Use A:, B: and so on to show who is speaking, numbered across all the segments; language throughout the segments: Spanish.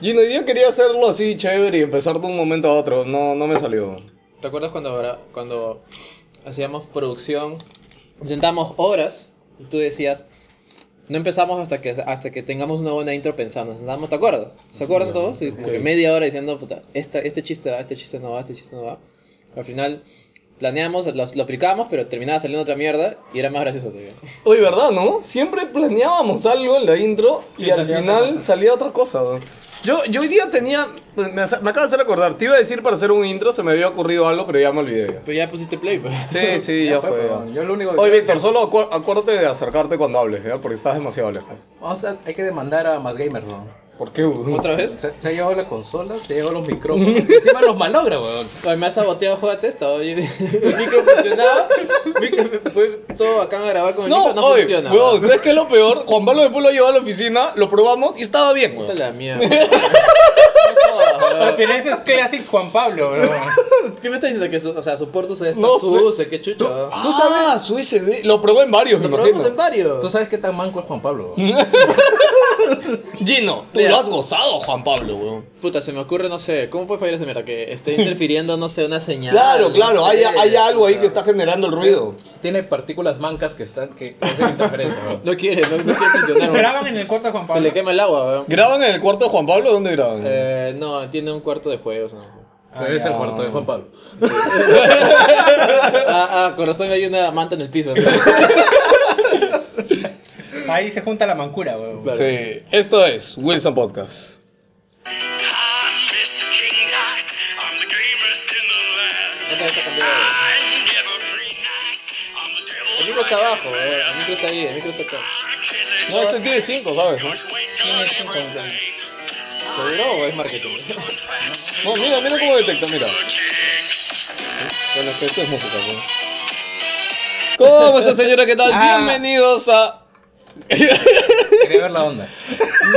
A: Gino, yo quería hacerlo así chévere y empezar de un momento a otro. No, no me salió.
B: ¿Te acuerdas cuando, habrá- cuando hacíamos producción? Sentamos horas y tú decías, no empezamos hasta que, hasta que tengamos una buena intro pensando. Sentamos, ¿te acuerdas? ¿Se acuerdan todos? Y como
A: ok.
B: que media hora diciendo, puta, esta- este chiste va, este chiste no va, este chiste no va. Al final planeamos, lo, lo aplicamos, pero terminaba saliendo otra mierda y era más gracioso todavía.
A: Oye, ¿verdad, no? Siempre planeábamos algo en la intro y
C: Sí,
A: al
C: salía
A: final
C: otra cosa.
A: salía otra cosa. weón. Yo, yo hoy día tenía. pues, Me, me acaba de hacer acordar. Te iba a decir para hacer un intro, se me había ocurrido algo, pero ya me olvidé. ya.
B: Pero ya pusiste play, pues.
A: Sí, sí, ya, fue.
C: pero
A: ya.
C: Yo lo único que
A: Oye,
C: creo
A: Víctor, solo acu- acuérdate de acercarte cuando hables, ¿ya? Porque estás demasiado lejos.
C: que- Vamos a- hay que demandar a más gamer,
A: ¿Por qué? weón?
B: ¿Otra vez?
C: Se, se ha llevado las consolas, se ha llevado los micrófonos, y encima los manogra, weón.
B: Oye, me ha saboteado el juego de testa, oye. El micro funcionaba. micro- fue todo acá a grabar con el
A: No,
B: micro, no
A: oye,
B: funciona.
A: weón,
B: weón.
A: ¿sabes qué es lo peor? Juan Pablo después lo llevó a la oficina, lo probamos y estaba bien, weón.
B: Puta la mierda. No jodas, weón.
D: Pero ese es Classic Juan Pablo, bro.
B: ¿Qué me estás diciendo? Que su, o sea, su puerto se está
A: No
B: no
A: sé.
B: qué chucho. weón.
A: ¿Tú sabes? Ah, su USB. Lo probó en varios, me
B: Lo probamos en
A: imagino.
B: varios.
C: Tú sabes qué tan manco es Juan Pablo, weón.
A: Gino, tú
B: Mira.
A: lo has gozado, Juan Pablo, weón.
B: Puta, se me ocurre, no sé, ¿cómo puede fallar esa mierda? Que esté interfiriendo, no sé, una señal.
A: Claro,
B: no
A: claro, hay,
B: sé,
A: hay algo ahí
B: puta.
A: que está generando el ruido.
C: Tiene partículas mancas que están que que hacen interferencia, weón.
B: No quiere, no, no quiere funcionar. weón.
D: Esperaban en el cuarto de Juan
B: Se
D: Pablo.
B: le quema el agua, weón.
A: ¿Graban en el cuarto de Juan Pablo? ¿Dónde graban?
B: Eh, no, tiene un cuarto de juegos, no sé.
C: Ah, es el cuarto de Juan Pablo.
B: Ah, ah, con razón hay una manta en el piso. ¿no?
D: Ahí se junta la mancura, bro.
B: claro.
A: Sí, esto es Wilson Podcast.
E: I'm Mr. King Dice. I'm the gamest in the land.
B: Esta vez está cambiada, weón.
E: I never play nice. I'm the devil's
B: El micro está
E: right
B: abajo, weón. El micro está ahí, el micro está acá.
E: I can let
A: No, este tiene 5, ¿sabes?
E: you wake on
D: Tiene cinco,
E: everything.
B: ¿Seguro o es marketing?
E: Contracts.
A: No, mira, mira cómo detecta, mira.
E: The king.
A: Bueno, es que esto es música, weón. ¿Cómo está, señora? ¿Qué tal?
D: Ah.
A: Bienvenidos a.
C: Quería ver la onda.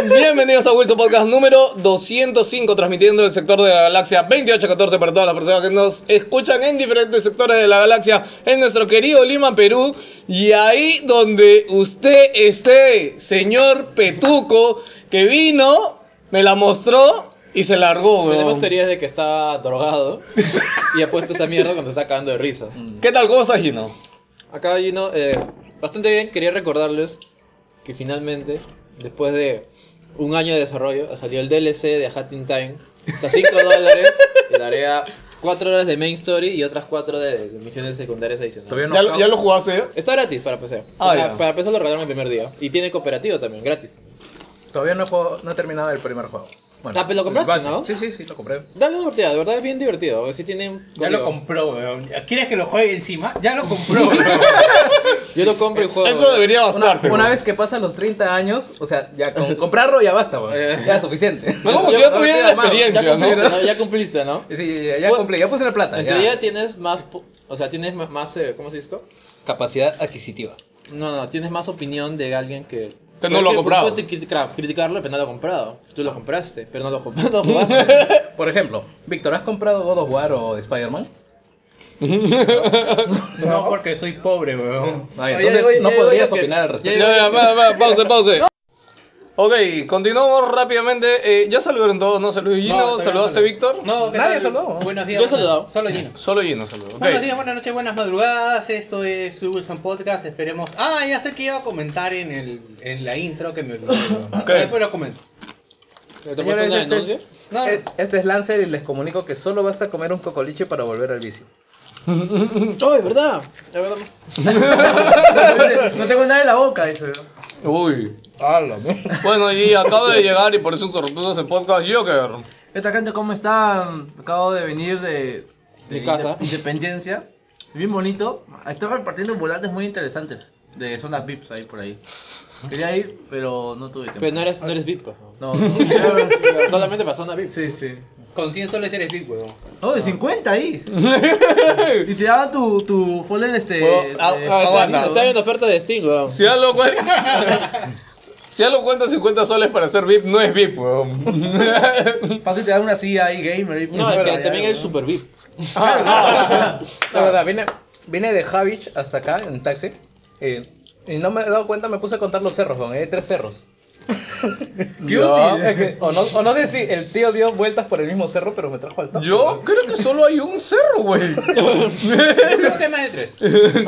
A: Bienvenidos a Wilson Podcast número 205, transmitiendo el sector de la galaxia 2814 para todas las personas que nos escuchan en diferentes sectores de la galaxia en nuestro querido Lima, Perú. Y ahí donde usted esté, señor Petuco, que vino, me la mostró y se largó,
B: Tenemos
A: weón.
B: teorías de que está drogado y ha puesto esa mierda cuando está cagando de risa.
A: ¿Qué tal? ¿Cómo estás, Gino?
B: Acá Gino, eh, bastante bien, quería recordarles que finalmente, después de un año de desarrollo, salió el DLC de A Hat in Time. Está 5 dólares, le daría 4 horas de main story y otras 4 de, de misiones secundarias adicionales.
C: Todavía no
A: ¿Ya,
C: acabo.
A: lo- ya lo jugaste?
B: Está gratis para PC.
A: Ah,
B: Ah,
A: ya.
B: Para PC lo regalaron el primer día. Y tiene cooperativo también, gratis.
C: Todavía no, he jugado- no he terminado el primer juego.
B: Ah, pero lo compraste,
C: base.
B: ¿no?
C: Sí, sí, sí, lo compré.
B: Dale una oportunidad, de verdad es bien divertido. Si tiene
D: Ya lo
B: código.
D: compró, bro. ¿Quieres que lo juegue encima? Ya lo compró, bro.
B: Yo lo compro y juego.
A: Eso debería
C: Una,
A: bastarte.
C: una
A: weón.
C: vez que pasan los 30 años, o sea, ya con comprarlo ya basta, weón.
A: Eh.
C: Ya es suficiente.
B: Pues
A: No, como si ya
C: No,
A: tuviera
C: no,
A: la
C: amado, ya
A: experiencia, ¿no?
C: compré,
B: ¿no? Ya cumpliste, ¿no?
C: Sí, ya, ya compré, ya puse la plata.
B: En
C: ya.
B: teoría tienes más, po- o sea, tienes más, más, eh, ¿cómo se dice esto?
C: Capacidad adquisitiva.
B: No, no, tienes más opinión de alguien que...
A: Que no lo ha
B: Porque
A: comprado.
B: Puedes criticar- criticarlo, pero no lo ha comprado. Tú lo compraste, pero no lo, comp- no lo jugaste.
C: Por ejemplo, Víctor, ¿has comprado God of War o Spider-Man?
D: No, porque soy pobre, bro.
C: Ay,
B: Oye,
C: entonces
B: oye,
C: no
B: oye,
C: podrías
B: oye, que-
C: opinar al respecto.
A: Ya, ya, va, va, pause, pause. Ok, continuamos rápidamente. Eh, ya saludaron todos, ¿no? Saludó Gino, saludaste Víctor.
D: No, ¿qué
C: Nadie
D: tal?
C: saludó.
D: Buenos días.
B: Yo he
D: buenas-
B: saludado.
D: Solo Gino.
A: Solo Gino saludó. ok.
D: Buenos días, buenas noches, buenas madrugadas. Esto es Wilson Podcast. Esperemos. Ah, ya sé que iba a comentar en, el, en la intro que me olvidé. bro.
A: ¿Qué?
D: Después lo comento.
B: ¿Te tomaste
C: Señores,
B: una
C: este
B: denuncia?
C: es,
D: No, no.
C: eh, este es Lancer y les comunico que solo basta comer un cocoliche para volver al vicio.
B: No, es verdad. Es verdad.
D: No tengo nada en la boca, eso.
A: Uy. Bueno, y acaba de llegar y por eso interrumpimos el podcast Joker.
F: Esta gente, ¿cómo están? Acabo de venir de, de
B: Mi casa.
F: Inde- Independencia. Bien bonito. Estaba repartiendo volantes muy interesantes de zonas VIPs ahí por ahí. Quería ir, pero no tuve tiempo.
B: Pero no eres, no eres VIP, pues, ¿no?
F: No, no. quería-
B: Solamente pasó una VIP.
F: Sí, sí.
D: Con 100 soles eres big, weón.
F: Oh, de 50 ahí. y te daban tu, tu folder este.
A: Bueno,
F: de-
A: ah, ah, aguanta.
B: Está viendo oferta de Steam, weón.
A: Si ya lo cuenta. Si ya lo cuenta 50 soles para ser VIP, no es VIP, weón.
F: Paso y te dan una silla ahí gamer. ahí,
B: No, es
F: fuera,
B: que
F: ya,
B: también
F: ya,
B: es super VIP.
C: La verdad, vine, vine de Javich hasta acá en taxi. eh, y no me he dado cuenta, me puse a contar los cerros, weón. Hay tres cerros.
A: Ya.
C: Es que, o, no, o no sé si el tío dio vueltas por el mismo cerro, pero me trajo al top.
A: Yo creo que solo hay un cerro, güey.
D: Un tema de tres.
B: Yo creo que-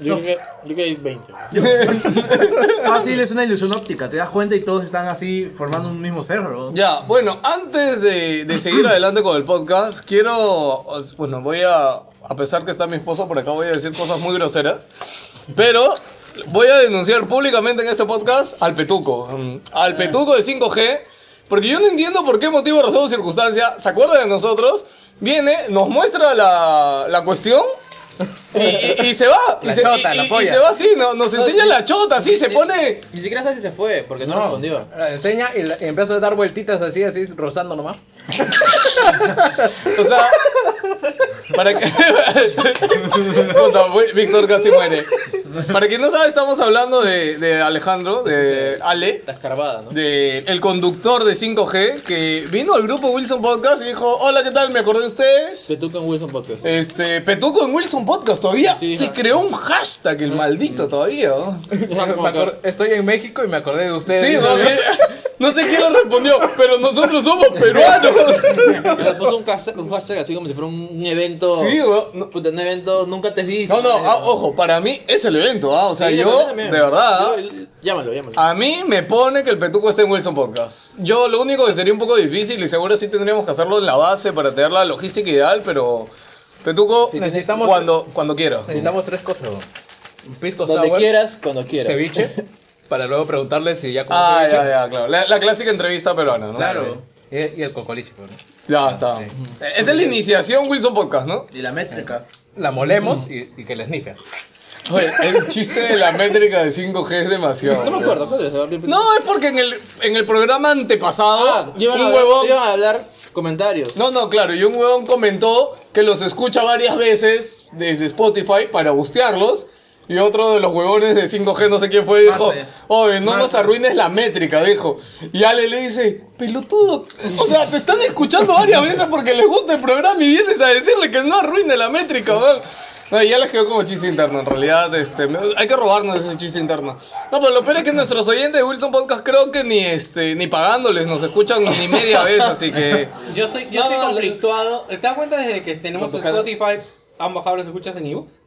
B: yo creo que hay 20.
F: Fácil, es una ilusión óptica. Te das cuenta y todos están así formando un mismo cerro.
A: Ya, bueno, antes de, de seguir adelante con el podcast, quiero, os- bueno, voy a, a pesar que está mi esposo por acá, voy a decir cosas muy groseras, pero voy a denunciar públicamente en este podcast al Petuco, mm, al Petuco de 5G, porque yo no entiendo por qué motivo, razón o circunstancia, se acuerda de nosotros, viene, nos muestra la, la cuestión. Y, y- y se va, y,
C: La
A: se,
C: chota,
A: y-
C: la
A: y- y
C: polla.
A: se va así, no- nos enseña la chota, así se pone.
B: Ni siquiera sé si se fue, porque no, respondió.
C: La enseña y, la- y empieza a dar vueltitas así, así, rozando nomás.
A: O sea, para que. Puta, güey, Víctor casi muere. Para quien no sabe, estamos hablando de, de Alejandro, de Ale,
B: Está escarbada, ¿no?
A: de el conductor de 5G, que vino al grupo Wilson Podcast y dijo: Hola, ¿qué tal? Me acordé de ustedes.
B: Se tuca en Wilson Podcast.
A: Este, Petuco en Wilson Podcast todavía
B: Sí,
A: se
B: ajá.
A: creó un hashtag, el maldito todavía. ¿no?
B: Ajá, como
C: Me
B: acá.
C: acor- estoy en México y me acordé de ustedes.
A: Sí, no, sé- no sé quién lo respondió, pero nosotros somos peruanos.
B: Y se puso un hashtag, un hashtag así como si fuera un evento.
A: Sí, ¿no? No-
B: Puta, Pues un evento nunca te vi.
A: No, no, ah, ojo, para mí es el evento, ah, o sea, yo, de verdad, Ah,
B: llámalo, llámalo.
A: a mí me pone que el Petuco esté en Wilson Podcast. Yo lo único que sería un poco difícil y seguro sí tendríamos que hacerlo en la base para tener la logística ideal, pero Petuco,
C: necesitamos-
A: cuando, cuando quiera.
C: Necesitamos tres cosas, weón. Un pisco
B: Donde
C: sour,
B: quieras, cuando quieras.
C: ceviche, para luego preguntarle si ya comió
A: Ah, ya,
C: ceviche.
A: ya, claro. La, la clásica entrevista peruana, ¿no?
F: Claro.
C: Y, y el cocoliche, weón.
A: Ya está. E-, Esa es la iniciación Wilson Podcast, ¿no?
F: Y la métrica.
C: La molemos y, y que la snifes.
A: Oye, el chiste de la métrica de 5G es demasiado.
B: No me acuerdo, ¿cuál es?
A: No, es porque en el, en el programa antepasado,
B: Ah,
A: un
B: iban a hablar-
A: huevón
B: Iban a hablar comentarios.
A: No, no, claro, y un huevón comentó que los escucha varias veces desde Spotify para bustearlos. Y otro de los huevones de 5G, no sé quién fue, dijo,
F: Marce.
A: oye, no nos
F: Marce.
A: arruines la métrica, dijo. Y Ale le dice, pelotudo, o sea, te están escuchando varias veces porque les gusta el programa y vienes a decirle que no arruine la métrica, weón. No, y ya les quedó como chiste interno, en realidad, este, me- hay que robarnos ese chiste interno. No, pero lo peor es que nuestros oyentes de Wilson Podcast creo que ni, este, ni pagándoles nos escuchan ni media vez, así que...
D: Yo estoy, yo
B: No,
D: estoy
B: no,
D: conflictuado. ¿Te das cuenta desde que tenemos Spotify? ¿Han bajado las escuchas en ebooks?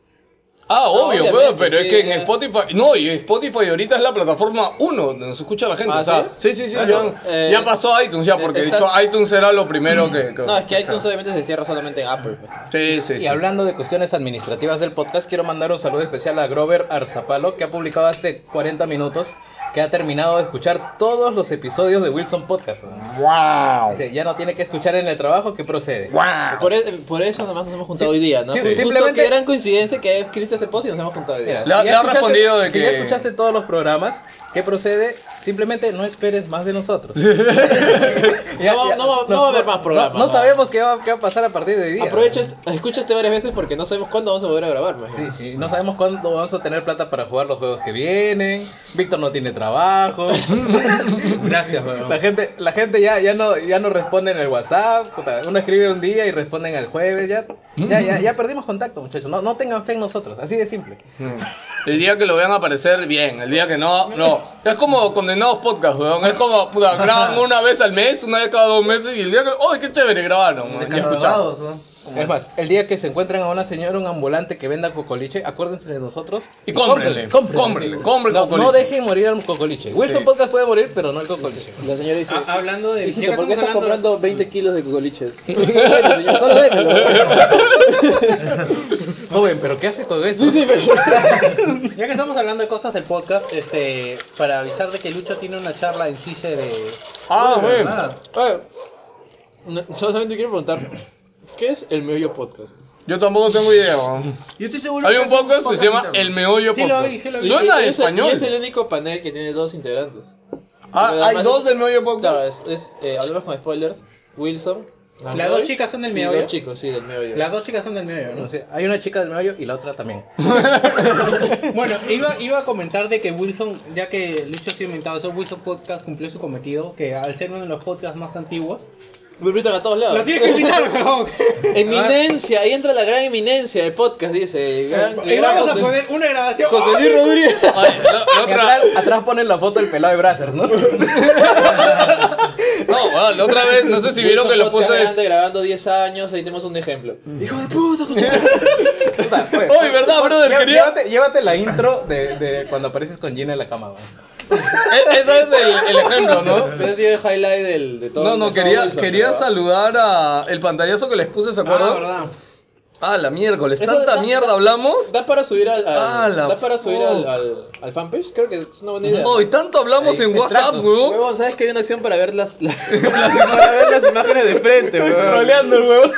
A: Ah, obvio,
B: obviamente,
A: weón, pero es
B: sí,
A: que en
B: ya.
A: Spotify. No, y Spotify ahorita es la plataforma 1 donde se escucha la gente.
B: ¿Ah,
A: o sea, sí, sí, sí.
B: Ah,
A: ya,
B: no, eh,
A: ya pasó a iTunes, ya, porque de
B: estás-
A: hecho iTunes era lo primero que. que-
B: No, es que iTunes obviamente se cierra solamente en Apple. pues.
A: Sí, sí,
C: Y
A: sí.
C: hablando de cuestiones administrativas del podcast, quiero mandar un saludo especial a Grover Arzapalo, que ha publicado hace 40 minutos que ha terminado de escuchar todos los episodios de Wilson Podcast. weón.
A: ¡Wow!
C: Dice, ya no tiene que escuchar en el trabajo que procede.
A: ¡Wow!
D: Ah.
B: Por, e- por eso nomás nos hemos juntado hoy día, ¿no?
C: sí,
B: Justo
C: simplemente-
B: que gran coincidencia que escribiste ese post y nos hemos juntado hoy
C: Mira,
B: día.
A: Le-
C: si
A: le
C: ya
A: ha
C: escuchaste-
A: respondido de
C: si
A: que-
C: ya escuchaste todos los programas que procede, simplemente no esperes más de nosotros. Ya-
B: No va-
C: ya-
B: no va- no va a haber más programas,
C: No,
B: no.
C: sabemos qué va, qué va a pasar a partir de hoy día.
B: Aprovecha, est- escucha este varias veces porque no sabemos cuándo vamos a volver a grabar. pues.
C: Sí, y no sabemos cuándo vamos a tener plata para jugar los juegos que vienen. Víctor no tiene trabajo.
F: Gracias,
C: La gente, la gente ya, ya no, ya no responde en el WhatsApp. puta, uno escribe un día y responden al jueves. Ya, ya, ya, ya perdimos contacto, muchachos. No, no tengan fe en nosotros. Así de simple.
A: Mm. El día que lo vean aparecer, bien. El día que no, no. Es como condenados podcast, weón. Es como, puta, graban una vez al mes, una vez cada dos meses. Y el día que. ¡Ay, qué chévere! Grabaron, weón. Ya escuchamos.
F: Descatalogados, ¿no? Como-
C: Es más, el día que se encuentren a una señora, un ambulante que venda cocoliche, acuérdense de nosotros.
A: Y cómprenle, cómprenle, cómprenle
C: No,
A: cocoliche.
C: no dejen morir al cocoliche. Wilson Podcast puede morir, pero no el cocoliche.
B: La señora dice:
D: Ha- Ah, hablando de.
B: Hijito,
D: ya que
B: ¿por qué estás
D: estamos hablando-
B: comprando 20 kilos de cocoliches? Solo démelo, señor, solo démelo.
C: Joven, ¿pero qué hace con eso?
D: Ya que estamos hablando de cosas del podcast, este, para avisar de que Lucho tiene una charla en CICE de.
A: Ah,
F: Uy,
A: weón.
F: verdad.
B: Oye, no- solamente quiero preguntar: ¿qué es el meollo podcast?
A: Yo tampoco tengo idea, weón.
F: Yo estoy seguro
A: Hay
F: que
A: un
F: es un
A: podcast que se llama
F: interno.
A: El Meollo
D: Sí lo
A: Podcast.
D: vi, sí lo vi.
A: Suena
B: Y- y
A: de
B: es el-
A: español.
B: Y es el único panel que tiene dos integrantes.
A: Ah,
B: Pero
A: hay
B: además
A: dos
B: es-
A: del medio podcast.
B: Claro, es, es, eh, hablemos con spoilers. Wilson
D: Las dos chicas son del
B: Y
D: meollo.
B: Dos chicos, sí, del meollo.
D: Las dos chicas son del medio, ¿no?
C: O sea, hay una chica del medio y la otra también.
D: Bueno, iba, iba a comentar de que Wilson, ya que Lucho se ha inventado eso, Wilson Podcast cumplió su cometido, que al ser uno de los podcasts más antiguos,
B: Lo invitan a todos lados.
D: lo tienes que invitar, weón.
B: Eminencia, ahí entra la gran eminencia del podcast, dice. Gran,
D: Y
B: gran
D: vamos a
B: José-
D: poner una grabación.
B: José Luis Rodríguez.
A: Oye, la- la
C: Y
A: otra,
C: atrás, atrás ponen la foto del pelado de Brazzers, ¿no?
A: no, bueno, la otra vez, no sé si vieron que lo
B: Podcast
A: puse.
B: grande grabando 10 años, ahí tenemos un ejemplo. Hijo de puta,
C: Puta, pues.
A: Oye, ¿verdad, brother?
C: Llé-
A: Quería-
C: llévate, llévate la intro de, de cuando apareces con Gina en la cama, güey.
A: e- Ese es el, el ejemplo, ¿no?
B: Ese ha sido el highlight del, de todo.
A: No,
B: de
A: no,
B: todo
A: quería,
B: Wilson,
A: quería
B: pero-
A: saludar a el pantallazo que les puse, ¿se
D: Ah,
A: acuerdan?
D: verdad.
A: Ah, la miércoles,
B: Eso
A: tanta
B: da-
A: mierda
B: da-
A: hablamos.
B: ¿Da para subir al, al-
A: Ah, la
B: ¿da para subir al,
A: fuck.
B: al, al fanpage? Creo que es una buena idea.
A: Hoy tanto hablamos
C: Ahí,
A: en WhatsApp,
C: extractos.
A: weón.
B: Huevón, ¿sabes que hay una opción para ver las, las, para ver las imágenes de frente, huevón?
C: Troleando el huevo.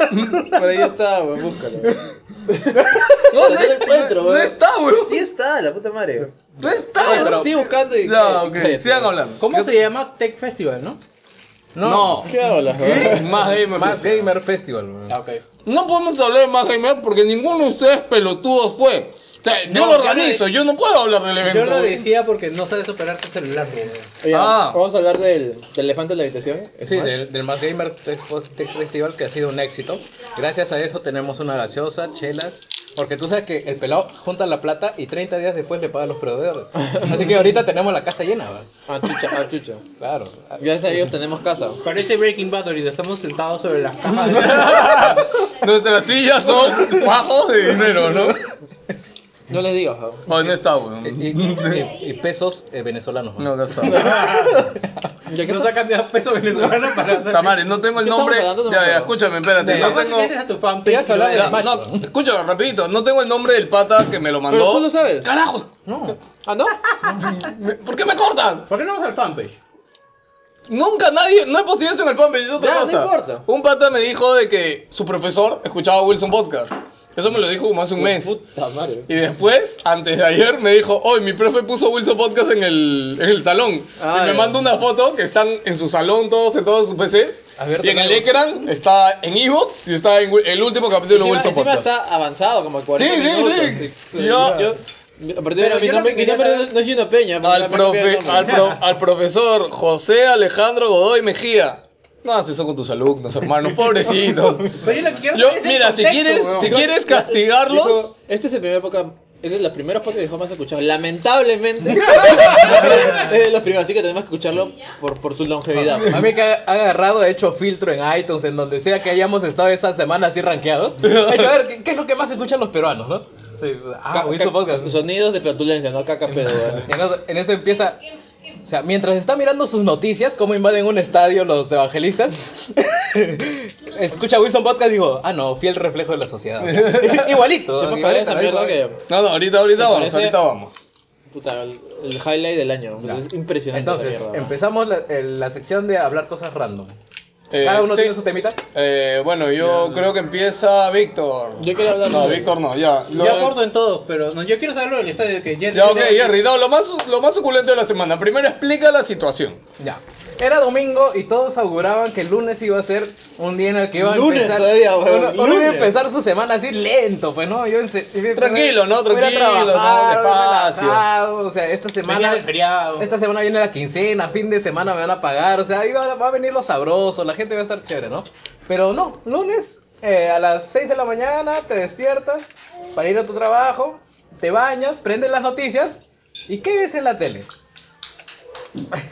B: Por ahí está, huevón, búscalo. huevón.
A: No, no,
B: No
A: es-
B: lo encuentro,
A: no
B: weón.
A: está, weón.
B: Sí está, la puta madre.
A: No está.
B: Oye, sigue buscando y...
A: Ya,
B: eh,
A: ok,
B: cállate,
A: sigan
B: huevón.
A: hablando.
D: ¿Cómo se llama Tech Festival, no?
A: No.
B: ¿Qué hablas, huevón?
A: Más gamer.
C: Más Gamer Festival, güey.
D: Ah, ok.
A: No podemos hablar de más gamer porque ninguno de ustedes pelotudos fue. O sea, yo
D: No,
A: lo
D: yo no
A: organizo, yo no puedo hablar del evento.
D: Yo lo
A: weón.
D: decía porque no sabes operar tu celular, weón.
B: Oye,
A: Ah.
B: vamos a hablar del, del elefante de la habitación.
C: Sí, del, del Más Gamer Tech Tech Festival que ha sido un éxito. Gracias a eso tenemos una gaseosa, chelas. Porque tú sabes que el pelado junta la plata y 30 días después le paga a los proveedores. Así que ahorita tenemos la casa llena, ¿va?
B: Ah, chucha, ah, chucha.
C: Claro.
B: Gracias a ellos tenemos casa.
D: Parece Breaking Bad ahorita, estamos sentados sobre las cajas de...
A: Nuestras sillas son bajos de dinero, ¿no?
B: No les digas, huevón.
A: No, no está, weón.
C: Y, y- y pesos eh, venezolanos, ¿va?
A: No, no está.
B: Ya que
D: Nos ha cambiado peso venezolano para hacer...
A: Tamales, no tengo el
B: ¿Qué estamos
A: nombre.
B: hablando? No me
A: Ya, ya,
B: acuerdo.
A: escúchame, espérate.
D: De...
A: No
D: Papá, si
A: tengo.
D: metes a tu fanpage...
C: Ibas a hablar de
D: lo
A: Ya,
C: Smash,
A: no,
C: ¿no?
A: escúchame, rapidito, no tengo el nombre del pata que me lo mandó.
B: Pero tú lo sabes.
A: ¡Carajo!
C: No.
B: Ah, ¿no?
A: me- ¿Por qué me cortas?
D: ¿Por qué no vamos al fanpage?
A: Nunca nadie, no he posteado eso en el fanpage, es otra
B: Ya, no
A: cosa.
B: importa.
A: Un pata me dijo de que su profesor escuchaba Wilson Podcast. Eso me lo dijo como hace un mes.
B: Puta madre.
A: Y después, antes de ayer, me dijo, hoy mi profe puso Wilson Podcast en el, en el salón.
B: Ah,
A: y me
B: ya.
A: manda una foto que están en su salón todos, en todos sus PCs.
C: A ver,
A: y en el
C: tenemos.
A: ecran está en Evox y está en el último capítulo de
B: Encima,
A: Wilson
B: encima
A: Podcast.
B: está avanzado, como 40
A: Sí, sí,
B: minutos.
A: sí. Yo-
B: a partir de ahora,
D: Pero
B: mi
D: yo lo
B: nombre,
D: que
B: mi
D: quería
B: nombre
D: saber-
B: no es Gino Peña. pero
A: al,
B: ya me cambié de
A: profe,
B: nombre.
A: al, pro- al profesor José Alejandro Godoy Mejía. No haces eso con tus alumnos, hermano, pobrecito.
D: Pero yo lo que quiero
A: Yo,
D: saber es el
A: mira, si
D: contexto,
A: quieres,
D: weón.
A: si quieres
B: Dijo,
A: castigarlos,
B: este es el primer podcast. Es de los primeros podcasts que jamás he escuchado. Lamentablemente. es de los primeros, así que tenemos que escucharlo por, por tu longevidad.
C: A mí que ha ha agarrado, ha hecho filtro en iTunes, en donde sea que hayamos estado esa semana así rankeados. Ha hecho, a ver, ¿qué, qué es lo que más escuchan los peruanos, no? Sí, Ah,
B: Ca-
C: Wilson
B: ca-
C: Podcast.
B: Sonidos de flatulencia, ¿no? Caca pedo. ¿vale?
C: Y En eso, en eso empieza. O sea, mientras está mirando sus noticias, cómo invaden un estadio los evangelistas, escucha Wilson Podcast y digo, ah, no, fiel reflejo de la sociedad. igualito.
B: Yo me acabé de
C: igualito,
B: esa mierda que.
A: no, no, ahorita, ahorita
B: Me
A: vamos,
B: parece-
A: ahorita vamos.
B: Puta, el, el highlight del año. Es impresionante.
C: Entonces,
B: esa mierda.
C: empezamos la, el- la sección de hablar cosas random.
A: Eh,
C: Cada uno
A: sí.
C: tiene su temita.
A: Eh, bueno, yo creo que empieza Víctor.
B: Yo quería hablar
A: No,
B: de-
A: Víctor no, ya. Lo-
D: Yo aporto en todos, pero no, yo quiero saberlo del estadio que Jerry...
A: Ya, ok, Jerry, no, lo más, lo más suculento de la semana. Primero explica la situación.
C: Ya. Era domingo y todos auguraban que el lunes iba a ser un día en el que iba a
B: Lunes
C: empezar.
B: todavía, weón,
C: uno- uno iba a
B: lunes.
C: empezar su semana así lento, pues, ¿no? Yo en se- yo empecé-
A: Tranquilo, ¿no?
C: voy a ir a
A: Tranquilo, ¿no?
C: trabajar,
A: Despacio.
C: relajado, O sea, esta semana.
D: Venía de feriado.
C: Esta semana viene la quincena, fin de semana me van a pagar, o sea, ahí va, va a venir lo sabroso, la gente va a estar chévere, ¿no? Pero no, lunes eh, a las 6 de la mañana te despiertas para ir a tu trabajo, te bañas, prendes las noticias y ¿qué ves en la tele?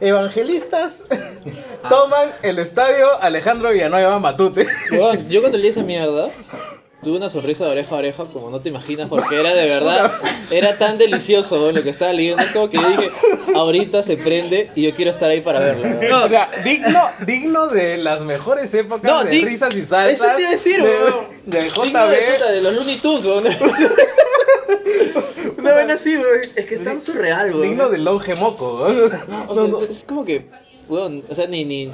C: Evangelistas toman el estadio Alejandro Villanueva Matute.
B: Huevón, yo cuando leí esa mierda, tuve una sonrisa de oreja a oreja, como no te imaginas, porque era de verdad, era tan delicioso huevón, lo que estaba leyendo, es como que yo dije, ahorita se prende y yo quiero estar ahí para verlo. huevón.
C: o sea, digno, digno de las mejores épocas
B: No,
C: de
B: dig-
C: risas y salsas.
B: Eso te iba a decir,
C: de,
B: weón.
C: de JB.
B: Digno de, puta, de los Looney Tunes, weón. Una vaina así, weón. Es que es tan surreal, weón.
C: Digno de longe moco. weón.
B: O
C: No,
B: sea,
C: no.
B: es es como que, weón, o sea, ni, ni,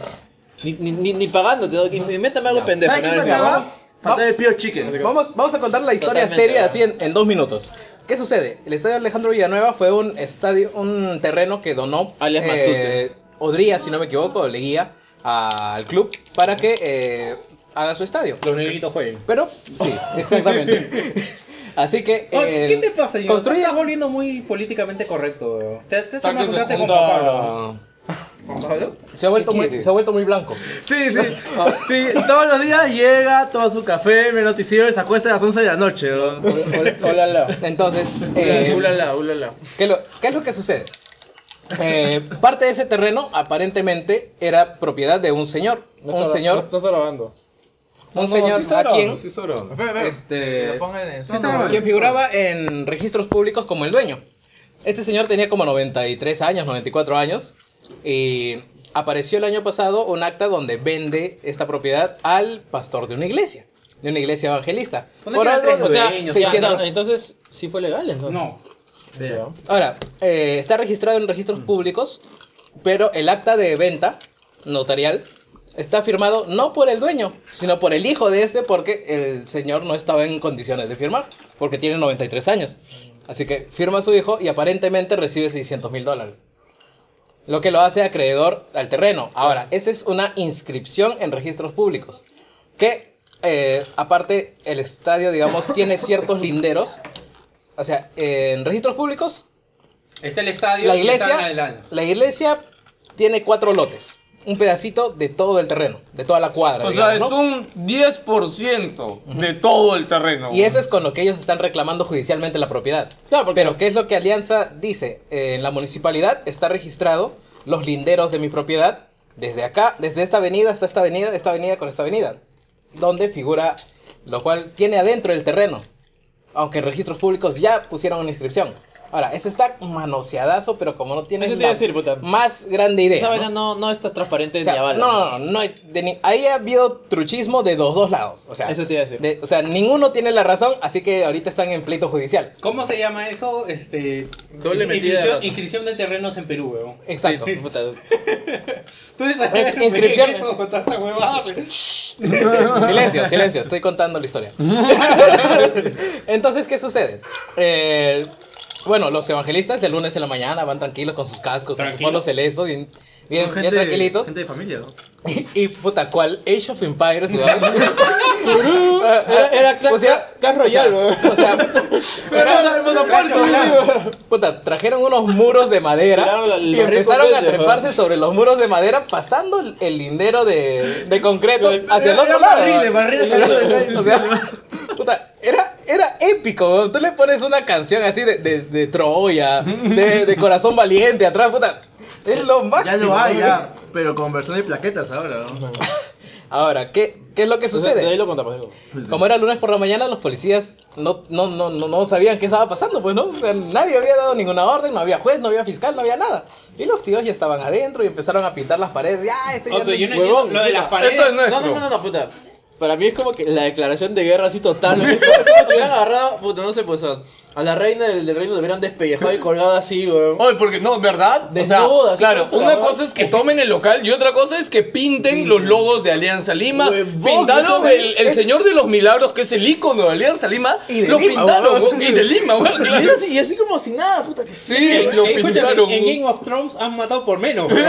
B: ni, ni, ni, ni pagándote, ¿no? Y Métame algo pendejo.
F: ¿Sabes
B: ¿no? A ver,
F: qué faltaba?
B: weón.
F: Faltaba el Pío Chicken.
C: Vamos, vamos a contar la historia
B: Totalmente,
C: seria
B: ¿verdad?
C: así en, en dos minutos. ¿Qué sucede? El estadio Alejandro Villanueva fue un estadio, un terreno que donó eh,
B: Alias Matute.
C: Odría, si no me equivoco, Leguía, al club para que eh, haga su estadio.
D: Los negritos jueguen.
C: Pero, sí, exactamente. Así que.
D: Oye,
C: el-
D: ¿Qué te pasa, Gino? Te
C: construye-
D: estás volviendo muy políticamente correcto, weón. Te, te estás
A: Está que se
D: juntaste con
A: junta-
D: Juan Pablo.
C: Se ha, vuelto
A: ¿Qué
C: muy,
A: quieres?
C: se ha vuelto muy blanco.
F: Sí, sí. sí. Todos los días llega, toma su café, ve el noticiero y se acuesta a las 11 de la noche. ¿no?
D: Hola, hola.
C: Entonces, eh,
F: Ulala, ulala.
C: ¿qué, lo- qué es lo que sucede? Eh, parte de ese terreno aparentemente era propiedad de un señor. un señor,
B: estás grabando.
C: un señor a quien
F: Este.
C: quien figuraba en registros públicos como el dueño. Este señor tenía como 93 años, 94 años, y apareció el año pasado un acta donde vende esta propiedad al pastor de una iglesia, de una iglesia evangelista.
D: ¿Dónde quedan tres
C: o sea,
D: dueños? Ya,
C: 600.
B: entonces, sí fue legal, entonces?
D: No.
B: Ya.
C: Ahora, eh, está registrado en registros públicos, pero el acta de venta notarial está firmado no por el dueño, sino por el hijo de este, porque el señor no estaba en condiciones de firmar, porque tiene 93 años. Así que firma su hijo y aparentemente recibe 600 mil dólares. Lo que lo hace acreedor al terreno. Ahora, esta es una inscripción en registros públicos. Que, eh, aparte, el estadio, digamos, tiene ciertos linderos. O sea, en registros públicos
D: Está el estadio.
C: la
D: y están
C: iglesia,
D: adelante.
C: la iglesia tiene cuatro lotes. Un pedacito de todo el terreno, de toda la cuadra.
A: O sea, es
C: digamos, ¿no?
A: un 10% de todo el terreno.
C: Y eso es con lo que ellos están reclamando judicialmente la propiedad.
B: Claro, porque-
C: Pero, ¿qué es lo que Alianza dice? Eh, en la municipalidad está registrado los linderos de mi propiedad, desde acá, desde esta avenida hasta esta avenida, esta avenida con esta avenida, donde figura, lo cual tiene adentro el terreno, aunque en registros públicos ya pusieron una inscripción. Ahora, eso está manoseadazo, pero como no tiene
B: Eso te iba a decir, puta.
C: más grande idea.
B: Esa
C: ¿no?
B: vaina no, no está transparente
C: O sea,
B: ni a bala.
C: no, no, no, hay- de ni- ahí ha habido truchismo de los dos lados. O sea,
B: Eso te iba a decir.
C: de- o sea, ninguno tiene la razón, así que ahorita están en pleito judicial.
D: ¿Cómo se llama eso? Este.
F: Doble metida de
D: Inscripción,
F: gata.
D: inscripción de terrenos en Perú, weón.
C: Exacto.
B: Puta,
D: Tú dices,
C: inscripción-
D: Eso, con toda esa huevada, weón.
C: silencio, silencio, estoy contando la historia. Entonces, ¿qué sucede? Eh, bueno, los evangelistas del lunes en la mañana van tranquilos con sus cascos, con sus
D: Tranquilos.
C: polos celestos, bien, bien,
F: Son
C: bien tranquilitos.
F: Gente de familia, ¿no?
C: Y, y, puta, ¿cuál? Age of Empires, weón. era, era
B: Cla- Cla- Clash Royale,
C: O sea, era- puta, trajeron unos muros de madera
B: Tiraron la-
C: y
B: los
C: empezaron a
B: ricos
C: treparse
B: weón.
C: sobre los muros de madera, pasando el- el lindero de, de concreto hacia el
F: Era
C: otro lado.
F: barriles, barriles, barriles.
C: O sea, puta, era, era épico, weón. Tú le pones una canción así de, de, de Troya, de, de Corazón Valiente atrás, puta. Es lo máximo.
F: Ya lo hay,
C: weón.
F: ya. Pero con versión de plaquetas ahora, ¿no?
C: Ahora, ¿qué, qué es lo que
B: Entonces,
C: sucede?
B: De ahí lo contamos. digo.
C: Como era lunes por la mañana, los policías no, no, no, no, no sabían qué estaba pasando, pues no. O sea, nadie había dado ninguna orden, no había juez, no había fiscal, no había nada. Y los tíos ya estaban adentro y empezaron a pintar las paredes. Ya, este ya
D: Otro,
C: no-
D: yo no
B: Huevón,
D: entiendo lo de las
B: puta.
D: paredes.
A: Esto es
B: No,
A: nuestro.
B: no, no, no, puta. Para mí es como que la declaración de guerra así total. ¿no? Es como si hubieran agarrado, puta, no sé, pues a a la reina del, del reino la hubieran despellejado y colgado así, weón.
A: Oye, porque no, ¿verdad? O sea,
B: Desnudas,
A: claro,
B: entonces,
A: una
B: ¿verdad?
A: cosa es que tomen el local y otra cosa es que pinten los logos de Alianza Lima.
B: Huevón,
A: pintaron
B: eso
A: el,
B: es-
A: el Señor de los Milagros, que es el ícono de Alianza Lima.
B: Y de
A: lo
B: Lima,
A: pintaron,
B: huevón.
A: güey, y de Lima, güey,
B: Y
A: claro.
B: era así- y así como si nada, puta, que
A: Sí, lo
D: Eh, escúchame,
A: pintaron.
D: en
A: güey.
D: Game of Thrones han matado por menos. weón.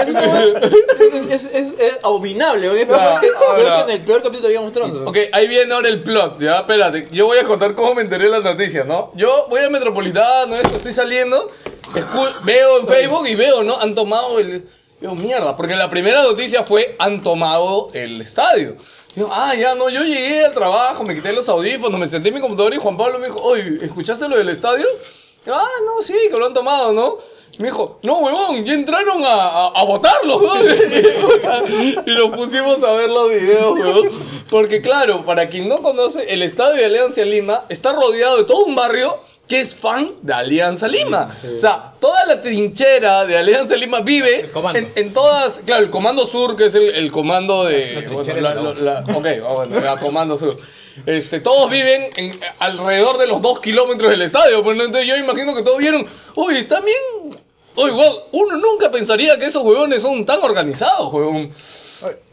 B: Es, es, es, es abominable, weón. Es peor que, peor que en el peor capítulo de Game of Thrones, weón.
A: Ok, ahí viene ahora el plot, ya, espérate. Yo voy a contar cómo me enteré de las noticias, ¿no? Yo voy a Metropolitano, esto, estoy saliendo, escu- veo en Facebook y veo, ¿no? Han tomado el... Yo, mierda, porque la primera noticia fue, han tomado el estadio. Yo, ah, ya, no, yo llegué al trabajo, me quité los audífonos, me senté en mi computadora y Juan Pablo me dijo, oye, ¿escuchaste lo del estadio? Yo, ah, no, sí, que lo han tomado, ¿no? Y me dijo, no, huevón, ya entraron a, a, a votarlos, huevón. y nos pusimos a ver los videos, huevón. Porque claro, para quien no conoce, el estadio de Alianza Lima está rodeado de todo un barrio que es fan de Alianza Lima. O sea, toda la trinchera de Alianza Lima vive
C: comando.
A: En, en todas, claro, el Comando Sur, que es el, el comando de... bueno, la- la- la- ok, ah, bueno, la Comando Sur. Este, todos viven en- alrededor de los dos kilómetros del estadio, pues, ¿no? Entonces, yo imagino que todos vieron, uy, está bien... Uy, wow, uno nunca pensaría que esos huevones son tan organizados, huevón.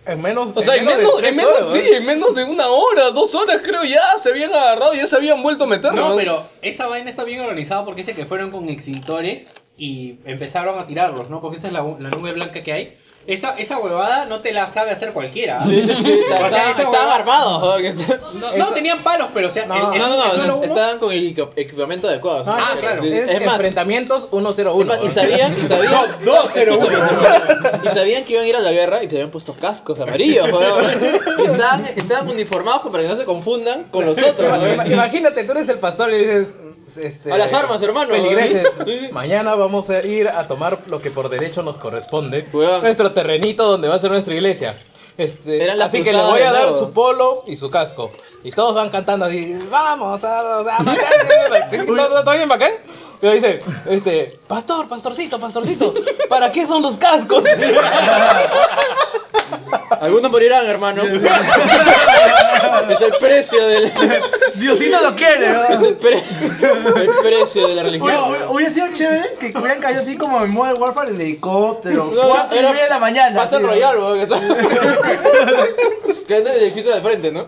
C: En menos,
A: O sea, en
C: de
A: menos,
C: tres
A: en menos-
C: horas,
A: sí,
C: ¿eh?
A: en menos de una hora, dos horas creo ya se habían agarrado, ya se habían vuelto a meter.
D: No, pero esa vaina está bien organizada porque dice que fueron con extintores y empezaron a tirarlos, ¿no? Porque esa es la, la nube blanca que hay. Esa, esa huevada no te la sabe hacer cualquiera.
B: Sí, sí, sí.
D: O sea,
B: estaban,
D: esa
B: estaban
D: huevada-
B: armados. joder, que está-
D: No, no tenían palos, pero o sea,
B: No,
D: el- el-
B: no, no,
D: el suelo
B: no,
D: uno-
B: estaban con el equi- equipamiento adecuado.
D: Ah,
B: sí,
D: claro.
B: sí, sí.
C: Es,
B: Es más,
C: enfrentamientos 101.
B: y sabían, y sabían,
D: dos, cero, uno.
B: y sabían que iban a ir a la guerra y se habían puesto cascos amarillos, joder. Y estaban, estaban uniformados para que no se confundan con los otros.
C: Ima-
B: joder.
C: Imagínate, tú eres el pastor y dices. Este,
B: A las armas, hermano.
C: Feligreses.
B: Sí, sí.
C: Mañana vamos a ir a tomar lo que por derecho nos corresponde.
B: Huevón.
C: Nuestro terrenito donde va a ser nuestra iglesia. Este,
B: Eran las
C: así que le
B: cruzadas
C: voy a
B: de
C: dar
B: nuevo.
C: su polo y su casco. Y todos van cantando así. Vamos a. a bacán". Sí, sí, ¿Todo todo bien, bacán? Y le dice, este, pastor, pastorcito, pastorcito, ¿para qué son los cascos?
B: Algunos morirán, hermano. es el precio del.
F: Diosito lo quiere, ¿no?
B: Es el, pre- el precio de la religión.
F: Hubiera- hubiera- Hubiera sido chévere que hubieran caído así como en Modern Warfare en helicóptero.
B: No,
F: Cuatro y
B: era-
F: media de la mañana.
B: Battle
F: así, ¿no?
B: Royale, weón, que está- que está en el edificio de frente, ¿no?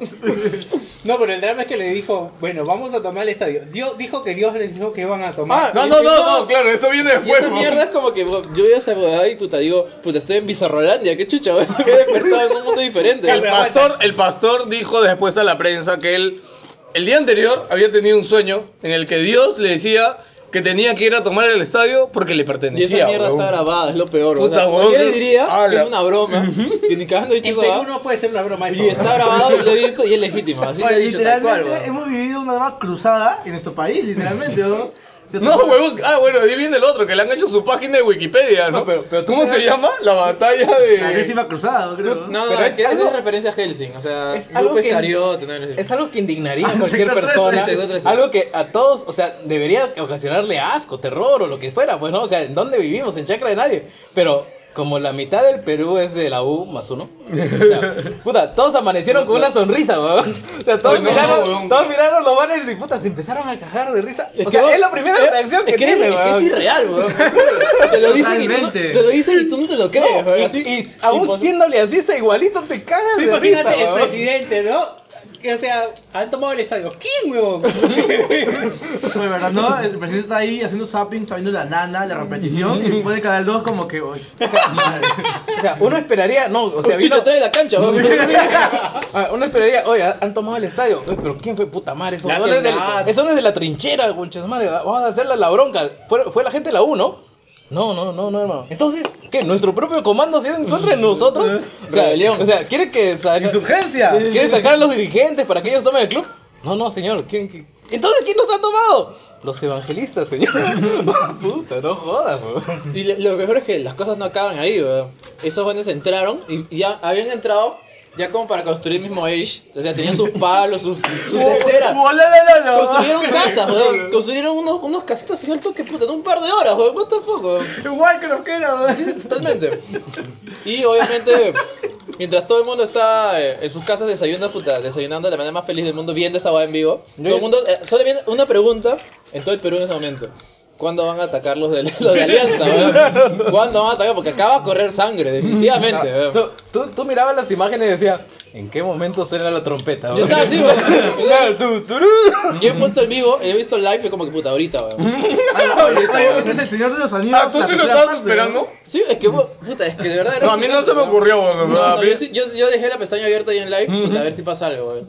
D: No, pero el drama es que le dijo, bueno, vamos a tomar el estadio. Dios dijo que Dios les dijo que iban a
B: Ah,
D: tomar.
A: No, no, no, no, claro, eso viene
B: Y esa
A: después. weón.
B: mierda es como que weón, yo veo esa huevada y puta, digo, puta, estoy en Bizarrolandia, qué chucha, weón, que he despertado en un mundo diferente.
A: El pastor, el pastor dijo después a la prensa que él el día anterior había tenido un sueño en el que Dios le decía que tenía que ir a tomar el estadio porque le
B: Y
A: pertenecía.
B: esa
C: ah,
B: mierda
A: weón.
B: está grabada, es lo peor, weón.
A: Puta,
B: O sea,
A: weón,
B: cualquiera
A: que-
B: diría que
A: ala.
B: es una broma, que ni cagando he dicho esa
D: Ah, en Perú
B: huevada.
D: no puede ser una broma eso.
B: Y está grabado, y lo he visto y es legítima, así se
F: Oye,
B: ha dicho tal cual,
F: literalmente
B: weón.
F: hemos vivido una nueva cruzada en nuestro país, literalmente, ¿no? Se
A: No,
F: tocó-
A: huevón. Ah, bueno, ahí viene el otro, que le han hecho su página de Wikipedia, ¿no?
C: No, pero- pero tú
A: ¿Cómo
C: te
A: se
C: das-
A: llama? La batalla
F: La
A: de...
F: décima cruzada, ¿no? creo.
B: No, no,
C: Pero
B: es,
C: es
B: que
C: algo-
B: es referencia a Helsing, o sea,
C: Es algo
B: grupo
C: que-
B: Iscariote, no, no sé.
C: Es algo que indignaría
F: Ah,
C: a cualquier
F: sector trece,
C: persona.
B: sector trece.
C: Algo que a todos, o sea, debería ocasionarle asco, terror o lo que fuera, pues no, o sea, ¿en dónde vivimos? En chacra de nadie. Pero como la mitad del Perú es de la U más uno. o sea, puta, todos amanecieron con una sonrisa, weón. O sea, todos
A: Uy, no,
C: miraron,
A: weón.
C: todos miraron los banners y puta, se empezaron a cagar de risa.
B: Es
C: o
B: que,
C: sea,
B: weón,
C: es la primera
B: es-
C: reacción que
B: es
C: tiene,
B: es, que es
C: weón.
B: irreal, weón. Te lo dicen y tú no,
F: Totalmente.
B: te lo dicen y tú no te lo crees,
C: No,
B: weón.
C: y,
B: así.
C: y aún
B: Impos-
C: siéndole así, está igualito, te cagas de
D: Tú
C: risa,
D: imagínate el
C: weón.
D: presidente, ¿no? Que, O sea, han tomado el estadio. ¿Quién, huevón?
F: Oye, ¿verdad? No, el presidente está ahí haciendo zapping, está viendo la nana, la repetición, y pone canal 2 como que, uy, madre.
C: O sea, uno esperaría, no, o sea,
B: Pues, Chucha,
C: vino,
B: trae la cancha, weón.
C: Ah, uno esperaría, oye, han tomado el estadio. Uy, pero ¿quién fue puta madre? Eso,
D: La
C: no es, del-
D: ciudad.
C: eso no es de la trinchera, conchas madre. Vamos a hacerle la bronca. Fue, fue la gente de la U, ¿no? No, no, no, no, hermano. Entonces, ¿qué? ¿Nuestro propio comando se iba en contra de nosotros? O sea,
B: Rebelión.
C: O sea, ¿quiere que saca-
F: ¡Insurgencia!
C: ¿quiere sacar a los dirigentes para que ellos tomen el club? No, no, señor. ¿quién- quién- Entonces, ¿quién nos ha tomado? Los evangelistas, señor. puta, no jodas, weón.
B: Y lo- lo mejor es que las cosas no acaban ahí, weón. Esos buenos entraron y y ya habían entrado ya como para construir mismo Age. O sea, tenían sus palos, sus, sus esteras. Construyeron casas, weón. Construyeron unos, unos casitas así al toque, puta, en un par de horas, weón. What the fuck, weón.
F: Warcraft que era, ¿verdad?
B: Así es, totalmente. Y obviamente, mientras todo el mundo está eh, en sus casas desayunando, puta, desayunando de la manera más feliz del mundo, viendo esa hueá en vivo, todo el mundo, eh, solo viene una pregunta en todo el Perú en ese momento. ¿Cuándo van a atacar los de, los de Alianza? weón? ¿Cuándo van a atacar? Porque acaba de correr sangre, definitivamente. weón.
C: Tú, tú, tú mirabas las imágenes y decías, ¿en qué momento suena la trompeta?
B: Yo
C: weón?
B: estaba así, weón.
C: Claro, tú, tú, tú.
B: Yo he puesto el vivo, he visto el live y como que puta, ahorita, weón.
F: Oye, oye, este es el señor de los sonidos.
A: Ah, ¿tú
F: la
A: sí lo
F: tercera
A: estabas
F: parte, ¿no?
A: esperando?
B: Sí, es que, weón, puta, es que de verdad era
A: No, a mí no se me ocurrió, weón.
B: No,
A: a
B: no,
A: mí-
B: yo, sí- yo- yo dejé la pestaña abierta ahí en live, puta, a ver si pasa algo, weón.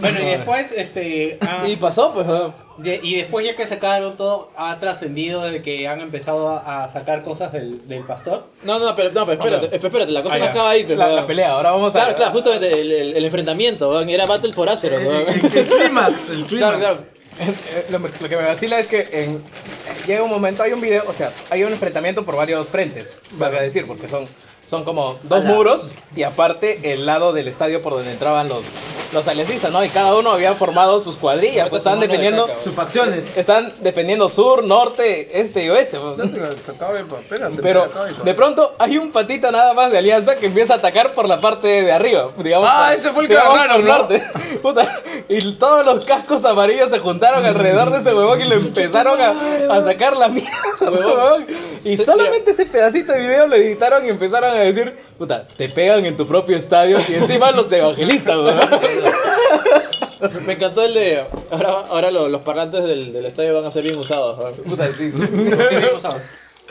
D: bueno, y después, este. ah,
B: Y pasó, pues, weón.
D: de- y después, ya que sacaron todo, ha trascendido de que han empezado a, a sacar cosas del, del pastor.
B: No, no, pero, no, pero espérate,
C: Ok.
B: espérate, la cosa
C: Ah,
B: no
C: ya.
B: acaba ahí, pero.
C: La, la pelea, ahora vamos
B: Claro,
C: a.
B: claro, justamente el, el, el enfrentamiento, weón, era Battle for Azero,
F: El,
B: weón.
F: el- el clímax, el clímax.
B: Claro, claro.
C: Eh, Lo, lo que me vacila es que en- eh, llega un momento, hay un video, o sea, hay un enfrentamiento por varios frentes, valga decir, porque son, son como dos
F: Ala.
C: muros y aparte el lado del estadio por donde entraban los, los aliancistas, ¿no? Y cada uno había formado sus cuadrillas, pues estaban
B: Mano de
C: defendiendo.
B: caca,
F: Sus facciones.
C: Están defendiendo sur, norte, este y oeste. pues. Pero de pronto hay un patita nada más de Alianza que empieza a atacar por la parte de arriba. Digamos,
A: Ah,
C: por-
A: ese fue el que
C: digamos,
A: agarraron,
C: por
A: ¿no?
C: norte. Puta, y todos los cascos amarillos se juntaron alrededor de ese huevón y
A: Mm,
C: le empezaron a, a sacar la mierda. huevón. Y solamente ese pedacito de video lo editaron y empezaron a decir, puta, te pegan en tu propio estadio y encima los evangelistas, huevón.
B: Me- Me encantó el de. Ahora, ahora lo- los parlantes del, del estadio van a ser bien usados, weón.
C: Puta, sí.
D: ¿Qué habíamos hablado?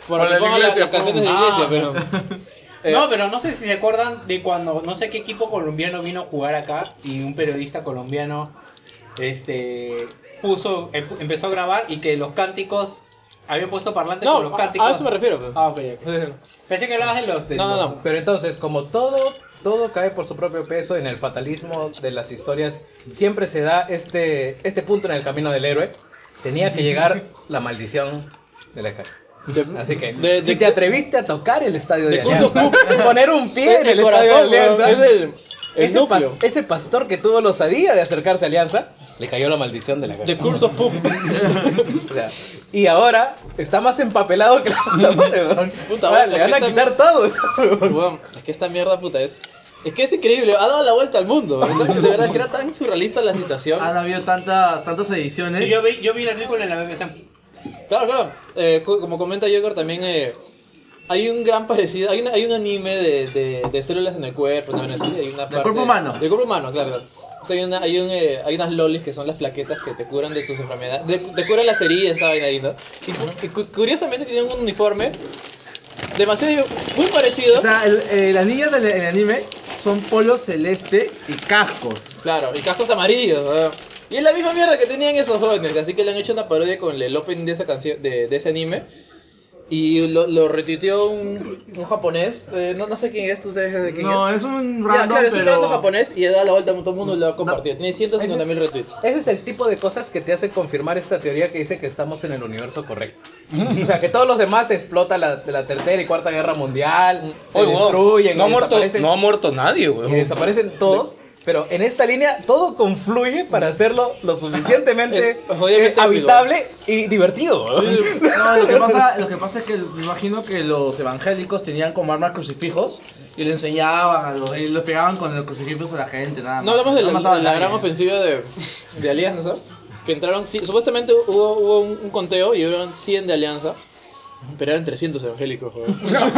B: Para
A: Para
B: que
A: las
B: pongan las,
A: iglesias,
B: las canciones de
A: pum.
B: iglesia, pero. Eh,
D: No, pero no sé si se acuerdan de cuando no sé qué equipo colombiano vino a jugar acá y un periodista colombiano este puso em- empezó a grabar y que los cánticos habían puesto parlantes con los
B: No, a,
D: cánticos.
B: a eso me refiero. pues.
D: Ah, ok, ok. Pensé que hablabas de los de
B: No, no,
D: los-
B: no.
C: Pero entonces, como todo, todo cae por su propio peso en el fatalismo de las historias, siempre se da este, este punto en el camino del héroe. Tenía que llegar la maldición del eje. Así que,
B: de-
C: si
B: de-
C: te atreviste a tocar el estadio de,
B: de
C: Alianza, poner un pie en
B: El
C: el, estadio
B: corazón,
C: de Alianza,
B: weón, es el- el
C: ese, pas-
B: núcleo.
C: ese pastor que tuvo la osadía de acercarse a Alianza, le cayó la maldición de la
B: The Curse of Poop.
C: o sea, y ahora está más empapelado que la puta madre, weón.
B: Puta,
C: Ahora
B: weón,
C: le van a
B: porque
C: quitar todo. weón.
B: Weón, es que esta mierda puta es. Es que es increíble, ha dado la vuelta al mundo. weón. De verdad que era tan surrealista la situación.
F: Han habido tantas, tantas ediciones.
D: Sí, yo vi, yo vi el artículo en la BBC.
B: Claro, claro. Eh, co- como comenta Yogor también eh, hay un gran parecido, hay, una- hay un anime de, de- de células en el cuerpo, también así, hay una parte-
F: cuerpo humano.
B: Del cuerpo humano, claro. claro. Entonces Hay, una- hay, un, eh, hay unas lolis que son las plaquetas que te curan de tus enfermedades, de- te curan las heridas, esa vaina ahí, ¿no? Y, cu- y cu- curiosamente tienen un uniforme demasiado, muy parecido.
F: O sea, el- eh, las niñas del el anime son polo celeste y cascos.
B: Claro, y cascos amarillos. ¿verdad? Y es la misma mierda que tenían esos jóvenes, así que le han hecho una parodia con el opening de esa canción, de, de ese anime. Y lo, lo retuiteó un, un japonés, eh, no, no sé quién es, tú sabes de quién
F: No,
B: es.
F: es un
B: Ya,
F: random,
B: claro, es un
F: pero...
B: random japonés y da la vuelta a todo el mundo y lo ha compartido. Tiene 150 mil retweets.
C: Ese es el tipo de cosas que te hace confirmar esta teoría que dice que estamos en el universo correcto. o sea, que todos los demás explota la, la tercera y cuarta guerra mundial, se
A: Oye, weón,
C: destruyen,
A: no, ha
C: y
A: muerto,
C: desaparecen,
A: no ha muerto nadie, weón.
C: y desaparecen todos. Pero en esta línea todo confluye para hacerlo lo suficientemente
B: Eh, obviamente,
C: eh, habitable y divertido.
F: No, lo que, pasa, lo que pasa es que me imagino que los evangélicos tenían como armas crucifijos y le enseñaban, a los, y los pegaban con los crucifijos a la gente, nada más.
B: No hablamos de la,
F: mataban
B: de la
F: a nadie.
B: gran ofensiva de, de Alianza, que entraron, sí, supuestamente hubo, hubo un, un conteo y eran 100 de Alianza, pero eran 300 evangélicos. joder.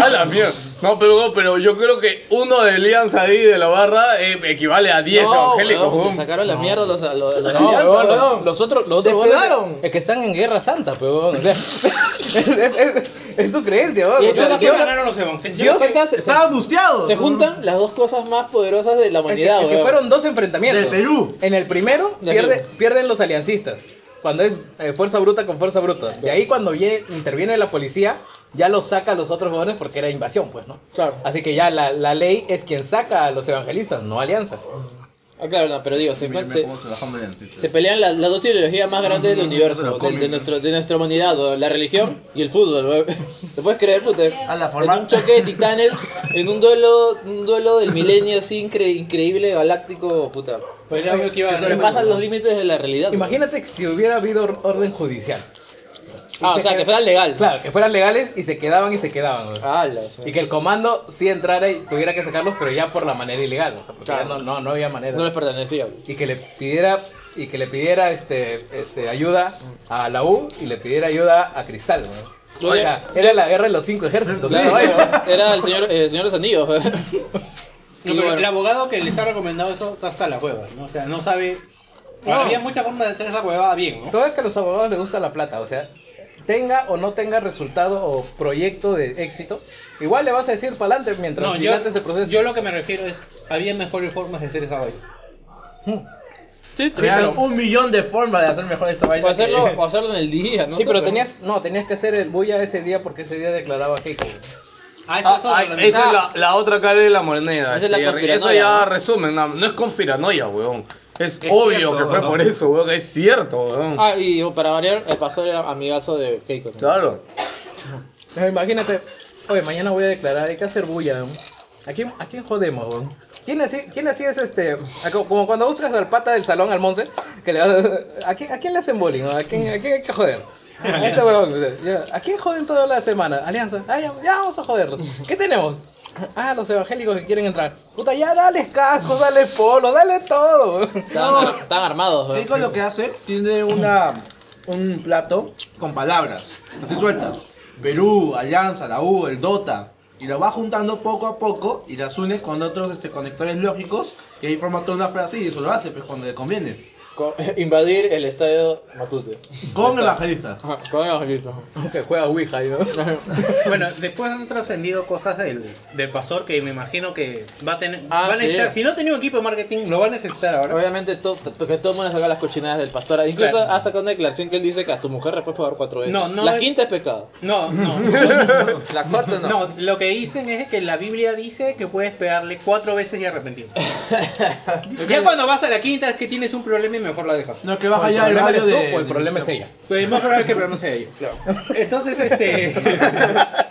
A: A la mierda. No, pero, weón, pero yo creo que uno de Alianza ahí de la barra eh, equivale a 10
B: No,
A: evangélicos,
B: weón, le
A: weón.
B: sacaron la mierda a los, a los, a los
C: No,
B: Alianza,
C: huevón,
B: weón.
C: los, los otros, los otros
B: Despegaron.
C: huevones es que están en guerra santa, huevón. O sea, es, es- es su creencia, huevón.
B: Y
C: O sea,
B: yo-
D: ¿Qué
C: Dios-
D: ganaron los evangélicos?
B: Dios
C: Dios-
B: se,
F: Estaban angustiados.
B: se juntan las dos cosas más poderosas de la
C: Es que,
B: humanidad,
C: es que
B: weón.
C: fueron dos enfrentamientos.
F: Del Perú.
C: En el primero
B: Ya
C: pierde-
B: digo.
C: pierden los aliancistas. Cuando es eh, fuerza bruta con fuerza bruta. Y ahí cuando vie- interviene la policía, ya los saca a los otros jóvenes porque era invasión, pues, ¿no?
B: Claro.
C: Así que ya la, la ley es quien saca a los evangelistas, no alianza.
B: Ah, claro, no, pero digo, se,
F: Mira, mira
B: se-
F: cómo se la fama de Ancestor.
B: se pelean las, las dos ideologías más grandes del universo,
F: se
B: de-
F: lo
B: de,
F: comen,
B: nuestro, de nuestra humanidad, weón, la religión y el fútbol, weón. ¿Te puedes creer, puta?
F: A la
B: En
F: forma...
B: un choque de titanes, en un duelo, un duelo del milenio así incre- increíble, galáctico, puta.
D: Pues era obvio que iba
B: Que
D: a ganar
B: sobrepasan
D: el
B: los límites de la realidad. weón.
C: Imagínate que si hubiera habido or- orden judicial.
B: Ah, o sea, que fuera legal.
C: Claro, que fueran legales y se quedaban y se quedaban. ¿no?
B: Ah, la- o sea,
C: Y que el comando sí entrara y tuviera que sacarlos, pero ya por la manera ilegal. O sea, porque ya no, no, no había manera.
B: no les pertenecía. weón.
C: y que le pidiera y que le pidiera este, este ayuda a la U y le pidiera ayuda a Cristal, ¿no?
B: Oye.
C: O sea, era la guerra de los cinco ejércitos.
B: Claro,
C: ¿no?
B: bueno, era el señor, eh, señor de los anillos. weón.
D: No,
B: Y
D: pero
B: bueno.
D: el abogado que les ha recomendado eso está hasta las huevas, ¿no? O sea, no sabe.
B: No.
D: Había muchas formas de hacer esa huevada bien, ¿no?
C: Todo es que a los abogados les gusta la plata, o sea, tenga o no tenga resultado o proyecto de éxito, igual le vas a decir para adelante mientras
D: No, yo,
C: dilates el proceso.
D: yo lo que me refiero es, había mejores formas de hacer esa vaina.
B: Sí, sí,
F: Había
B: pero-
F: un millón de formas de hacer mejor esta vaina.
B: O hacerlo,
F: que-
B: o hacerlo en el día, ¿no?
C: sí,
B: sé,
C: pero tenías no, tenías que hacer el bulla ese día porque ese día declaraba Keiko.
D: Ah, eso
A: Ah,
D: es otra
A: ay,
D: también.
A: esa es la, la otra cara de la moneda.
B: Esa es la
A: este,
B: conspiranoia,
A: eso ya
B: ¿no?
A: resumen, no, no es conspiranoia, weón. Es, obvio
F: cierto,
A: que fue
F: weón.
A: por eso, weón. Es cierto, weón.
B: Ah, y oh, para variar, el pastor era amigazo de Keiko. ¿no?
A: Claro.
C: Pero Imagínate, oye, mañana voy a declarar, hay que hacer bulla. ¿no? ¿A quién, a quién jodemos, weón? ¿Quién así, ¿Quién así es este? a co- Como cuando buscas al pata del salón, al monce, que le vas a, ¿a, quién, ¿a quién le hacen bullying? no? ¿A quién, a quién hay que joder? A este weón. dice, ya, ¿A quién joden toda la semana? Alianza. Ah, ya, ya vamos a joderlos. ¿Qué tenemos? Ah, los evangélicos que quieren entrar. Puta, ya dale casco, dale polo, dale todo. weón.
B: Estaban, estaban armados. ¿no?
F: Keiko lo que hace, tiene una, un plato con palabras, así sueltas. Perú, Alianza, la U, el Dota. Y lo va juntando poco a poco y las une con otros este, conectores lógicos y ahí forma toda una frase y eso lo hace, pues cuando le conviene.
B: con- eh, invadir el estadio Matute.
F: Con evangelistas.
B: Ajá, Con evangelista.
C: Que juega Ouija, ¿no?
D: Bueno, después han trascendido cosas del, del Pasor que me imagino que va a tener.
B: Ah,
D: va a
B: sí
D: necesitar,
B: es.
D: si no tenía un equipo de marketing, lo va a necesitar ahora.
B: Obviamente to, to- que todo el mundo saca las cochinadas del pastor. Incluso
D: Claro.
B: ha sacado una declaración que él dice que a tu mujer después pagar cuatro veces.
D: No, no
B: La
D: es-
B: quinta es pecado.
D: No, no.
B: La cuarta no.
D: No, lo que dicen es que la Biblia dice que puedes pegarle cuatro veces y arrepentirte. ya cuando vas a la quinta es que tienes un problema y mejor la dejas.
F: No, que baja
C: ¿El
F: ya el
C: problema
F: barrio
C: eres tú
F: de.
C: o el problema es ella?
D: Pues es más probable que el problema sea ello. Entonces, este.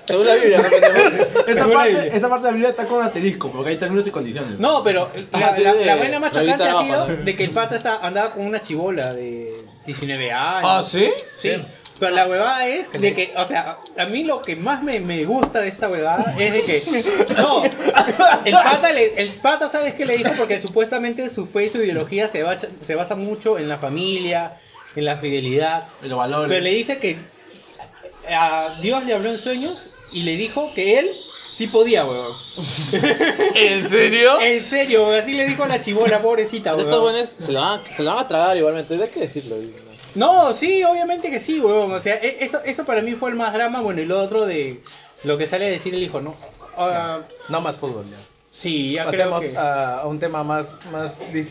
B: Según la Biblia, no entendemos.
F: Esta
D: Según la Biblia.
F: parte, esta parte de la Biblia está con asterisco, porque hay términos y condiciones.
D: No, pero la,
B: Ah, sí,
D: la-
B: de-
D: la vaina más
B: revisa
D: chocante ha
B: abajo,
D: sido
B: ¿no?
D: de que el pata está, andaba con una chibola de 19 años.
A: ¿Ah, sí?
D: Sí. Pero la huevada es de que, o sea, a mí lo que más me, me gusta de esta huevada es de que, no, el pata, le- el pata sabes que le dijo porque supuestamente su fe y su ideología se, bacha- se basa mucho en la familia, en la fidelidad,
F: Y Los valores.
D: pero le dice que a Dios le habló en sueños y le dijo que él sí podía, huevón.
A: ¿En serio?
D: En serio, así le dijo la chibola, pobrecita,
B: Estos
D: huevón.
B: buenos se la van, a- se la van a tragar igualmente. Hay que decirlo.
D: No, sí, obviamente que sí, huevón. O sea, e- eso, eso para mí fue el más drama. Bueno, y lo otro de lo que sale a decir el hijo, ¿no? Ah,
C: No más fútbol, ya.
D: sí, ya
C: Pasemos
D: creo que.
C: a, a un tema más, más di-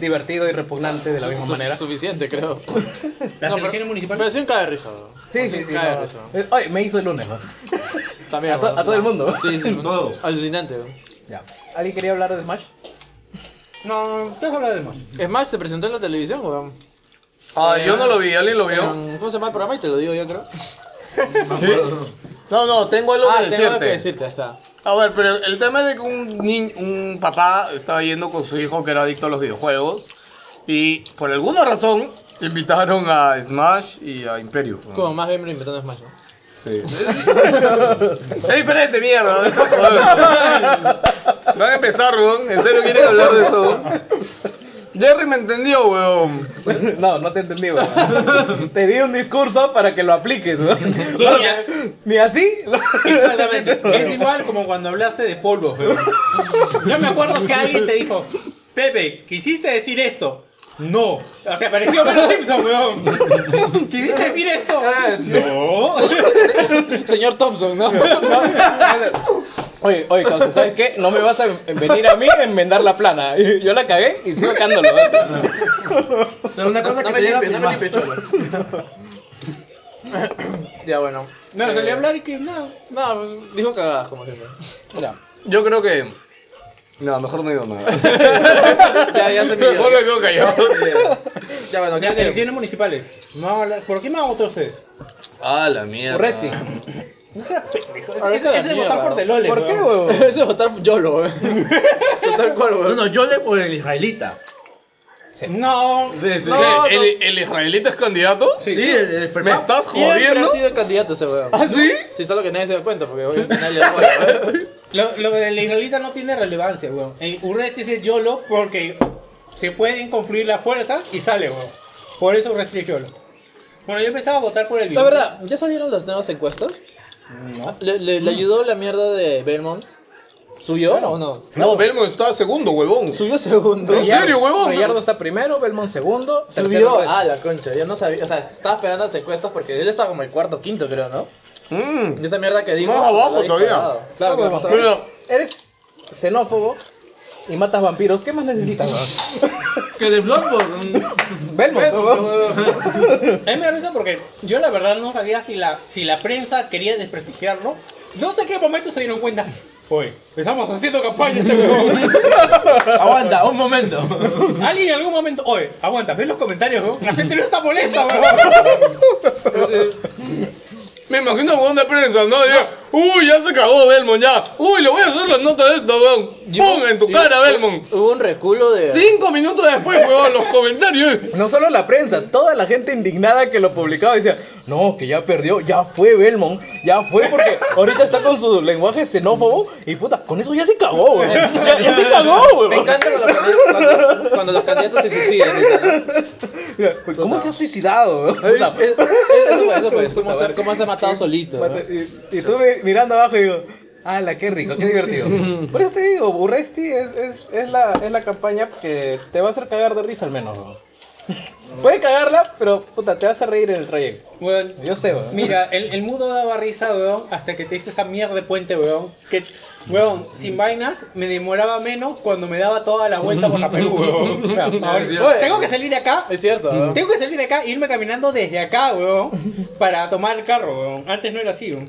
C: divertido y repugnante de la misma
B: Su-
C: manera.
B: Suficiente, creo.
D: Las
B: No,
D: elecciones municipales.
B: Pero sí un cae de risa. bro.
C: Sí, sí, sí.
B: Cae de
C: no.
B: risa.
C: Eh, Oye, me hizo el lunes, ¿no?
B: También,
C: A to-
B: bro.
C: a todo el mundo.
B: Sí, sí,
F: Todo.
B: Alucinante. bro.
C: Ya. ¿Alguien quería hablar de Smash?
D: No, deja hablar de más.
B: Smash se presentó en la televisión, weón.
A: Ah, yo no lo vi, ¿alguien lo vio?
B: En- ¿Cómo se llama el programa? Y te lo digo yo, creo.
A: No, no, tengo algo
B: ah,
A: que
B: tengo algo
A: decirte.
B: que decirte, hasta.
A: A ver, pero el tema es de que un, ni- un papá estaba yendo con su hijo que era adicto a los videojuegos y por alguna razón invitaron a Smash y a Imperio.
B: Como más bien me lo inventando Smash, ¿no?
A: Sí. es diferente, mierda. deja de joder. Van a empezar, weón. ¿En serio quieren hablar de eso? weón? Jerry me entendió, weón.
C: No, no te entendí, weón. Te di un discurso para que lo apliques, weón. No,
D: ya.
C: Ni así.
D: Exactamente. es igual como cuando hablaste de polvo, huevón. Yo me acuerdo que alguien te dijo, Pepe, quisiste decir esto. No, o sea, pareció Homero Simpson, weón. ¿Quisiste decir esto?
C: Ah,
D: No.
B: Señor Thompson, ¿no?
C: Oye, oye, Causa, ¿sabes qué? No me vas a em- venir a mí a enmendar la plana. Yo la cagué y sigo cagándolo.
F: Pero una cosa que te llega a firmar.
B: ya, bueno.
D: No,
B: Eh,
D: salió a hablar y que nada.
B: No, pues, dijo cagadas, como siempre.
C: Ya.
A: Yo creo que. No, mejor no digo nada.
B: ya, ya se me
A: Mejor me quedo callado.
B: Ya, bueno,
D: Las
B: creo que-
D: elecciones municipales. Vamos a hablar- ¿Por qué más otros es?
A: Ah, la mierda.
C: Resting.
D: No seas pendejo. Es,
B: Ah,
D: es-
B: esa
D: es de
B: mierda.
D: votar por Delole.
C: ¿Por qué,
D: weón.
C: weón?
B: Eso es votar YOLO, weón. Total cual,
F: No,
B: weón.
F: no, yo le por el israelita.
D: No.
F: Sí, sí.
A: ¿Qué?
B: No, no.
A: ¿El, el israelita es candidato?
F: Sí, el, el
A: ¿Me
F: Fermat.
A: estás
B: Siempre ha
A: jodiendo?
B: sido candidato ese weón.
A: ¿Ah, sí?
B: Sí, solo que nadie se da cuenta, porque obviamente nadie le da bola, weón.
D: Lo, lo de la israelita no tiene relevancia, weón. El Urresti es YOLO porque se pueden confluir las fuerzas y sale, weón. Por eso Urresti es YOLO. Bueno, yo empezaba a votar por el
B: La
D: Bigote.
B: verdad, ¿ya salieron las nuevas encuestas?
D: No.
B: ¿Le, le, le ayudó la mierda de Belmont? ¿Subió o no?
A: No, Belmo está segundo, huevón.
B: Subió segundo.
A: ¿En serio, huevón?
C: Rayardo está primero, Belmont segundo, tercero.
B: Subió
C: Resting.
B: a Ah, la concha, yo no sabía, o sea, estaba esperando las encuestas porque él estaba como el cuarto, quinto creo, ¿no?
A: Mm.
B: Y esa mierda que dijo.
A: Más abajo
B: lo
A: todavía.
B: había disparado. Claro, que
C: No,
B: más
C: huevón,
B: abajo.
A: Mira.
C: eres- Eres xenófobo y matas vampiros. ¿Qué más necesitas, weón?
F: Que de Bloodborne.
C: Belmont, weón.
D: A mí me da risa porque yo la verdad no sabía si la, si la prensa quería desprestigiarlo. No sé qué momento se dieron cuenta. Oye, estamos haciendo campaña este huevón.
F: Aguanta, un momento.
D: Alguien en algún momento. Oye, aguanta, ve los comentarios, weón. La gente no está molesta, weón.
A: Me imagino huevón de prensa, ¿no? Ya, Uy, ya se cagó Belmont, ya. Uy, le voy a hacer la nota de esto, huevón. ¡Pum! En tu
B: Y-
A: cara, Belmont.
B: Hubo un reculo de.
A: Cinco minutos después, huevón, los comentarios.
C: No solo la prensa, toda la gente indignada que lo publicaba decía, no, que ya perdió, ya fue Belmont, ya fue porque ahorita está con su lenguaje xenófobo y puta, con eso ya se cagó, weón. Ya, ya se cagó,
B: Me
C: weón.
B: encanta cuando los, candidatos, cuando, cuando los candidatos se suicidan. dicen, ¿no?
C: ¿Cómo se ha suicidado, weón? Puta.
B: Es- Eso fue, eso fue. ¿Cómo
C: Puta,
B: se, cómo se ha matado solito? ¿no?
C: Mate, Y, y tú mi- mirando abajo y digo, ala, qué rico, qué divertido. Por eso te digo, Burresti es, es, es, la, es la campaña que te va a hacer cagar de risa al menos. weón. Puede cagarla, pero puta, te vas a reír en el trayecto.
D: Weón,
C: Yo sé, weón.
D: Mira, el, el mudo daba risa, weón, hasta que te hice esa mierda de puente, weón. Que, weón, sin vainas, me demoraba menos cuando me daba toda la vuelta por la Perú, weón. O sea, ahora-
C: cierto.
D: tengo que salir de acá.
C: Es cierto, weón.
D: Tengo que salir de acá e irme caminando desde acá, weón, para tomar el carro, weón. Antes no era así, weón.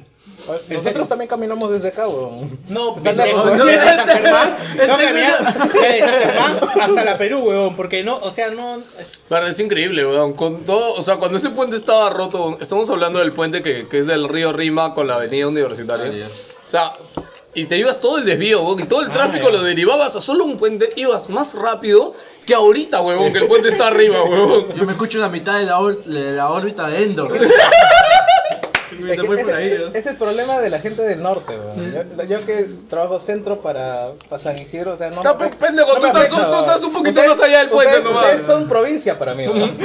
C: Nosotros también caminamos desde acá, weón.
D: No,
C: lejos,
D: pendejo,
C: ¿no?
D: desde San Germán, no, caminaba desde San Germán hasta la Perú, weón, porque no, o sea, no,
A: Claro, es increíble, weón. Con todo, o sea, cuando ese puente estaba roto, estamos hablando del puente que, que es del río Rima con la avenida
F: Ah,
A: universitaria. O sea, y te ibas todo el desvío, weón, y todo el tráfico lo derivabas a solo un puente, ibas más rápido que ahorita, weón, que el puente está arriba, weón.
F: Yo me escucho en la mitad de la, or- de la órbita de Endor.
C: Es que
F: Mientras voy por
C: ese,
F: ahí, ¿no?
C: ese es el problema de la gente del norte, weón. Yo, yo que trabajo centro para, para San Isidro, o sea, no.
A: Ya, pues, pendejo, tú
C: me
A: estás- tú
C: weón.
A: estás un poquito
C: Ustedes-
A: más allá del puente
C: ustedes-
A: nomás.
C: Ustedes son provincia para mí, weón.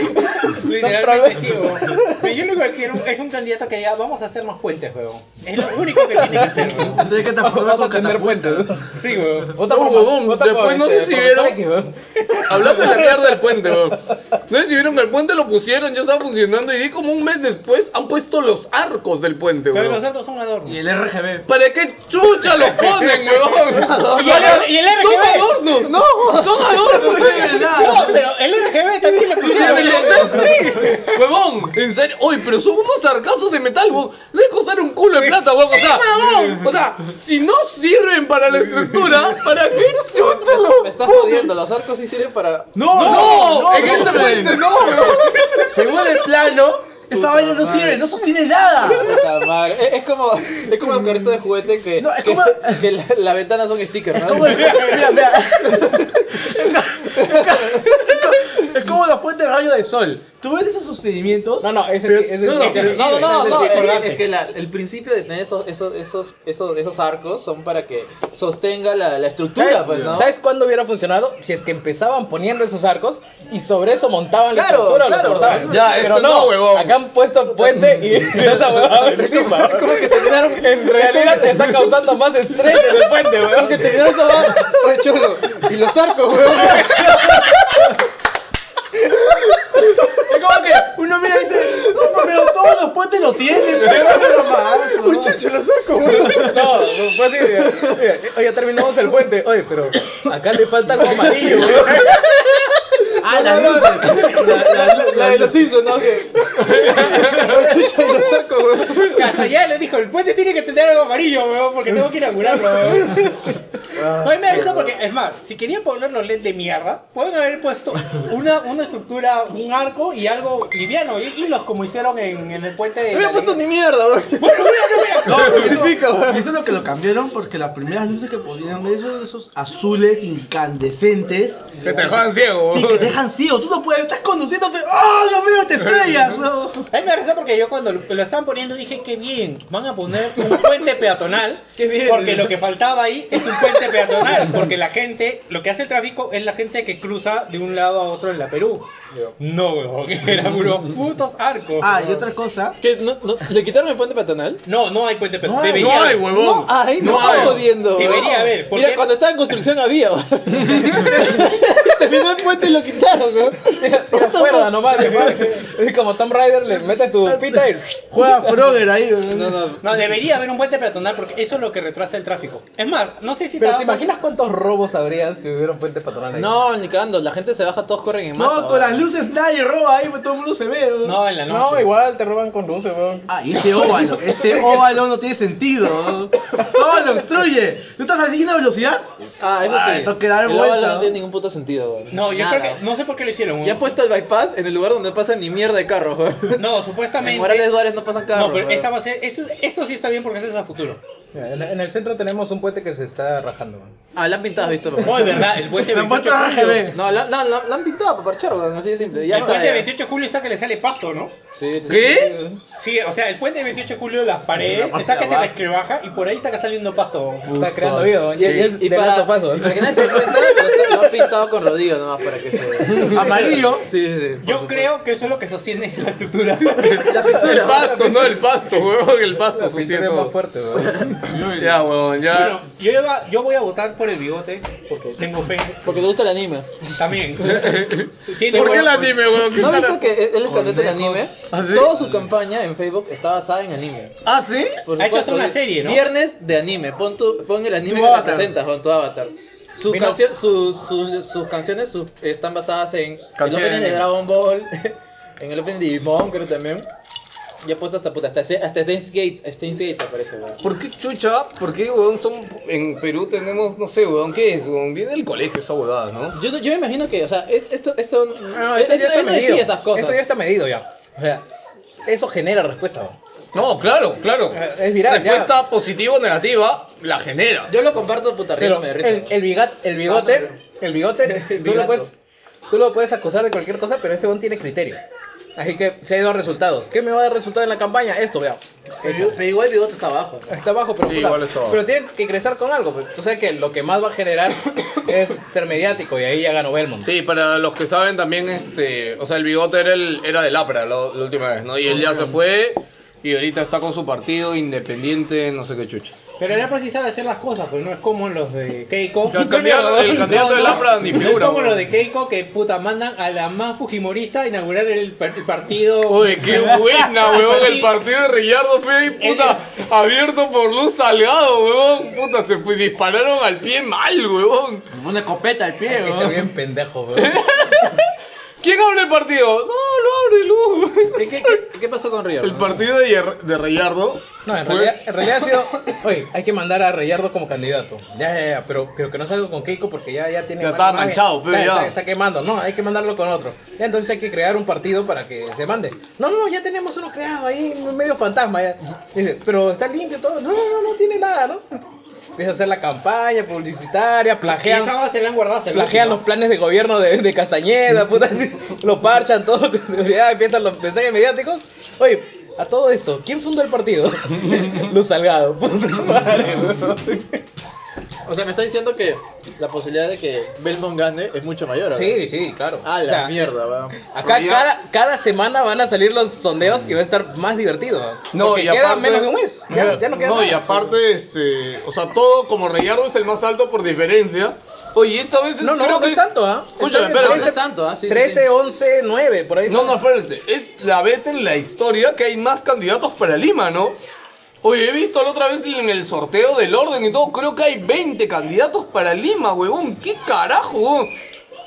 D: Literalmente
C: Son
D: sí, weón. Pero yo lo único que quiero es un candidato que diga, vamos a hacer más puentes, weón. Es lo único que tiene que hacer, weón.
F: Tendré que
C: Vas
F: transformar
C: a
F: con
C: tener puentes.
D: Sí, weón.
C: Vota
A: No,
C: por-
A: huevón,
C: vota por,
A: después no sé si
C: por
A: vieron-
C: X, weón.
A: Hablando de la mierda del puente, weón. No sé si vieron que el puente lo pusieron, ya estaba funcionando, y como un mes después han puesto los arcos del puente,
D: Pero los
A: weón.
D: arcos son adornos.
F: Y el RGB.
A: ¿Para qué chucha los ponen, weón?
D: Y el- y el RGB.
A: Son adornos. No. Son adornos.
D: No, pero el RGB también lo pusieron.
A: Tiene que ser, sí. Huevón, en serio. Oye, pero son unos sarcazos de metal, huevón. Debe costar un culo de plata, huevón. O sea, o sea, si no sirven para la estructura, ¿para qué chucha
B: Me
A: los
B: estás
A: ponen?
B: jodiendo, los arcos sí sirven para.
F: No,
A: No, en este puente no, huevón.
F: Según el plano, esa vaina no sirve, no sostiene nada.
B: Puta madre. Es, es como, es como los carritos de juguete que,
F: No, es
B: que,
F: como-
B: que la, la ventana son stickers, ¿no?
F: Como el- mira, mira. Es como los puentes de rayo de sol. Tú ves esos sostenimientos.
C: No, no, ese
F: Pero-
C: sí, ese
F: no,
C: sí.
F: no,
C: ese
B: No,
C: sí,
B: no, no,
C: ese
B: no,
C: sí.
B: es, es que la- el principio de tener esos, esos, esos, esos, esos arcos son para que sostenga la, la estructura,
C: ¿Sabes,
B: pues, ¿no?
C: ¿Sabes cuándo hubiera funcionado? Si es que empezaban poniendo esos arcos y sobre eso montaban la
B: Claro,
C: estructura o lo
B: claro.
C: soportaban.
A: Ya,
C: Pero
A: esto no, huevón.
C: Acá han puesto puente y esa huevada por encima.
B: Como que terminaron
C: En realidad te está causando más estrés en el puente,
B: Como que
C: weón.
B: terminaron esa va- Oye, cholo, y los arcos, weón.
F: Es como que uno mira y dice, no, pero todos los puentes lo tienen, pero no más.
B: Un chucho, los arcos, weón.
C: No, fue así. mira, Oye, terminamos el puente. Oye, pero acá le falta algo amarillo, weón.
F: Ah, las luces. La- la- la-
B: La de los Simpsons, ¿no? Que- Un chucho, y los arcos, weón.
D: Que Hasta allá le dijo, el puente tiene que tener algo amarillo, weón, porque tengo que inaugurarlo, weón. No, y me da risa porque, es más, si querían poner los LED de mierda, pueden haber puesto una, una estructura, un arco y algo liviano, y, y los como hicieron en, en el puente de...
B: Hubiera
D: la
B: puesto
D: Alegría.
B: ni mierda, weón.
D: Bueno, mira, mira.
F: No, eso-
B: Justifica, weón.
F: Eso es lo que lo cambiaron porque las primeras luces que ponían esos, esos azules incandescentes
A: Que te jodan ciego,
F: sí, que te dejan ciego. Tú no puedes, estás conduciéndote. ¡Oh, Dios mío, te estrellas! No.
D: A mí me da risa porque yo cuando lo lo estaban poniendo dije, qué bien, van a poner un puente peatonal.
B: Qué bien.
D: Porque lo que faltaba ahí es un puente peatonal. Porque la gente, lo que hace el tráfico es la gente que cruza de un lado a otro en la Perú. No, weón, eran unos putos arcos.
F: Ah, y otra cosa.
B: ¿Qué? ¿No- no- ¿Le quitaron el puente peatonal?
D: No, no hay puente
F: No
D: peatonal.
F: hay,
A: No hay, huevón.
B: No, ay, no,
A: No hay.
B: está jodiendo. weón.
D: Debería haber, ¿por
B: Mira,
D: qué?
B: cuando estaba en construcción había. weón. Terminó el puente y lo quitaron, weón.
C: Tira cuerda nomás, weón. Es como Tomb Raider, le metes tu pita y.
F: Juega Frogger ahí.
B: No, no.
D: No, debería haber un puente peatonal porque eso es lo que retrasa el tráfico. Es más, no sé si
C: Pero
D: te
C: te
D: daba-
C: imaginas cuántos robos habrían si hubiera un puente patronal ahí.
B: No, ni cagando, la gente se baja, todos corren en masa.
F: No, con
B: weón.
F: las luces nadie roba ahí, pues todo el mundo se ve. ¿no?
D: No, en la noche.
C: No, igual te roban con luces, weón.
F: Ah, y ese óvalo, ese óvalo no tiene sentido. ¿no? Todo lo obstruye. ¿Tú estás así a una velocidad?
B: Ah, eso
F: Ah,
B: sí.
F: tengo que dar
B: el
F: vuelta,
B: óvalo no
F: ¿no?
B: tiene ningún puto sentido, weón.
D: No, yo
B: Nada.
D: creo que. No sé por qué lo hicieron.
B: Ya
D: weón.
B: han puesto el bypass en el lugar donde no pasan ni mierda de carros, weón.
D: No,
B: En
D: supuestamente.
B: Morales Suárez no pasan carros.
D: No, pero
B: weón.
D: esa va a ser, eso, es- eso sí está bien porque eso es a futuro.
C: Mira, En en el centro tenemos un puente que se está rajando, weón.
B: Ah, la han pintado, visto, weón.
D: No, es verdad, el puente
F: La
D: 28
F: muestra
D: de julio.
F: RGB.
B: No, la, la- la- la han pintado para parchar, weón. Así de simple. Ya
D: El
B: está.
D: puente
B: ya.
D: 28 de julio está que le sale paso, ¿no?
B: Sí, sí.
A: ¿Qué?
D: Sí, o sea, el puente 28 de julio, las paredes,
F: parte
D: está que
F: de
D: se
F: abajo.
D: resquebaja y por ahí está que saliendo pasto.
C: Está creando vida, weón.
B: Y,
C: Y, y es
B: y
C: de
B: para,
C: lazo a paso.
B: y para que nadie se dé cuenta, lo, está- lo han han pintado con rodillo nomás para que se vea.
D: Amarillo.
B: Sí, sí, sí. por
D: Yo
B: supuesto.
D: creo que eso es lo que sostiene la estructura.
A: El pasto, no el pasto, huevón. El pasto
C: Pintura
A: sostiene
C: es más
A: todo.
C: fuerte, weón.
A: Ya, huevón, ya.
D: Bueno, yo, iba- yo voy a votar por el bigote porque tengo fe.
B: Porque te gusta el anime.
D: También. Tiene
A: ¿Por qué
D: buen-
A: la anime, huevón? ¿Qué
B: ¿No has visto
A: cara?
B: que él es candidato del anime?
A: ¿Ah, sí?
B: Toda su campaña en Facebook está basada en anime.
A: ¿Ah, sí?
B: Por
D: Ha hecho hasta
B: supuesto,
D: una
B: es
D: serie, ¿no?
B: Viernes de anime. Pon, tu- pon el anime
D: Tu
B: que
D: avatar.
B: representas con tu avatar. Sus,
C: Vino-
B: cancio- su- su- sus canciones su- están basadas en
A: Canciones
B: el
A: de
B: opening de
A: anime.
B: Dragon Ball, en el opening de Digimon, creo también. Ya he puesto hasta puta, hasta, ese- hasta Steins Gate, Steins Gate aparece, weón.
A: ¿Por qué chucha? ¿Por qué, huevón, son... En Perú tenemos, no sé, huevón, ¿qué es? huevón? Viene del colegio esa huevada, ¿no?
B: Yo, no- yo me imagino que, o sea, es- esto, esto,
C: No,
B: esto,
C: esto Ah, este ya está
B: él no decía
C: medido.
B: esas cosas.
C: Esto ya está medido ya.
B: O sea,
C: Eso genera respuesta, weón.
A: No, claro, claro.
C: Eh, es viral, ya.
A: Respuesta positiva o negativa, la genera.
B: yo lo comparto puta riendo
C: Pero
B: de
C: el,
B: risa. Ah, weón.
C: el, bigat- el bigote, el bigote, tú lo,
B: Bigato.
C: puedes, tú lo puedes acusar de cualquier cosa, pero ese one tiene criterio. Así que se hay dos resultados. ¿Qué me va a dar resultado en la campaña? Esto, vea.
B: Pero, pero igual el bigote está abajo. weón.
C: Está abajo, pero,
A: Sí,
C: puta,
A: igual está abajo.
C: pero tiene que ingresar con algo. pues. Tú sabes que lo que más va a generar es ser mediático y ahí ya ganó Belmont.
A: Sí, para los que saben también, este, o sea, el bigote era, el, era del APRA la, la última vez, ¿no? Y él ya se fue y ahorita está con su partido independiente, no sé qué chucha.
D: Pero el APRA sí sabe hacer las cosas, pues no es como los de Keiko.
A: El candidato- el candidato del APRA ni
D: No es
A: figura,
D: como
A: weón.
D: los de Keiko que puta mandan a la más fujimorista a inaugurar el, par- el partido.
A: Oye, qué buena, huevón. El
D: Sí.
A: partido de Rillardo fue ahí, puta, abierto por luz salgado, huevón. Puta, se fue, dispararon al pie mal, huevón.
F: Una escopeta al pie,
C: Que
F: weón.
C: ser bien pendejo, weón.
A: ¿Quién abre el partido? No, lo abre Luz.
B: ¿Qué, qué, qué pasó con Río?
A: El partido de, Yer- de Rillardo.
C: No, en
A: fue-
C: realidad, en realidad ha sido. Oye, hay que mandar a Reyardo como candidato. Ya, ya, ya, pero, pero que no salga con Keiko porque ya, ya tiene.
A: Ya estaba
C: mala imagen.
A: manchado, pero
C: está,
A: ya.
C: Está, está quemando, no, hay que mandarlo con otro. Ya, entonces hay que crear un partido para que se mande. No, no, ya tenemos uno creado ahí, medio fantasma. Ya. Dice, pero está limpio todo. No, no, no, no tiene nada, ¿no? Empieza a hacer la campaña publicitaria,
D: Y esa
C: plagean.
D: base se la han guardado hasta el
C: Plagean los
D: último.
C: planes de gobierno de, de Castañeda, puta, así, lo parchan todo con seguridad, empiezan los mensajes mediáticos. Oye, a todo esto, ¿quién fundó el partido? Luz Salgado, puta madre, weón.
B: O sea, me está diciendo que la posibilidad de que Belmont gane es mucho mayor. ¿verdad?
C: Sí, sí, claro.
B: A la
C: O sea,
B: mierda, weón.
C: Acá cada, cada semana van a salir los sondeos y va a estar más divertido. weón.
A: No, y
C: Porque queda
A: aparte,
C: menos de un mes. Ya, ya no queda
A: No, y
C: nada.
A: aparte, este, o sea, todo como Reyardo es el más alto por diferencia. Oye, esta vez es,
C: No, no,
A: creo
C: no,
A: que
C: es tanto, ¿ah?
A: Escúchame,
C: Está bien,
A: espérate.
B: No es tanto, ¿ah? Sí, sí,
C: 13,
B: sí.
C: 11, 9, por ahí.
A: No,
C: está.
A: no, espérate. Es la vez en la historia que hay más candidatos para Lima, ¿no? Oye, he visto la otra vez en el sorteo del orden y todo, creo que hay 20 candidatos para Lima, huevón. ¿Qué carajo, huevón?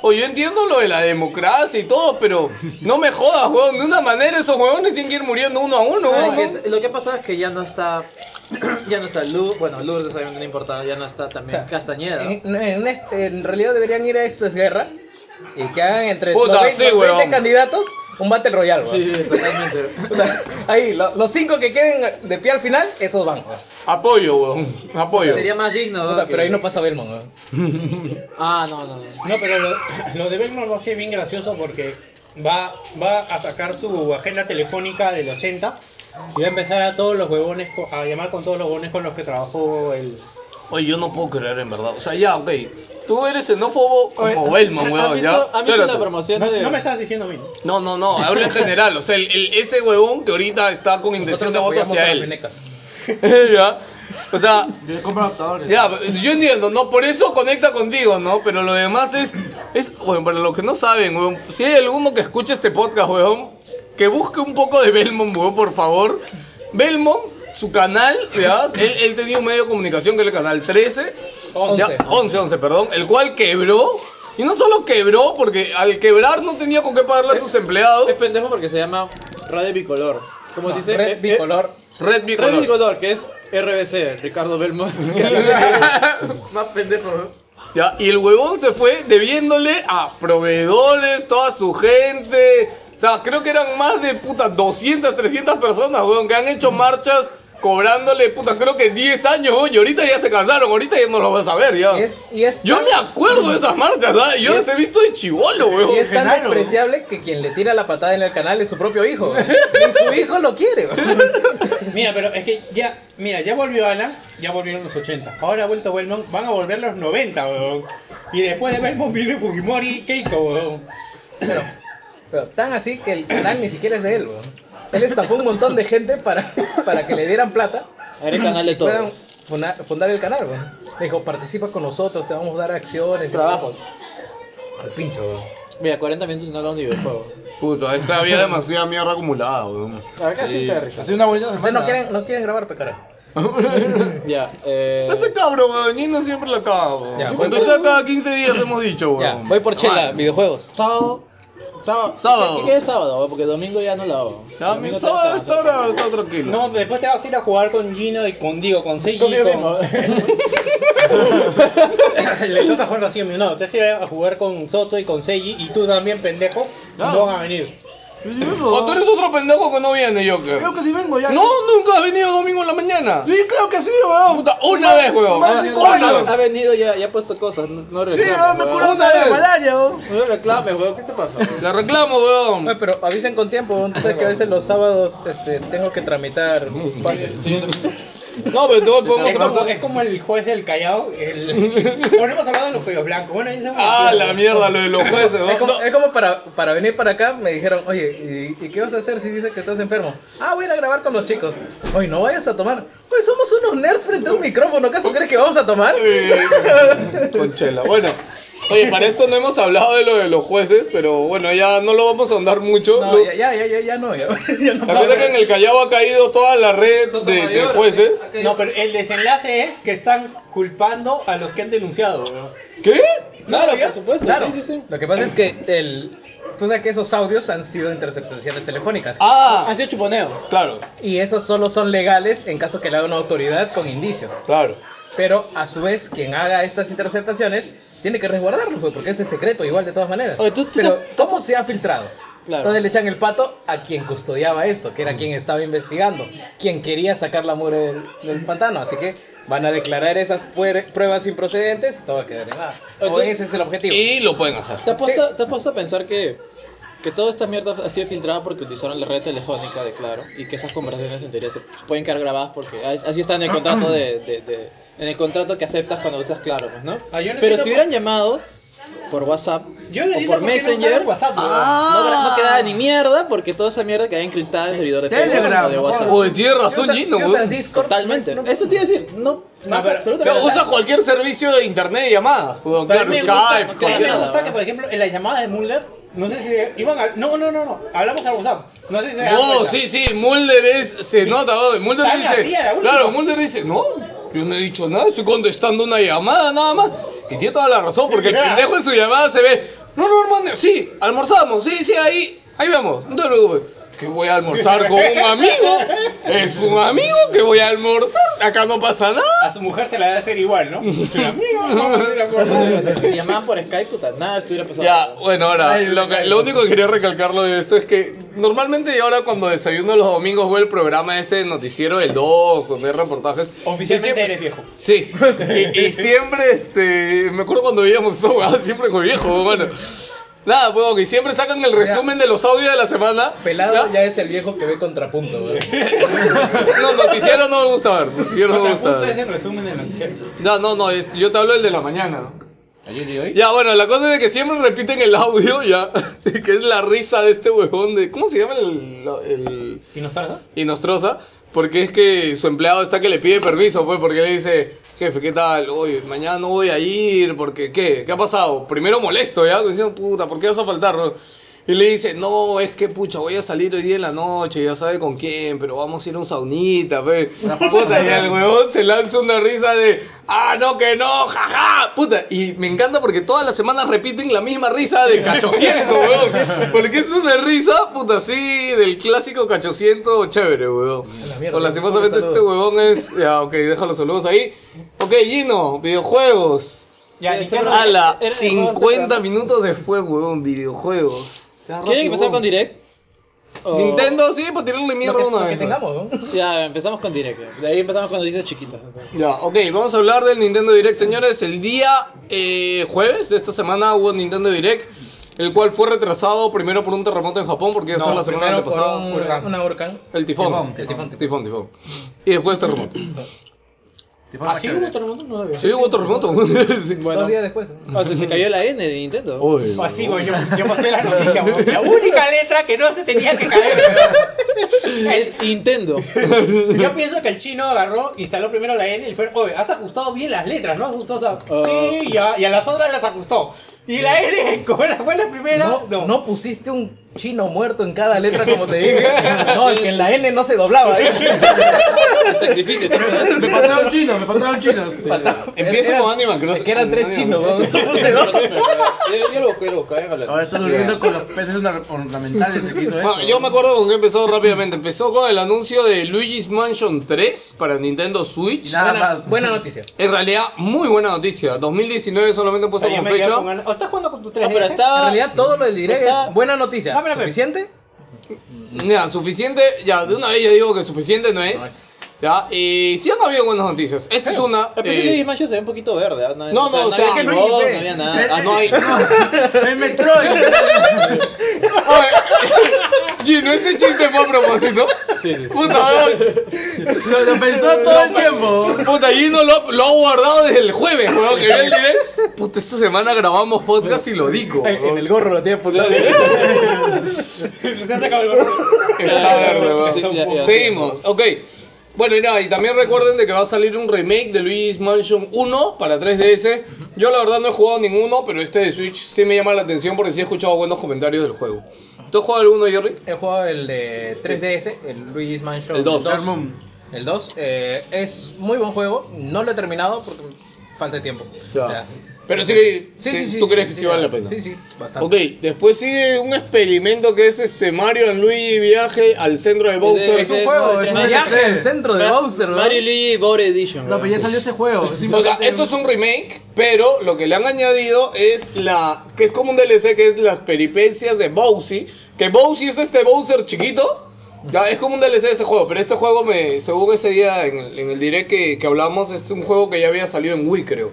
A: Oye, yo entiendo lo de la democracia y todo, pero no me jodas, huevón. De una manera esos huevones tienen que ir muriendo uno a uno,
B: Ay,
A: huevón.
B: que Ah, es- lo que pasa es que ya no está. ya no está Lourdes. Bueno, Lourdes obviamente no importa. Ya no está también
C: O sea,
B: Castañeda.
C: En, en este- en realidad deberían ir a Esto es Guerra y que hagan entre
A: Puta,
C: los, veinte-
A: sí,
C: los 20
A: weón.
C: candidatos un Battle Royale. weón.
B: Sí, sí, totalmente.
C: O sea, ahí, lo- los cinco que queden de pie al final, esos van. weón.
A: Apoyo, huevón. Apoyo.
B: Sería más digno,
C: Puta,
B: weón, que-
C: Pero ahí no pasa Belmont. weón.
B: Ah, no, no. no.
D: No, pero lo, lo de Belmont va a ser bien gracioso porque va, va a sacar su agenda telefónica del 80 y va a empezar a todos los huevones, co- a llamar con todos los huevones con los que trabajó el...
A: Oye, yo no puedo creer en verdad. O sea, ya, ok. Tú eres xenófobo como Belman,
B: ¿Has
A: huevón,
B: visto,
A: ya.
B: ¿has visto la
A: Espérate.
B: promoción
D: No,
B: de.?
D: no me estás diciendo a mí.
A: No,
D: ¿no?
A: no, no, hablo en general. O sea, el, el- ese huevón que ahorita está con intención
C: Nosotros
A: de voto
C: apoyamos a
A: hacia
C: las
A: él.
C: venecas.
A: ya. O sea,
F: Yo compro adaptadores.
A: ya, yo entiendo, ¿no? Por eso conecta contigo, ¿no? Pero lo demás es. es bueno, para los que no saben, huevón, si hay alguno que escuche este podcast, huevón, que busque un poco de Belmont, huevón, por favor. Belmont, su canal, ¿ya? Él, él tenía un medio de comunicación que era el canal 13.
C: Once.
A: Ya, 11, 11, perdón. El cual quebró. Y no solo quebró, porque al quebrar no tenía con qué pagarle a
C: Eh,
A: sus empleados.
B: Es pendejo porque se llama Radio Bicolor. Como
C: No,
B: dice. eh, eh,
C: Red bicolor.
A: Red
B: Radio
A: Bicolor.
B: Bicolor, que es RBC, Ricardo Belmont. eh, más pendejo, ¿no?
A: Ya, y el huevón se fue debiéndole a proveedores, toda su gente. O sea, creo que eran más de puta 200, 300 personas, huevón, que han hecho marchas cobrándole, puta, creo que 10 años, huevón, Y ahorita ya se cansaron, ahorita ya no lo vas a ver, ya.
C: Y es, y es
A: Yo
C: tan-
A: me acuerdo de esas marchas, ¿ah? Yo
C: Y es-
A: las he visto de chivolo, huevón.
C: y es tan
D: Genaro.
C: despreciable que quien le tira la patada en el canal es su propio hijo. weón. Y su hijo lo quiere. weón.
D: Mira, pero es que ya, mira, ya volvió Alan, ya volvieron los 80. Ahora ha vuelto Belmont, van a volver los 90, huevón. Y después de Belmont viene Fujimori, Keiko, weón.
C: Pero, pero tan así que el canal ni siquiera es de él, weón. Él estafó un montón de gente para, para que le dieran plata
B: Era el canal de
C: y puedan
B: todos.
C: funda- fundar el canal, weón. Le dijo, participa con nosotros, te vamos a dar acciones. y-
B: Trabajos.
C: Al pincho, weón.
B: Mira, 40 minutos y no hablamos de videojuegos.
A: Puto, ahí está, había demasiada mierda acumulada, weón.
B: Acá sí te da risa.
F: Hace una bonita
C: Ustedes
F: semana.
C: no quieren, no quieren grabar, pecara.
B: Ya, eh.
A: Este cabrón, weón, Nino siempre lo cago.
C: Ya,
A: Aunque
C: voy-
A: sea cada 15 días hemos dicho,
B: Ya,
A: weón.
B: voy por chela, videojuegos.
F: Sábado.
B: Sábado.
A: Sábado.
B: ¿Qué, qué es sábado? Porque domingo ya no la hago.
A: Ya, mi
B: Domingo
A: sábado
B: trabajo.
A: está ahora, está tranquilo.
D: No, después te vas a ir a jugar con Gino y con Digo, con Seiji.
B: Conmigo
D: con-
B: mismo.
D: Le toca jugar así a mí. No, usted se va a jugar con Soto y con Seiji y tú también, pendejo. No,
F: Claro.
D: van a venir.
F: Yo sí vengo.
A: O tú eres otro pendejo que no viene, yo creo.
F: Creo que sí vengo ya.
A: No, nunca has venido domingo en la mañana.
F: Sí, claro que sí, weón.
A: Puta, una vez, weón.
F: Más de cinco
A: Una
F: años.
A: vez.
B: Ha venido ya, ya ha puesto cosas. No, no
F: Sí, weón,
B: reclames,
F: me
B: weón.
F: curó
A: Una
F: una vez
A: vez.
F: de malaria, weón.
B: No reclames, weón. ¿Qué te pasa?
A: Te reclamo, weón.
C: Oye, pero avisen con tiempo, weón. Tú sabes que a veces los sábados este, tengo que tramitar pases.
A: No, pero tú podemos
D: Es como,
A: pasar.
D: es como el juez del Callao. El... Ponemos a hablar de los cuellos blancos. Bueno, ahí se
A: Ah, la mierda, lo de los jueces,
C: Es
A: weón.
C: como,
A: No.
C: es como para, para venir para acá, me dijeron, oye, ¿y, y qué vas a hacer si dices que estás enfermo? Ah, voy a ir a grabar con los chicos. Oye, no vayas a tomar. Pues somos unos nerds frente a un micrófono, ¿acaso crees que vamos a tomar?
A: Eh, Con chela. Bueno, oye, para esto no hemos hablado de lo de los jueces, pero bueno, ya no lo vamos a ahondar mucho.
C: No,
A: Lo-
C: ya, ya, ya, ya, ya no, ya, ya no.
A: La cosa es que en el Callao ha caído toda la red de, de jueces.
D: No, pero el desenlace es que están culpando a los que han denunciado. weón.
A: ¿Qué?
B: Claro,
D: sabías?
B: por supuesto.
C: Claro,
B: Sí, sí, sí.
C: lo que pasa es que el... Tú sabes que esos audios han sido interceptaciones telefónicas.
A: Ah,
B: Ha sido chuponeo.
A: claro,
C: Y esos solo son legales en caso que la haga una autoridad con indicios.
A: claro.
C: Pero a su vez, quien haga estas interceptaciones tiene que resguardarlo, pues, porque ese es secreto, igual de todas maneras.
B: Oye, tú- tú
C: Pero, ¿cómo se ha filtrado?
B: Claro.
C: Entonces le echan el pato a quien custodiaba esto, que era quien estaba investigando, quien quería sacar la mugre del, del pantano. Así que van a declarar esas puer- pruebas improcedentes y todo va a quedar en nada.
B: Oye,
C: O
B: tú-
C: ese es el objetivo.
A: Y lo pueden hacer.
B: ¿Te has puesto, te has puesto a pensar que, que toda esta mierda ha sido filtrada porque utilizaron la red telefónica de Claro y que esas conversaciones en teoría se pueden quedar grabadas porque as- así está en el contrato de, de- de- en el contrato que aceptas cuando usas Claro, pues, ¿no?
D: Ah, yo no
B: Pero
D: entiendo
B: si hubieran llamado por WhatsApp
D: Yo le
B: o
D: digo
B: por
D: por qué no usaron
B: Messenger
D: WhatsApp. weón.
B: no, gra- no quedaba ni mierda porque toda esa mierda quedaba encriptada en el servidor de
F: Telegram,
B: Telegram o de
F: mejor.
B: WhatsApp.
A: Oye, tiene
C: Si
A: razón
C: usas-
A: Gino,
C: si
A: weón.
C: usas Discord,
B: Totalmente.
C: no- no-
B: Eso te iba a decir, no, pasa
D: pero-
B: absolutamente
A: Pero usa
B: nada.
A: cualquier servicio de internet de llamadas. weón,
D: Pero a
A: Claro,
D: mí me gusta-
A: Skype,
D: a mí me
A: cualquier.
D: gusta que, por ejemplo, en las llamadas de Mulder, no sé si iban a... No, no, no, no. Hablamos al WhatsApp. No sé si se dan
A: No,
D: cuenta.
A: sí, sí, Mulder es, se nota, weón. Mulder
D: Tan así, a la
A: dice,
D: última.
A: claro, Mulder dice, no, yo no he dicho nada, estoy contestando una llamada nada más. Y tiene toda la razón, porque el pendejo en su llamada se ve, no, no, hermano, sí, almorzamos, sí, sí, ahí, ahí vamos, no te preocupes. Que voy a almorzar con un amigo, es un amigo que voy a almorzar, acá no pasa nada.
D: A su mujer se la debe hacer igual, ¿no? Es una amiga, vamos a hacer la cosa.
B: Si llamaban por Skype, puta, nada estuviera pasando.
A: Ya, bueno, ahora, lo, que- lo único que quería recalcarlo de esto es que normalmente yo ahora cuando desayuno los domingos veo el programa este de noticiero del 2, donde hay reportajes.
D: Oficialmente
A: Y siempre-
D: eres viejo.
A: Sí, y, y siempre, este, me acuerdo cuando veíamos Soga, siempre con viejo, bueno. Nada, pues, que siempre sacan el resumen de los audios de la semana.
C: Pelado ya es el viejo que ve contrapunto. weón.
A: No, noticiero no me gusta ver, noticiero no me gusta
D: Contrapunto es
A: ver.
D: el resumen del noticiero.
A: No, no, no, es- yo te hablo del de la mañana.
F: Ayer y hoy.
A: Ya, bueno, la cosa es que siempre repiten el audio, ya, que es la risa de este huevón de... ¿Cómo se llama el... el
D: ¿Y nos tarda?
A: y Nostrosa, porque es que su empleado está que le pide permiso, pues, porque le dice, jefe, ¿qué tal? Oye, mañana no voy a ir, porque, ¿qué? ¿Qué ha pasado? Primero molesto, ¿ya? Diciendo, puta, ¿por qué vas a faltar? no?" Y le dice, no, es que, pucha, voy a salir hoy día en la noche, ya sabe con quién, pero vamos a ir a un saunita, pe. Puta, y el huevón se lanza una risa de, ah, no, que no, jaja, puta. Y me encanta porque todas las semanas repiten la misma risa de cachociento, huevón. Porque es una risa, puta, así, del clásico cachociento chévere, huevón.
C: la mierda,
A: Pero lastimosamente
C: saludos.
A: este huevón es, ya, ok, deja los saludos ahí. Ok, Gino, videojuegos.
D: Ya,
B: Esto
D: Nintendo.
B: no-
A: Ala,
B: Era de juegos,
A: 50
B: pero-
A: minutos después, huevón, videojuegos. Ya,
B: ¿Quieren
A: rápido,
B: empezar
A: huevón.
B: con Direct? O-
A: Nintendo, sí, para tirarle
C: Lo
A: mierda
C: que,
A: una
C: lo que
A: vez.
C: tengamos. weón.
B: Oh. Ya, empezamos con Direct. De ahí empezamos con noticias chiquitas.
A: Ya, ok, vamos a hablar del Nintendo Direct, señores. El día eh, jueves de esta semana hubo Nintendo Direct, el cual fue retrasado primero por un terremoto en Japón, porque eso
C: No,
A: fue la semana
C: primero por
A: antepasada.
C: un-
D: Huracán.
C: Una huracán.
A: El tifón.
F: Tifón,
A: tifón, tifón. Y después terremoto.
F: forma
D: ¿Así
F: chévere.
D: hubo terremoto? No sabía.
A: Sí, hubo terremoto. Sí.
C: Dos días después.
B: O sea, se cayó la N de Nintendo.
A: Uy,
D: O así, güey, yo, yo mostré la noticia, güey. La única letra que no se tenía que caer, güey.
B: Es Nintendo.
D: El- Yo pienso que el chino agarró, instaló primero la N y fue, oye, has ajustado bien las letras, ¿no? Has ajustado.
B: Ah.
D: Sí, ya, y a las otras las ajustó. Y la N, como la- fue la primera,
C: No, no pusiste un chino muerto en cada letra como te dije. No, es que en la N no se doblaba.
B: El sacrificio.
F: Me pasaron chinos, me pasaron chinos.
A: Empieza
C: Eran-
A: con Animal Crossing.
C: Es que eran tres
A: Animal
C: chinos.
A: Crossing.
C: vamos, ¿Cómo se dobla?
B: Yo, yo lo quiero buscar en
F: Ahora
B: la
F: estás durmiendo con los peces orna- ornamentales el que hizo eso.
A: Bueno, yo me acuerdo con qué empezó rápidamente. Empezó con el anuncio de Luigi's Mansion 3 para Nintendo Switch.
F: Y nada
C: Buena-
F: más.
C: Buena noticia.
A: En realidad, muy buena noticia. 2019 solamente puso
D: Oye, yo
A: como
D: me quedo
A: fecha.
D: con ganas- ¿O estás jugando con tu 3DS?
B: No, pero
C: En
B: estaba.
C: realidad todo lo del direct
B: Pues está-
C: es buena noticia.
D: Ah, espera, espera.
C: ¿Suficiente?
A: Ya, suficiente. Ya, de una vez ya digo que suficiente no es. Ya, y sí han habido buenas noticias. Esta es una.
B: Al principio
A: eh,
B: Luigi Mansion se ve un poquito verde. ¿ah?
A: No, no, o sea,
B: había
A: que
B: ni
A: Luigi
B: voz,
C: ve.
B: no había
F: Eh,
B: nada. Ah,
F: eh,
B: no hay.
F: Me Metroid.
A: Oye, Gino, ese chiste fue a propósito.
B: Sí, sí, sí.
A: Puta,
F: Lo, lo pensó todo el tiempo.
A: puta, Gino lo, lo ha guardado desde el jueves, weón, que vi el direct. Puta, esta semana grabamos podcast y lo digo.
C: En en el gorro lo
B: Pues
C: tiene apuntado.
D: Se ha sacado el gorro.
A: Está verde, weón.
B: Sí, ya, ya.
A: Seguimos, ok. Bueno, y nada, y también recuerden de que va a salir un remake de Luigi's Mansion 1 para 3DS. Yo la verdad no he jugado ninguno, pero este de Switch sí me llama la atención porque sí he escuchado buenos comentarios del juego. ¿Tú has jugado alguno, Jerry?
C: He jugado el de 3DS, el Luigi's Mansion
A: El dos.
F: Dark Moon.
C: El 2 eh, es muy buen juego, no lo he terminado porque falta de tiempo. O sea,
A: Pero sí, que-
C: sí,
A: que-
C: sí, sí,
A: ¿tú
C: sí,
A: crees que
C: sí,
A: sí vale
C: sí,
A: la pena?
C: Sí, sí, bastante.
A: Ok, después sigue un experimento que es este Mario and Luigi viaje al centro de Bowser.
C: Es un juego, es un
B: Mario-
C: viaje al centro de
B: Ma-
C: Bowser, ¿no?
B: Mario y Luigi Bored Edition.
F: No, pero ya
B: weón.
F: salió ese juego. Es
A: O sea,
F: importante.
A: esto es un remake, pero lo que le han añadido es la. que es como un DLC, que es las peripecias de Bowsy. Que Bowsy es este Bowser chiquito. Ya, es como un DLC de este juego, pero este juego, me, según ese día en el, en el direct que, que hablamos, es un juego que ya había salido en Wii, creo.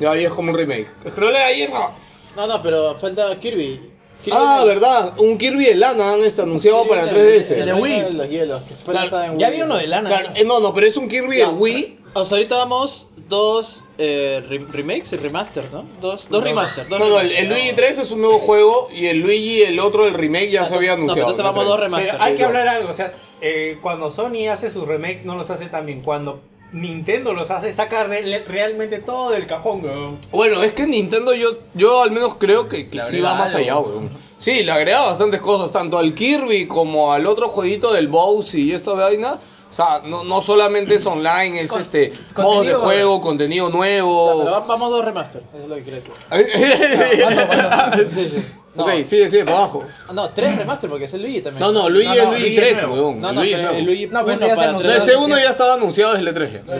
A: Ya, y es como un remake. Pero le ahí no.
B: No, no, pero falta Kirby. Kirby
A: Ah,
B: no.
A: verdad, un Kirby de lana han este, anunciado
B: Kirby
A: para
B: no,
F: El de
A: 3DS.
B: no,
F: Wii.
B: no, Los hielos. que fue
A: Claro,
B: lanzado en
D: Ya
B: Wii.
D: había uno de lana.
A: Claro, eh, no, no, pero es un Kirby de
B: Ya,
A: Wii.
B: O sea, ahorita vamos dos eh, re- remakes y remasters, ¿no? Dos, dos remasters. Dos
A: No, no, el,
B: remasters.
A: el Luigi 3 es un nuevo juego y el Luigi, el otro, el remake, ya se había
B: Ah, No, pero
A: anunciado.
B: entonces
A: ¿no?
B: vamos dos
A: Tres.
B: remasters.
D: Pero hay que
B: digo.
D: hablar algo, o sea, eh, cuando Sony hace sus remakes no los hace tan bien. Cuando Nintendo los hace, saca re- realmente todo del cajón, weón.
A: Bueno, es que Nintendo yo, yo al menos creo que, que
F: Le
A: sí
F: agrega
A: va más
F: algo.
A: allá, weón. Sí, le agrega bastantes cosas, tanto al Kirby como al otro jueguito del Bowsy y esta vaina. O sea, no, no solamente es online, es este modo de
C: contenido,
A: juego, contenido
B: No, pero
A: nuevo.
B: va- vamos dos remasters. Eso es lo que quieres decir. Sí, sí. No,
A: ok, sigue, sigue, para abajo.
B: no, tres remasters porque es el Luigi también.
A: No, no, Luigi
F: No,
A: es
F: no, eh,
A: Luigi
F: Luigi
A: 3,
F: nuevo.
A: weón.
B: No,
A: el
B: no,
A: Luigi es
B: pero el
A: nuevo.
B: Luigi
C: No, pues
B: uno
C: ya se
B: para
C: anunció.
A: No, ese
B: tres.
A: uno ya estaba anunciado desde el 3
B: Ya,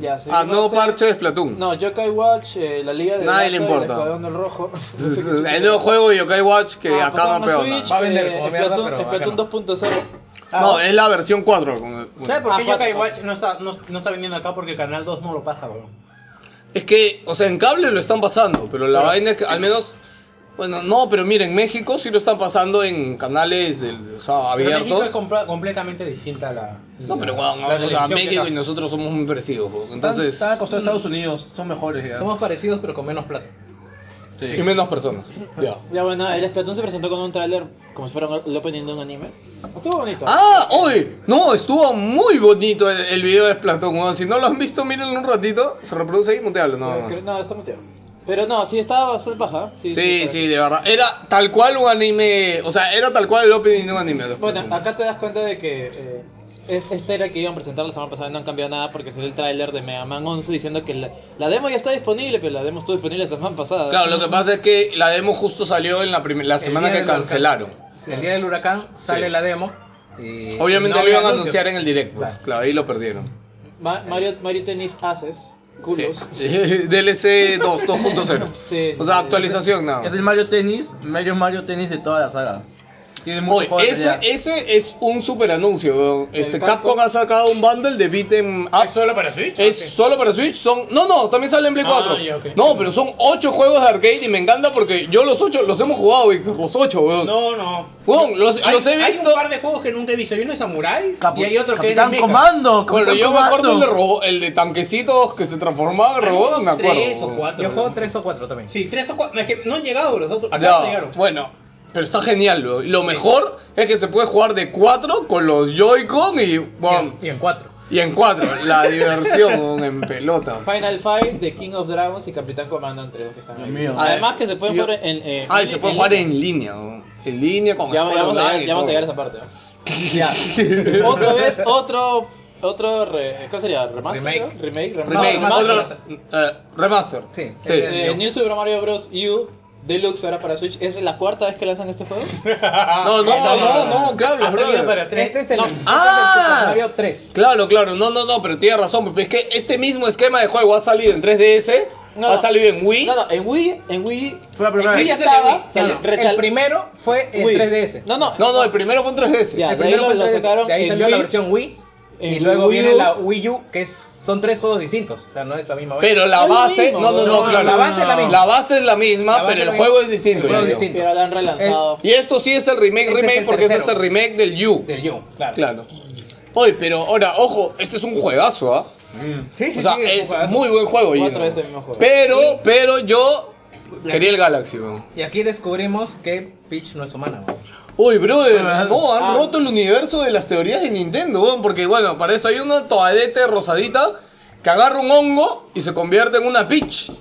B: ya,
A: Ah,
B: seguimos
A: no
B: en-
A: parche de Splatoon.
B: No, Yokai Watch, eh, la Liga de
A: Nadie le
B: Gato,
A: importa.
B: El Escuadrón del Rojo.
A: El nuevo juego de Yokai Watch que
B: Ah,
A: acá
B: pasaron
A: no
B: a
A: peor
B: Switch,
A: nada.
B: Ah.
C: Va a vender
B: eh,
C: como mierda,
B: Splatoon-
C: pero
B: Splatoon
C: bacano.
B: 2.0.
A: No, es la versión 4. con-
D: ¿Sabes por
B: Ah, cuatro,
D: qué Yokai
B: cuatro.
D: Watch no está, no, no está vendiendo acá? Porque Canal 2 no lo pasa, weón.
A: Es que, o sea, en cable lo están pasando, pero la vaina es que al menos. Bueno, no, pero mira, en México sí lo están pasando en canales del- o sea,
D: Pero México
A: abiertos.
D: es compla- completamente distinta a la.
A: No, pero
D: la-
A: bueno,
D: la
A: o sea,
D: televisión que
A: México
D: acá.
A: y nosotros somos muy parecidos. pues, Entonces,
F: Están acostados a Estados Unidos. Son mejores ya.
C: Somos parecidos pero con menos plata.
F: Sí.
A: y menos personas. Ya.
B: Ya bueno, el Splatoon se presentó con un tráiler como si fuera un- el opening de un anime. Estuvo bonito.
A: Ah, oye, no, estuvo muy bonito el, el video de Splatoon. weón. Si no lo han visto, mírenlo un ratito. Se reproduce ahí, mutealo, no.
B: Pero que- no, está muteado. Pero no, sí estaba bastante paja. Sí,
A: Sí,
B: está
A: sí, de verdad. Era tal cual un anime. O sea, era tal cual el opening de un anime. de
B: Bueno,
A: Splatoon.
B: acá te das cuenta de que eh, es, este era el que iban a presentar la semana pasada y no han cambiado nada porque salió el tráiler de Mega Man 11 diciendo que la, la demo ya está disponible, pero la demo estuvo disponible la semana pasada.
A: Claro, lo que pasa es que la demo justo salió en la, prim- la semana
C: día
A: que
C: del huracán.
A: cancelaron.
C: El día del huracán sale la demo. y
A: Obviamente
C: no
A: lo iban a
C: había
A: anunciar en el direct, pues.
C: Claro.
A: Claro, ahí lo perdieron.
B: Ma- Mario, Mario Tennis Haces, culos.
A: Eh, DLC 2, 2.0.
B: Sí.
A: O sea, actualización nada.
F: Es
A: más.
F: el Mario Tennis, Mario Mario Tennis de toda la saga. Tiene mucho
A: Oye,
F: juego de
A: ese,
F: pelea.
A: ese es un super anuncio. weón. Este,
D: El
A: Capcom,
D: Capcom.
A: ha sacado un bundle de beat'em up.
D: ¿Es solo para Switch?
A: Es
D: Ok.
A: solo para Switch, son... No, no, también sale en Play
D: Ah,
A: 4.
D: ya, ok.
A: No, pero son 8 juegos de arcade y me encanta porque yo los 8 los hemos jugado, Víctor, los 8, weón.
D: No, no.
A: Weón, los-
D: hay,
A: los he
D: Hay
A: visto-
D: un par de juegos que nunca he visto. Hay uno de samuráis
F: Capu-
D: y hay otro que es de
F: Capitán
D: mecha.
F: Comando.
A: bueno,
F: Capitán
A: yo me acuerdo el de,
F: Comando.
A: robot, el de tanquecitos que se transformaba en
D: Hay
A: robot,
D: unos
A: me acuerdo.
D: Tres o
A: weón.
D: cuatro.
C: Yo juego
D: ¿no?
C: 3 o 4 también.
D: Sí, tres o cuatro. Es que no han llegado los otros. Acá
A: Ya,
D: no llegaron.
A: bueno, pero está genial, weón. Lo mejor es que se puede jugar de 4 con los Joy-Con y, bueno,
C: Y en 4.
A: y en 4. La diversión weón, en pelota.
B: Final Fight, The King of Dragons y Capitán Comando entre los que están ahí.
F: Dios mío.
B: Además que se pueden
A: Yo-
B: jugar en... eh,
A: Ah, y se puede jugar
B: línea.
A: en línea, weón. en línea con
B: Ya, ya vamos a llegar,
A: online y
B: ya vamos a
A: todo.
B: llegar a esa parte. ¿no? Otra vez, otro... Otro... Re, ¿Cuál sería? ¿Remaster?
C: Remake.
B: creo? ¿Remake? ¿Remake?
A: Remake,
B: No,
C: más
B: Ah, remaster.
A: otro- eh, remaster.
C: Sí,
A: Sí.
C: ese
B: Eh, New Super Mario Bros. U Deluxe ahora para Switch. ¿Esa es la cuarta vez que lanzan este juego?
A: No, no, no,
B: ah.
A: no, ¿qué hablas,
D: Ha salido
A: brother?
D: para tres.
C: Este es el,
B: No.
C: este es el
A: Ah.
C: Super Mario 3.
A: Claro, claro, no, no, no, pero tienes razón, Pepe. es que este mismo esquema de juego ha salido en 3DS,
B: No,
A: ha
B: no.
A: salido en Wii.
B: No, no, en Wii... En Wii...
F: Fue la primera
B: en Wii ya
F: vez.
B: estaba.
C: No,
B: salió-
C: no,
B: resal-
C: el primero fue en
B: Wii.
C: 3DS.
B: No, no.
A: No, no, el primero fue en 3DS.
B: Ya.
C: el
B: de ahí
C: primero
B: lo-
C: fue en
B: lo
C: 3DS,
B: sacaron
C: De ahí
B: en
C: salió
B: Wii.
C: la versión Wii. Y
B: En
C: luego
B: Wii
C: viene
B: U.
C: la Wii U, que es- son tres juegos distintos. O sea, no es la misma vaina.
A: Pero la
B: Es lo
A: base,
B: mismo,
A: no, no,
B: weón.
A: no,
F: No,
A: claro.
C: la base es la misma.
A: La base es la
C: La
A: misma,
C: base
A: pero
C: es
A: el
C: la misma.
A: juego es distinto.
C: El juego
A: ya
C: es
A: digo.
C: distinto.
B: Pero la han relanzado.
A: Y esto sí es el remake,
C: Este es
A: remake,
C: el
A: porque este es el
C: tercero.
A: remake del U.
C: Del U, claro.
A: Claro. Oye, pero ahora, ojo, este es un juegazo, ¿ah?
C: Sí, sí,
A: o sea,
C: sí,
A: es
C: juegazo.
A: muy buen juego,
B: Cuatro
A: Gino.
B: veces el mismo juego.
A: Pero, pero yo quería el Galaxy, weón.
C: Y aquí descubrimos que Peach no es humana. weón.
A: Uy, brother, no, han
B: Ah.
A: roto el universo de las teorías de Nintendo, weón, porque bueno, para eso hay una toadete rosadita que agarra un hongo y se convierte en una Peach. O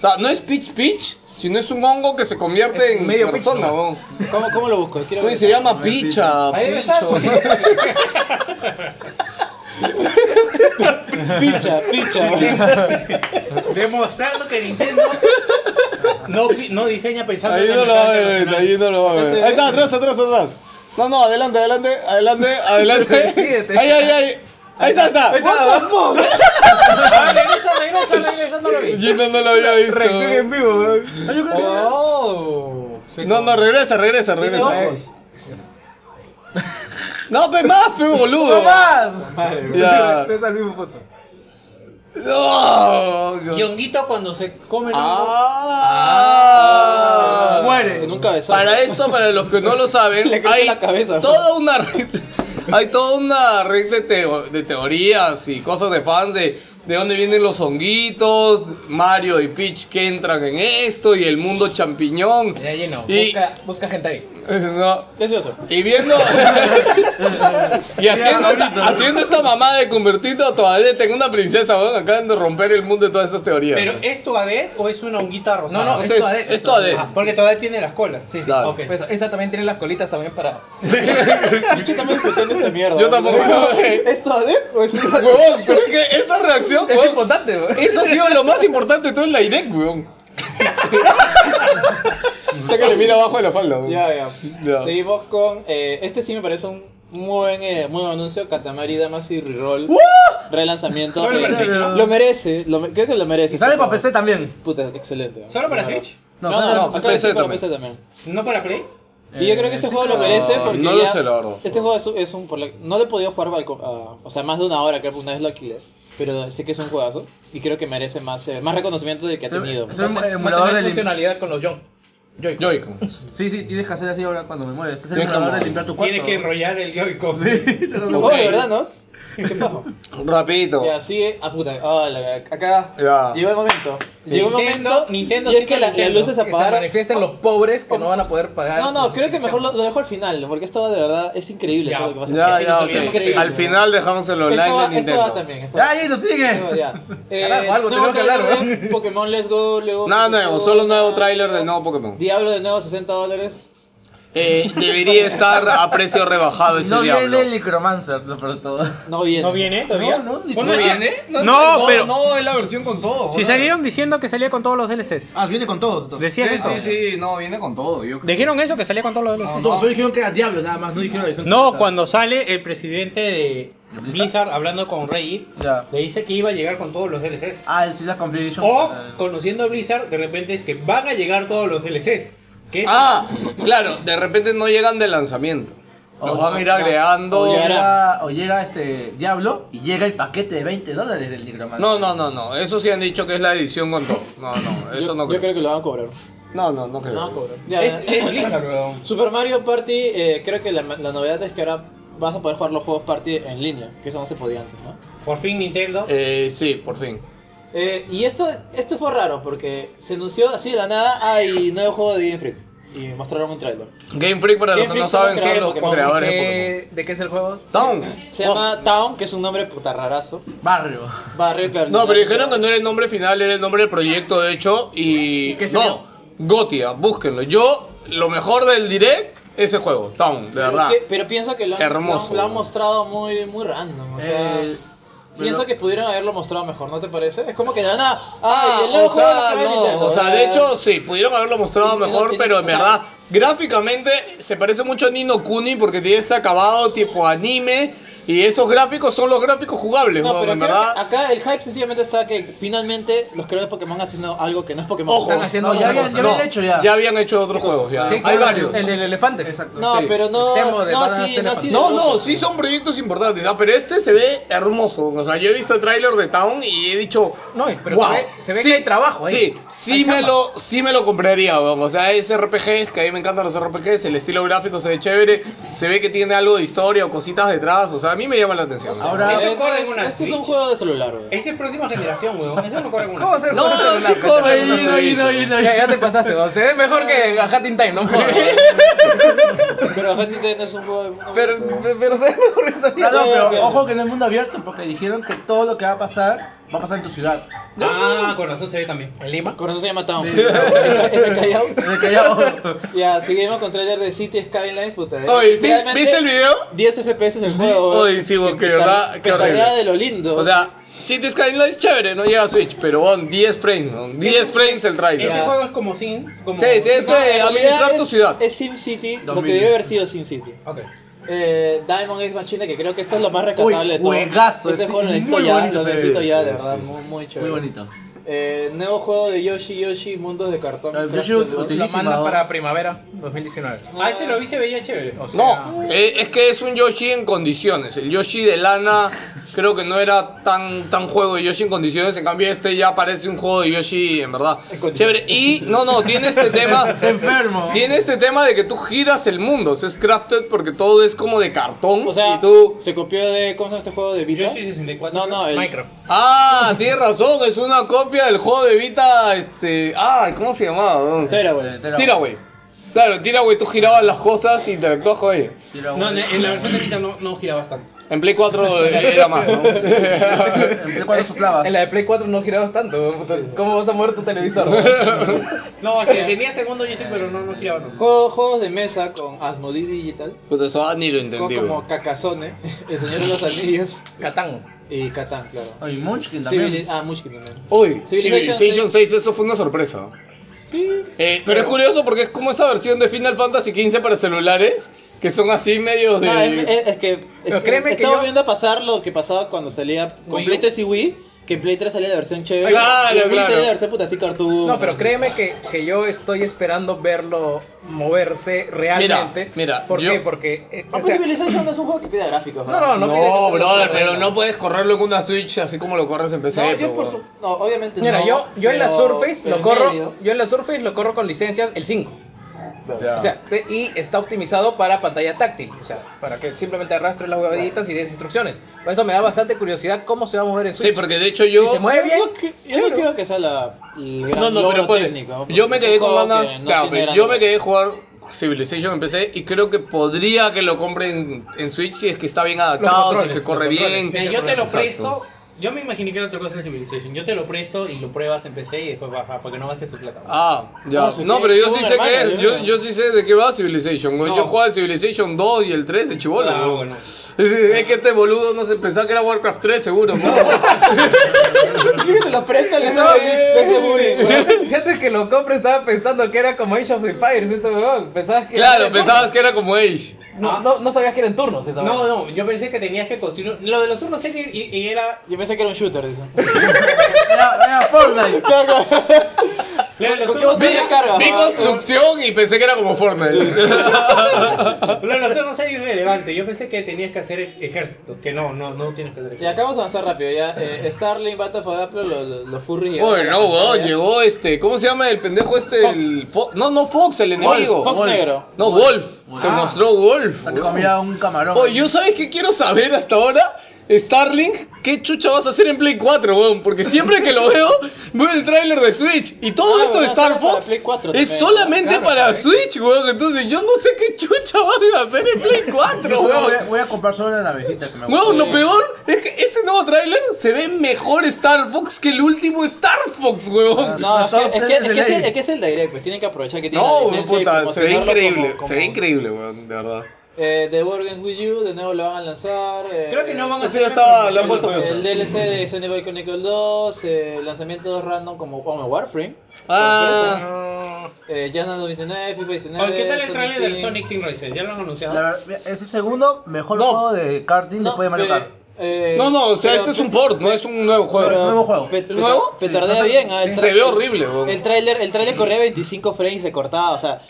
A: sea, no es Peach Peach, sino es un hongo que se convierte
C: Es
A: en
C: medio Peach
A: persona, weón.
C: nomás.
B: ¿Cómo, ¿Cómo lo busco? Quiero
A: Uy,
B: ver
A: se
B: eso.
A: llama ah. Picha,
C: Ahí debe
A: Picho.
B: Picha, picha.
D: Demostrando que Nintendo no, pi- no diseña pensando
A: Ahí
D: en el
A: no lo va a
D: mercado
A: ver,
D: internacional.
A: ahí no lo va a ver. Ahí está, atrás, atrás, atrás. No, no, adelante, adelante, adelante, adelante.
C: Decídete.
A: Ahí, ahí, ahí. Ahí está, está.
D: Ah, regresa, regresa, regresa, no lo vi.
A: Gino no lo había visto.
C: Reacción en vivo, ¿eh? weón.
D: Oh,
A: No, no, regresa, regresa,
B: Tiene
A: regresa.
B: ojos.
A: No, pe más, pe boludo.
B: Madre.
A: Ya.
C: Regresa al mismo punto.
A: No.
D: Y honguito cuando se come el hongo.
A: Ah.
B: Muere. En un cabezazo.
A: Para esto, para los que no lo saben,
B: Le crece
A: hay
B: la cabeza.
A: toda una red, hay toda una red de, teo- de teorías y cosas de fans de de dónde vienen los honguitos, Mario y Peach que entran en esto y el mundo champiñón.
C: Ya lleno.
A: Y-
C: Busca, busca gente ahí.
A: No,
B: Delicioso.
A: Y viendo. y haciendo esta, haciendo esta mamada de convertirte a todavía tengo una princesa, weón. Acaban de romper el mundo de todas esas teorías.
D: ¿Pero
A: weón.
D: es Toadette o es una honguita
B: Pues
D: rosada?
C: No, no,
A: O
C: es
A: sea, pues es,
C: Toadette,
A: es
C: es Toadette.
D: Ah,
A: Toadette.
D: porque Toadette tiene las colas.
C: Sí, sí.
A: Claro.
D: Ok.
C: Pues esa también tiene las colitas también para.
B: Yo también pretendo esta mierda.
A: Yo tampoco.
B: ¿Esto AD o es una-
A: Huevón, pero es que esa reacción,
C: Es
A: weón,
C: importante, weón.
A: Eso ha sido lo más importante de todo el Direct, E weón. Sácale, mira abajo de la falda, weón.
B: Ya, ya.
A: Ya.
B: Seguimos con. eh, este sí me parece un muy buen, eh, muy buen anuncio. Katamari Damacy Reroll. Relanzamiento.
D: Solo para
B: Eh,
D: Switch,
F: ¿no?
B: Lo merece. lo me- creo que lo merece.
F: Y sale
B: por
F: para
B: favor.
F: PC también.
B: Puta, excelente.
D: ¿Solo para
B: Claro.
D: Switch?
B: No,
F: No,
B: no,
F: sale
B: no,
F: para
B: acá
A: PC
B: sí para
A: también. Eh,
B: PC también.
D: ¿No para Play?
B: Y yo creo que este juego lo merece porque
A: no lo
B: ya-
A: sé, la verdad.
B: Este juego es, es un por la- no le he podido jugar al co- a- o sea, más de una hora, creo que una vez lo alquilé, pero sé que es un juegazo y creo que merece más eh, más reconocimiento del que ha
F: Se-
B: tenido.
F: se- un
C: Va a tener
F: emulador de lim-
C: funcionalidad con los John. Joy.
A: Joy-Con.
F: Sí, sí, tienes que hacer así ahora cuando me mueves. Es el
A: Déjame.
F: emulador de limpiar tu cuarto.
D: Tiene que enrollar el Joy-Con.
B: Oh, de verdad, ¿no? Qué paja.
A: Rapidito.
B: Ya, sigue. Ah, puta. Ah, la- acá.
A: Ya.
B: Llegó el momento. Llegó el
D: Nintendo-
B: momento.
D: Nintendo
B: y es
D: siempre
B: que la- las
D: Nintendo.
B: luces se
C: Que se
B: apagaron.
C: manifiesten los pobres que no van a poder pagar.
B: No, no,
C: sus
B: creo que mejor lo, lo dejo al final, porque esto de verdad es increíble
D: Ya.
B: todo lo que pasa.
A: Ya, ya,
D: Increíble.
A: ok. Al final dejamos el
B: Esto
A: online
B: va,
A: de
B: esto va
A: Nintendo.
B: también. Esto va.
F: Ya, ya, no sigue.
B: Ya. Eh,
C: Carajo,
B: nuevo
C: algo tenemos que
B: tráiler
C: hablar,
B: de Pokémon Let's Go, luego.
A: Nada
B: Pikachu,
A: nuevo, solo nuevo
B: nada
A: tráiler de nuevo Pokémon.
B: Diablo de nuevo, 60 dólares.
A: Eh, debería estar a precio rebajado ese
F: No
A: diablo.
F: viene el Necromancer, no, pero todo.
B: No viene.
D: ¿No viene todavía?
F: No, no, ni
D: ¿Cuándo
F: chulo.
D: viene?
A: No,
G: No, pero-
A: No, es la versión con
G: Si
A: todo. boludo.
G: salieron diciendo que salía con todos los DLCs.
F: Ah, viene con todos. entonces.
G: Decían
A: Sí,
G: eso.
A: sí, sí, no, viene con todo. Yo creo.
G: Dijeron eso, que salía con todos los DLCs.
F: No, solo dijeron que era Diablo, nada más. No dijeron la versión
G: No,
F: completa.
G: cuando sale el presidente de...
D: Blizzard, hablando con Reggie,
F: Ya.
D: le dice que iba a llegar con todos los DLCs.
F: Ah, el sí, la Compilation.
D: O,
F: Eh,
D: conociendo a Blizzard, de repente es que van a llegar todos los DLCs. Que es-
A: Ah, claro, de repente no llegan de lanzamiento.
B: Oh,
A: Los van a ir agregando.
F: O llega, o llega este Diablo y llega el paquete de 20 dólares del Nigromante.
A: No, no, no, no. Eso sí han dicho que es la edición con todo. No, no, eso
B: yo,
A: no
B: yo
A: creo.
B: creo que lo van a cobrar.
A: No, no, no
B: Lo van a
A: creo.
B: cobrar.
D: es, es Blizzard, weón.
B: Super Mario Party, eh, creo que la, la novedad es que ahora vas a poder jugar los juegos party en línea, que eso no se podía antes, ¿no?
D: Por fin Nintendo.
A: Eh, sí, por fin.
B: Eh, y esto, esto fue raro porque se anunció así de la nada, hay nuevo juego de Game Freak. Y mostraron un trailer.
A: Game Freak, para los
B: Game
A: que no
B: Freak son
A: saben,
B: los
A: son los creadores
B: creadores de Pokémon.
A: de
C: ¿Qué- ¿De qué es el juego?
A: Pokémon.
B: Se
A: Town.
B: llama Town, que es un nombre puta rarazo.
F: Barrio.
B: Barrio, pero
A: No, pero dijeron que no era el nombre final, era el nombre del proyecto, de hecho, y...
C: ¿Y qué
A: no,
C: salió?
A: Gotia, búsquenlo. Yo, lo mejor del Direct, ese juego, Town, de
B: Pero
A: verdad.
B: que- pero pienso que lo han,
A: Hermoso.
B: lo han- lo han mostrado muy, muy random. O sea,
F: Eh,
B: pienso
F: pero-
B: que pudieron haberlo mostrado mejor, ¿no te parece? Es como que de la nada. ay,
A: Ah,
B: el nuevo
A: o
B: juego de
A: sea,
B: Super
A: no,
B: Nintendo,
A: o sea,
B: ¿verdad?
A: de hecho, sí, pudieron haberlo mostrado
B: Sí, pero
A: mejor,
B: tiene-
A: pero en
B: o sea-
A: verdad, gráficamente se parece mucho a Nino Kuni porque tiene ese acabado tipo anime y esos gráficos son los gráficos jugables,
B: No,
A: weón,
B: pero
A: en
B: creo
A: verdad.
B: que acá el hype sencillamente está que finalmente los creadores de Pokémon haciendo algo que no es Pokémon.
A: Ojo,
C: Están haciendo
A: no,
C: otra
A: ya habían-
C: cosa.
A: ya habían hecho ya. Ya habían hecho otros juegos, ya.
C: Sí,
A: Hay
C: claro,
A: varios.
C: El del elefante.
F: Exacto.
B: No,
F: Sí.
B: pero no,
C: El tema de
B: no,
C: van a
B: así,
C: hacer
B: no,
C: el
B: así de
A: No, no,
B: bruto.
A: sí son proyectos importantes, ah, pero este se ve hermoso. O sea, yo he visto el tráiler de Town y he dicho.
C: No, pero
A: "Guau".
C: se ve- se ve que hay trabajo ahí.
A: Sí,
C: Hay
A: sí me,
C: chamba.
A: lo, sí me lo compraría. weón. O sea, es RPGs, que a mí me encantan los RPGs, el estilo gráfico se ve chévere, se ve que tiene algo de historia o cositas detrás. O sea, a mí me llama la atención.
F: Ahora-
B: Eh,
D: Eso corre en
B: es-
D: una
B: Esto es un
D: Switch.
B: juego de celular, weón.
D: Esa es próxima generación, weón. Eso no corre una.
C: ¿Cómo va a ser
A: No,
C: con
A: sí
C: celular?
A: corre,
C: Que te
A: Ino,
C: traigo
A: Ino,
C: una
A: Ino,
C: Ya, ya te pasaste, weón. se ve mejor que a Hat in Time, ¿no?
B: Pero Hat Nintendo es un juego de.
C: pero, pero se ve mejor que el sonido.
F: Ah, no,
B: Sí, sí, sí.
F: pero ojo que no es mundo abierto porque dijeron que todo lo que va a pasar va a pasar en tu ciudad.
D: Ah, con razón se ve también.
C: ¿En Lima?
B: Por eso se llama Town. En el Callao.
F: En el Callao.
B: Ya, seguimos con trailer de City Skylines, puta. eh.
A: Oye, ¿vi-
B: Realmente,
A: viste el video?
B: 10 FPS el juego.
A: Sí,
B: weón.
A: oye, sí, weón, que
B: pitar-
A: verdad, qué horrible.
B: pitarea de lo lindo.
A: O sea, City Skylines chévere, no llega a Switch, pero bon, 10 frames, weón, 10 frames el trailer.
D: Ese
B: Ya.
D: juego es como sin. Como...
A: Sí, sí, es
B: No, en
A: eh,
B: realidad
A: administrar
B: es-
A: tu ciudad.
B: Es Sim City, lo
F: 2000.
B: que debe haber sido Sim City.
D: Ok.
B: Eh, Diamond X Machine, que creo que esto es lo más rescatable de todo.
F: juegazo,
B: Ese
A: este
F: es
B: juego lo
F: muy
B: necesito ya,
F: bonito
B: lo
F: se ve,
B: necesito ya,
F: sí,
B: de
F: sí,
B: verdad,
F: sí.
B: muy, muy chévere.
F: Muy bonito.
B: Eh, nuevo juego de Yoshi Yoshi, mundos de cartón.
F: Ah,
B: Crafted
F: Yoshi ut-
B: World.
F: utiliza-
C: Lo
F: Buenísimo.
C: mandan para primavera 2019.
D: Ah, ese lo vi se veía chévere.
C: O sea,
A: No, eh, es que es un Yoshi en condiciones. El Yoshi de lana creo que no era tan, tan juego de Yoshi en condiciones. En cambio, este ya parece un juego de Yoshi en verdad. Chévere. Y no, no, tiene este tema.
F: Enfermo.
A: Tiene este tema de que tú giras el mundo. O sea, es crafted porque todo es como de cartón.
B: O sea,
A: y tú.
B: se copió de. ¿Cómo se llama este juego de Vita?
D: Yoshi 64.
B: No, no, el.
C: Minecraft.
A: Ah, tienes razón. Es una copia del juego de Vita. Este. Ah, ¿cómo se llamaba?
B: Tera, güey.
A: Tiraway. Claro, Tiraway, tú girabas las cosas y interactuabas con ellas.
D: No, en, en la versión de Vita no, no gira bastante.
A: En Play 4 era más, ¿no?
F: Empecé cuando soplabas.
C: en la de Play 4 no girabas tanto. weón, puta, ¿Cómo vas a mover tu televisor?
D: No, es que tenía segundo Yoshi, pero no, no giraba, no.
B: Juego- juegos de mesa con Asmodee Digital.
A: Puta, eso ah, ni lo
B: co-
A: entendí,
B: Como
A: güey.
B: Cacazone, El Señor de los Anillos
C: Catán.
B: y Catán, claro.
F: Oye, Munchkin también.
B: Civili- ah, Mushkin también.
A: Uy,
B: Civilization
A: Civilization 6, eso fue una sorpresa.
B: Sí.
A: Eh, pero es curioso porque es como esa versión de Final Fantasy XV para celulares, que son así medios de...
B: No, es, es- es que
C: Pero
B: est-
C: créeme que
B: está
C: yo-
B: volviendo a pasar lo que pasaba cuando salía con
C: Wii
B: Play
C: U.
B: 3 y Wii, que en Play 3 salía la versión chévere.
A: Claro,
B: y en Wii
A: claro.
B: salía la versión puta así cartoon.
C: No, pero
B: así.
C: créeme que, que yo estoy esperando verlo moverse realmente.
A: mira,
C: ¿Por
A: yo-
C: qué? Porque. eh,
B: Ah,
C: o
B: pues
C: sea,
B: Civilization no es un juego que pida gráficos.
C: no, no,
A: no,
C: no. pide que se
A: brother,
C: corra,
A: pero no puedes correrlo en una Switch así como lo corres en PC.
B: No, yo
A: pero,
B: por
A: güey.
B: su- no, obviamente
C: Mira,
B: Este, no.
C: yo, yo en la
B: pero-
C: Surface
B: pero
C: lo
B: en
C: corro.
B: medio.
C: Yo en la Surface lo corro con licencias el 5.
A: Ya.
C: O sea,
B: Ah.
C: te- y está optimizado para pantalla táctil. O sea, para que simplemente arrastres las huevaditas y des instrucciones. Por eso me da bastante curiosidad cómo se va a mover en
A: sí,
C: Switch.
A: porque de hecho yo...
C: Si se mueve bien.
B: Yo, no cre- yo no creo que sea la, el gran
A: No, no,
B: logro
A: pero ponte,
B: técnico.
A: yo me
B: porque
A: quedé
B: es un
A: con
B: juego que
A: ganas,
B: no
A: claro,
B: tiene gran
A: yo me
B: logro.
A: quedé jugar Civilization en PC y creo que podría que lo compren en Switch si es que está bien adaptado, si es que
C: controles,
A: corre
C: los
A: bien.
C: controles.
D: Mira, yo te lo
A: Exacto.
D: presto. Yo me imaginé que era otra cosa en Civilization. Yo te lo presto y lo pruebas en PC y después baja, porque no gastes tu plata. weón.
A: Ah, ya.
B: Ah, sí,
A: No,
B: qué-
A: pero yo sí
B: qué buena
A: sé
B: hermana,
A: que
B: yo
A: yo,
B: creo.
A: yo sí sé de qué va Civilization. güey.
D: No.
A: Yo jugaba el Civilization 2 y el 3 de chibolo.
D: Ah,
A: güey.
D: bueno.
A: Es, es que este boludo no se pensaba que era Warcraft 3 seguro. güey.
B: Yo te lo presto, le estaba así,
A: eh.
B: le hace bullying, weón.
C: Si antes que lo compre estaba pensando que era como Age of Empires, este weón. Pensabas que
A: claro,
C: era-
A: pensabas que era como Age.
C: No, no, no sabías que eran turnos esa
D: No,
C: vaina.
D: no, yo pensé que tenías que construir. Lo de los turnos era ir- y, y era.
B: Yo pensé que era un shooter, dice.
F: Era, era Fortnite.
B: Chaca.
D: Claro, los
C: ¿Con qué
D: turnos
C: vas a
A: Vi,
D: era-
C: carga?
A: vi construcción y pensé que era como Fortnite.
D: Claro, los turnos era irrelevante. Yo pensé que tenías que hacer ejército. Que no, no, no tienes que hacer
B: Y
D: ejército.
B: acá vamos a avanzar rápido, ya. Eh, Starling, Battle for Apple, los, los, los furries.
A: Oye,
B: llegaron a
A: no,
B: la
A: weón,
B: pantalla.
A: llegó este. ¿Cómo se llama el pendejo este? El Fo- no, no Fox, el enemigo.
B: Fox negro.
A: No, Wolf. Se
F: Ah.
A: mostró Wolf.
F: Hasta que
A: weón.
F: comía un camarón.
A: Oye, Oh, ¿yo sabes qué quiero saber hasta ahora? Starlink, ¿qué chucha vas a hacer en Play 4, weón? Porque siempre que lo veo, veo el tráiler de Switch. Y todo
B: Ah,
A: esto de
B: bueno,
A: Star
B: sale para
A: Fox
B: Play 4
A: es
B: también, ¿no?
A: solamente para Switch, weón. Entonces yo no sé qué chucha van a hacer en Play 4,
F: Yo solo voy, a,
A: weón.
F: voy a comprar solo la navecita que me gusta.
A: Weón, lo peor es que este nuevo tráiler se ve mejor Star Fox que el último Star Fox, weón.
B: Ah, No, es que, es, que, es, que es, el,
F: Delay.
B: es que es el direct, pues tienen que aprovechar que tienen
A: No,
B: la
A: weón,
B: licencia y
A: puta, se ve
B: promocionarlo
A: increíble,
B: como-
A: se ve
B: como-
A: increíble, weón, de verdad.
B: Eh, The Board Games Wii U, de nuevo lo van a lanzar. eh,
D: Creo que no van a
A: Eso ya
D: hacer.
A: estaba, le han puesto
D: promoción,
A: fecha.
B: El DLC de Sony Boy Chronicle 2, eh, lanzamientos random como como Warframe. eh,
A: Ah,
B: sorpresa, Eh, Jazz 2019, FIFA 19.
D: Oye, ¿qué tal el
B: Sonic
D: trailer del
B: Team.
D: Sonic Team Racing? ¿Ya lo han
F: La
D: anunciado?
F: verdad, es el segundo mejor
A: No.
F: juego de karting
B: No,
F: después de Mario
B: pe-
F: Kart.
B: eh,
A: no, no, o sea,
B: pero-
A: este es un port, no es un nuevo
F: Pero
A: juego.
F: es un nuevo juego.
B: Pe-
A: ¿Es nuevo?
B: pe-
F: Sí,
B: tardea
F: no sé-
B: bien, ah, el
A: Se ve
B: tra-
A: horrible, weón.
B: El tráiler el tráiler corría 25 frames y se cortaba, o sea,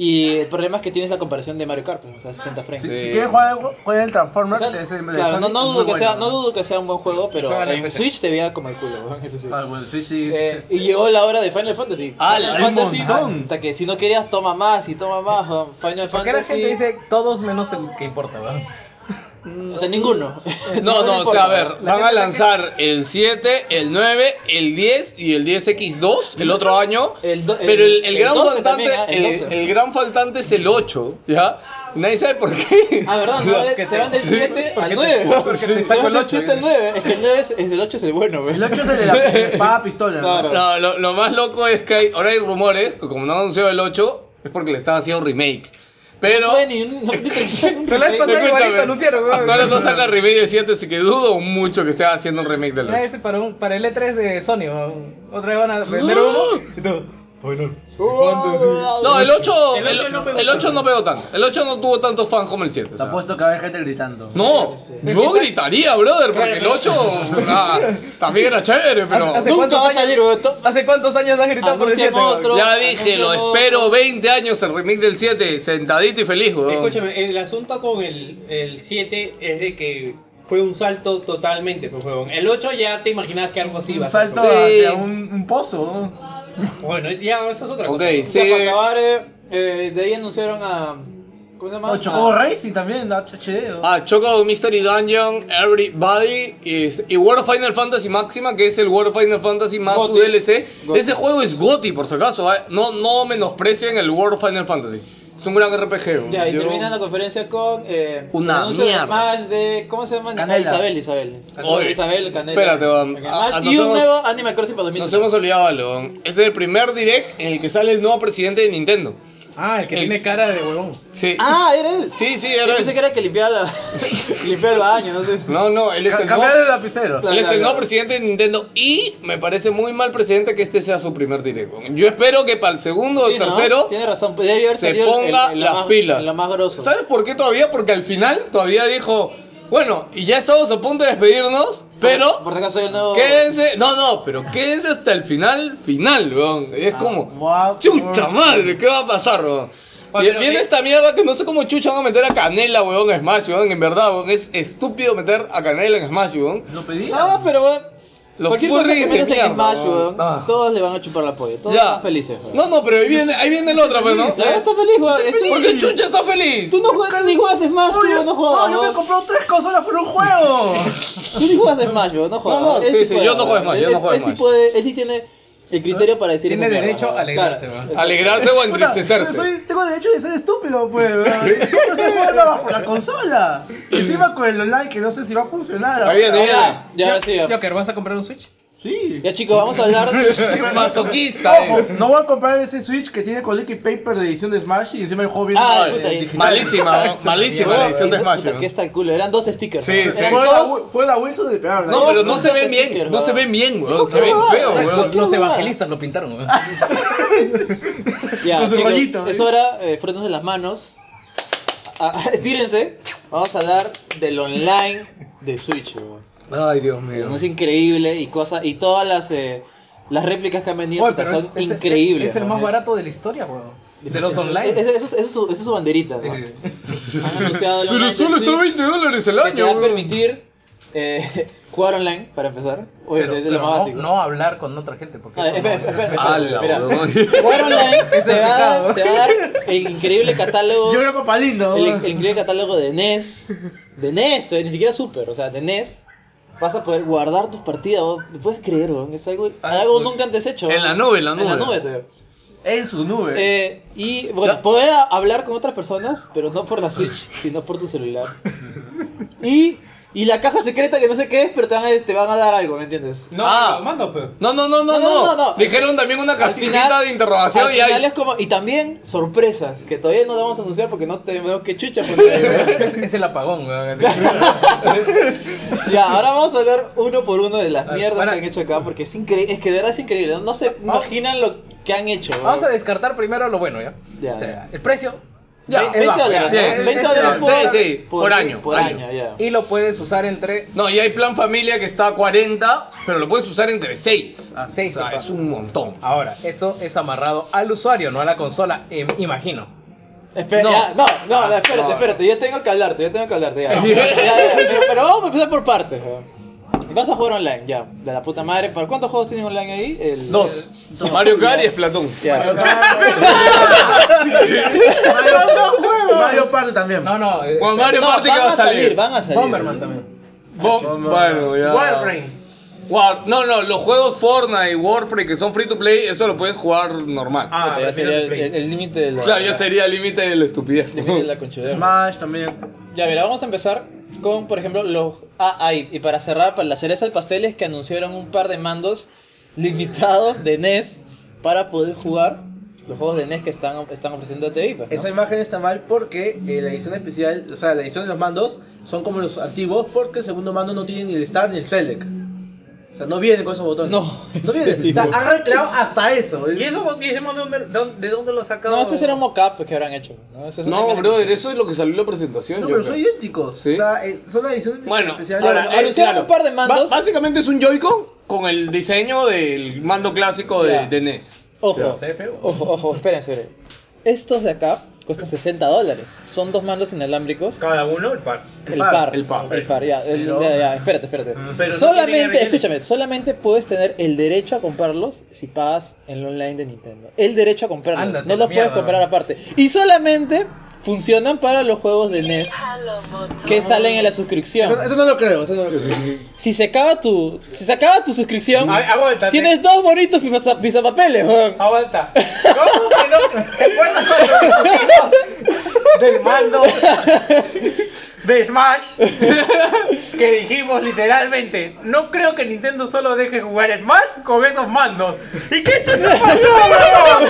B: y el problema es que tienes la comparación de Mario Kart, pues, o sea, 60 frames.
F: Si,
A: Sí.
F: si quieres jugar, el- juega el
B: O
F: Transformers,
B: sea,
F: que es el de
B: claro, no,
F: Sonic,
B: no
F: es
B: dudo
F: muy
B: que sea,
F: bueno.
B: no dudo que sea un buen juego, pero
A: Juega en
B: en
A: PC.
B: Switch se veía como el culo, weón, eso sí.
F: Ah, bueno, sí, sí.
B: Eh, y llegó la hora de Final Fantasy.
A: Este. Ah,
B: Final
F: hay un
B: Fantasy,
F: montón.
B: hasta que si no querías toma más y toma más, weón. Final
C: ¿Por qué la
B: Fantasy.
C: gente dice todos menos el que importa, weón?
B: mm, O sea, ninguno.
A: No, no, o
B: importa,
A: sea, a
B: weón.
A: ver, van a lanzar el 7, el 9, el 10 y el 10X2 el otro año.
B: El do- el-
A: pero el, el
B: el
A: gran
B: 12
A: faltante,
B: también, ¿ah? El
A: el,
B: 12.
A: el gran faltante es el 8, ¿ya? Nadie sabe por qué.
B: Ah, verdad, no, eh, se van del 7 al 9.
C: porque te
B: se
C: saco
B: van
C: el
B: del
C: ocho,
A: eh.
B: 7 al 9. Es que el 9 es, es el 8 es el bueno, weón.
F: El 8 es el de la el de paga pistola.
B: Claro.
A: No, lo, lo más loco es que hay- ahora hay rumores, que como no anunció el 8, es porque le están haciendo remake. Pero...
B: No hay ni un. No, ni te-
C: Pero la vez pasada
A: Escúchame,
C: igualito anunciaron, weón.
A: Hasta ahora no saca remake del 7, así que dudo mucho que esté haciendo un remake del
C: Ya
A: 8.
C: Ah, ese para, un, para el E3 de Sony, weón. Otra vez van a
A: ¡Ah!
C: vender uno. Y tú, Final Fantasy.
A: No, el 8,
D: El
A: el,
D: ocho no pegó
A: el 8 no pegó tanto. El 8 no tuvo tantos fans como el 7. o
F: Te
A: sea.
F: apuesto que va a haber gente gritando.
A: No, yo gritaría, brother, porque el
D: pero-
A: 8 ah, también era chévere, pero.
C: Hace- hace-
B: Nunca
C: cuántos
B: va a
C: años?
B: salir, weón. To-
C: ¿Hace cuántos años has gritado por el
B: Anuncian
C: 7? weón?
B: Ah, otro.
A: Ya dije, lo
B: Anunciamos-
A: espero 20 años el remake del 7, sentadito y feliz, weón.
D: Escúchame, el asunto con el, el 7 es de que fue un salto totalmente, pues, huevón. El 8 ya te imaginabas que algo así iba a
F: Un
D: ser,
F: salto
A: Sí.
F: hacia un, un pozo.
B: Ah.
D: pues. Bueno, ya, eso es otra
A: Ok,
D: cosa.
B: O
A: sí.
B: sea, para acabar, eh, eh, de ahí anunciaron a. ¿Cómo se llama?
F: O Chocobo
B: A-
F: Racing también, la HD. ¿no?
A: Ah, Choco Mystery Dungeon, Everybody y, este- y World of Final Fantasy Máxima, que es el World of Final Fantasy más su
B: Gothic.
A: DLC.
B: Gothic.
A: Ese juego es GOTY, por si acaso. ¿eh? No, no menosprecien el World of Final Fantasy. Es un gran RPG. weón.
B: Ya, y
A: Yo-
B: terminan la conferencia con. Eh,
A: Una
B: el anuncio del
A: mierda.
B: match de. ¿Cómo se llama?
F: Canela.
B: Ah, Isabel, Isabel.
A: Oye,
B: Isabel, Canela.
A: espérate, weón.
B: El
A: Ah,
B: match
A: nos
B: y un
A: hemos-
B: nuevo Animal Crossing para 2000.
A: Nos hemos olvidado, León. Es el primer direct en el que sale el nuevo presidente de Nintendo.
C: Ah, el que
A: El-
C: tiene cara de huevón.
A: Sí.
B: Ah, era él.
A: Sí, sí,
B: Yo
A: era
B: pensé
A: él.
B: que era que limpiaba, la... limpiaba el baño, no sé.
A: No, no, él es
F: Ca-
A: el nuevo,
F: Cambiar el lapicero.
A: él es el nuevo presidente de Nintendo y me parece muy mal presidente que este sea su primer direct. weón. Yo espero que para el segundo o
B: Sí,
A: el
B: ¿no?
A: tercero
B: Tiene razón, pues debe haber
A: se
B: salido el- el-
A: ponga
B: el
A: las
B: más-
A: pilas.
B: el más grosso.
A: ¿Sabes por qué todavía? Porque al final todavía dijo, bueno, y ya estamos a punto de despedirnos, pero...
B: Por si acaso soy el nuevo.
A: Quédense, no, no, pero quédense hasta el final, final, weón. Es
B: Ah,
A: como,
F: guau,
A: chucha
F: weón.
A: madre, ¿qué va a pasar, weón?
D: Oye,
A: Vie-
D: pero
A: Viene
D: que-
A: esta mierda que no sé cómo chucha van a meter a Canela, weón, en Smash, weón. En verdad, weón, es estúpido meter a Canela en Smash, weón.
F: Lo pedí.
B: No, Ah, pero weón.
A: Lo
B: cualquier cosa
A: furry
B: que
A: de
B: metas en
A: mierda,
B: Smash,
A: weón.
B: weón,
A: Ah.
B: todos le van a chupar la polla. Todos están felices, weón.
A: No, no, pero ahí viene, ahí viene el otro, pues, ¿no?
B: La verdad está feliz, weón. Este-
A: ¿Por qué chucha está feliz?
B: Tú no juegas, ni juegas Smash,
F: Oye,
B: tú no juegas.
F: no, yo me he
B: weón.
F: comprado tres consolas por un juego.
B: Tú ni juegas Smash, weón, no juegas.
A: No, no,
B: Él
A: sí, sí, yo no juego
B: weón.
A: Smash, yo
B: Él-
A: no juego
B: él sí
A: Smash.
B: puede- Él sí tiene el criterio para decir
C: Tiene
B: esa mierda,
C: derecho a
B: weón.
C: alegrarse,
B: Claro.
C: weón.
A: ¿Alegrarse o
F: Puta,
A: entristecerse?
F: soy- soy- tengo derecho de ser estúpido, pues. weón. ¿Cómo se juega nada por la consola? Encima con el online que no sé si va a funcionar.
A: Ahí viene, ahí viene.
B: Ya, ya, sí, ya.
C: Joker, ¿vas a comprar un Switch?
F: Sí.
B: Ya, chicos, vamos a hablar.
A: Masoquista,
F: Ojo,
A: eh.
F: Oh, no voy a comprar ese Switch que tiene con liquid paper de edición de Smash y encima el juego viene
B: Ah,
F: eh,
B: puta, y-
F: digital.
A: Malísima, weón, malísima la edición de
B: Puta,
A: Smash,
B: Que
A: weón.
B: está el culo, eran dos stickers.
A: Sí,
B: weón.
A: sí.
B: Eran
F: Fue la,
B: dos-
F: Wi- fue la Wilson de peor.
A: No, pero no se ven
B: Dos
A: bien,
B: stickers,
A: no se
B: weón.
A: ven bien, weón. Se ven
C: Ah,
A: feo, weón.
C: Los
B: qué huevada.
C: evangelistas lo pintaron, weón.
B: Ah, Ya,
C: Con su
B: chicos,
C: rollito,
B: es
C: ¿eh?
B: hora, eh, frótense las manos. Ah, estírense. Vamos a hablar del online de Switch, weón.
A: Ay, Dios mío.
B: Es increíble y cosas y todas las eh, Las réplicas que han venido
C: Oye,
B: puta,
C: pero
B: son
C: es- es-
B: increíbles.
C: Es el más
B: weón.
C: barato de la historia, weón. De los online.
B: Esa es, es su- esa es su banderita. ¿no?
A: Ah,
B: Han anunciado el
A: Pero
B: online
A: solo
B: del
A: está
B: Switch,
A: 20 dólares el
B: Que te
A: año,
B: va a
A: weón.
B: permitir eh, jugar online, para empezar. Oye,
C: Pero-
B: es
C: pero
B: lo más
C: no,
B: básico.
C: no hablar con otra gente, porque.
B: Ah,
C: eso
B: espera,
C: no-
B: espera, espera,
A: Ala,
B: espera,
A: huevón.
B: mira. Jugar online
C: Eso
B: te
C: es
B: va, a
C: pecado.
B: dar- te va a dar el increíble catálogo.
F: Yo era papá lindo.
B: El,
F: weón.
B: el increíble catálogo de NES. De NES, eh, ni siquiera Super, o sea, de NES. Vas a poder guardar tus partidas, weón. ¿Te puedes creer, weón? Es algo,
F: Ah,
B: algo
F: sí.
B: nunca antes hecho.
A: En
B: weón.
A: la nube, en la nube.
B: En la nube, te digo.
F: En su nube.
B: Eh, y bueno,
A: Ya.
B: poder a- hablar con otras personas, pero no por la Switch, sino por tu celular. Y, y la caja secreta que no sé qué es, pero te van a, te van a dar algo, ¿me entiendes?
D: No,
A: Ah.
D: lo mando, pues. pero.
A: No, no, no, no,
B: No, no,
A: no.
B: no, no.
A: Dijeron también una
B: Al
A: casillita
B: final-
A: de interrogación
B: al
A: y
B: final
A: hay.
B: es como- y también sorpresas, que todavía no las vamos a anunciar porque no tenemos que chucha poner.
C: Es, es el apagón, weón.
B: ya, ahora vamos a hablar uno por uno de las
C: Ah,
B: mierdas
C: para-
B: que han hecho acá, porque es increíble, es que de verdad es increíble, no, no se imaginan lo que han hecho.
C: Vamos a
B: weón.
C: descartar primero lo bueno, ¿ya?
B: Ya,
C: O sea,
B: ya.
C: el precio.
A: Ya,
B: Ve- 20
C: bajo,
B: dólares,
A: ya,
B: ¿no?
A: bien.
B: 20 dólares
A: Sí, sí, por año,
B: Por
A: año.
B: año, ya.
C: Y lo puedes usar entre
A: No, y hay plan familia que está a 40, pero lo puedes usar entre 6.
C: Ah, seis
A: o sea,
C: personas.
A: es un montón.
C: Ahora, esto es amarrado al usuario, no a la consola, em- imagino.
B: Espera,
A: No.
B: ya, no, no, no, espérate, espérate, yo tengo que hablarte, yo tengo que hablarte, ya. Ya, ya, pero, pero vamos a empezar por partes. ya. Vas a jugar online, ya, de la puta madre. ¿Para cuántos juegos tienen online ahí? El,
A: Dos. Mario Kart y Splatoon.
B: Ya.
F: Mario Party también.
C: No, no, eh,
A: Juan Mario
B: No,
A: Party que
B: van
A: va a salir.
B: van a salir.
C: Bomberman también.
A: Bo- bueno, ya.
B: Ah,
D: Warframe.
A: War- no, no, los juegos Fortnite y Warframe que son free to play, eso lo puedes jugar normal.
D: Ah,
B: Puta, ya
D: prefiero
B: sería
D: el Play.
B: el el límite de la.
A: claro, ya sería el límite de la estupidez.
B: el límite de la conchudera.
F: Smash también.
B: Ya, mira, vamos a empezar con, por ejemplo, los. Ah, ahí, y para cerrar, pues, para la cereza del pastel es que anunciaron un par de mandos limitados de NES para poder jugar los juegos de NES que están, están ofreciendo a TI. pues, ¿no?
F: Esa imagen está mal porque eh, la edición especial, o sea, la edición de los mandos son como los antiguos porque el segundo mando no tiene ni el Start ni el Select. O sea, no vienen con esos botones.
B: No,
F: no
B: en
F: vienen. O sea,
B: serio.
F: han reclamado hasta eso.
D: ¿Y eso, y ese mono, ¿dónde- dónde- ¿de dónde lo sacaron?
B: No, este será un mock-up que habrán hecho. No, Ese es un
A: No,
B: mecánico.
A: brother, eso es lo que salió en la presentación.
F: No,
A: yo
F: pero
A: creo.
F: son idénticos.
A: Sí.
F: O sea, eh, son las ediciones
A: Bueno,
F: especiales.
A: ahora,
B: Bueno,
A: eh,
B: anunciaron un par de mandos.
A: Ba- básicamente es un Joy-Con con el diseño del mando clásico de,
B: Ya.
A: de E NES.
B: Ojo,
C: se ve feo.
B: ojo, ojo, espérense. Estos de acá cuestan 60 dólares. Son dos mandos inalámbricos.
D: Cada uno, el par.
B: El par,
A: El par.
B: el par, ya, el-
F: Pero-
B: ya, ya, espérate, espérate.
D: Pero no tiene
B: solamente,
D: original.
B: escúchame, solamente puedes tener el derecho a comprarlos si pagas en el online de Nintendo. El derecho a comprarlos,
C: Ándate
B: no
C: a la
B: los puedes
C: mierda.
B: comprar aparte. Y solamente funcionan para los juegos de NES que salen en la suscripción.
F: Eso, eso no lo creo, eso no lo creo.
B: Si se acaba tu, si se acaba tu suscripción,
D: A- aguántate.
B: tienes dos bonitos pizza- pizapapeles, weón.
D: Aguanta. ¿Cómo que no? ¿Te acuerdas cuando discutimos del mando de Smash? Que dijimos literalmente, no creo que Nintendo solo deje jugar Smash con esos mandos. ¿Y qué chucha pasó, weón?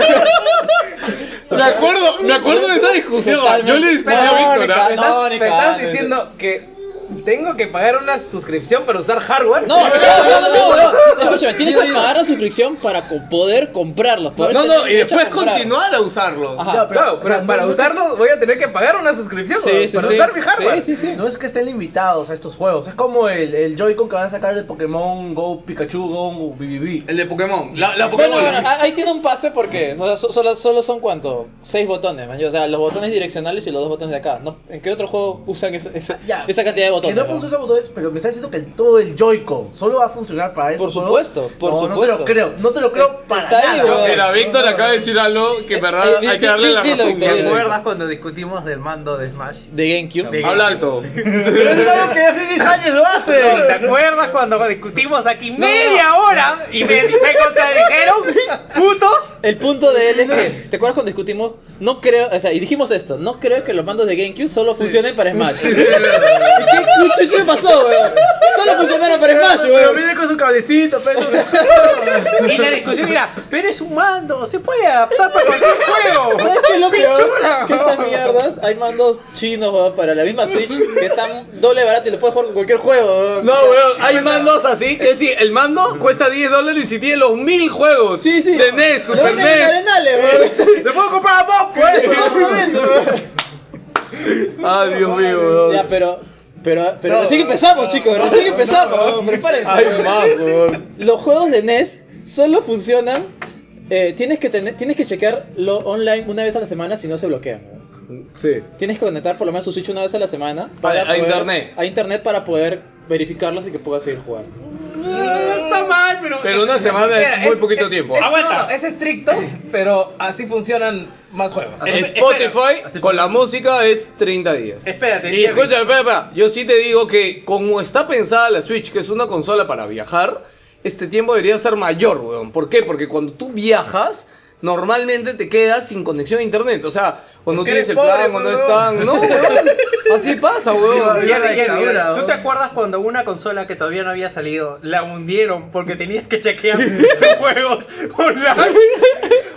A: Me acuerdo, me acuerdo de esa discusión.
B: Totalmente.
A: Yo le discutí a Víctor. ¿ah?
B: Verónica,
C: Me estás,
B: no,
C: me
B: ni
C: estás
B: cagando.
C: diciendo que tengo que pagar una suscripción para usar hardware.
B: No, no, no, no, no, no. Escúchame, tienes que pagar la suscripción para co- poder comprarlos. poder
A: No,
B: tener
A: no, y
B: derecho a
A: después
B: comprar.
A: continuar a usarlo.
B: Ajá.
F: Ya,
C: Pero,
F: pero, o sea,
C: pero
F: no-
C: para
F: no-
C: usarlo voy a tener que pagar una suscripción
B: Sí,
C: weón,
B: sí,
C: para
B: sí.
C: usar mi hardware.
B: Sí, sí, sí.
F: No es que estén limitados a estos juegos, es como el, el Joy-Con que van a sacar de Pokémon Go, Pikachu, Go, BBB.
A: El de Pokémon. La, la Pokémon.
B: Bueno, bueno, ah, ahí tiene un pase porque o sea, so- solo, solo son cuánto? Seis botones, man. O sea, los botones direccionales y los dos botones de acá. ¿no? ¿En qué otro juego usan esa, esa-
F: Ya.
B: esa cantidad de
F: Que
B: botones?
F: no
B: no?
F: funciona esos botones, pero me está diciendo que el- todo el Joy-Con solo va a funcionar para eso.
B: Por supuesto, por
F: no, No
B: supuesto.
F: te lo creo, no te lo creo
B: Es-
F: para
B: está ahí,
F: nada.
B: weón.
A: Mira, Víctor
F: No, no,
A: acaba de decir algo que en
B: Eh,
A: verdad
B: eh,
A: hay que
B: di-
A: darle
B: di-
A: la
B: dilo,
A: razón.
B: Víctor,
A: ¿no?
D: ¿Te
B: dilo.
D: acuerdas cuando discutimos del mando de Smash?
B: De GameCube.
D: De-
A: Habla alto.
F: Pero es algo que hace 10 años lo hace.
D: ¿Te acuerdas cuando discutimos aquí media hora y me, me contradijeron? ¡Putos!
B: El punto de él es que, ¿te acuerdas cuando discutimos? No creo, o sea, y dijimos esto, no creo que los mandos de GameCube solo funcionen para Smash. ¿Y ¿Qué chuchu pasó, weón? Solo funcionaron para Smash,
F: Pero
B: weón.
F: viene con su cablecito, pero
D: Y la discusión era, pero es un mando, se puede adaptar para cualquier juego.
B: ¿Sabes qué es lo peor?
D: chula,
B: que estas mierdas hay mandos chinos weón, para la misma Switch que están doble barato y lo puedes jugar con cualquier juego. weón.
A: No, weón, hay mandos así que sí, el mando cuesta 10 dólares y tiene los mil juegos.
B: Sí, sí.
A: De NES,
B: Lo
A: Super E
B: venden en
A: NES.
B: arenales, weón.
F: ¡Te puedo comprar a Bob por
B: Eso
F: eso!
B: no lo vendo, weón.
A: Ah, Dios mío, weón.
B: Ya, pero. Pero, pero recién empezamos, chicos, recién empezamos, weón, prepárense.
A: Hay más, weón.
B: Los juegos de NES solo funcionan. eh, tienes que tener, tienes que chequearlo online una vez a la semana si no se bloquean. ¿no?
A: Sí.
B: Tienes que conectar por lo menos tu Switch una vez a la semana
A: A- a internet.
B: a internet para poder verificarlos y que puedas seguir jugando.
D: Está mal, pero.
A: Pero una semana
C: Mira,
A: es muy
C: es-
A: poquito
C: es-
A: tiempo. Ah,
C: es- no,
D: Aguanta.
C: no, es estricto, pero así funcionan más juegos.
D: es-
A: Spotify
F: espera.
A: con la música es 30 días.
D: Espérate,
A: Y escúchame, espera, espera. Yo sí te digo que como está pensada la Switch, que es una consola para viajar, este tiempo debería ser mayor, weón. ¿Por qué? Porque cuando tú viajas, normalmente te quedas sin conexión a internet. O sea, o no
C: Porque
A: tienes el
C: eres
A: plan, o
C: pobre,
A: no
C: pues,
A: están. No, weón. Así pasa, weón.
F: Viva la dictadura,
D: ¿Tú
F: ¿no?
D: te acuerdas cuando una consola que todavía no había salido la hundieron porque tenías que chequear sus juegos online?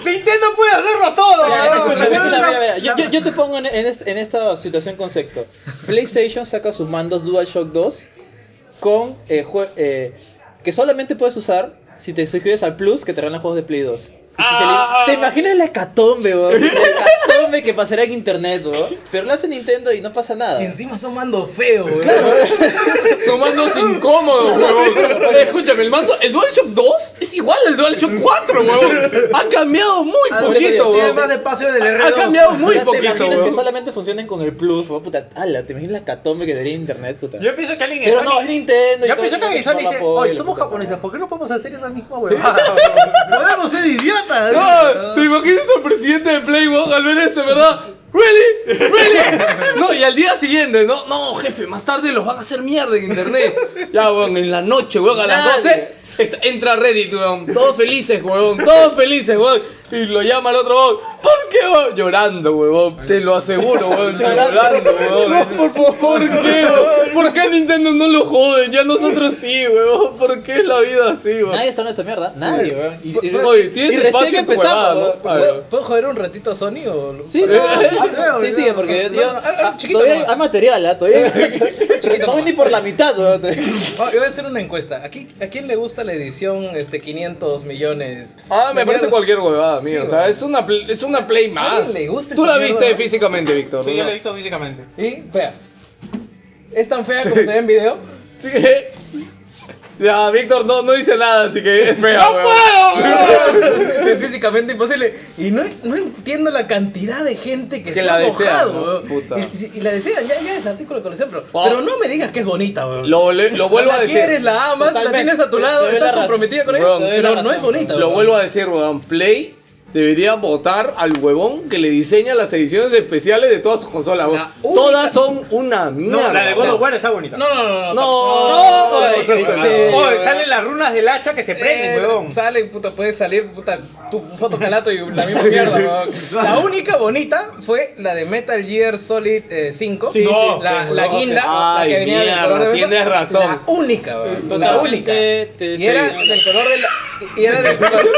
D: Nintendo puede hacerlo todo.
B: Ya,
D: weón.
B: escucha,
F: no,
B: mira,
F: no,
B: mira, mira, Yo,
F: no.
B: yo- yo te pongo en, en este- en esta situación concepto. PlayStation saca sus mandos DualShock 2 con eh, jue- eh, que solamente puedes usar si te suscribes al Plus que te regalan juegos de Play 2. Y si se
D: Ah.
B: li- ¿Te imaginas la hecatombe, weón? La hecatombe que pasará en internet, weón. Pero lo hace Nintendo y no pasa nada.
C: Y encima son mando feo, weón.
A: Son mandos incómodos, huevón. Escúchame, el mando, el DualShock 2 es igual al DualShock 4, huevón. Ha cambiado muy
B: Ah, por eso
A: poquito,
B: yo-
F: Tiene
A: huevón.
F: más espacio en el
A: Ha
F: R2.
A: cambiado muy
B: o sea, te
A: poquito,
B: imaginas que
A: huevón.
B: solamente funcionen con el Plus, weón. Puta, ala, te imaginas la hecatombe que debería internet, puta.
D: Yo pienso que alguien en
B: Pero no, es
D: Sony.
B: Nintendo. y
D: Yo
B: todo
D: pienso
B: eso,
D: que alguien
B: tiene
D: en Sony
B: que
D: dice:
B: tomar la
D: Oye,
B: polla,
D: somos
B: puta.
D: japoneses, ¿por qué no podemos hacer esa misma huevada?
F: Podemos ser idiotas.
A: No, Ah, ¿te imaginas al presidente de Playboy al ver eso, verdad? ¿Really? ¿Really? No, y al día siguiente, no, no, jefe, más tarde los van a hacer mierda en internet. Ya, weón, en la noche, weón, a las 12, está- entra Reddit, weón, todos felices, weón, todos felices, weón. Y lo llama el otro, weón, ¿por qué, weón? Llorando, weón, te lo aseguro, weón, llorando, weón.
B: por favor.
A: ¿Por qué, weón? ¿Por qué a Nintendo no lo joden? Ya nosotros sí, weón, ¿por qué es la vida así, weón?
B: Nadie está en esa mierda. Nadie, weón. Y- y-
A: Oye, tienes
B: y recién
A: espacio en tu
B: empezamos,
A: huevada, ¿no?
B: weón.
A: A ver.
C: ¿Puedo, puedo joder un ratito a Sony o.?
B: Sí, no, sí, sí, porque yo, yo-
C: No, no, ah, ah, chiquito
B: todavía hay,
C: nomás.
B: hay material, ¿ah? todavía no voy ni por la mitad. weón.
C: Oh, yo voy a hacer una encuesta. ¿Aquí, ¿A quién le gusta la edición este 500 millones?
A: Ah, me
C: La
A: parece
C: mierda.
A: cualquier huevada,
C: Sí,
A: mío. o sea,
C: huevada.
A: es una, pl- es una play más.
C: alguien le gusta
A: Tú
C: esta
A: la
C: mierda,
A: viste
C: no?
A: físicamente, Víctor.
D: Sí,
A: ¿no?
D: yo lo he visto físicamente.
C: Y fea. Es tan fea como se ve en video.
A: Sí. Ya, Víctor no, no dice nada, así que es fea, ¡No
B: Ah.
C: es físicamente imposible. Y no, no entiendo la cantidad de gente que,
A: Que
C: se
A: la
C: ha
A: desea, ¿no?
C: mojado. weón.
A: Puta.
C: Y, y la desean, ya, ya es artículo de colección, pero,
A: Wow.
C: pero no me digas que es bonita, weón.
A: Lo, vole- lo vuelvo
C: la
A: a
C: quieres,
A: decir.
C: la amas, la
B: Totalmente.
C: tienes a tu
B: Te-
C: lado,
B: te doy la
C: estás
B: razón.
C: comprometida con ella,
A: Weón, te doy
B: la
C: pero no
B: razón,
C: es bonita.
A: Lo
C: weón.
A: vuelvo a decir, weón. Play debería votar al huevón que le diseña las ediciones especiales de todas sus consolas, weón.
C: La única-
A: Todas son una mierda.
D: No, la de God of War está bonita.
C: No, no, no,
A: No,
C: no. no,
A: no,
C: no,
A: sí,
C: no,
A: sí.
C: no,
D: Oye,
C: no.
D: salen las runas del hacha que se prenden,
C: Eh,
D: huevón.
C: Sale, puta, puede salir, puta, tu foto calato y la misma mierda, weón. La única bonita fue la de Metal Gear Solid eh, 5.
D: Sí, No, sí.
C: la, la guinda, la
A: Ay,
C: que venía del
A: mierda,
C: color de mesa.
A: tienes razón.
C: La única, weón. La única.
B: Totalmente te-
C: Y era
B: te-
C: del color de la. Y era del color,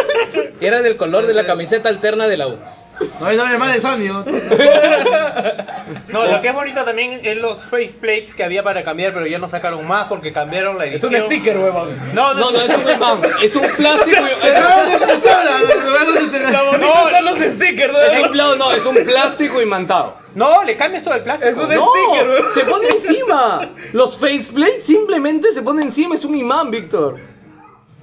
C: y era del color de la camiseta alterna de la U.
F: No hay nada más de Sony. ¿no?
D: No, lo que es bonito también es los faceplates que había para cambiar, pero ya no sacaron más porque cambiaron la
C: Es
D: edición.
C: un sticker, weón.
A: No, no, no, es un imán. Es un plástico. es un-
C: Lo bonito son los stickers,
A: es un
C: weón.
A: pla- no, es un plástico imantado.
D: No, le cambias todo el plástico.
C: Es un
A: No,
C: sticker, weón.
A: se pone encima. Los faceplates simplemente se pone encima. Es un imán, Víctor.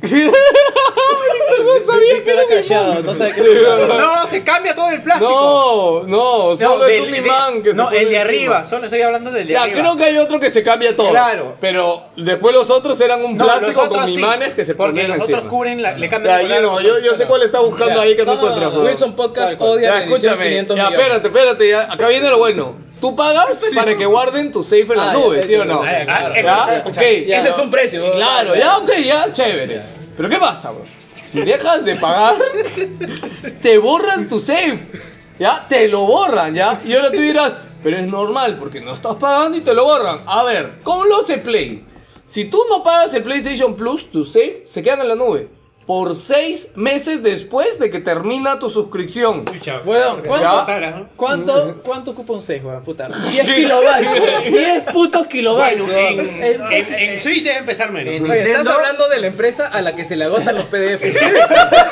A: Víctor no sabía que
B: Víctor
A: era
B: ha
A: un imán.
B: crasheado, no sabe qué le pasa.
D: No, se cambia todo el plástico.
A: No, no, solo es
D: del-
A: un
D: de-
A: imán que se
D: No,
A: pone
D: el de
A: encima.
D: arriba, solo estoy hablando del de
A: Ya,
D: arriba.
A: creo que hay otro que se cambia todo.
D: Claro.
A: Pero después los otros eran un
D: No, los
A: plástico
D: otros
A: con
D: sí,
A: imanes que se
D: Porque
A: ponían
D: los
A: encima.
D: otros cubren, la, le cambian
A: Ya,
D: el
A: yo,
D: color.
A: no, yo, yo sé cuál está buscando ahí que no, encuentras. weón.
C: Wilson Podcast
A: Ya,
C: odia la edición
A: escúchame.
C: 500
A: Ya,
C: millones.
A: espérate, espérate. ya. Acá viene lo bueno. Tú pagas para que guarden tu safe en la
B: Ah,
A: nube,
B: ya,
A: ¿sí o no?
C: Ah, ya, claro.
A: ¿Ya? Ok.
C: Ese es un precio. weón.
A: Claro, ya, ok, ya, chévere. Pero ¿qué pasa, bro? Si dejas de pagar, te borran tu save. Ya, te lo borran, ya. Y ahora tú dirás, pero es normal porque no estás pagando y te lo borran. A ver, ¿cómo lo hace Play? Si tú no pagas el PlayStation Plus, tu save se quedan en la nube. Por seis meses después de que termina tu suscripción.
B: Weón,
A: Ya.
B: ¿cuánto,
D: Claro.
B: cuánto, cuánto ocupa un 6, weón? Puta, 10 kilobytes, weón. 10 putos kilobytes, weón.
D: En, en, en, Switch debe empezar menos.
C: Oye, estás
F: Nintendo-
C: hablando de la empresa a la que se le agotan los PDF.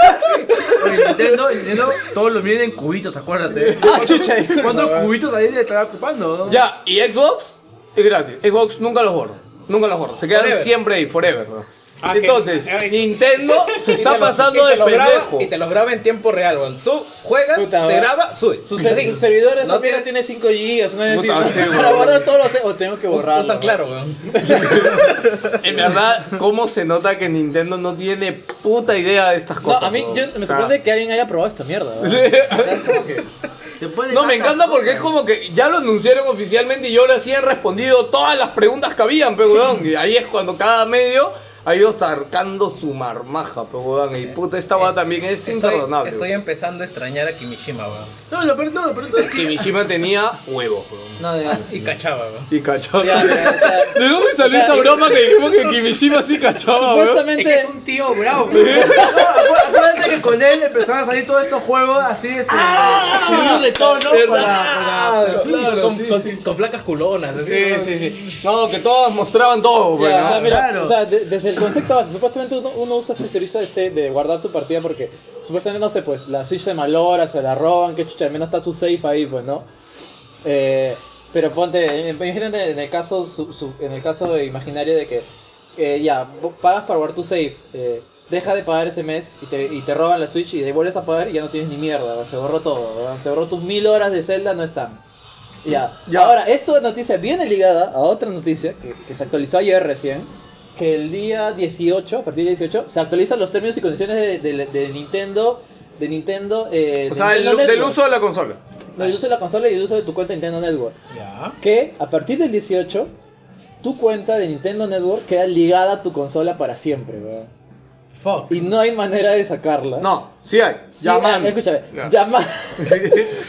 F: Oye, Nintendo, Nintendo, todos lo miden en cubitos, acuérdate.
B: Ah, chucha, disculpa,
F: ¿Cuántos
B: weón.
F: cubitos ahí le estará ocupando? no?
A: Ya, y Xbox es gratis. Xbox nunca los borro. Nunca los borro. Se quedan
C: Forever.
A: siempre ahí, forever. bro.
D: Ah, que-
A: Entonces,
D: eh,
A: Nintendo se
C: Y
A: está
C: te lo-
A: pasando
C: y
A: de
C: te lo graba-
A: pendejo.
C: Y te los graba en tiempo real, weón. Tú juegas,
B: Puta,
C: se
B: weón.
C: graba, sube.
B: Sus,
C: Así.
B: sus servidores
C: No
B: no tiene
C: tienes-
B: 5 gigas, no es decir,
A: Puta, sí,
B: para
A: weón.
B: borrar todos los... O tengo que
C: Us-
B: borrarlo.
C: Usan
B: ¿no?
C: claro, weón.
A: En verdad, ¿cómo se nota que Nintendo no tiene puta idea de estas
B: No,
A: cosas?
B: a mí
A: weón?
B: yo,
A: O
B: me
A: sea,
B: sorprende que alguien haya probado esta mierda. ¿verdad?
F: Después de
A: No, me
F: tantas
A: encanta porque
F: cosas.
A: es como que ya lo anunciaron oficialmente y yo le han respondido todas las preguntas que habían, pe weón. Y ahí es cuando cada medio ha ido sacando su marmaja, pe weón. Y puta,
B: Eh,
A: esta weá también es
C: Estoy,
A: imperdonable.
C: estoy empezando a extrañar a Kimishima, weón.
F: No, lo peor, no, lo peor todo es que.
A: Kimishima tenía huevos, weón.
B: No, ya.
C: Y cachaba, weón.
A: Y cachaba.
B: Ya, ya, o sea,
A: ¿De dónde salió
B: o sea,
A: esa
B: es-
A: broma que dijimos que Kimishima sí cachaba, weón?
D: Es que
B: Supuestamente...
D: es un tío bravo. pues.
F: No, acu- acuérdate que con él empezaban a salir todos estos juegos así, este. de- de tono
A: ¿verdad? Ah,
F: para, para, para- sí.
A: Claro,
C: con,
A: sí,
C: con-
A: sí.
C: con placas culonas, así,
A: Sí,
C: weón.
A: sí, sí. No, que todas mostraban todo, pues,
B: Ya,
A: weón.
B: o sea, mira,
F: claro.
B: o sea, de- desde el concepto base, supuestamente uno, uno usa este servicio de, se- de guardar su partida porque supuestamente, no sé, pues la Switch se malora, se la roban, que chucha, al menos está tu safe ahí, pues, ¿no? Eh, pero ponte, eh, imagínate en el caso, su- su- en el caso imaginario de que eh, ya, bo- pagas para guardar tu safe, eh, deja de pagar ese mes y te, y te roban la Switch y de ahí vuelves a pagar y ya no tienes ni mierda, ¿no? se borró todo, ¿no? se borró tus mil horas de Zelda, no están. Ya.
A: Mm, Ya.
B: Ahora, esta noticia viene ligada a otra noticia que, que se actualizó ayer recién. Que el día 18, a partir del 18, se actualizan los términos y condiciones de, de- de Nintendo. De Nintendo. eh,
A: O sea, el-
B: Nintendo
A: del
B: Network.
A: uso de la consola.
B: No, el uso de la consola y el uso de tu cuenta de Nintendo Network.
C: Ya.
B: Que a partir del 18, tu cuenta de Nintendo Network queda ligada a tu consola para siempre, weón.
C: Fuck.
B: Y no hay manera de sacarla.
A: No, sí hay.
B: Sí,
A: Llamando.
B: ah, escúchame,
A: Ya.
B: llama-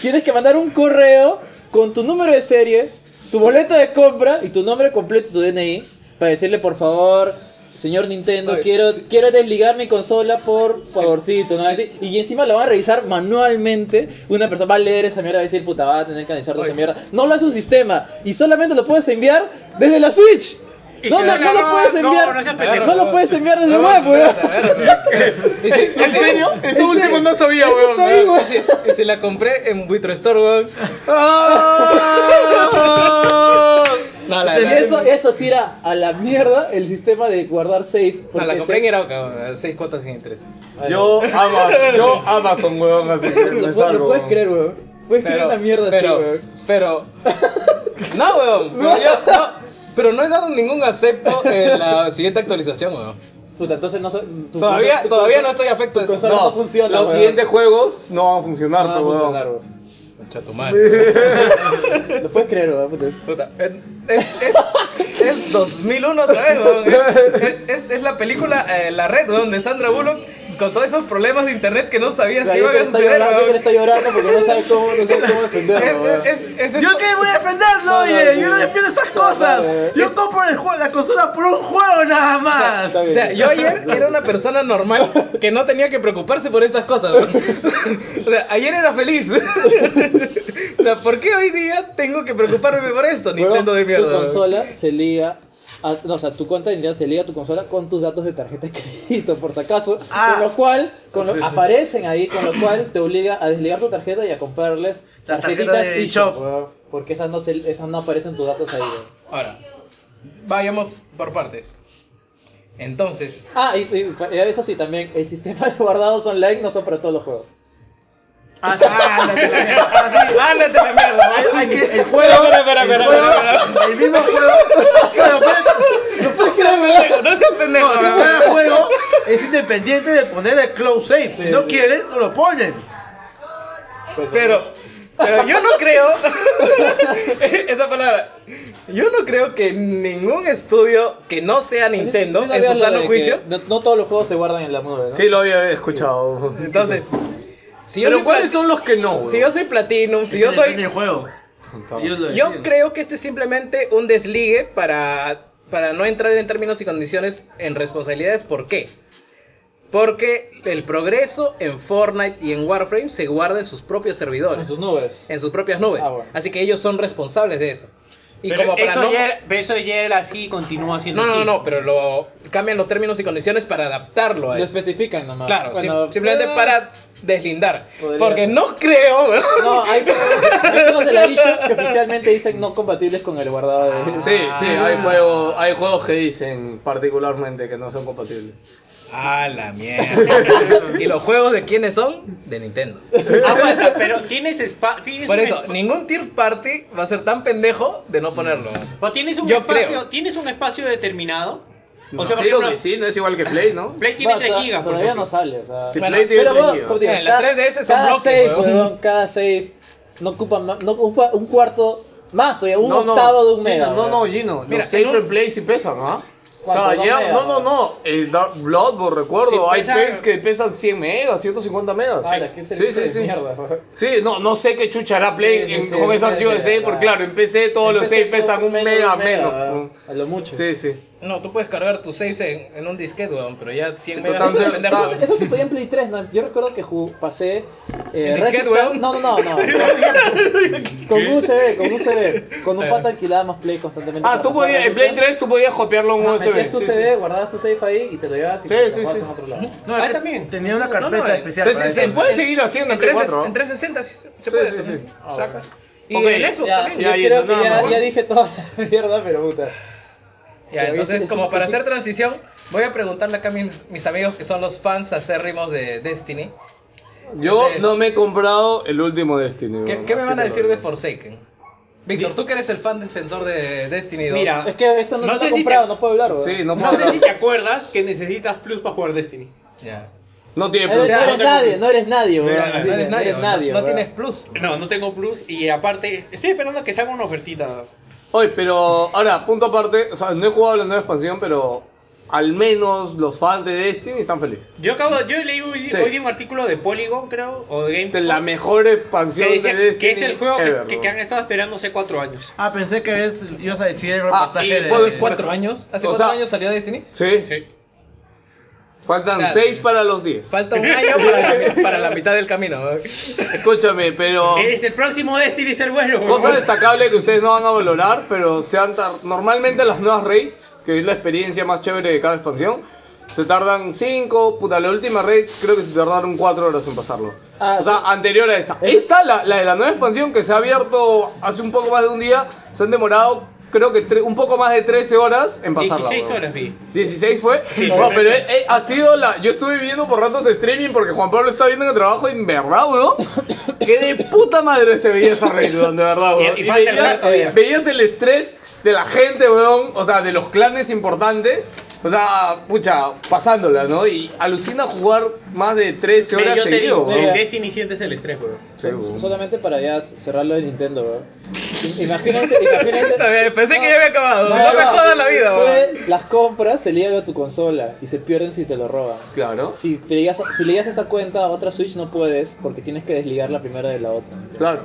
B: Tienes que mandar un correo con tu número de serie, tu boleta de compra y tu nombre completo, tu DNI, para decirle por favor, señor Nintendo,
C: Oye,
B: quiero,
C: sí,
B: quiero desligar mi consola por favorcito, ¿no? Así- y encima lo van a revisar manualmente. Una persona va a leer esa mierda, va a decir, puta, va a tener que analizar de esa
C: Oye.
B: mierda. No lo hace un sistema y solamente lo puedes enviar desde la Switch.
D: Y
B: No,
D: que
B: no,
D: no
B: no
D: la
B: lo puedes
D: roban, no,
B: enviar.
D: no seas pendejo.
B: No lo puedes enviar desde web, weón.
C: Y si-
A: ¿En serio? Eso último no sabía,
B: Eso
A: weón.
B: está ahí, weón.
C: y si- y si la compré en Buitro Store, weón.
A: ¡Ah!
C: No, la
B: Y
C: verdad.
B: eso, eso tira a la mierda el sistema de guardar safe.
C: No, la
B: porque
C: compré en
B: se-
C: Irauca, weón. Seis cuotas sin intereses.
A: Yo Amazon, yo Amazon, weón, así que
B: lo,
A: me
B: pu- lo
A: salgo.
B: puedes creer, weón. Puedes creer una mierda
C: pero,
B: así, weón.
C: Pero. No, weón. Pero, yo- no, pero no he dado ningún acepto en la siguiente actualización, weón.
B: Puta, entonces no. so- tu
C: Todavía,
B: consola- tu
C: todavía no
B: consola-
C: estoy afecto a
B: tu
C: eso.
B: consola- no funciona,
A: Los
B: weón.
A: siguientes juegos no van a funcionar,
B: no va a
A: weón.
B: funcionar, weón.
C: Concha tu madre.
B: Lo puedes creer, weón. puta.
C: Puta, Es, es, es 2001 otra vez, weón. ¿eh? Es, es, es la película eh, La Red, weón, de Sandra Bullock con todos esos problemas de internet que no sabías
B: Mira,
C: que
B: yo
C: iban
B: que
C: a
B: estoy
C: suceder,
B: llorando, yo que
C: weón.
B: le estoy llorando porque no sabe cómo, no sabe cómo defenderlo, weón.
C: Es, es, es, es
F: Yo
C: eso.
F: que voy a defenderlo,
B: No, no,
F: oye, yo
B: no.
F: Ah, no defiendo
B: No,
F: estas
B: no,
F: cosas.
B: no.
F: Yo compro el juego, la consola por un juego nada más.
B: Está bien.
C: O sea, yo ayer era una persona normal que no tenía que preocuparse por estas cosas. weón. O sea, ayer era feliz. O sea, ¿por qué hoy día tengo que preocuparme por esto,
B: Weón,
C: Nintendo de
B: Tu
C: mierda? weón?
B: consola se liga. a- no, o sea, tu cuenta de Nintendo se liga a tu consola con tus datos de tarjeta de crédito, por si acaso.
F: Ah.
B: Con lo cual, con lo- aparecen ahí, con lo cual te obliga a desligar tu tarjeta y a comprarles
F: Las tarjetas
B: tarjetitas
F: de
B: y
F: eShop.
B: Porque esas no, se- esas no aparecen tus datos ahí. weón.
C: Ahora, vayamos por partes. Entonces,
B: Ah, y, y- y eso sí, también, el sistema de guardados online no son para todos los juegos.
F: Ándate la mierda. Así, ándate la mierda. Hay- hay que- el juego,
A: Espera, espera, espera,
F: el,
A: espera,
F: juego,
A: espera.
F: el mismo juego.
B: No puedes creer, weón.
C: no seas pendejo,
F: No,
C: weón.
F: pero cada juego es independiente de poner el close save. Si no quieres, no lo ponen.
B: Pues,
C: Pero, pero yo no creo. esa palabra. Yo no creo que ningún estudio que no sea Nintendo,
B: Sí, sí,
C: en su
B: sabías lo de
C: sano
B: que
C: juicio.
B: No, no todos los juegos se guardan en la nube, ¿no?
A: Sí, lo había escuchado.
C: Entonces, si yo,
A: Pero
C: soy
A: ¿cuáles
C: plat-
A: son los que no? weón?
C: si yo soy Platinum, si yo
F: en el
C: soy.
F: juego. Ellos lo
C: Yo
F: deciden.
C: creo que este es simplemente un desligue para, para no entrar en términos y condiciones en responsabilidades. ¿Por qué? Porque el progreso en Fortnite y en Warframe se guarda en sus propios servidores.
B: En sus nubes.
C: en sus propias nubes.
B: Ah, bueno.
C: Así que ellos son responsables de eso. Y
D: Pero
C: como para
D: eso
C: no...
D: ya- pero eso ya era así y continúa siendo
C: No, no, no,
D: así.
C: no, pero lo cambian los términos y condiciones para adaptarlo a
B: Lo
C: eso.
A: Pues,
B: especifican nomás.
C: Claro,
B: Cuando- Ah.
C: sim- simplemente para
A: deslindar.
B: Podría
A: porque
B: ser.
A: no creo.
B: No, hay juegos, hay juegos de la Bishop que oficialmente dicen no compatibles con el guardado de.
A: Sí, sí, hay juegos, hay juegos que dicen particularmente que no son compatibles.
C: Ah, la mierda. ¿Y los juegos de quiénes son? De Nintendo.
D: Aguanta, pero tienes spa- tienes
C: Por
D: un
C: eso,
D: esp-
C: ningún tier party va a ser tan pendejo de
A: Mm.
C: no ponerlo.
D: pero tienes un
C: yo
D: espacio,
C: creo.
D: tienes un espacio determinado.
A: No,
D: o sea, por
A: digo
D: ejemplo,
A: que sí, no es igual que Play, ¿no?
D: Play tiene
B: Bueno,
D: 3
B: to-
D: gigas. por
B: Todavía
D: ejemplo.
B: no sale, o sea.
A: Sí,
B: Bueno,
A: Play tiene
B: pero
A: tres
B: bueno,
A: gigas.
B: como te digo,
C: Mira, las
B: cada-
C: 3DS son
B: cada
C: bloques,
B: save,
C: weón.
B: weón, cada save no ocupa, ma- no ocupa un cuarto más, todavía un
A: no, no,
B: octavo de un mega.
A: Gino, no,
B: weón.
A: no, Gino.
C: Mira,
A: los save
C: en un-
A: en Play sí pesan, ¿no? O
B: ¿Cuánto?
A: sea,
B: ¿Dos
A: ya,
B: megas?
A: no, no, no, el Dark Bloodborne, recuerdo,
D: Sí,
A: hay
D: pesa-
A: saves que pesan 100 megas, 150 megas.
B: Ala, qué
A: sí,
B: servicio
A: sí,
B: de
A: sí.
B: mierda, weón.
A: Sí, no, no sé qué chucha hará Play
B: Sí, sí,
A: en-
B: sí,
A: con
B: sí,
A: ese archivo de
B: sí,
A: save, porque
B: claro.
A: claro, en PC todos los
B: Empecé
A: saves
B: con
A: pesan un
B: menos de
A: mega
B: un mega,
A: menos.
B: weón, A lo mucho.
A: Sí, sí.
C: No, tú puedes cargar tus saves en, en un disquete, weón, pero ya 100
A: Sí,
C: megas.
A: totalmente. Ah,
B: Eso,
C: es
B: eso-
C: pendejo.
B: eso- eso se podía en Play 3, ¿no? Yo recuerdo que ju- pasé eh,
C: ¿En disquete,
B: Resistance-
C: weón?
B: No, no, no, no. Con- Con USB, con USB. Con un pata alquilábamos Play constantemente.
A: Ah,
B: para
A: tú
B: pasar
A: podías, en Play
B: Resistance.
A: 3 tú podías copiarlo en
B: Ajá,
A: USB.
B: Ah, Metías tu
A: sí,
B: CD, guardabas tu safe ahí y te lo llevabas y
A: Sí,
B: te lo
A: sí,
B: jugabas
A: sí.
B: en otro lado.
F: No, es
D: Ah,
F: que
D: también.
F: Tenía una carpeta
C: no, eh.
F: especial.
A: Sí, sí,
F: para
A: se
F: eso.
A: puede seguir haciendo en
C: En,
A: Play
C: 360
A: 4.
C: en 360 sí se-
A: Sí,
C: se puede.
A: sí,
C: también.
A: sí. Ah,
C: Sacas. Y
A: Ok,
C: en Xbox
B: Ya,
C: también.
A: ya,
B: yo
A: ya,
B: creo
A: no,
B: que ya,
A: no.
B: ya dije toda la mierda, pero puta.
C: Ya,
B: Pero
C: entonces,
B: ese- ese-
C: como para
B: ese-
C: hacer transición, voy a preguntarle acá a mis, mis amigos que son los fans acérrimos de Destiny.
A: Yo
C: Sí.
A: no me he comprado el último Destiny.
C: ¿Qué,
A: weón,
C: qué me
A: así
C: van a
A: te lo
C: decir de
A: digo.
C: Forsaken? Víctor, tú que eres el fan defensor de Destiny 2.
A: Ah.
D: Mira,
B: Es que esto no,
D: No
B: se lo
D: sé
B: ha
D: si
B: comprado,
D: te-
B: no puedo hablar, weón.
A: Sí, no puedo
D: no sé
A: hablar.
D: si te acuerdas que necesitas Plus para jugar Destiny.
C: Ya.
A: No tiene
B: Eres-
A: plus.
B: No
C: sea,
B: eres
D: otra
B: nadie,
D: cosa.
B: no eres nadie, weón.
C: O sea,
B: Así
C: no
B: que
C: eres nadie, no, no
B: weón.
C: tienes plus.
D: No, no tengo Plus y aparte estoy esperando a que salga una ofertita.
A: Oye, pero ahora, punto aparte, o sea, no he jugado la nueva expansión, pero al menos los fans de Destiny están felices.
D: Yo acabo, yo leí hoy,
A: Sí.
D: hoy día un artículo de Polygon, creo, o de
A: Esta es Este, la
D: GameStop,
A: mejor expansión
D: que decía
A: de Destiny.
D: que es el juego que-
A: ever,
D: que,
A: weón.
D: que han estado esperando hace cuatro años.
F: Ah, pensé que es, ibas a decir el
A: Ah,
F: reportaje
A: y
F: de.
A: puedo-
F: de-
C: ¿Cuatro años? ¿Hace
A: O
C: cuatro
A: sea-
C: años salió Destiny?
A: Sí.
D: Sí.
A: Faltan
C: O sea,
A: 6 para los 10.
C: Falta un año para la, para la mitad del camino. ¿no?
A: Escúchame, pero.
D: Eres Oh. el próximo Destiny, es el vuelo.
A: Cosa
D: weón.
A: destacable que ustedes no van a valorar, pero se han tar- normalmente las nuevas raids, que es la experiencia más chévere de cada expansión, se tardan 5, puta, la última raid creo que se tardaron 4 horas en pasarlo.
B: Ah,
A: o sea,
B: sí.
A: anterior a esta. Esta, la, la de la nueva expansión que se ha abierto hace un poco más de un día, se han demorado creo que tre- un poco más de 13 horas en pasarla.
D: 16
A: weón.
D: horas vi.
A: 16 fue.
D: Sí.
A: No, pero eh, eh, ha sido la. Yo estuve viendo por ratos streaming porque Juan Pablo está viendo en el trabajo y en verdad, weón. Que de puta madre se veía esa raid, weón, de verdad, weón.
D: Y- y
A: Y,
D: falta el
A: veías,
D: resto, todavía.
A: veías el estrés de la gente, weón. O sea, de los clanes importantes. O sea, pucha, pasándola, ¿no? Y alucina jugar más de 13
D: Sí,
A: horas
D: yo te
A: seguido,
D: digo,
A: weón.
D: en
B: weón.
D: Destiny sientes el estrés, weón.
A: Sí,
B: Sol-
A: weón.
B: solamente para ya cerrarlo de Nintendo, weón. I- Imagínense, imagínense.
C: Está bien, pensé que ya había acabado. No,
B: No,
C: me
B: no,
C: jodas la vida.
B: fue-
C: weón.
B: Las compras se ligan a tu consola y se pierden si te lo roban.
A: Claro.
B: Si, te ligas, si ligas esa cuenta a otra Switch no puedes porque tienes que desligar la primera de la otra.
A: Claro.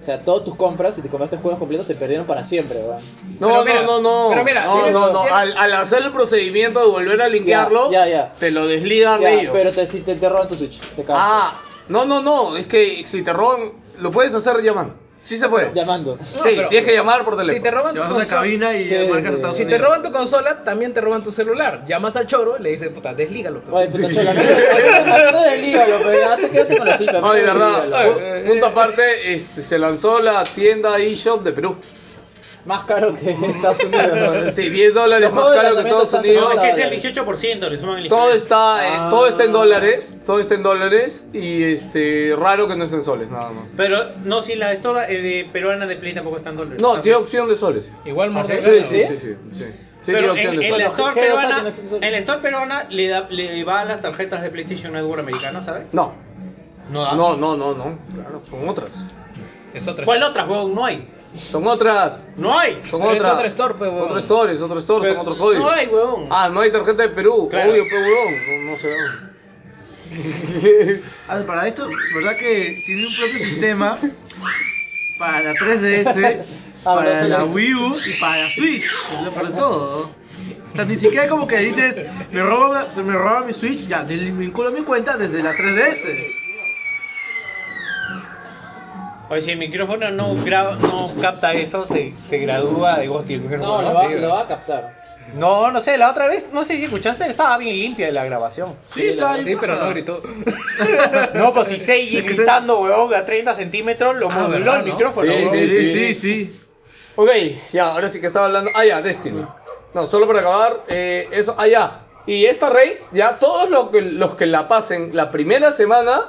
B: O sea, todas tus compras, si te compraste juegos completos, se perdieron para siempre, weón.
A: No,
C: Pero
A: no,
C: mira,
A: no, no.
C: pero mira,
A: no,
C: tienes-
A: no, no.
C: tienes-
A: Al, al hacer el procedimiento de volver a linkearlo,
B: ya, ya.
A: te lo desligan
B: Ya,
A: ellos.
B: pero te, si te, te roban tu Switch, te cagas.
A: Ah, no, no, no, es que si te roban, lo puedes hacer llamando. Sí se puede.
B: Llamando.
C: No,
A: sí,
C: pero-
A: tienes que llamar por teléfono.
C: Si te roban
F: Te
C: tu
F: vas a una
C: consola.
F: cabina pues, y
B: Sí,
F: marcas
B: sí.
F: Estados
C: Si te
F: Unidos.
C: roban tu consola, también te roban tu celular. Llamas al choro, le dices, puta, deslígalo. pe.
B: Oye, puta chola, no, no, no deslígalo, pero ya te quédate con la Switch. pero
A: No, de
B: no
A: verdad,
B: deslígalo.
A: pu- punto aparte, este, se lanzó la tienda eShop de Perú.
B: Más caro que Estados Unidos, weón.
A: Sí, 10 dólares
B: Los
A: más
B: juegos de
A: caro que
B: lanzamiento
A: Estados
B: están
A: Unidos.
D: No,
B: Dólares.
D: que es el 18%, le suman el
A: Todo
D: 18%.
A: está,
C: Ah.
A: eh, todo está en dólares, todo está en dólares y este raro que no esté en soles, nada más.
D: Pero no, si la estora eh, de peruana de Play tampoco está en dólares.
A: No, tiene opción de soles.
C: Igual
A: Sí,
C: Mordor.
A: sí,
C: gana,
A: sí,
C: ¿no?
A: sí, sí. sí. Sí, tiene
D: Pero
A: opción
D: en,
A: de
D: en la
A: soles.
D: store
B: ¿qué vas a
D: peruana,
B: hacer?
D: en la store peruana le, da, le va a las tarjetas de PlayStation Network americana, ¿sabes?
A: No,
D: No
C: Ah.
D: da.
A: no, no, no, no. Claro, son otras.
C: Es otra
D: ¿Cuál otra, weón? No hay.
A: Son otras.
D: No hay.
A: Son
C: Pero es
A: otras.
C: otra store, pe, huevón.
A: Otro store, es otro store, son otros códigos.
D: No hay, weón.
A: Ah, no hay tarjeta de Perú.
D: Claro.
A: Obvio, pe, huevón. No, no se ve.
F: Ah, para esto, ¿verdad que tiene un propio sistema para la 3DS,
B: Ah,
F: para
B: ¿verdad?
F: la Wii U y para la Switch? o sea, Para todo. O sea, ni siquiera como que dices, me roba, se me roba mi Switch, ya, desvinculo mi cuenta desde la 3DS.
D: Oye, si el micrófono no, graba, no capta eso, se, se gradúa de Ghost
B: No, lo va, lo va a captar.
H: No, no sé, la otra vez, no sé si escuchaste, estaba bien limpia la grabación.
F: Sí, está ahí.
C: Sí, pero no gritó.
H: No, pues si Seiji gritando, huevón, a 30 centímetros, lo moduló
C: ¿verdad,
H: el
C: no?
H: micrófono,
A: Ah, Sí,
H: huevón.
F: Sí, sí, sí, sí.
A: Ok, ya, ahora sí que estaba hablando. Ah, ya, Destiny. No, solo para acabar, eh, eso, ah, ya. Y esta rey, ya todos lo que- los que la pasen la primera semana,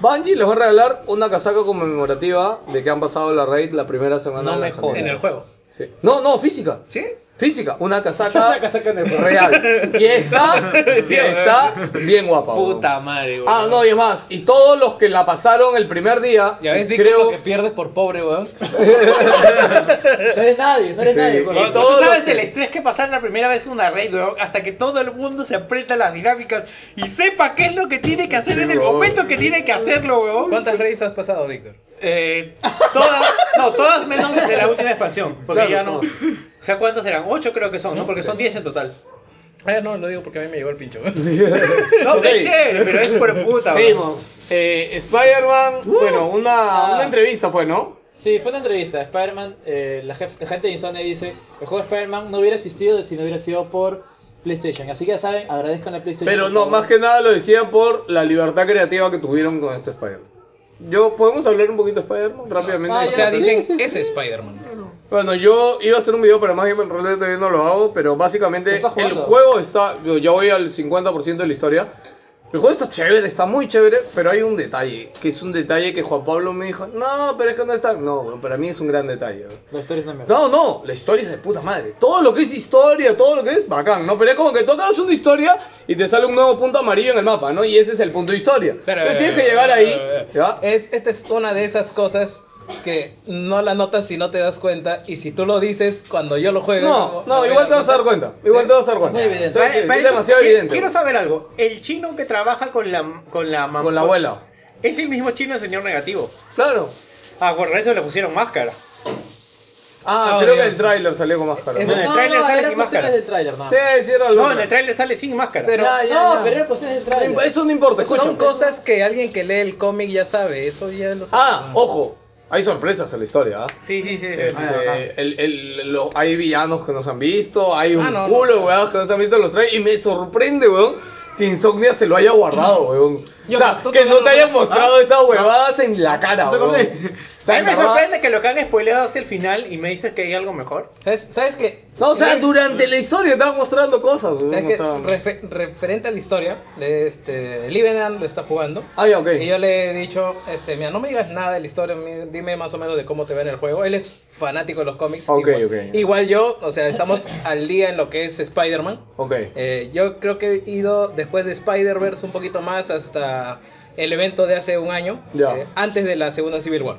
A: Bungie les va a regalar una casaca conmemorativa de que han pasado la raid la primera semana.
H: No
A: de
H: me
A: lanzamiento.
H: jodas.
C: En el juego.
A: Sí. No, no, física.
C: ¿Sí?
A: Física, una casaca,
C: Una casaca en el juego.
A: real. Y está,
C: Sí,
A: está bien guapa. weón.
H: Puta madre, huevón.
A: Ah, no, y es más, y todos los que la pasaron el primer día,
C: Ya ves, Víctor,
A: creo
C: lo que pierdes por pobre, weón. no eres nadie, no eres
A: Sí.
C: nadie.
A: Y
C: Por...
H: Tú
A: todos
H: sabes
A: los Eh, que-
H: el estrés que pasar la primera vez en una raid, weón, hasta que todo el mundo se aprieta las dinámicas y sepa qué es lo que tiene que hacer en el
A: weón.
H: momento que tiene que hacerlo, weón.
C: ¿Cuántas raids has pasado, Víctor?
H: Eh, todas, no, todas menos de la última expansión, porque
A: Claro,
H: ya no. O
A: todas.
H: sea, ¿cuántas eran? Ocho creo que son, ¿no? Porque son 10 en total.
C: Ah, no, lo digo porque a mí me llegó el pincho.
H: No,
A: Ok.
H: qué chévere, pero es por puta, weón.
A: Seguimos. Eh, Spider-Man, bueno, una, Ah, una entrevista fue, ¿no?
B: Sí, fue una entrevista. Spider-Man, eh, la, jef- la gente de Insomnia dice: el juego de Spider-Man no hubiera existido si no hubiera sido por PlayStation. Así que ya saben, agradezcan a PlayStation.
A: Pero
B: por
A: no,
B: favor.
A: más que nada lo decía por la libertad creativa que tuvieron con este Spider-Man. Yo, ¿podemos hablar un poquito de Spider-Man rápidamente?
B: Ah,
C: O sea,
B: sí,
C: dicen,
B: sí, sí.
C: es Spider-Man.
A: Bueno, yo iba a hacer un video para más Game Roll, todavía no lo hago, pero básicamente
B: ¿Estás
A: el
B: jugando?
A: juego está. Yo ya voy al 50% de la historia. El juego está chévere, está muy chévere, pero hay un detalle, que es un detalle que Juan Pablo me dijo, no, pero es que no está. No, para mí es un gran detalle.
B: La historia es la mejor.
A: No, no, la historia es de puta madre. Todo lo que es historia, todo lo que es bacán, ¿no? Pero es como que tocas una historia y te sale un nuevo punto amarillo en el mapa, ¿no? Y ese es el punto de historia. Entonces tienes que llegar ahí, ¿ya?
C: Es, esta es una de esas cosas que no la notas si no te das cuenta. Y si tú lo dices cuando yo lo juego.
A: No,
C: como-
A: no,
C: me
A: igual
C: doy
A: te vas a dar cuenta. Igual
C: ¿Sí?
A: te vas a dar cuenta.
B: Muy evidente.
A: Sí,
H: Pare-
A: sí, es
H: parece-
A: demasiado
H: qui-
A: evidente.
H: Quiero saber algo. El chino que trabaja con la con la mam-
A: Con la abuela.
H: Es el mismo chino del señor negativo.
A: Claro.
H: Ah, por eso le pusieron máscara.
A: Ah,
C: Oh,
A: creo
C: Dios.
A: que el tráiler salió con máscara.
C: Es-
A: Sí,
H: en el
B: no,
H: tráiler
B: no,
H: sale
B: eran
H: sin
B: cuestiones
H: máscara.
B: del tráiler, nada. más.
A: sí, era
H: No, en el trailer sale sin máscara.
C: Pero-
A: Ya, ya,
B: No,
A: ya.
B: pero eran cuestiones del tráiler.
A: Eso no importa, escucha.
C: Son cosas que alguien que lee el cómic ya sabe. Eso ya lo sabe.
A: Ah, ojo. Hay sorpresas en la historia, ¿ah?
H: Sí, sí, sí. sí.
A: Este, el- el- lo- hay villanos que nos han visto, hay un
C: Ah, no, no.
A: culo, weón, que nos han visto en los trailers. Y me sorprende, weón, que Insomnia se lo haya guardado, weón. o
C: Yo,
A: sea,
C: pero tú
A: que
C: todavía
A: no
C: no
A: te
C: lo
A: hayan
C: ves.
A: mostrado esas huevadas en la cara,
F: te
A: weón. O
F: acordé.
H: a
A: sea,
H: mí
A: en
H: me
A: verdad-
H: sorprende que lo que han spoileado es el final y me dices que hay algo mejor.
C: ¿Sabes, ¿Sabes qué?
A: No, o sea, durante la historia te van mostrando cosas, weón.
C: ¿Sabes
A: o
C: qué?
A: sea.
C: Refe- referente a la historia, de este, Livenan lo está jugando.
A: Ah, ya, ok.
C: Y yo le he dicho, este, mira, no me digas nada de la historia, mi- dime más o menos de cómo te ve en el juego. Él es fanático de los cómics.
A: Ok,
C: igual,
A: ok.
C: igual yo, o sea, estamos al día en lo que es Spider-Man.
A: Ok.
C: Eh, yo creo que he ido después de Spider-Verse un poquito más hasta el evento de hace un año,
A: Ya.
C: eh, antes de la segunda Civil War.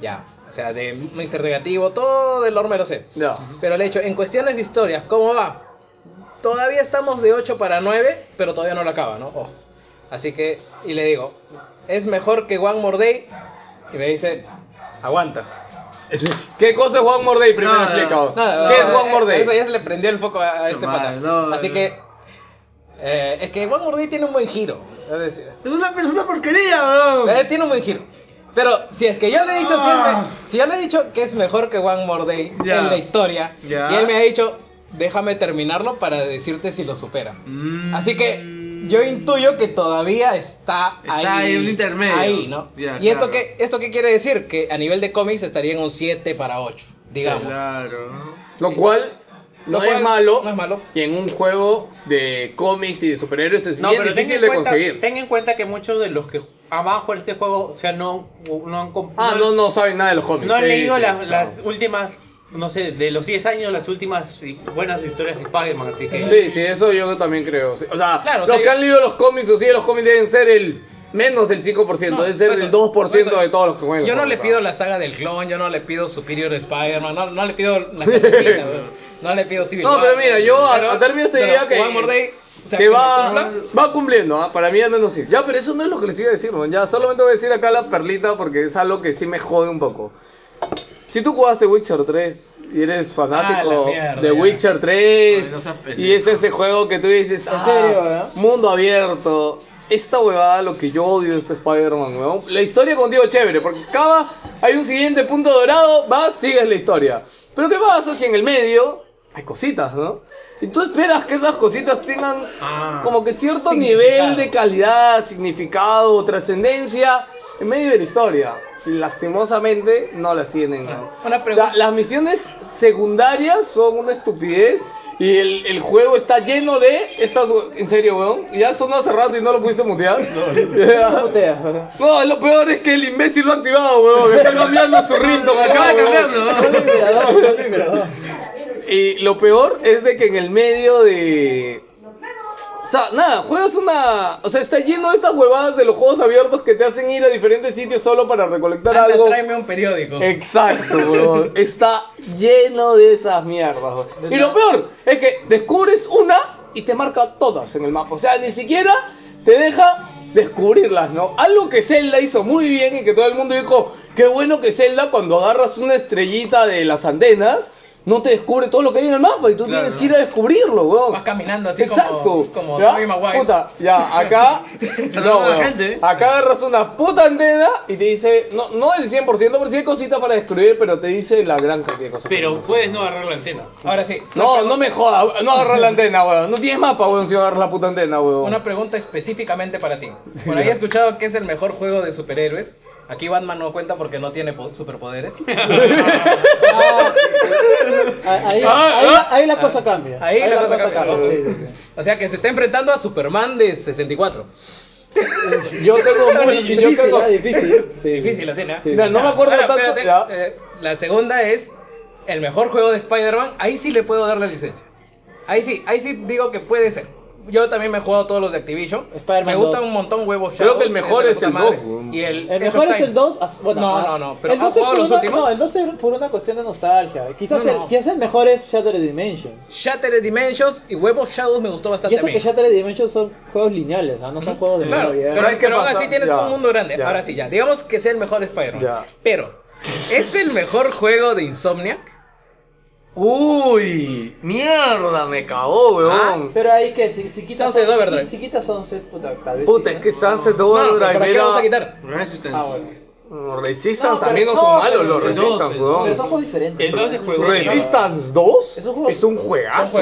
C: Ya, o sea, de Mr. Negativo, todo el lore me lo sé.
A: Ya.
C: Pero el hecho, en cuestiones de historias, ¿cómo va? Todavía estamos de 8 para 9, pero todavía no lo acaba, ¿no? Ojo. Así que, y le digo, es mejor que One More Day. Y me dice, aguanta.
A: ¿Qué cosa es One More Day? Primero
F: Nada,
A: explica.
F: nada,
A: ¿Qué
C: No,
A: es One More Day?
C: Eso ya se le prendió el foco a a este
F: madre,
C: pata.
F: no,
C: Así
F: no.
C: que, eh, es que One More Day tiene un buen giro. Es decir,
F: Es una persona porquería, weón.
C: eh, tiene un buen giro. Pero si es que yo le he dicho siempre, si yo le he dicho que es mejor que One More Day
F: Ah. Ya.
C: en la historia,
F: Ya.
C: y él me ha dicho, déjame terminarlo para decirte si lo supera.
F: Mm.
C: Así que yo intuyo que todavía está,
F: Está
C: ahí.
F: ahí un intermedio.
C: Ahí, ¿no?
F: Ya,
C: ¿Y esto,
F: claro.
C: qué, esto qué quiere decir? Que a nivel de cómics estaría en un 7 para 8, digamos.
F: Claro.
A: Lo cual no
C: Lo cual
A: es malo.
C: no es malo.
A: Y en un juego de cómics y de superhéroes es
H: No,
A: bien
H: pero ten
A: difícil
H: en,
A: de
H: cuenta,
A: conseguir.
H: ten en cuenta que muchos de los que abajo de este juego, o sea, no, no han comp-
A: Ah, no, no saben nada de los cómics.
H: no han
A: Sí,
H: leído
A: sí,
H: las,
A: claro.
H: las últimas, no sé, de los 10 años, las últimas sí, buenas historias de Spider-Man, así que...
A: Sí, sí, eso yo también creo. sí. O sea,
C: Claro, o
A: los
C: sea,
A: que
C: yo-
A: han leído los cómics o sí, los cómics deben ser el menos del 5%,
C: No,
A: deben ser
C: por eso,
A: el 2%
C: por eso,
A: de todos los que juegan.
C: Yo no le pido la saga del clon, yo no le pido Superior Spider-Man, no, no le pido la cantina, weón. no le pido Civil
A: No,
C: War.
A: pero mira, yo a-
C: Pero-
A: a términos te
C: pero
A: diría que-
C: One More Day, o sea,
A: que va,
C: me cumpla.
A: va cumpliendo, ¿ah? para mí al menos sí. Ya, pero eso no es lo que les iba a decir, man. ya solamente voy a decir acá la perlita porque es algo que sí me jode un poco. Si tú jugaste Witcher 3 y eres fanático
C: Ah, la mierda,
A: de
C: ya.
A: Witcher 3
F: Ay, no seas pendejo.
A: y es ese juego que tú dices, ah, mundo abierto, esta huevada lo que yo odio de este Spider-Man, huevón. La historia contigo es chévere, porque cada hay un siguiente punto dorado, vas, sigues la historia. Pero ¿qué pasa si en el medio hay cositas, ¿no? Y tú esperas que esas cositas tengan
I: Ah,
A: como que cierto
I: significado.
A: nivel de calidad, significado, trascendencia en medio de la historia. Lastimosamente no las tienen. ¿no?
C: Una
A: O sea,
C: pregunta.
A: las misiones secundarias son una estupidez y el, el juego está lleno de estas... En serio, weón. Ya sonó hace rato y no lo pudiste mutear. No, no, lo peor es que el imbécil lo ha activado, weón. Está cambiando su ritmo acá, weón. Y lo peor es de que en el medio de... O sea, nada, juegas una... O sea, está lleno de estas huevadas de los juegos abiertos que te hacen ir a diferentes sitios solo para recolectar
C: Anda,
A: algo.
C: tráeme un periódico.
A: Exacto, weón. Está lleno de esas mierdas, weón. Y lo peor es que descubres una y te marca todas en el mapa. O sea, ni siquiera te deja descubrirlas, ¿no? Algo que Zelda hizo muy bien y que todo el mundo dijo, qué bueno que Zelda cuando agarras una estrellita de las andenas, no te descubre todo lo que hay en el mapa y tú tienes que ir a descubrirlo, weón.
C: Vas caminando así
A: Exacto.
C: como, como
A: ¿Ya?
C: Tobey Maguire.
A: Puta, ya, acá. no,
F: a la
A: weón.
F: gente.
A: Acá agarras una puta antena y te dice. No, no el 100%, pero sí hay cositas para describir, pero te dice la gran cantidad de cosas.
D: Pero puedes no agarrar la antena.
C: Ahora sí,
A: No, no me jodas, no agarras la antena, weón. No tienes mapa, weón, si agarras la puta antena, weón.
C: una pregunta específicamente para ti. Por ahí he escuchado que es el mejor juego de superhéroes. Aquí Batman no cuenta porque no tiene po- superpoderes.
B: Ahí,
A: Ah,
B: ahí-
A: ah.
B: ahí la cosa cambia.
C: Ahí la cosa cambia.
B: Sí, sí, sí.
C: O sea que se está enfrentando a Superman de 64.
A: Yo tengo muy. yo
B: Difícil,
A: tengo.
B: ah, difícil. Sí.
C: Difícil la tiene. ¿ah?
A: Mira, no me acuerdo
C: Ahora,
A: tanto.
C: espérate,
A: ya.
C: eh, la segunda es el mejor juego de Spider-Man. Ahí sí le puedo dar la licencia. Ahí sí, ahí sí digo que puede ser. Yo también me he jugado todos los de Activision.
B: Spider-Man
C: me gustan
B: 2.
C: un montón huevos
A: Creo que el
C: Shadows,
A: mejor
C: de
A: es
C: puta
A: el
C: madre.
A: 2, weón.
C: Y el,
B: El mejor es el 2. hasta- bueno,
C: No,
B: ah,
C: no, no, pero
B: el dos
C: ¿has
B: es
C: jugado
B: por
C: los
B: una-
C: últimos?
B: No, el 2 es por una cuestión de nostalgia. Quizás,
C: No,
B: el,
C: no.
B: quizás el mejor es Shattered Dimensions.
C: Shattered Dimensions y Web of Shadows me gustó
B: Y
C: bastante.
B: eso
C: a mí.
B: que Shattered Dimensions son juegos lineales, ah, no son juegos de
C: Claro,
B: mundo abierto.
C: pero,
A: ¿Sabes qué
C: pero aún
A: pasa?
C: así tienes
A: Ya,
C: un mundo grande.
A: ya.
C: Ahora sí, ya. Digamos que sea el mejor Spider-Man.
A: Ya.
C: Pero, ¿es el mejor juego de Insomniac?
A: Uy, mierda, me cagó,
C: Ah,
A: weón.
B: Pero ahí que si, si quitas
C: Sunset
B: 11,
C: Overdrive.
B: Si quitas 11, puta, tal vez.
A: Puta,
B: sí,
A: es
B: ¿no?
A: que Sunset
C: No, no,
A: Overdrive
C: pero ¿para qué
A: era-
C: lo vamos a quitar?
F: Resistance.
B: Ah, bueno.
A: No, Resistance
B: No, pero-
A: también no son
B: no,
A: malos,
B: pero-
A: los
F: pero-
A: Resistance,
F: no,
A: weón.
B: Pero son juegos diferentes.
D: El dos es
B: Sí,
D: juego
B: sí.
A: Resistance 2
B: Es un
A: juegazo,
B: juego-
C: un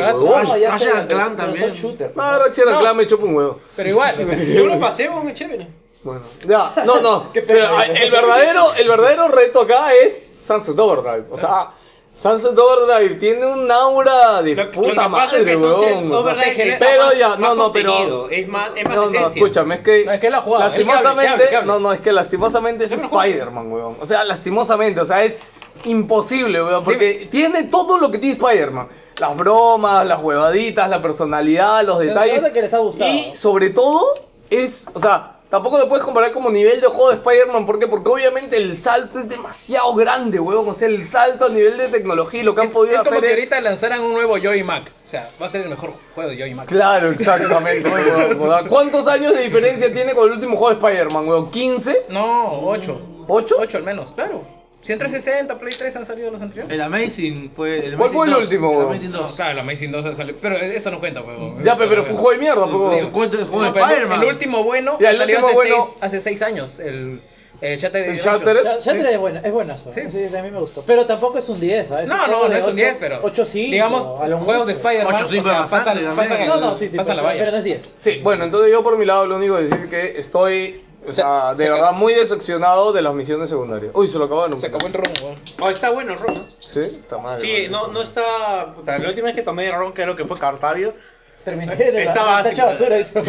C: juegazo.
A: weón.
B: Ah, ya
F: Ratchet
B: sé,
F: and Clank
B: pero Son
F: también.
B: shooter.
A: Ah, Ratchet and
C: No.
A: Clank me chupa un huevo.
C: Pero igual, o sea,
D: Yo lo pasé, weón, es chévere.
A: Bueno, ya, no, no.
B: Qué pena.
A: Pero, ah, el, verdadero, el verdadero reto acá es Sunset Overdrive. O sea, Sunset Overdrive tiene un aura de
D: Lo- lo que
A: puta
D: pasa es
A: madre,
D: que son
A: weón.
D: tres
A: O sea,
D: overlays que
A: genera-
D: está
A: pero
D: más-
A: ya, no,
D: más
A: no, pero.
D: contenido, Es más, es más
A: No, no,
D: esencia.
A: escúchame, es que.
C: No, es que él ha jugado, es que hable, que hable, que
A: Lastimosamente,
C: hable.
A: no, no, es que lastimosamente es
D: Yo me lo juego.
A: Spider-Man, weón. O sea, lastimosamente, o sea, es imposible, weón, porque tiene todo lo que tiene Spider-Man. Las bromas, las huevaditas, la personalidad, los
B: Pero
A: detalles.
B: se nota que les ha gustado.
A: Y sobre todo, es, o sea, tampoco lo puedes comparar como nivel de juego de Spider-Man, ¿por qué? Porque obviamente el salto es demasiado grande, weón. O sea, el salto a nivel de tecnología y lo que han
C: es,
A: podido
C: es
A: hacer
C: como que
A: es-
C: ahorita lanzaran un nuevo Joy Mac. O sea, va a ser el mejor juego de Joy Mac.
A: Claro, exactamente, weón. O sea, ¿Cuántos años de diferencia tiene con el último juego de Spider-Man, weón? ¿15?
C: No, 8.
A: ¿Ocho?
C: 8 al menos, claro. Si en 360, Play 3 han salido los anteriores.
F: El Amazing fue
A: ¿Cuál
F: el Amazing
A: fue el
F: 2,
A: último?
F: El Amazing 2.
C: Claro, la Amazing 2 ha salido. Pero eso no cuenta, huevón.
A: Ya, pe, pero fue un juego de mierda, po,
F: Fue
A: weón.
F: su cuenta de juego
C: No,
F: de
C: pero el,
F: Spider-Man.
C: el último bueno
A: Ya, el
C: salió
A: último
C: hace,
A: bueno-
C: seis, hace seis años. El, el Shattered
A: El
C: Dimensions.
A: Shattered-
B: Sh- Shattered es buena, es buenazo. ¿eh?
C: Sí.
B: Sí. a mí me gustó. Pero tampoco es un 10, ¿sabes?
C: No, no, no es un 10, pero.
B: 8 sí.
C: Digamos, juegos de Spider-Man.
F: 8,
C: O
F: cinco
C: sea,
F: es bastante
C: pasan,
F: también.
C: pasan,
B: No, no, sí, sí.
C: pasan
B: Pero,
C: la valla.
B: pero no es 10.
A: Sí, bueno, entonces yo por mi lado lo único que decir que estoy, o
C: Se-
A: sea, de
C: se
A: verdad
C: acabó.
A: muy decepcionado de las misiones secundarias. Uy, se lo acabaron.
C: Se acabó el rumbo, weón.
D: Oh, está bueno el ron, ¿no?
A: Sí, está mal.
D: Sí, no, no está. Puta, la última vez que tomé ron, que era lo que fue Cartario.
B: Terminé de
D: Está
B: la
D: básico.
B: tacha basura. hizo.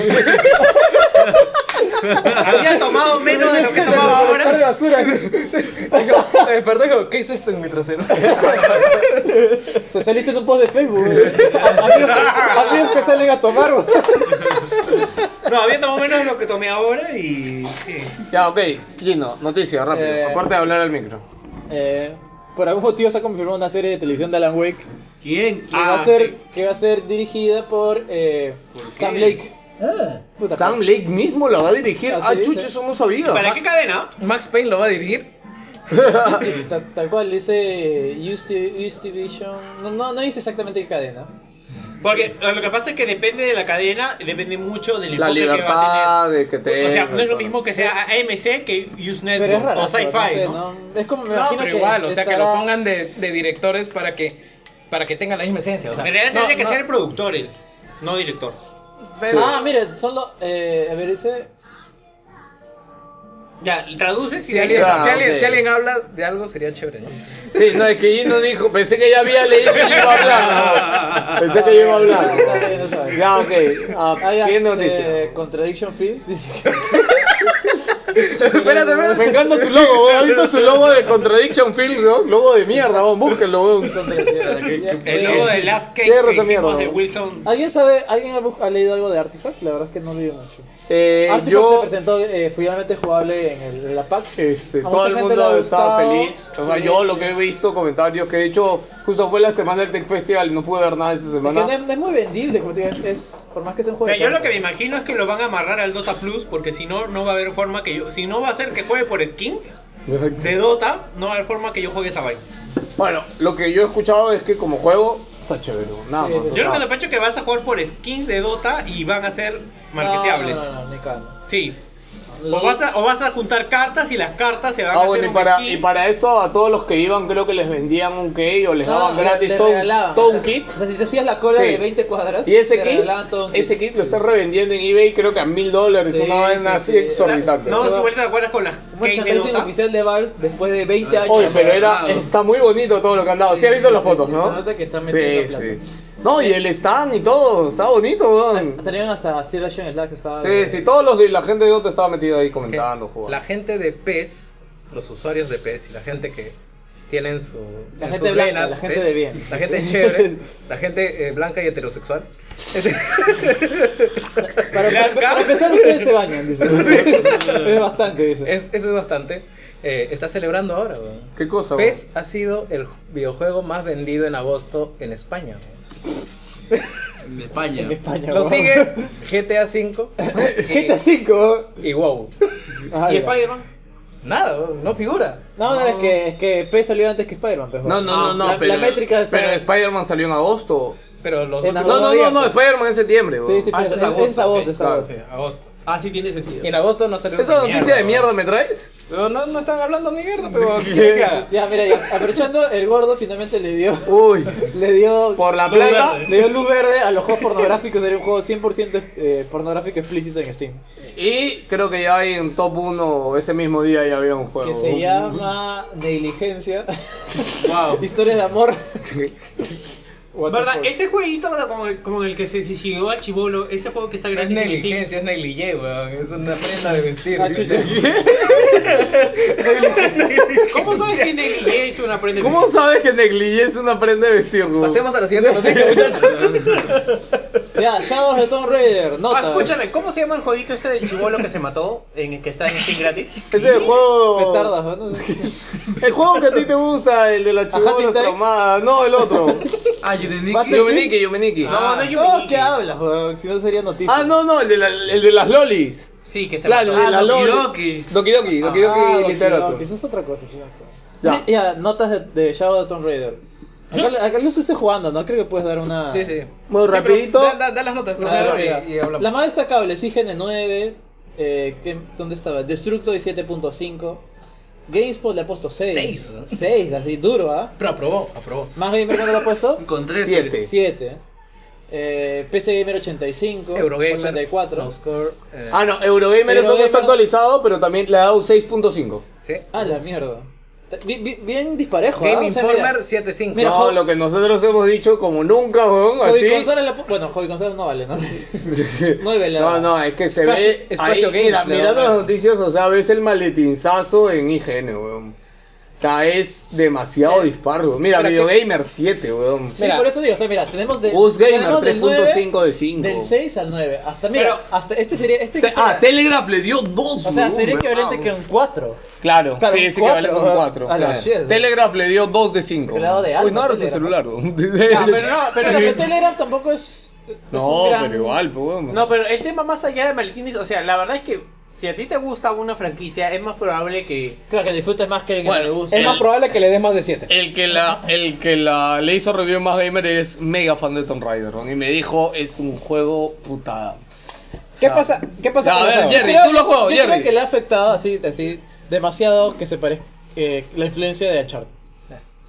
D: Había tomado menos de lo que tomaba ahora.
B: Par de basura.
C: Eh, perdón, hijo, ¿qué hice esto en mi trasero?
B: Se saliste en un post de Facebook. güey. Amigos, que- amigos que salen a tomar. güey.
D: No, había tomado menos de lo que tomé ahora y. Sí.
A: Ya, ok, Gino, noticia, rápido.
B: Eh.
A: Aparte de hablar al micro.
B: Eh, por algún motivo se ha confirmado una serie de televisión de Alan Wake que,
F: ¿Quién?
C: Ah,
B: va, a ser, que va a ser dirigida por, eh, Sam Lake. Puta,
A: Sam Lake mismo la va a dirigir.
B: Así
A: ah,
B: dice.
A: chucho, eso no sabía.
D: ¿Para qué cadena?
C: Max Payne lo va a dirigir.
B: Sí, tal, tal cual, dice eh, Ustivision. No, no, no dice exactamente qué cadena.
D: Porque eh, lo que pasa es que depende de la cadena, depende mucho del
A: La
D: enfoque que va a
A: libertad de que
D: tener.
A: te.
D: O sea, no es lo mismo que sea AMC que Usenet
B: Pero es raro.
D: o Sci-Fi,
B: no sé,
D: ¿no?
B: ¿no? Es como me
C: No,
B: imagino
C: pero
B: que
C: igual, o sea, que lo
B: estará-
C: pongan de, de directores para que para que tengan la misma esencia. o sea,
D: En realidad
C: no,
D: tendría que
C: no.
D: ser el productor, él, no director.
C: Ah,
B: Ah, mire, son los. Eh, a ver, ese.
D: Ya, traduces y
C: Si alguien,
A: Ah,
C: si alguien-
B: ok.
C: si alguien habla de algo sería chévere, ¿no?
A: Sí, no, es que Gino dijo, pensé que ya había leído que yo iba a hablar. Pensé
B: Ah,
A: que yo iba a hablar.
B: Está bien, está bien.
A: Ya, ok. Ah,
B: Ah, ya,
A: siguiente noticia.
B: eh, Contradiction Films dice que.
C: espérate,
A: Me
C: espérate.
A: encanta su logo, weón. ¿Has visto su logo de Contradiction Films, weón? Logo de mierda, weón. Búsquenlo, weón.
J: El logo de Last Cake
A: Cierra
J: que
A: esa mierda,
J: hicimos de
A: bro.
J: Wilson.
B: ¿Alguien sabe, alguien ha, bus- ha leído algo de Artifact? La verdad es que no leí mucho.
A: Eh,
B: Artifact se
A: yo,
B: presentó eh, finalmente jugable en, el, en la PAX.
A: este,
B: A
A: todo
B: mucha
A: el
B: gente le ha
A: mundo estaba
B: gustado.
A: feliz. O sea,
B: Sí,
A: yo
B: sí.
A: lo que he visto, comentarios, que de hecho, justo fue la semana del Tech Festival y no pude ver nada esta
B: Es que
A: semana.
B: no es, no es muy vendible, como te digo, es, por más que sea un juego.
D: Mira,
B: de
D: yo lo que me
B: cartas.
D: imagino es que lo van a amarrar al Dota Plus porque si no, no va a haber forma que yo... Si no va a ser que juegue por skins de Dota, no va a haber forma que yo juegue esa vaina.
A: Bueno, lo que yo he escuchado es que como juego está chévere, nada
B: Sí,
A: más.
B: sí.
A: o
D: Yo lo que
A: sea,
D: te pecho es que vas a jugar por skins de Dota y van a ser marketeables.
A: Ah.
B: No, no, no, no, ni cagando.
D: Sí. O vas, a, o vas a juntar cartas y las cartas se van
A: Ah,
D: a
A: bueno,
D: hacer
A: y
D: un
A: para,
D: skin.
A: y para esto a todos los que iban creo que les vendían un key o les daban
B: No,
A: gratis
B: le- le
A: todo, un-
B: regalaban,
A: todo
B: o sea,
A: un kit.
B: O sea, si te hacías la cola
A: Sí.
B: de 20 cuadras,
A: Y ese
B: te
A: kit,
B: regalaban todo un
A: ese kit lo están revendiendo en eBay creo que a mil dólares,
B: Sí,
A: una vaina
B: sí,
A: así
B: sí.
A: exorbitante.
D: No, si vuelta te acuerdas con las
B: Un
D: cake de
B: merchandising
D: Dota.
B: oficial de Valve después de 20 años.
A: Oye, pero era,
K: Claro.
A: está muy bonito todo lo que han dado. Sí, has visto
B: sí,
A: las
B: sí,
A: fotos,
B: sí,
A: ¿no?
B: se nota que están metiendo
A: sí,
B: plata.
A: sí. No, y el stand y todo, está bonito, weón.
B: Tenían hasta Steel Action Slack que estaba.
A: Sí,
B: de-
A: sí, todos los de la gente de Dota estaba metida ahí comentando, jugando.
C: La gente de PES, los usuarios de PES y la gente que tienen su,
B: La
C: en
B: gente
C: sus
B: blanca, la gente
C: PES,
B: de bien.
C: La gente chévere, la gente eh, blanca y heterosexual.
B: Para, para- para empezar, ustedes se bañan, dice. es bastante, dice.
C: Es- eso es bastante. Eh, está celebrando ahora, weón.
A: ¿Qué cosa, weón?
C: PES ha sido el videojuego más vendido en agosto en España. weón.
K: En España.
B: España,
C: Lo
B: weón.
C: sigue GTA V
B: GTA 5.
C: y WoW.
D: Y Spider-Man.
C: Nada, weón, no figura.
B: No, no, es que, es que P salió antes que Spider-Man, pues,
A: No,
B: weón.
A: no, no, no,
B: La,
A: pero,
B: la métrica está.
A: pero Spider-man salió en agosto.
C: Pero los
B: En
C: últimos
A: No,
B: Todo
A: no,
C: días,
A: no, no,
C: pues.
A: Spider-Man es septiembre.
B: Sí, sí,
A: bro.
B: pero es,
C: ese es
B: es
C: agosto,
B: es agosto,
C: sí,
B: es
A: claro,
B: agosto.
C: Sí, agosto. sí.
D: Ah, sí tiene sentido.
C: Y en agosto no salió
A: ¿Esa
C: ni
A: noticia de
C: weón.
A: mierda me traes?
C: Pero No, no están hablando mierda, pero ¿qué quiere que haga?
B: Ya, mira, ya. Aprovechando, el gordo finalmente le dio.
A: Uy,
B: Le dio.
A: por la plata.
B: Le dio luz verde a los juegos pornográficos. Sería un juego 100% eh, pornográfico explícito en Steam.
A: Y creo que ya hay en top 1 ese mismo día ya había un juego.
B: Que se llama Negligencia. Historias de amor. What the
D: ¿Verdad?
B: fuck.
D: Ese jueguito ¿verdad? como el, como el que se se llegó al chivolo, ese juego que está
C: No es
D: gratis en Steam.
C: negligencia, es negligé, weón. Es una prenda de vestir.
B: Ah, chucha.
D: ¿Cómo sabes que Negligé es una prenda?
A: ¿Cómo sabes que negligé es una prenda de vestir, bro?
C: Pasemos a la siguiente noticia, muchachos.
B: Ya, Shadow de Tomb Raider.
D: Ah,
B: Nota.
D: escúchame, ¿cómo se llama el jueguito este del chivolo que se mató? En el que está en Steam gratis.
A: Ese juego.
B: Petardas, ¿no?
A: El juego que a ti te gusta, el de la
B: Teen
A: chivola
B: Time?
A: traumada. No, el otro.
K: Ah, Yudeniki.
B: Bate-
A: Yumeniki, Yumeniki.
D: No, no
B: No,
D: es Yumeniki.
B: ¿qué hablas, weón? Si no sería noticia.
A: Ah, no, no, el de, la- el de las lolis.
D: Sí, que se
A: Claro, el
D: mató. Ah,
A: de las
K: Doki
A: lolis.
K: Doki.
A: Doki Doki, Doki
B: Ah,
A: Doki
B: Doki
A: Literato.
B: Doki, Eso es otra cosa. chico.
A: Ya.
B: Ya, notas de, de Shadow de Tomb Raider. Acá, acá lo estuviste jugando, ¿no? Creo que puedes dar una...
C: Sí, sí.
A: Muy rapidito.
C: Da, da- da las notas,
B: una
C: primero
B: rápida.
C: y, y hablamos.
B: La más destacable es IGN9. Eh, ¿qué- ¿Dónde estaba? Destructo de 7.5. GameSpot le ha puesto 6.
C: Seis, ¿no?
B: 6, así, duro, ¿ah?
C: Pero aprobó, aprobó.
B: ¿Más Gamer cuánto le ha puesto?
K: Con tres.
A: Siete.
B: 7. Eh, PC Gamer 85.
C: Eurogamer,
B: 84.
C: No score. eh,
A: Ah, no, Eurogamer eso no
B: Eurogamer-
A: está actualizado, pero también le ha dado un 6.5.
C: sí.
B: Ah, la mierda. Bi- bi- Bien disparejo. ¿ah?
C: Game
B: O sea, mira,
C: Informer 7.5.
B: Mira,
A: no,
B: jo-
A: lo que nosotros hemos dicho como nunca, weón,
B: Hobby
A: así.
B: Consola la pu- Bueno, Hobby Consola no vale, ¿no? Nueve le ha
A: No,
B: dado.
A: no, es que se
C: Espacio-
A: ve
C: Espacio
A: ahí,
C: Games
A: mira,
C: le da
A: mirando
C: una-
A: las noticias, o sea, ves el maletinzazo en IGN, weón. O sea, es demasiado disparo, weón. Mira,
C: Mira,
A: Videogamer 7, weón.
B: Sí,
C: Mira.
B: por eso digo, o sea, Eh, mira, tenemos de
A: Us Gamer,
B: tenemos del
A: 3.5
B: nueve-
A: de cinco.
B: Del 6 al 9. Hasta mira,
D: Pero-
B: hasta este sería este que
A: Te- ah,
B: sería-
A: Telegraph le dio 2,
B: O sea, sería equivalente que un 4.
A: Claro,
B: Claro,
A: sí,
B: un
A: es equivalente
B: cuatro,
A: con
B: weón.
A: 4.
B: A la shit, weón.
A: Telegraph le dio 2 de 5.
B: Que le ha dado de alto
A: Uy, no ahora su
B: Telegraph.
A: celular, weón.
D: Ah, pero no, pero,
B: Pero que Telegram tampoco es
A: No,
B: es un gran-
A: pero igual, pues, weón.
D: no, pero el tema más allá de maletines, o sea, la verdad es que si a ti te gusta una franquicia, es más probable que...
B: Claro que disfrutes más que el que
A: Bueno,
B: le Eh, gusta.
C: Es más probable que le des más de 7.
A: El que la, el que la le hizo review más gamer es mega fan de Tomb Raider, weón, y me dijo es un juego putada.
C: ¿Qué
A: sea,
C: pasa? ¿Qué pasa
A: ya, a
C: con el
A: ver,
C: juego?
A: Jerry, tú lo has jugado,
B: yo
A: Jerry.
B: creo que le ha afectado así, así demasiado que se parezca eh, la influencia de Uncharted.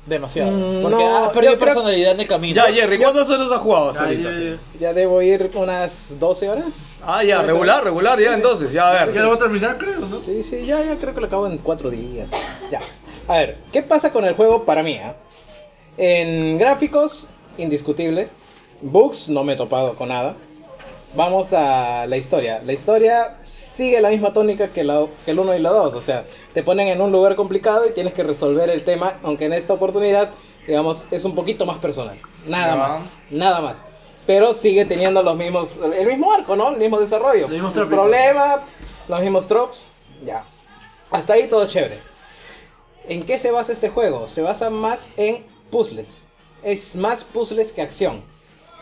B: Demasiado.
C: Mm,
B: Porque
C: no,
B: ha
C: yo
B: perdido
C: creo-
B: personalidad en el camino.
A: Ya, Jerry, ¿cuántas horas has jugado hasta ahorita? sí?
C: Ya debo ir unas 12 horas.
A: Ah, ya, regular, regular, ya entonces, ya a
F: Ya lo
A: ver.
F: va a terminar, creo, ¿no?
C: Sí, sí, ya, ya creo que lo acabo en 4 días. Ya. A ver, ¿qué pasa con el juego para mí? ah? En gráficos, indiscutible. Bugs, no me he topado con nada. Vamos a la historia. La historia sigue la misma tónica que, la, que el 1 y la 2. O sea, te ponen en un lugar complicado y tienes que resolver el tema, aunque en esta oportunidad, digamos, es un poquito más personal. Nada más. Nada más. Pero sigue teniendo los mismos, el mismo arco, ¿no? El mismo desarrollo.
F: Los mismos
C: Un
F: trópicos.
C: problema, los mismos tropes. Ya. Hasta ahí todo chévere. ¿En qué se basa este juego? Se basa más en puzzles. Es más puzzles que acción.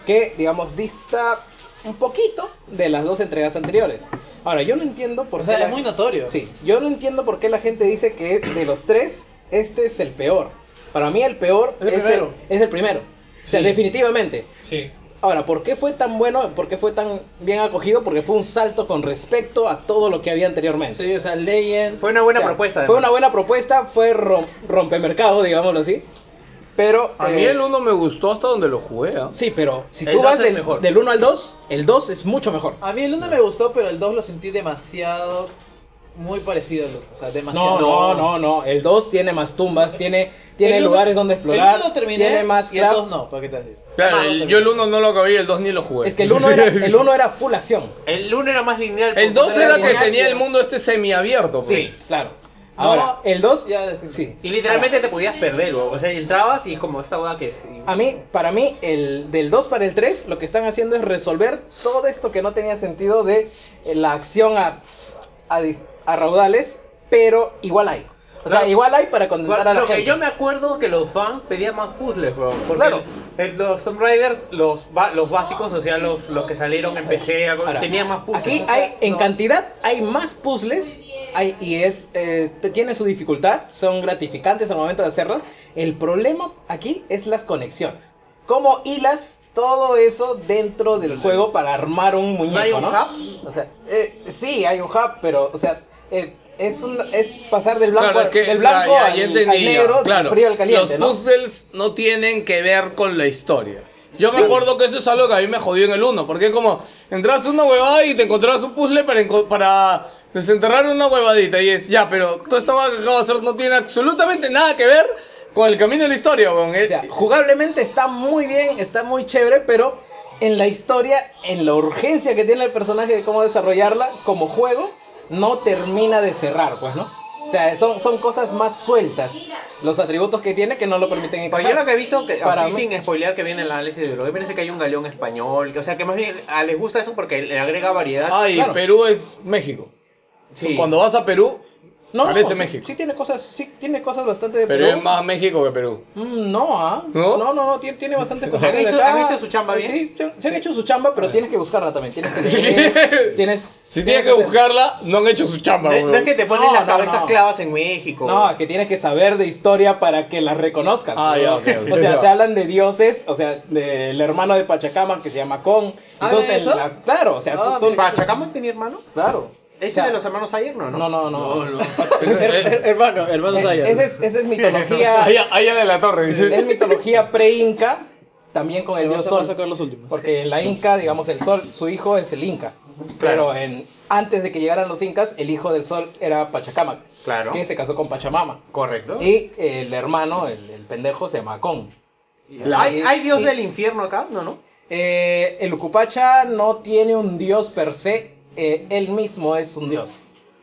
C: Que, digamos, dista un poquito de las dos entregas anteriores. Ahora, yo no entiendo por
B: O sea,
C: qué.
B: es muy notorio.
C: Sí, yo no entiendo por qué la gente dice que de los tres, este es el peor. Para mí, el peor
F: El
C: es, el,
F: primero.
C: es el primero. O sea,
D: Sí.
C: definitivamente.
D: Sí.
C: Ahora, ¿por qué fue tan bueno? ¿Por qué fue tan bien acogido? Porque fue un salto con respecto a todo lo que había anteriormente.
B: Sí, o sea, Legend.
D: Fue una buena
C: O sea,
D: propuesta.
C: Fue una
D: además.
C: buena propuesta, fue rom- rompemercado, digámoslo así. Pero.
A: A
C: eh,
A: mí el 1 me gustó hasta donde lo jugué, ¿ah?
C: Sí, pero si
B: El
C: tú
B: dos
C: vas
B: es
C: del,
B: mejor.
C: del 1 al 2, el 2 es mucho mejor.
B: A mí el 1 me gustó, pero el 2 lo sentí demasiado. Muy parecido al 1. O sea, demasiado.
C: No, no, no, no. El 2 tiene más tumbas, tiene, tiene
B: El uno-
C: lugares donde explorar.
B: El 1 lo terminé.
C: tiene más
B: y el
C: craft.
B: 2 no, ¿para qué te haces?
A: Claro,
B: Ah,
A: el-
B: no,
A: yo el
B: terminé.
A: 1 no lo acabé y el 2 ni lo jugué.
C: Es que el 1 era, el uno era full acción.
D: El 1 era más lineal.
A: El
D: porque
A: 2
D: no
A: era que
D: lineal,
A: tenía el
D: pero-
A: mundo este semiabierto. pues.
C: Sí, claro. Ahora, el 2.
B: Ya decimos.
C: Sí.
D: Y literalmente te podías perder, weón. O sea, entrabas y como esta boda que es. y-
C: A mí, para mí, el, del 2 para el 3, lo que están haciendo es resolver todo esto que no tenía sentido de eh, la acción a, a, dis- a raudales, pero igual hay. O sea,
D: Claro.
C: igual hay para contentar a la
D: lo que
C: gente.
D: yo me acuerdo que los fans pedían más puzzles, bro. Porque
C: Claro.
D: el- el- los Tomb Raider, los, ba- los básicos, o sea, los, los que salieron en PC,
C: Ahora,
D: tenían más puzzles.
C: Aquí
D: O sea,
C: hay, en
D: no.
C: cantidad, hay más puzzles hay, y es eh, te- tiene su dificultad, son gratificantes al momento de hacerlos. El problema aquí es las conexiones. ¿Cómo hilas todo eso dentro del juego para armar un muñeco?
D: ¿No hay un
C: ¿no?
D: hub?
C: O sea, eh, sí, hay un hub, pero, o sea, eh, es, un, es pasar del blanco,
A: Claro, es
C: al-
A: que-
C: del blanco
A: ya, ya,
C: al,
A: ya
C: al
A: entendí,
C: negro,
A: claro.
C: del frío al caliente,
A: Los
C: ¿no?
A: puzzles no tienen que ver con la historia. Yo
C: Sí.
A: me acuerdo que eso es algo que a mí me jodió en el 1, porque es como entras a una huevada y te encontrabas un puzzle para, enco- para desenterrar una huevadita y es, ya, pero toda esta huevada que acabo de hacer no tiene absolutamente nada que ver con el camino de la historia, weón.
C: O
A: Es-
C: sea, jugablemente está muy bien, está muy chévere, pero en la historia, en la urgencia que tiene el personaje de cómo desarrollarla como juego, no termina de cerrar, pues, ¿no? O sea, son, son cosas más sueltas los atributos que tiene que no lo permiten
D: Pues yo lo
C: encajar.
D: que he visto, que,
C: Para
D: así
C: mí-
D: sin spoilear que viene el análisis de Drogue, parece que hay un galeón español. que- o sea, que más bien ah, les gusta eso porque le agrega variedad.
A: Ay,
C: claro.
A: Perú es México.
D: Sí.
A: Cuando vas a Perú,
C: No,
A: parece
C: sí-
A: México.
C: Sí, tiene cosas, sí tiene cosas bastante de
A: pero
C: Perú.
A: es más México que Perú.
C: Mm, No, ¿ah?
A: ¿No?
C: ¿No? no, no, tiene, tiene bastantes cosas
D: ¿Han
C: de
D: hecho-
C: acá.
D: han hecho su chamba bien? Ah.
C: Sí, se, se han hecho su chamba, pero tienes que buscarla también. Tienes que leer, tienes...
A: Si tienes que
C: hacer-
A: buscarla, no han hecho su chamba,
D: No, es- no es que
A: weón.
D: te ponen
C: No,
D: las
C: no,
D: cabezas
C: no.
D: clavas en México.
C: No, que tienes que saber de historia para que la reconozcas.
A: Ah, ya, ok, ok.
C: O sea, te hablan de dioses, o sea, del hermano de Pachacama que se llama Con.
D: Ah,
C: Entonces,
D: ¿de eso?
C: la- claro, o sea, tú- tú-
D: ¿Pachacama tenía hermano?
C: claro.
D: ¿Ese
C: O sea,
D: de los hermanos ayer, no?
C: No, no, no.
B: Hermano, hermano
C: Eh,
B: Zaya.
C: Esa es, esa es mitología,
A: Allá, allá de la torre, dice.
C: es mitología pre-inca, también con el dios
B: Vas a- vas a
C: Sol.
B: sacar los últimos.
C: Porque en la Inca, digamos, el Sol, su hijo es el Inca. Pero en, antes de que llegaran los Incas, el hijo del Sol era Pachacama,
D: Claro.
C: que se casó con Pachamama.
D: Correcto.
C: Y eh, el hermano, el, el pendejo, se llama Con.
D: ¿Hay, hay dios
C: y-
D: del infierno acá? No, no.
C: Eh, el Ucupacha no tiene un dios per se, eh, él mismo es un dios.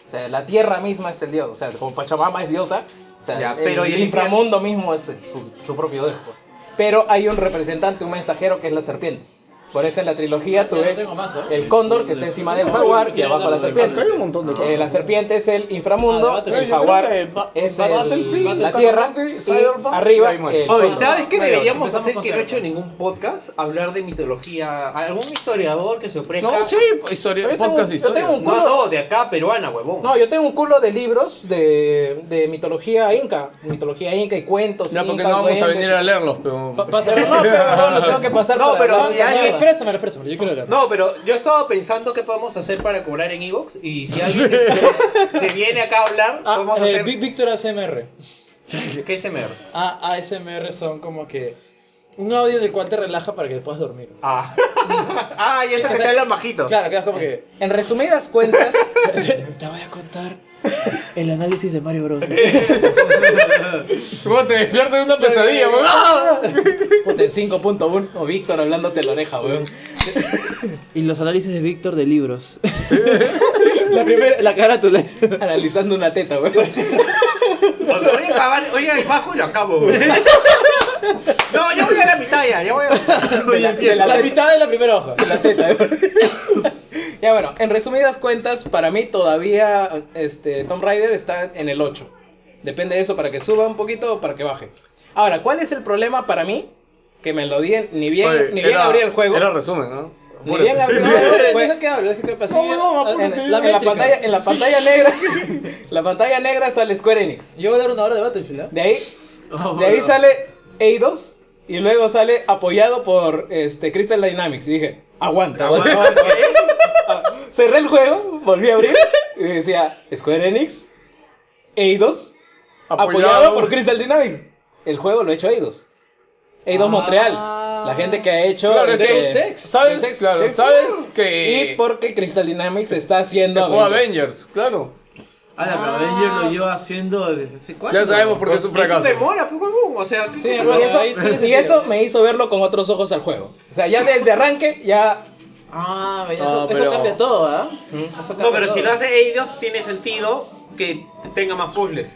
C: O sea, la tierra misma es el dios. O sea, como Pachamama es diosa, o sea,
D: Ya, pero
C: pero
D: ¿y
C: el,
D: el
C: inframundo mismo es el- su, su propio dios. pues. Pero hay un representante, un mensajero que es la serpiente. Por eso en la
D: Ah,
C: trilogía tú ves
D: ¿eh?
C: el cóndor que está encima del jaguar y abajo la serpiente.
A: Hay un montón de cosas.
C: Eh, la serpiente es el inframundo,
B: Ah, de Battlefield.
C: el jaguar
A: Yo creo que
C: es
A: Ba-
C: el-
A: Battlefield,
C: la
A: Call of
C: tierra
A: Duty,
C: y
A: Cyberpunk, y
C: arriba
A: ahí muere.
C: el
D: Oye,
C: cóndor.
D: ¿sabes qué
C: Bueno,
D: deberíamos hacer
B: con
D: que no he
B: cerca.
D: hecho en ningún podcast? Hablar de mitología. Algún historiador que se ofrezca.
A: No, sí, historia,
C: Yo tengo
A: podcast
C: un-
A: de
C: yo
A: historia.
C: tengo un-
D: No, no, de acá, peruana, huevón.
C: No, yo tengo un culo de libros de, de mitología inca, mitología inca y cuentos.
A: Ya, porque
C: incas,
A: no vamos a
C: duendes.
A: venir a leerlos, pero...
B: Pa- pasa-
C: Pero no, pero no, lo tengo que pasar
D: No,
C: para
D: pero
C: adelante,
D: si hay-
C: mierda.
B: préstamelo, préstamelo, yo quiero hablar.
D: No, pero yo estaba pensando qué podemos hacer para cobrar en Evox y si alguien se, se viene acá a hablar,
B: Ah,
D: podemos
B: eh,
D: hacer...
B: Ví- Víctor ACMR.
L: ¿Qué es MR?
C: Ah, A ASMR son como que un audio en el cual te relaja para que puedas dormir.
L: Ah. ah, y eso que
C: O sea,
L: está en los bajitos.
C: Claro, quedas como que. En resumidas cuentas.
A: Vos te despiertas de una pesadilla, weón. ¡Ah!
C: Puta, en 5.1, o Víctor hablándote la oreja, weón.
B: Y los análisis de Víctor de libros.
C: La primera, la carátula es analizando una teta, weón.
L: Voy a acabar, voy al bajo y lo acabo. güey. No, yo voy a la mitad ya, ya voy a la mitad.
C: De la, de la mitad de la primera hoja. De la teta, weón. Ya bueno, en resumidas cuentas, para mí todavía este, Tomb Raider está en el 8. Depende de eso para que suba un poquito o para que baje. Ahora, ¿cuál es el problema para mí? Que me lo dieron, ni bien,
A: Oye,
C: ni bien
A: era-
C: abrí el juego.
A: Era resumen, ¿no?
C: Ni bien abrí el juego. fue- Ah, en, la, en la pantalla, en la pantalla negra, la pantalla negra sale Square Enix.
B: Yo voy a dar una hora de Battlefield, ¿ah?
C: De ahí,
A: Oh,
C: de ahí sale Eidos y luego sale apoyado por este Crystal Dynamics. Y dije, aguanta, aguanta, aguanta. Cerré el juego, volví a abrir y decía Square Enix, Eidos, apoyado, por Crystal Dynamics. El juego lo ha hecho Eidos. Eidos Montreal. La gente que ha hecho
A: Ah. Claro, es que-
C: eh,
A: ¿sabes?
C: Deus Ex,
A: Claro,
C: Deus Ex.
A: ¿sabes que-
C: Y porque Crystal Dynamics está haciendo
A: Jugó Avengers, claro.
M: Ah, la pero Avenger lo lleva haciendo desde hace cuánto.
A: Ya sabemos por qué es un
L: Eso
A: fracaso.
L: demora, pues, huevón. O sea,
C: Sí, y eso, y eso me hizo verlo con otros ojos al juego. O sea, ya desde arranque, ya.
B: Ah, eso,
A: No,
B: eso
A: pero-
B: cambia todo, ¿ah?
C: ¿Mm?
D: No, pero si lo hace Eidos, tiene sentido que tenga más puzzles.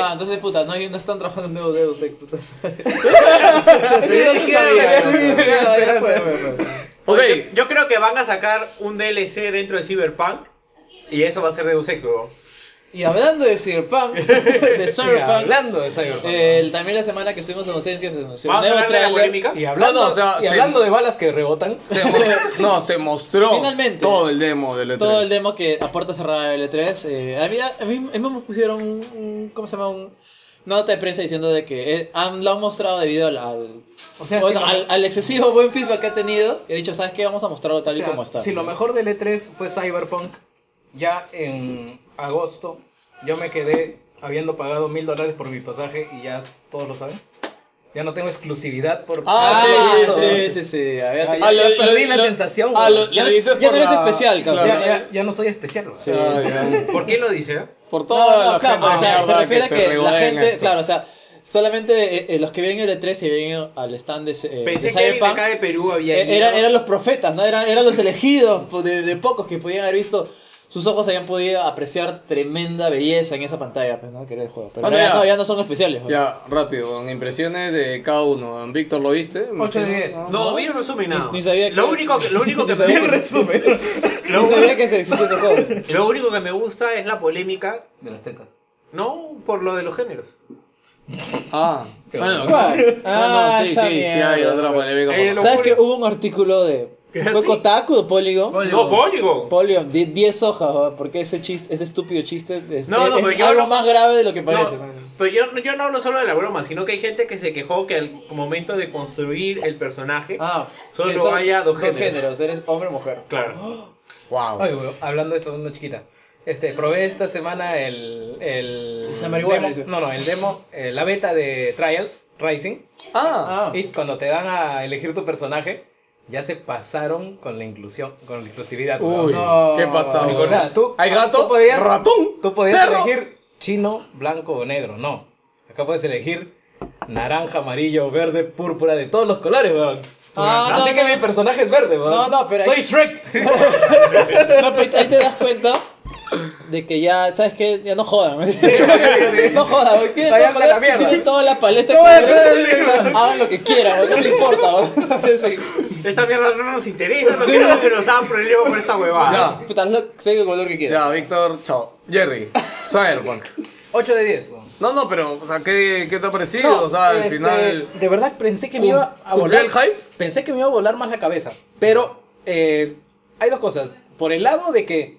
B: Ah, entonces, puta, no, hay- no están trabajando en nuevo Deus Ex. puta.
A: Eso no se sabía. ¿no? Ok,
D: Oye, Yo, yo creo que van a sacar un DLC dentro de Cyberpunk y eso va a ser Deus Ex, huevón.
B: Y hablando de Cyberpunk, de Cyberpunk,
C: Hablando de Cyberpunk.
B: el- también la semana que estuvimos en ausencia se anunció un
D: ¿Vamos a
B: nuevo
D: hablar de la
B: tráiler.
D: polémica?
C: y hablando,
A: No, no, o sea,
C: y
A: se-
C: hablando de balas que rebotan.
A: se mos- no, se mostró
B: Finalmente.
A: todo el demo E del E3.
C: E
B: Todo el demo que a puerta cerrada del E3. eh, había- a, mí, a mí me pusieron un, un- ¿Cómo se llama? Un, una nota de prensa diciendo de que eh, han, lo han mostrado debido al, al,
C: O sea,
B: bueno,
C: si lo-
B: al, al excesivo buen feedback que ha tenido. He dicho, ¿sabes qué? Vamos a mostrarlo tal
C: O sea,
B: y como está.
C: Si lo mejor del E3 fue Cyberpunk, ya en agosto yo me quedé habiendo pagado mil dólares por mi pasaje y ya s- todos lo saben. Ya no tengo exclusividad por.
A: Ah, sí, sí, sí.
B: sí, sí. había
C: Ya-
B: tenido-
A: Ah, lo-
C: ya perdí
A: lo-
C: la
A: lo-
C: sensación.
A: ah,
C: güey.
A: lo-
B: Ya,
A: lo dices
B: ya
A: por
B: no eres
A: la-
B: especial, cabrón.
C: ya,
A: Claro.
C: ya- ya no soy especial. güey.
A: Ay, ya.
D: ¿Por qué lo dice?
A: Por
B: No,
A: toda
B: no,
A: la
B: claro,
A: gente
B: o sea, se
A: mierda
B: refiere a
A: se
B: que la
A: regodea en
B: gente,
A: esto.
B: claro, o sea, solamente eh, eh, los que vienen el E3 se vienen al stand de, eh, de
D: Pensé que alguien de
B: Cyberpunk.
D: acá de Perú había
B: Eh,
D: ido.
B: era- eran los profetas, ¿no? Era- eran los elegidos po- de, de pocos que podían haber visto. Sus ojos habían podido apreciar tremenda belleza en esa pantalla, pues, ¿no? Que era el juego. Pero
A: Bueno,
B: ya,
A: ya.
B: No, ya no son pues. especiales. ¿no?
A: Ya, rápido, con impresiones de cada uno. Víctor, ¿lo viste?
C: 8 de 10.
D: No, vi el resumen nada.
B: Ni- ni sabía
D: Lo
B: que-
D: único que, lo único que
B: sabía
D: me
B: que-
C: Resumen.
D: lo
B: Ni sabía
D: único-
B: que se existía ese juego.
D: lo único que me gusta es la polémica,
M: De las tetas.
D: no por lo de los géneros.
A: Ah, bueno,
B: ¿Cuál?
A: Ah,
B: Ah,
A: no, sí,
B: esa
A: sí, sí, hay
B: mierda.
A: otra polémica.
D: Eh,
A: por-
D: lo-
B: ¿Sabes que hubo un artículo de.
D: ¿Qué
B: ¿Fue
D: así?
B: Kotaku o Polygon?
D: No, Polygon.
B: Polion, 10 hojas, ¿no? porque ese chiste, ese estúpido chiste es,
D: No, no,
B: es-
D: pero
B: es
D: yo
B: algo
D: hablo-
B: más grave de lo que parece.
D: No, pero yo, yo no hablo solo de la broma, sino que hay gente que se quejó que al momento de construir el personaje,
B: Ah,
D: Solo
B: que son
D: haya dos géneros.
B: eres hombre o mujer.
D: claro,
A: Wow.
C: Oye, güey, hablando de esto, una chiquita. Este, probé esta semana el. el
B: La marihuana,
C: demo-
B: dice.
C: no, no, el demo, eh, la beta de Trials Rising.
A: Ah,
C: Y cuando te dan a elegir tu personaje, ya se pasaron con la inclusión, con la inclusividad.
A: uy,
C: weón.
B: Ah.
A: ¿qué
B: Oh,
A: pasa?
C: O sea, tú-
A: ¿Hay gato?
C: tú podrías-
A: ¿Ratón?
C: Tú podías
A: perro.
C: elegir chino, blanco o negro. No. Acá puedes elegir naranja, amarillo, verde, púrpura, de todos los colores, weón.
B: Ah,
C: Así
B: no,
C: que
B: no.
C: mi personaje es verde, weón.
B: No, no, pero
C: Soy
B: ahí-
C: Shrek.
B: No, pero ahí te das cuenta de que ya, ¿sabes qué? Ya no jodan. No jodan, güey. Tienen
C: Vayan
B: todos
C: a la
B: colores,
C: mierda.
B: tienen toda la paleta.
C: No
B: que
C: vayan
B: quieran.
C: a la mierda.
B: Hagan lo que quieran, güey, no le importa. güey. Sí.
D: esta mierda no nos interesa, no queremos que nos hagan problema por esta huevada.
A: Ya,
B: Puta, haz lo- sé el color que quieran.
A: ya, Víctor, chao. Jerry, Cyberpunk.
C: 8 de 10, weón.
A: No, no, pero, o sea, ¿qué, qué te ha parecido?
C: No,
A: o sea, al
C: este,
A: final.
C: De verdad pensé que me iba a
A: ¿Cumplió
C: volar.
A: el hype?
C: Pensé que me iba a volar más la cabeza. Pero eh, hay dos cosas. Por el lado de que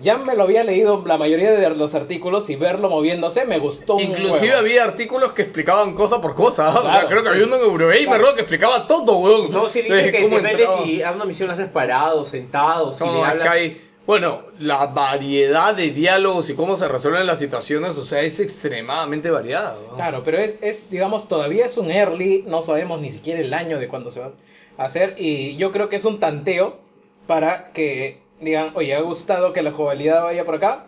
C: ya me lo había leído la mayoría de los artículos y verlo moviéndose me gustó un
A: Inclusive
C: huevo.
A: había artículos que explicaban cosa por cosa. o sea,
C: Claro,
A: creo que
C: sí.
A: había uno en Eurogamer,
C: Claro.
A: ¿no? que explicaba todo, weón.
D: No, si dice
A: Desde
D: que
A: cómo
D: depende
A: entraba.
D: si a una misión la haces parado, sentado, si
A: No,
D: le
A: acá
D: hablas.
A: hay Bueno, la variedad de diálogos y cómo se resuelven las situaciones, o sea, es extremadamente variada. ¿no?
C: Claro, pero es, es, digamos, todavía es un early, no sabemos ni siquiera el año de cuándo se va a hacer, y yo creo que es un tanteo para que digan, oye, ha gustado que la jovialidad vaya por acá,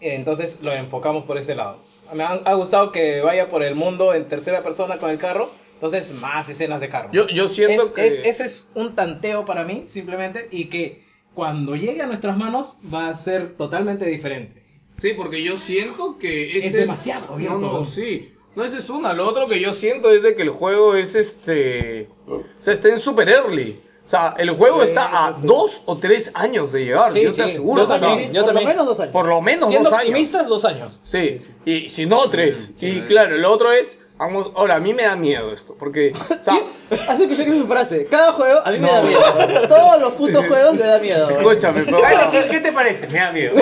C: entonces lo enfocamos por este lado. Me han- ha gustado que vaya por el mundo en tercera persona con el carro, entonces más escenas de carro.
A: Yo, yo siento
C: Es-
A: que...
C: es- ese es un tanteo para mí, simplemente, y que cuando llegue a nuestras manos va a ser totalmente diferente.
A: Sí, porque yo siento que este
C: Es demasiado abierto,
A: No, no,
C: weón.
A: sí. No, ese es una. Lo otro que yo siento es de que el juego es este. O sea, está en super early. O sea, el juego está a dos o tres años de llegar, yo te aseguro.
C: Yo
A: o sea,
C: también,
B: por
C: yo
B: lo
C: también.
B: menos dos años.
A: Por lo menos
C: Siendo
A: dos años.
C: optimistas, dos años.
A: Sí, y si no, tres. y claro, lo otro es. Vamos, ahora, a mí me da miedo esto. Porque. O sea,
B: Has escuchado su frase. Cada juego a mí me da miedo. Todos los putos juegos le da miedo. güey.
A: escúchame, pero.
D: Dale, ¿qué, qué te parece? Me da miedo.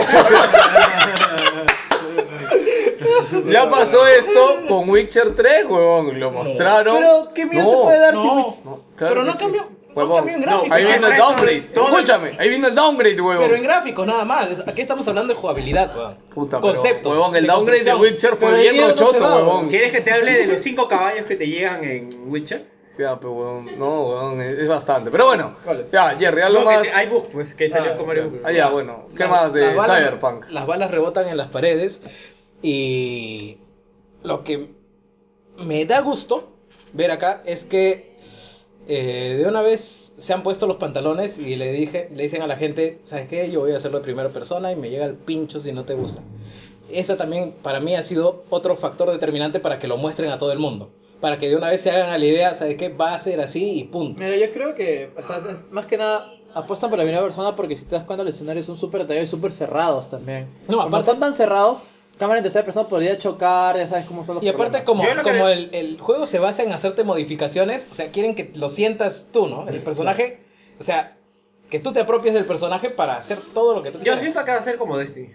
A: Ya pasó esto con Witcher 3, huevón. Lo mostraron.
B: Pero qué miedo te puede dar si Witcher-
A: No,
C: Pero no
A: que
C: cambió- no
A: Huevón.
C: cambió en gráfico.
A: Ahí vino el
D: Todo-
A: downgrade.
D: todo-
A: Escúchame, ahí vino el downgrade, huevón.
C: Pero en gráficos nada más. Es- Aquí estamos hablando de jugabilidad, weón.
A: Puta, pero,
C: Conceptos.
A: huevón, el
C: de
A: downgrade de
C: concepción.
A: Witcher fue
B: Pero
A: bien
B: el miedo no se
A: rochoso,
B: va,
A: huevón.
D: ¿Quieres que te hable de los cinco caballos que te llegan en Witcher?
A: Ya, pero huevón, no, huevón, es, es bastante. Pero bueno, ya, Jerry, algo
D: No, que
A: más.
D: te- hay bug, pues, que salió como el
A: Ah, ya, bueno, ¿qué más de
C: Las balas-
A: Cyberpunk?
C: Las balas rebotan en las paredes. Y lo que me da gusto ver acá es que eh, de una vez se han puesto los pantalones y le dije, le dicen a la gente, ¿sabes qué? Yo voy a hacerlo de primera persona y me llega el pincho si no te gusta. Esa también para mí ha sido otro factor determinante para que lo muestren a todo el mundo. Para que de una vez se hagan a la idea, ¿sabes qué? Va a ser así y punto.
B: Mira, yo creo que, o sea, es- más que nada, apuestan por la primera persona porque si te das cuenta, los escenarios son súper detallados y súper cerrados también.
C: No,
B: No,
C: aparte-
B: aparte. son tan cerrados, cámara en tercera persona podría chocar, ya sabes cómo son los
C: Y aparte
B: problemas.
C: como,
D: Yo lo que
C: como
D: le-
C: el, el juego se basa en hacerte modificaciones, o sea, quieren que lo sientas tú, ¿no? El personaje, o sea, que tú te apropies del personaje para hacer todo lo que tú
D: Yo
C: quieras.
D: siento que va a ser como Destiny.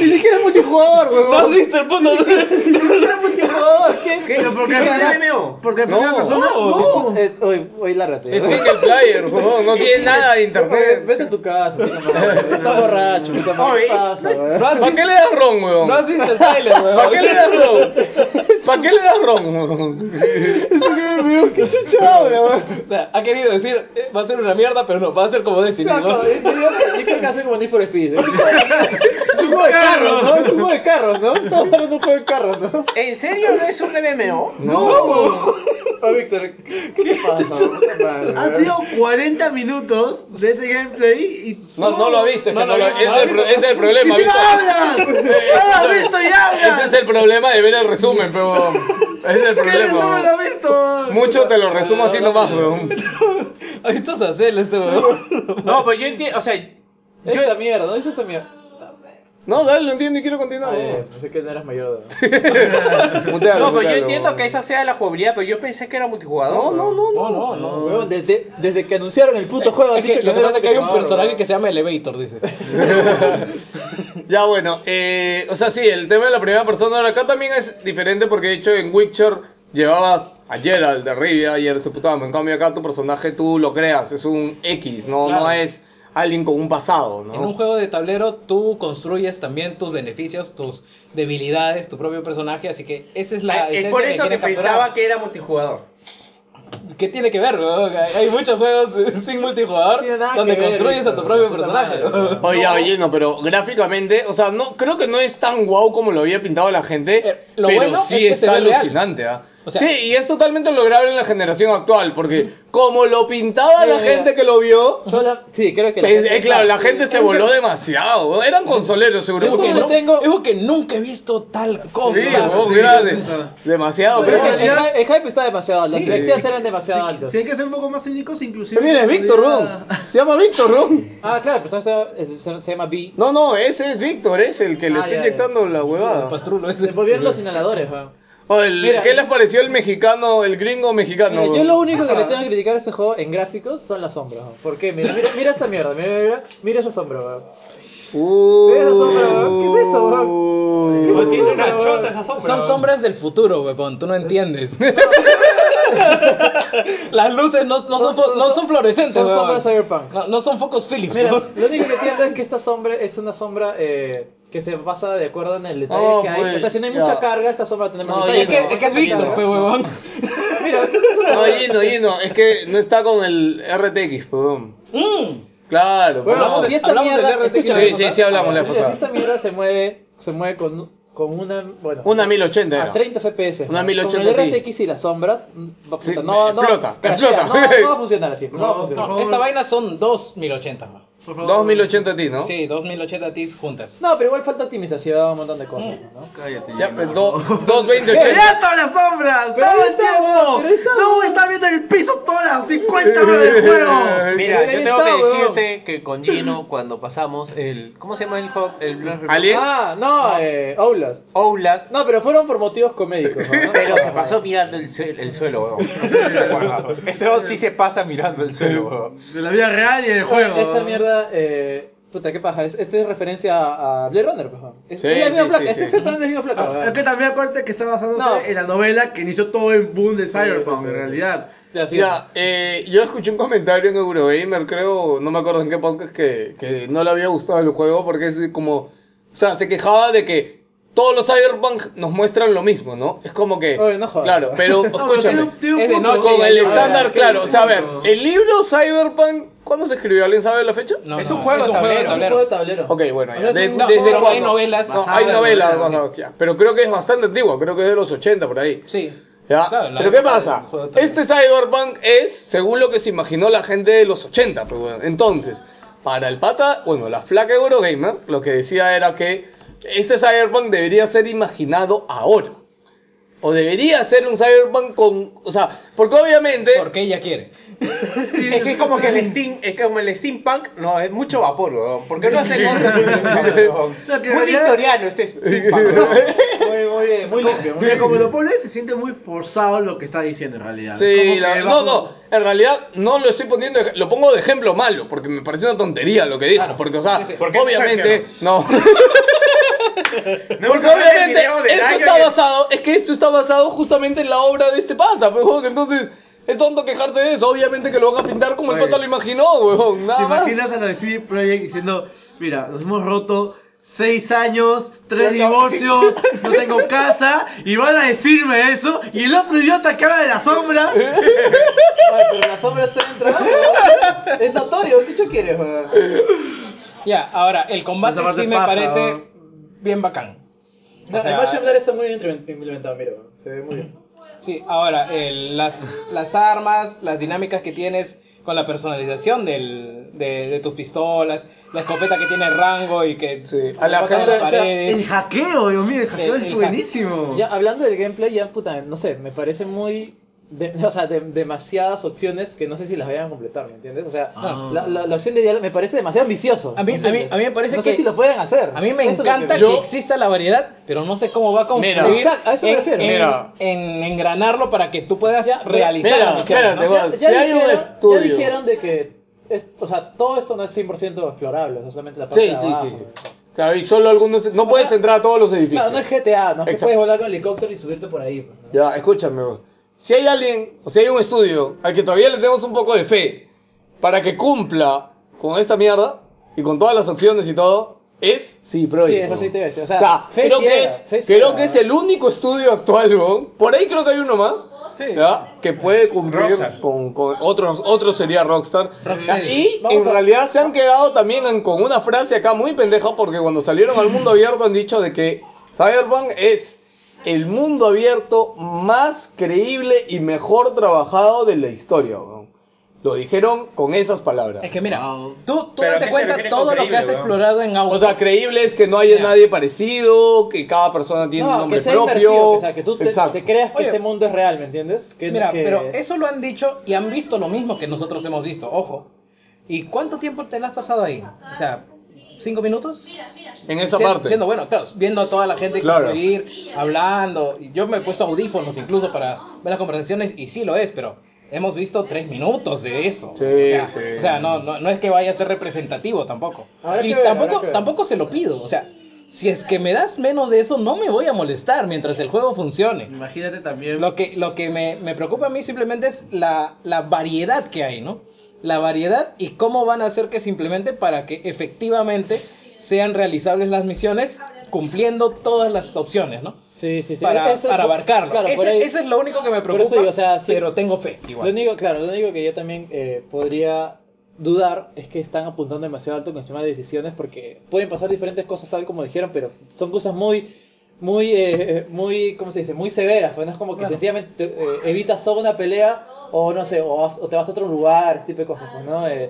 B: Ni siquiera es multijugador, weón.
C: ¿No has visto el punto?
B: Ni siquiera es multijugador, ¿qué?
D: ¿Qué? ¿Por qué es un MMO? Porque
A: No,
B: No. Es, oye, oye, lárgate.
A: es single player, huevón, no tiene nada de
B: Oye,
C: Eh,
A: internet.
B: vete a tu casa, puta madre. Estás borracho, puta madre.
D: Oye,
B: ¿Qué pasa, eh? weón?
C: ¿No has
A: ¿Para
C: visto,
A: qué le das ron, huevón?
C: no has visto el trailer, weón?
A: ¿Para qué le das ron? ¿Para qué le das ron, huevón?
B: Eso que me veo, qué chucha, weón.
C: O sea, ha querido decir, eh, va a ser una mierda, pero no, va a ser como Destiny,
B: Flaco,
C: ¿no?
B: Yo yo creo que hace como Need for Speed. ¿no? Es un juego de carros, ¿no? Es un juego de carros, ¿no? Estamos hablando de un juego de carros, ¿no?
D: ¿En serio no es un MMO?
B: Ah, Víctor, ¿qué te pasa? Puta madre,
F: Ha
B: weón.
F: sido 40 minutos de ese gameplay y.
A: No, no lo viste, es que
C: No
A: no
C: lo
A: lo
C: vi-
A: ese
C: no
A: es el pro- ese es el problema,
F: ¡Y
A: Víctor.
F: hablas! ¡Ah, visto y
A: Ese es
F: hablas!
A: el problema de ver el resumen, pero. Ese es el
F: ¿Qué resumen
A: problema.
F: lo has visto?
A: weón. Mucho te lo resumo así nomás, weón.
C: Ha visto Sacel este weón.
D: No, pero yo entiendo, o sea,
B: Esta mierda, ¿no? Hizo esta mierda. Eh,
A: No, dale, lo entiendo y quiero continuar.
B: Ay,
A: weón.
B: Pensé que no eras mayor de edad.
A: Mutealo,
D: no, pero yo
A: mutealo,
D: entiendo
A: weón.
D: que esa sea la jugabilidad, pero yo pensé que era multijugador.
A: No, no, no.
C: No, no, no.
B: No, weón, desde, desde que anunciaron el puto juego.
C: Es que lo que pasa es que hay un personaje que se llama Elevator, dice.
A: Ya bueno, eh, o sea, sí, el tema de la primera persona ahora acá también es diferente porque de hecho en Witcher llevabas a Geralt de Rivia y eres putado. En cambio acá tu personaje tú lo creas, es un X, no, no
C: Claro.
A: es alguien con un pasado, ¿no?
C: En un juego de tablero tú construyes también tus beneficios, tus debilidades, tu propio personaje, así que esa es la
D: es
C: esencia
D: Eh, por eso que,
C: quieren
D: pensaba
C: capturar.
D: que era multijugador.
C: ¿Qué tiene que ver, weón? Hay hay muchos juegos sin multijugador
B: Tiene nada
C: donde
B: que ver,
C: construyes a tu
B: Víctor,
C: propio
B: puta
C: personaje.
B: madre,
C: weón.
A: Oye, oye, no, pero gráficamente, o sea, no creo que no es tan guau como lo había pintado la gente,
C: Eh, lo
A: pero
C: bueno
A: sí
C: es que se
A: está
C: ve real.
A: alucinante, ¿ah?
C: O sea-
A: sí, y es totalmente lograble en la generación actual, porque como lo pintaba la
B: Eh,
A: gente que lo vio,
B: Sola... Sí, creo que.
C: eh,
A: pensé- claro, la
B: sí.
A: gente se
B: Eso-
A: voló demasiado, weón. eran consoleros seguro.
C: Digo
B: Eso
C: que,
B: le
C: no-
B: tengo-
C: digo que nunca he visto tal cosa.
A: Sí, weón,
F: sí,
A: era
F: sí,
A: de-
F: sí.
A: demasiado,
B: Pero
A: pero...
B: es que el, el hype está demasiado alto.
A: Sí.
B: Las directivas eran demasiado
F: Si
B: altas.
F: hay que ser un poco más técnicos, inclusive.
A: Pero mira, es
F: se
A: Víctor,
F: podría-
A: weón. Se llama Víctor, weón.
B: Ah, claro, el personaje se, se- se llama B.
A: No, no, ese es Víctor, es el que le
B: Ah,
A: está
B: ya, ya.
A: inyectando la huevada.
C: Pastrulo
B: Se
C: ese.
B: volvieron los inhaladores, weón.
A: O el-
B: Mira,
A: ¿Qué les pareció el mexicano, el gringo mexicano?
C: Ah,
B: Mira, yo
A: weón?
B: lo único que le tengo que criticar a este juego en gráficos son las sombras. weón. ¿Por qué? Mira, mira, mira esta mierda, mira, mira, mira esa sombra. weón.
A: Uh.
B: Mira esa sombra, weón. ¿Qué es eso, weón? ¿Qué es
C: Pues
B: esa
D: Porque es una
B: sombra,
D: chota
B: weón?
D: esa sombra.
C: Son sombras del futuro, weón, tú no entiendes. Las luces no, no son, fo- no son fluorescentes,
B: Son
C: weón.
B: sombras cyberpunk.
C: No, no son focos Philips.
B: Mira,
C: weón.
B: lo único que entiendo es que esta sombra es una sombra eh, que se basa de acuerdo en el detalle
A: Oh,
B: que hay.
A: pues,
B: O sea, si no hay
A: ya.
B: mucha carga, esta sombra tiene más
D: No,
B: detalle.
D: es que- es que es
B: Víctor,
C: Pe, weón.
B: Mira, esa es una-
A: No, Gino, Gino, es que no está con el RTX, perdón. Claro, pues,
B: Mm. Bueno,
A: perdón.
B: si esta
C: hablamos del
B: mierda,
C: RTX,
B: escúchame,
A: Sí, sí, sí, hablamos la vez
B: Ah, mira, si
A: pasada.
B: esta mierda se mueve, se mueve con, con una, bueno,
A: Una 1080
B: a
A: era.
B: 30 FPS.
A: Una
B: ¿no?
A: 1080
B: Con
A: Ti.
B: el RTX y las sombras, mm, va-
A: Sí,
B: puta, no, no,
A: explota,
B: crashea,
A: explota.
B: No, no va a funcionar así, no, va a
F: No,
B: funcionar.
F: no.
C: Esta vaina son 2080, weón.
F: Por favor.
A: 2080 ti, ¿no?
C: Sí, 2080 tis juntas.
B: No, pero igual falta optimización, un montón de cosas,
A: Mm.
B: ¿no?
F: Cállate.
A: Ya,
F: Jimmy.
A: pues, do- 22080.
F: ¡Ya todas las sombras!
B: Pero
F: ¡Todo
B: ahí
F: el
B: está,
F: tiempo!
B: pero ahí está,
F: ¡No, está viendo el piso todas las 50 horas del juego!
B: Pero
D: Mira,
B: ahí
D: yo tengo
B: está,
D: que
B: weón.
D: decirte que con Gino, cuando pasamos el. ¿Cómo se llama el juego? El Blast Report.
A: ¿Alien?
B: Ah, no, eh, Outlast.
D: Outlast.
B: No, pero fueron por motivos comédicos, ¿no?
D: Pero se pasó mirando el, suel- el suelo, weón. No sé si te acuerdas. Este weón sí se pasa mirando el suelo, weón.
F: De la vida real y del juego.
B: Esta mierda, eh, puta, qué paja. Es, esto es referencia a, a Blade Runner, por favor. Es,
A: Sí,
B: es la
A: sí,
B: misma placa,
A: sí,
B: es
A: sí.
B: exactamente la misma placa.
F: Ah, Es
B: ¿verdad?
F: que también acuérdate que está basándose
B: No.
F: en la novela que inició todo el boom de Cyberpunk,
B: sí, sí.
F: en realidad.
B: Ya, sí.
A: Mira, eh, yo escuché un comentario en Eurogamer, creo, no me acuerdo en qué podcast, que, que no le había gustado el juego porque es como, o sea, se quejaba de que todos los Cyberpunk nos muestran lo mismo, ¿no? Es como que...
B: Oye, no jodas.
A: Claro, pero
F: No, pero
A: escúchame.
F: tiene un
B: es de
F: punto.
B: noche
A: Con
B: y
A: el
B: hay-
A: estándar,
B: hay-
A: claro. O sea, a ver,
F: punto.
A: el libro Cyberpunk, ¿cuándo se escribió? ¿Alguien sabe la fecha?
C: No,
N: Es
C: no,
N: un juego de
B: Es un juego de tablero.
A: Ok, bueno,
B: O
A: ya.
B: sea, es
A: De-
B: un-
C: no,
A: desde
C: pero no hay
A: cuándo?
C: novelas.
A: No, hay
F: Basada en
A: novelas,
F: novelas,
A: basado, ya. pero creo que es bastante antigua, creo que es de los 80 por ahí.
C: Sí.
A: ¿Ya?
C: Claro, la
A: Pero ¿qué
C: época
A: pasa?
C: del juego también.
A: Este Cyberpunk es según lo que se imaginó la gente de los 80. pues, bueno. Entonces, para el pata, bueno, la flaca Eurogamer lo que decía era que este Cyberpunk debería ser imaginado ahora. O debería ser un Cyberpunk con... O sea, porque obviamente...
C: Porque ella quiere.
D: Es que es como que el Steam, es que como el steampunk, no, es mucho vapor, weón. ¿Por qué no hacen otro steampunk, weón?
F: No, que en
D: Muy
F: realidad-
D: victoriano este steampunk. weón.
B: Muy, muy, eh, muy limpio. muy
F: Mira,
B: limpio.
F: como lo pones, se siente muy forzado lo que está diciendo en realidad. Como
A: Sí,
F: que
A: la-
F: bajo-
A: no, no, en realidad no lo estoy poniendo, de ej- lo pongo de ejemplo malo, porque me pareció una tontería lo que dijo, porque, o sea,
D: ¿Por qué
A: obviamente, no,
D: No
A: porque
D: hemos hablado del
A: obviamente
D: video del
A: esto
D: año
A: está
D: que-
A: basado, es que esto está basado justamente en la obra de este pata, pues, huevón, entonces, es tonto quejarse de eso, obviamente que lo van a pintar como el
F: Oye.
A: pata lo imaginó, huevón,
F: ¿Te
A: nada más.
F: imaginas a la de CD Projekt diciendo, mira, nos hemos roto seis años, tres divorcios, no tengo casa, y van a decirme eso, y el otro idiota que habla de las sombras,
A: Eh,
B: Ay, pero las sombras están entrando. ¿no? Es notorio, ¿qué chucha quieres, weón?
C: Ya, ahora, el combate
F: Esa parte
C: sí me
F: paja,
C: parece
F: ¿no?
C: bien bacán.
B: No,
C: O sea-
B: el Motion Blur está muy bien implement- implementado, mira, weón. Se ve muy bien.
C: Sí, ahora, el- las, las armas, las dinámicas que tienes con la personalización del, de, de tus pistolas, la escopeta que tiene rango y que
A: Sí, a la
C: rebota en
A: gente,
C: las
A: o sea,
C: paredes.
F: el hackeo, Dios mío, el hackeo
C: El-
F: es
C: el
F: buenísimo.
B: Ya, hablando del gameplay, ya, puta, no sé, me parece muy... de- o sea, de- demasiadas opciones que no sé si las vayan a completar, ¿me entiendes? O sea,
F: Ah.
B: la, la- la opción de diálogo me parece demasiado ambicioso.
C: A mí- a mí-
B: ¿entiendes?
C: a mí me parece
B: no
C: que-
B: sé si lo pueden hacer.
C: A mí me
B: Eso es lo que
C: encanta que,
A: Yo-
C: exista la variedad, pero no sé cómo va a confluir
A: Mira.
B: Exacto, a eso me
C: en,
B: refiero.
C: en-
A: Mira.
C: en engranarlo para que tú puedas
B: pero-
C: realizar
A: Mira,
C: la misión,
A: espérate,
C: ¿no?
A: bueno, si hay un estudio-
B: Ya dijeron de que esto- o sea, todo esto no es 100% explorable, o sea, solamente la parte
A: Sí,
B: de
A: sí,
B: abajo.
A: sí, claro, y solo algunos, no puedes
B: sea,
A: entrar a todos los edificios.
B: Claro, no es GTA, no es que
A: Exacto.
B: puedes volar con helicóptero y subirte por ahí. pues, ¿no?
A: Ya, escúchame. weón. Si hay alguien, o si hay un estudio al que todavía le tenemos un poco de fe para que cumpla con esta mierda y con todas las opciones y todo, es sí, Projekt.
B: Sí, eso sí te voy a decir, o sea, fe
A: creo,
B: ciega,
A: que es,
B: fe
A: creo
B: ciega.
A: que es el único estudio actual, weón. Por ahí creo que hay uno más. ¿ya? Que puede cumplir
D: Rockstar.
A: con, con otros, otro sería Rockstar.
C: Rocksteady.
A: Y
B: Vamos
A: en
B: a-
A: realidad se han quedado también en- con una frase acá muy pendeja porque cuando salieron al mundo abierto han dicho de que Cyberpunk es el mundo abierto más creíble y mejor trabajado de la historia. weón. Lo dijeron con esas palabras.
C: Es que mira,
F: Wow.
C: tú, tú
D: Pero ¿a qué
C: date
D: se
C: cuenta
D: refiere
C: todo
D: con
C: lo que has
D: creíble, weón?
C: explorado en auto.
A: O sea, creíble es que no haya
C: Ya.
A: nadie parecido, que cada persona tiene un
B: No,
A: nombre
B: que sea
A: propio.
B: inmersivo, o sea, que tú te,
A: Exacto.
B: te creas que
C: Oye.
B: ese mundo es real, ¿me entiendes? Que,
C: Mira,
B: que-
C: pero eso lo han dicho y han visto lo mismo que nosotros hemos visto, ojo. ¿Y cuánto tiempo te la has pasado ahí? O sea, ¿cinco minutos?
A: en esa
C: Sien-
A: parte.
C: Siendo bueno, claro, viendo a toda la gente
A: Claro.
C: ir hablando. y Yo me he puesto audífonos incluso para ver las conversaciones y sí lo es, pero hemos visto tres minutos de eso.
A: Sí,
C: o sea,
A: sí.
C: o sea, no, no, no es que vaya a ser representativo tampoco.
B: Habrá
C: y
B: que ver, habrá
C: tampoco,
B: que ver.
C: tampoco se lo pido. O sea, si es que me das menos de eso, no me voy a molestar mientras el juego funcione.
F: Imagínate también.
C: Lo que, lo que me, me preocupa a mí simplemente es la, la variedad que hay, ¿no? La variedad y cómo van a hacer que se implemente para que efectivamente sean realizables las misiones cumpliendo todas las opciones, ¿no?
B: Sí, sí, sí.
C: Para,
B: Ese-
C: para abarcarlo.
B: Claro, por
C: ese,
B: ahí-
C: ese es lo único que me
B: por
C: preocupa,
B: eso digo, o sea, sí
C: pero
B: es-
C: tengo fe igual.
B: Lo único, claro, lo único que yo también eh, podría dudar es que están apuntando demasiado alto con el tema de decisiones porque pueden pasar diferentes cosas tal como dijeron, pero son cosas muy, muy, eh, muy, ¿cómo se dice? Muy severas, pues no es como que sencillamente te- eh, evitas toda una pelea o no sé, o, vas- o te vas a otro lugar, ese tipo de cosas, pues, ¿no? Eh,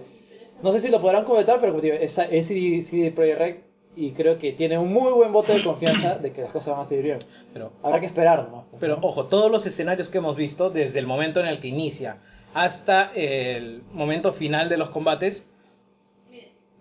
B: no sé si lo podrán comentar, pero como te digo, es, es CD, Projekt Red y creo que tiene un muy buen voto de confianza de que las cosas van a salir bien.
C: Pero-
B: Habrá que esperar, pues. ¿no?
C: Pero ojo, todos los escenarios que hemos visto, desde el momento en el que inicia hasta el momento final de los combates,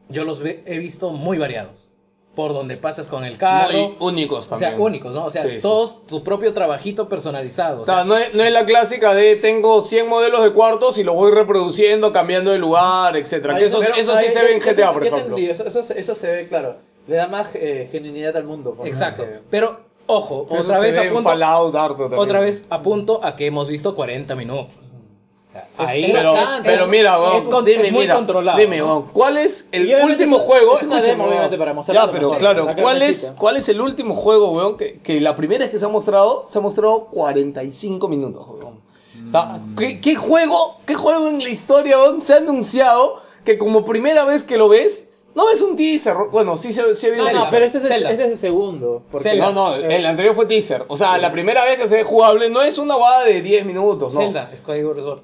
C: yo los ve- he visto muy variados. Por donde pasas con el carro.
A: Muy únicos
C: o
A: también.
C: sea, únicos, ¿no? O sea,
A: Sí, sí.
C: todos su propio trabajito personalizado.
A: O sea, no es, no es la clásica de tengo 100 modelos de cuartos y los voy reproduciendo, cambiando de lugar, etcétera. Que
B: Ah,
A: eso
B: pero-
A: eso
B: ah,
A: sí
B: ya-
A: se
B: ya-
A: ve en
B: ya te-
A: GTA, por
B: ya te
A: ejemplo.
B: entendí, eso, eso, se- eso se ve, claro. Le da más eh, genuinidad al mundo. por lo menos,
C: Exacto.
B: que-
C: Pero, ojo,
A: Eso
C: otra
A: se
C: vez
A: ve en
C: apunto.
A: Fallout harto también.
C: Otra vez apunto a que hemos visto 40 minutos. O sea, Ahí
B: ah, es
A: Pero,
B: bastante.
A: pero
C: es-
A: mira, weón,
C: es, con-
A: dime,
C: es muy
A: mira,
C: controlado.
A: Dime,
C: ¿no?
A: weón, ¿cuál es el
B: Y obviamente
A: último
B: es-
A: juego?
B: es una
A: Escúchame,
B: demo,
A: weón.
B: obviamente, para mostrar
A: Ya,
B: lo
A: pero
B: mejor,
A: claro,
B: la
A: ¿cuál es,
B: carnecita.
A: ¿cuál es el último juego, weón? Que, que la primera vez que se ha mostrado, se ha mostrado 45 minutos, weón. O sea, ¿qué, qué juego, qué juego en la historia, weón, se ha anunciado que como primera vez que lo ves, no ves un teaser? Bueno, sí se, sí ha habido
B: No, no,
A: teaser.
B: pero este es, el,
C: Zelda.
B: este es el segundo. Porque
C: Zelda.
A: No, no, el,
B: Eh,
A: el anterior fue teaser. O sea, la primera vez que se ve jugable no es una guada de 10 minutos, no.
C: Zelda, Skyward Sword.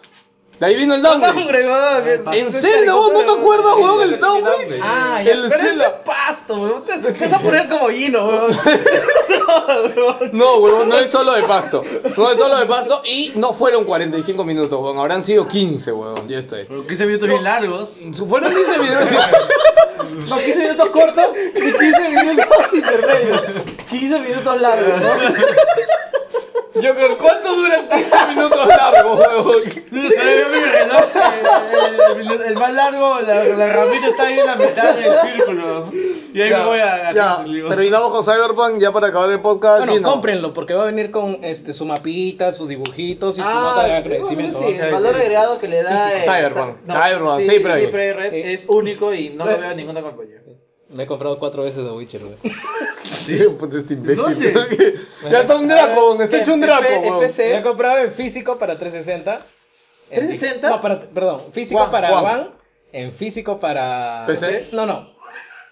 A: De ahí vino el downgrade.
C: Hombre, weón, es-
A: En
C: es
A: Zelda, vos no te
C: caricatura,
A: acuerdas,
C: weón.
A: weón, el downgrade.
C: Ah, ya,
A: El
C: pero es de
A: Zelda.
C: pasto, weón. Te, te vas a poner como hino, weón. weón.
A: No, weón, no es solo de pasto. No es solo de pasto y no fueron 45 minutos, weón. Habrán sido 15, weón. Ya estoy.
F: Pero 15 minutos bien largos.
A: Fueron 15 minutos.
B: no, 15 minutos cortos y 15 minutos intermedios. 15 minutos largos, ¿no?
A: Yo creo, ¿cuánto duran 15 minutos largos, weón?
F: No sé, yo mi reloj. eh, El, el- el más largo, la, la ramita está ahí en la mitad del círculo. Y ahí
A: Ya,
F: me voy a. a-
A: ya,
F: digo.
A: terminamos con Cyberpunk ya para acabar el podcast.
C: Bueno,
A: Gino.
C: cómprenlo, porque va a venir con este, su mapita, sus dibujitos y su nota de agradecimiento.
B: Ah, bueno, sí,
C: ¿no?
B: el valor agregado que le da
A: Sí, sí,
B: eh,
A: Cyberpunk,
B: sa-
A: Cyberpunk, sí, pero-
B: sí, pero Red es único y no lo veo en ninguna compañía.
C: Me he comprado cuatro veces de Witcher, weón.
A: Sí, puta, este imbécil.
F: ¿Dónde?
A: ya está un Draco,
C: eh,
A: está hecho un
B: En-
A: Draco.
B: en
A: weón.
B: PC,
C: Me he comprado en físico para 360. en
B: 360?
C: No, para, perdón, físico
A: One,
C: para
A: one.
C: One, en físico para...
A: ¿PC?
C: No, no,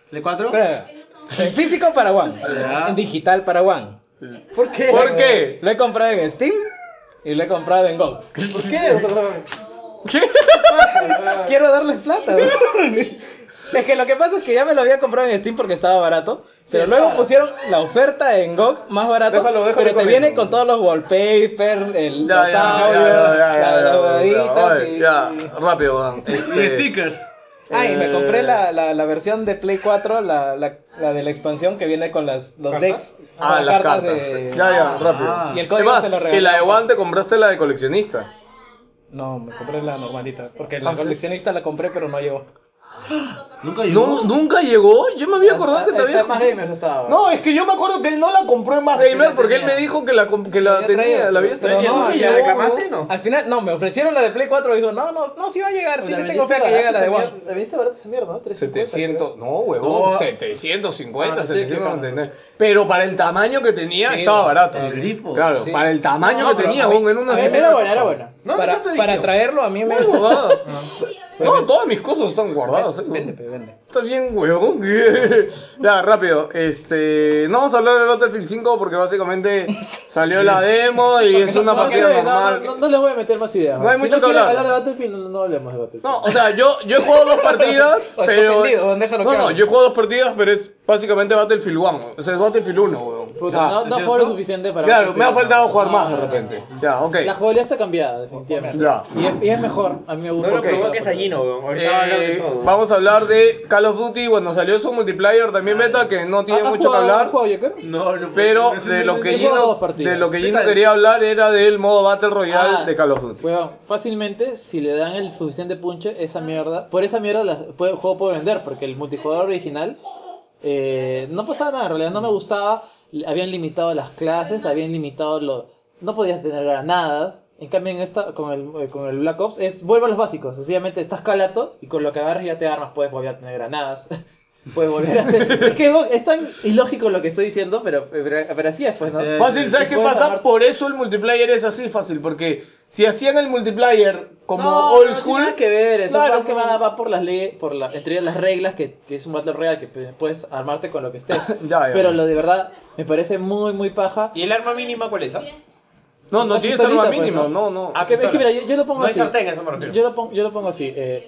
F: ¿De cuatro?
C: Espera, espera. En físico para One. En digital para One.
B: ¿Por qué?
A: ¿Por qué?
C: Lo he comprado en Steam y lo he comprado en Go.
B: ¿Por qué?
A: ¿Qué?
C: Quiero darles plata. Es que lo que pasa es que ya me lo había comprado en Steam porque estaba barato. Pero luego pusieron la oferta en GOG más barato.
A: Déjalo, déjalo
C: pero te
A: con
C: viene
A: eso.
C: con todos los wallpapers, el,
A: Ya,
C: los
A: ya,
C: audios,
A: ya, ya, ya, ya,
C: la- las
A: ya, ya,
C: bobaditas.
A: oye,
C: y-
A: ya,
C: y-
A: rápido, weón.
F: Y
A: Este,
F: stickers.
C: Ah, y me
A: Eh.
C: compré la, la, la versión de Play 4, la, la, la de la expansión que viene con las, los decks.
A: Ah,
C: con
A: las cartas.
C: de-
A: Ya, ya, rápido.
F: Ah.
C: Y el código
A: Es más,
C: se lo
A: que la de
C: regalaron.
A: One te compraste la de coleccionista.
C: No, me compré la normalita. Porque la
A: Ah, sí.
C: coleccionista la compré, pero no llegó.
F: Nunca llegó.
A: No, nunca llegó. Yo me había acordado que te
B: Está
A: había.
B: en más gamers estaba.
A: No, es que yo me acuerdo que él no la compró en Más Gamer porque él me dijo que la, comp- que la
C: Había
A: tenía,
C: traído,
A: la había
C: pero
A: traído.
C: no,
A: Nunca
C: ¿y la
A: llegó,
D: reclamaste?
A: weón.
D: No.
C: Al final, no, me ofrecieron la de Play 4. Dijo, no, no, no, sí va a llegar. Sí, le tengo fe a que llegue a la de One.
B: ¿La viste barata esa mierda, no? 350, creo.
A: 700, no, huevón,
F: No.
A: 750,
B: Ah, sí,
A: 799. Pero para el tamaño que tenía
C: Sí,
A: estaba
C: no,
A: barato.
F: el grifo.
A: Claro,
C: Sí.
A: para el tamaño
C: No,
A: que
C: pero
A: tenía,
C: a mí-
A: huevón, era una
B: A ver,
A: simple-
B: Ah, eh, Era buena, era buena.
C: Para, para traerlo a mí me.
A: Huevada. No, todas mis cosas están guardadas. eh,
C: Vende,
A: huevón.
C: pe, vende.
A: Está bien, huevón. ya, rápido. Este, no vamos a hablar del Battlefield 5 porque básicamente salió la demo y es una
B: No,
A: partida
B: no, no,
A: normal.
B: No, no les voy a meter más ideas.
A: No hay
B: si
A: mucho
B: no
A: que
B: quieren
A: hablar.
B: de Battlefield, no, no hablemos de Battlefield.
A: No, o sea, yo, yo he jugado dos partidas,
C: O está
A: pero...
C: ofendido, weón, déjalo
A: no,
C: que
A: no,
C: hable.
A: yo he jugado dos partidas, pero es básicamente Battlefield 1. O sea, es Battlefield 1, weón.
B: Puta, no, no
O: ¿Es
B: juego lo
O: cierto?
B: suficiente para.
A: Claro, me ha
B: justificar.
A: faltado jugar
B: No,
A: más
B: no,
A: de
B: no,
A: repente.
B: no.
A: Ya, ok.
B: La jugabilidad está cambiada, definitivamente.
A: Ya.
B: Y es, y es mejor, a mí me gusta.
A: No lo
B: mucho.
A: provoques
P: que es allí, no, weón. Ahorita va a hablar de
A: Eh,
P: todo.
A: vamos a hablar de Call of Duty. Bueno, salió su multiplayer también beta, que no tiene
B: Ah, ¿Has
A: mucho que
B: jugado-
A: hablar.
B: has jugado Joker?
O: No, no
A: Pero
O: no,
A: de lo que
B: Yo he jugado dos
A: Gino,
B: partidas.
A: de lo que
O: ¿Qué
A: Gino
O: tal?
A: quería hablar era del modo Battle Royale
B: Ah,
A: de Call of Duty.
B: Weón, fácilmente, si le dan el suficiente punche, esa mierda. Por esa mierda la- puede- el juego puede vender, porque el multijugador original eh, no pasaba nada, en realidad no me gustaba. l- Habían limitado las clases, habían limitado lo. No podías tener granadas. En cambio, en esta, con el, eh, con el Black Ops, es vuelvo a los básicos. Sencillamente estás calato y con lo que agarras ya te armas, puedes volver a tener granadas. puedes volver a tener. es que weón, es tan ilógico lo que estoy diciendo, pero, pero, pero así es, pues, ¿no?
O: Sí.
A: Fácil, ¿sabes
B: Y
A: qué
B: puedes
A: pasa?
B: armar-
A: Por eso el multiplayer es así fácil, porque si hacían el multiplayer como
B: no,
A: old
B: no, no
A: school,
B: tiene nada que ver, eso
A: Claro,
B: más que
A: pues.
B: nada va por las leyes, por la, entre ellas las reglas que, que es un battle royale que p- puedes armarte con lo que estés.
A: Ya, ya.
B: Pero lo de verdad me parece muy muy paja.
D: ¿Y el arma mínima cuál es? ah?
A: no, no
B: Una
A: tienes
B: pistolita,
A: arma
B: pues,
A: mínimo, no,
B: ¿no?
A: no.
D: Ah,
B: Que- es que mira, yo, yo lo pongo
D: No hay
B: así.
D: sartén, a eso me refiero.
B: Yo lo pongo, yo lo pongo así. eh,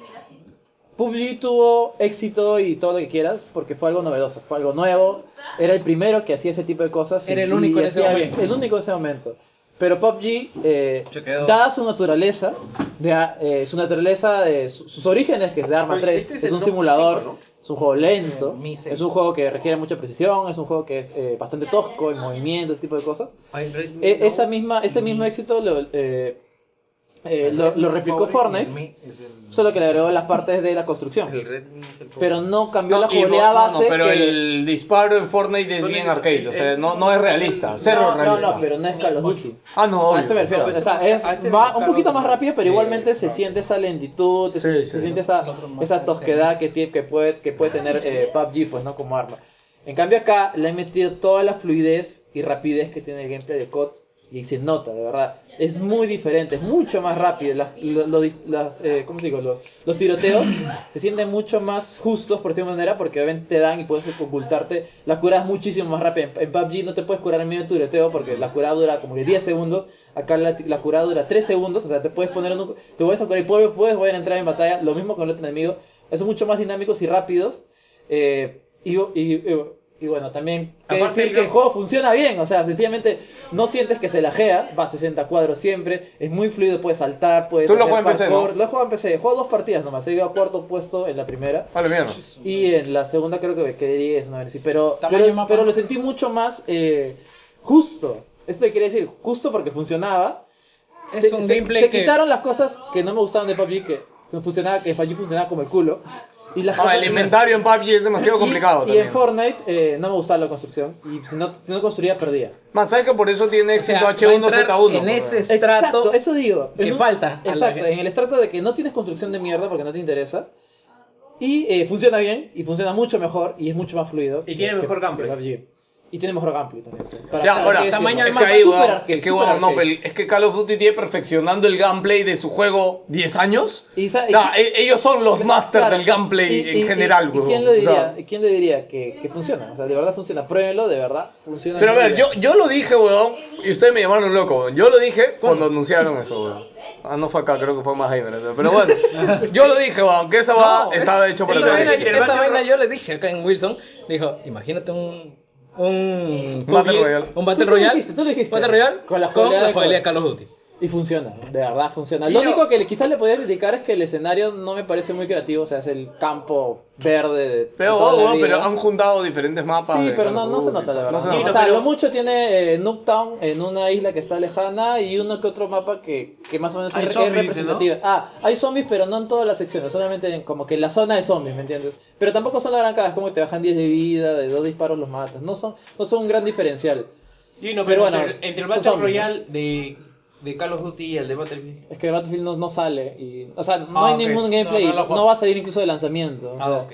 B: PUBG tuvo éxito y todo lo que quieras porque fue algo novedoso, fue algo nuevo. Era el primero que hacía ese tipo de cosas. y-
Q: Era el
B: y
Q: único en ese
B: hacía
Q: momento.
B: el único en ese momento. Pero PUBG, eh,
O: Se quedó.
B: dada su naturaleza, de, a- eh, su naturaleza, de su- sus orígenes, que es de Arma
D: Oye,
B: 3,
D: este es
B: es
D: el
B: un
D: Doom
B: simulador,
D: 5, ¿no?
B: es un juego lento,
C: Mi seis.
B: es un juego que requiere mucha precisión, es un juego que es eh, bastante tosco en movimiento, ese tipo de cosas. Eh, esa misma, ese
O: Mm.
B: mismo éxito lo, eh, eh, lo, lo replicó Fortnite, solo que le agregó las partes de la construcción. Pero no cambió la
A: No, y bo-
B: jugabilidad
A: no, no,
B: base.
A: pero
B: que-
A: el disparo en Fortnite es bien arcade, o sea, no, no es realista, cero
B: no, no,
A: realista.
B: no, pero no es Call of Duty.
A: Ah, no,
B: A
A: obvio.
B: eso me refiero. O sea, es,
P: a este
B: va
P: de
B: un poquito
P: Carlos
B: más
P: de-
B: rápido, pero
P: de-
B: igualmente se
P: Pablo.
B: siente esa lentitud, se,
A: Sí,
B: se
A: sí.
B: siente esa, esa tosquedad que, tiene, que, puede, que puede tener eh, PUBG pues, ¿no? como arma. En cambio acá le han metido toda la fluidez y rapidez que tiene el gameplay de COD y se nota, de verdad. Es muy diferente, es mucho más rápido. Las, lo- lo di- las, eh, ¿cómo se digo? Los, los tiroteos se sienten mucho más justos, por cierta manera, porque obviamente te dan y puedes ocultarte. La curada es muchísimo más rápida. En, en PUBG no te puedes curar en medio de tu tiroteo porque la curada dura como que 10 segundos. Acá la, la curada dura 3 segundos, o sea, te puedes poner en un, te puedes a curar y puedes, puedes volver a entrar en batalla. Lo mismo con el otro enemigo. Son mucho más dinámicos y rápidos. Eh, y, y- y- y bueno, también que
D: Aparte
B: decir
D: el
B: que el
D: gráfico-
B: juego funciona bien, o sea, sencillamente no sientes que se lajea, va a 60 cuadros siempre, es muy fluido, puedes saltar, puedes
A: Tú lo
B: hacer
A: juegas en PC,
B: parkour.
A: ¿no?
B: Lo he jugado en PC, he jugado dos partidas nomás, he llegado a cuarto puesto en la primera
A: Vale, mierda.
B: y en la segunda creo que me quedé 10, una vez así, pero,
C: Tamaño
B: pero,
C: mapa.
B: pero lo sentí mucho más eh, justo. Esto quiere decir justo porque funcionaba.
C: Es
B: se,
C: un
B: se-
C: gameplay
B: se
C: que-
B: quitaron las cosas que no me gustaban de PUBG, que, que funcionaba, que PUBG funcionaba como el culo. Y las
A: No,
B: cosas-
A: el inventario en PUBG es demasiado
B: y-
A: complicado
B: y,
A: también.
B: en Fortnite eh, no me gustaba la construcción. Y si no, si no construía, perdía.
A: Más sabes que por eso tiene
C: O sea,
A: éxito
C: va a entrar
A: H1Z1.
C: En ese
A: porque-
C: estrato.
B: Exacto, eso digo.
C: que
B: En un-
C: falta a la
B: Exacto,
C: gente.
B: en el estrato de que no tienes construcción de mierda porque no te interesa. Y eh, funciona bien, y funciona mucho mejor, y es mucho más fluido.
D: Y tiene mejor gameplay.
B: PUBG. Y tiene mejor gameplay también. Para-
A: Ya,
B: para
A: ahora,
B: qué decirlo.
C: tamaño
A: es
C: del
A: que
C: mapa,
A: ahí,
B: super
A: weón,
B: arcade,
A: es que,
B: super
A: weón, no,
B: arcade.
A: pero es que Call of Duty tiene perfeccionando el gameplay de su juego 10 años.
B: Y sa-
A: o sea,
B: y-
A: e- ellos son los máster
B: Claro,
A: del gameplay
B: y-
A: en
B: y-
A: general,
B: y- y
A: weón.
B: ¿Quién le
A: O sea,
B: diría, y quién le diría que, que funciona? O sea, de verdad funciona. Pruébenlo, de verdad funciona.
A: pero a
B: muy
A: ver,
B: bien.
A: yo, yo lo dije, weón, y ustedes me llamaron loco, weón. Yo lo dije cuando anunciaron eso, weón. Ah, no fue acá, creo que fue más ahí, ¿verdad? Pero bueno, yo lo dije, weón, que esa va
C: No,
A: estaba hecho para
C: esa vaina,
A: televisión.
C: esa vaina yo le dije acá en Wilson. le Dijo, imagínate un. Un
A: Battle
C: PUBG,
A: Royale.
C: Un
B: Tú-
C: Battle
B: tú
C: Royale.
B: dijiste, tú dijiste.
C: Battle Royale
B: Con
C: con
B: la
C: la
B: jugabilidad de
C: jugabilidad de Call of Duty.
B: Y funciona, de verdad funciona. Lo único que le- quizás le podría criticar es que el escenario no me parece muy creativo, o sea, es el campo verde de. de
A: Pero,
B: toda la
A: weón,
B: vida.
A: pero han juntado diferentes mapas.
B: Sí,
A: de Call
B: pero no,
A: of
B: no se
A: Duty.
B: nota la verdad.
A: No se nota.
B: o sea, lo mucho tiene eh, Nuketown en una isla que está lejana y uno que otro mapa que, que más o menos
O: Hay
B: es, es
O: zombies, dice, ¿no?
B: representativo. Ah, hay zombies, pero no en todas las secciones, solamente en, como que en la zona de zombies, ¿me entiendes? Pero tampoco son la gran caga, es como que te bajan 10 de vida, de dos disparos los matas. No son, no son un gran diferencial.
D: Y
B: Pero
D: no, pero,
B: bueno,
D: entre, entre el
B: son
D: Battle
B: zombies,
D: Royale de, de Call of Duty y el de Battlefield.
B: Es que Battlefield no, no sale. Y, o sea, no
D: Ah,
B: hay
D: ok.
B: ningún gameplay.
O: No,
B: No,
O: no lo juego.
B: va a salir incluso de lanzamiento.
D: Ah, ok.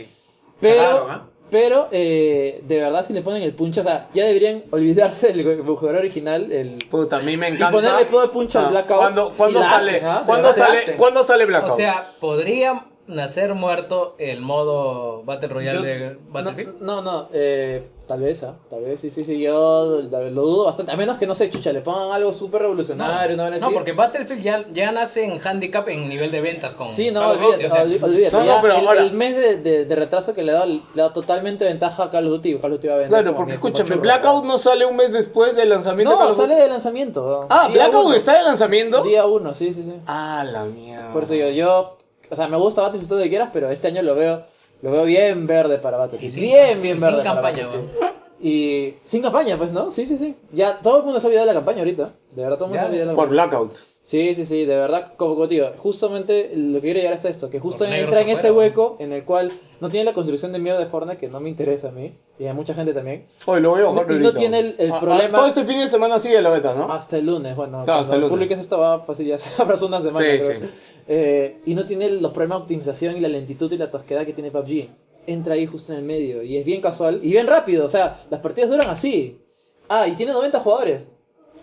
B: Pero,
D: Raro, ¿ah?
B: pero eh, de verdad, si le ponen el punch, o sea, ya deberían olvidarse del jugador original. El,
A: Puta, a mí me encanta. Ah,
B: Y ponerle todo el punch al Blackout
A: ¿Cuándo,
B: y
A: cuándo
B: la
A: sale,
B: hacen, ¿ah? De
A: ¿cuándo,
B: verdad la
A: sale,
B: hacen.
A: ¿Cuándo sale Blackout?
C: O sea, podría nacer muerto el modo Battle Royale de
B: no,
C: Battlefield.
B: no, no, eh, Tal vez, ah, tal vez, sí, sí, sí, yo la- lo dudo bastante. A menos que, no sé, chucha, le pongan algo súper revolucionario, ¿no?
C: No, porque Battlefield ya, ya nace en handicap en nivel de ventas con
B: Sí, no,
C: Call of Duty,
B: olvídate,
C: o sea,
B: olví- olvídate,
A: No, no,
B: ya
A: pero
B: el,
A: ahora-
B: el mes de, de- de retraso que le da, le da totalmente ventaja a Call of Duty. Call of Duty va a vender
A: Claro,
B: como
A: porque
B: mi- como
A: escúchame,
B: churro,
A: Blackout
B: ¿no?
A: no sale un mes después del lanzamiento de
B: No,
A: Call of Duty.
B: sale de lanzamiento. ¿no?
A: Ah,
B: Día
A: Blackout
B: uno.
A: está de lanzamiento.
B: Día uno, sí, sí, sí.
A: Ah, la mierda.
B: Por eso yo, yo, o sea, me gusta Battlefield todo lo que quieras, pero este año lo veo, lo veo bien verde para Battlefield. bien, bien
C: y
B: verde. para
C: sin campaña,
B: Battlefield. Y sin campaña, pues, ¿no? Sí, sí, sí. Ya todo el mundo se ha olvidado de la campaña ahorita. De verdad, todo el mundo se ha olvidado de la
A: Por
B: campaña.
A: Blackout.
B: Sí, sí, sí, de verdad, como, como te digo, justamente lo que quiero llegar es a esto, que justo
C: Los negros
B: entra en ese
C: afuera,
B: hueco en el cual no tiene la construcción de mierda de Fortnite, que no me interesa a mí, y a mucha gente también.
A: Hoy lo voy a bajar
B: Y no
A: ahorita.
B: tiene el- el
A: Ah, ah,
B: problema-
A: todo este fin de semana sigue la beta, ¿no?
B: Hasta el lunes, bueno,
A: Claro, hasta el
B: cuando
A: lunes.
B: publiques esto va fácil, ya se abrazó una semana.
A: Sí,
B: creo.
A: sí.
B: Eh, y no tiene los problemas de optimización y la lentitud y la tosquedad que tiene PUBG. Entra ahí justo en el medio y es bien casual y bien rápido, o sea, las partidas duran así. Ah, y tiene 90 jugadores.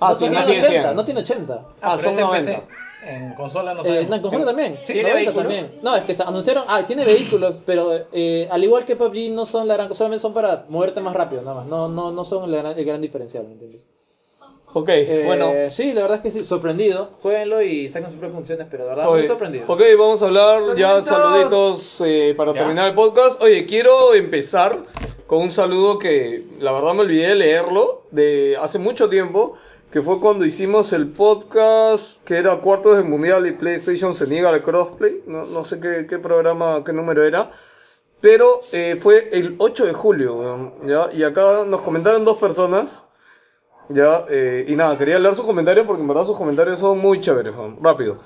A: Ah,
B: no,
A: sí,
B: no
A: no
B: tiene
A: tiene
B: 80,
A: 100.
B: no tiene 80.
A: Ah, son
C: pero es en PC.
A: 90.
C: En consola no
B: Eh,
C: sabemos.
B: no, en conjunto también.
C: Sí,
B: ¿Tiene
R: vehículos?
B: también. No, es que se anunciaron. Ah, tiene vehículos, pero eh, al igual que PUBG, no son la gran cosa, solamente son para moverte más rápido, nada más. No, no, no son la gran- el gran diferencial, ¿me entiendes?
A: Ok,
B: Eh,
A: bueno.
B: Sí, la verdad es que sí, sorprendido. Jueguenlo y saquen sus propias funciones, pero la verdad,
A: Oye,
B: muy sorprendido.
A: Ok, vamos a hablar ya
F: ¡Saluditos!
A: saluditos eh, para terminar el podcast. Oye, quiero empezar con un saludo que la verdad me olvidé de leerlo de hace mucho tiempo, que fue cuando hicimos el podcast que era cuartos del mundial y PlayStation se niega al crossplay. No, no sé qué, qué programa, qué número era. Pero eh, fue el 8 de julio, weón, ¿ya? Y acá nos comentaron dos personas. Ya, eh, y nada, quería leer sus comentarios porque en verdad sus comentarios son muy chéveres, ¿no? rápido.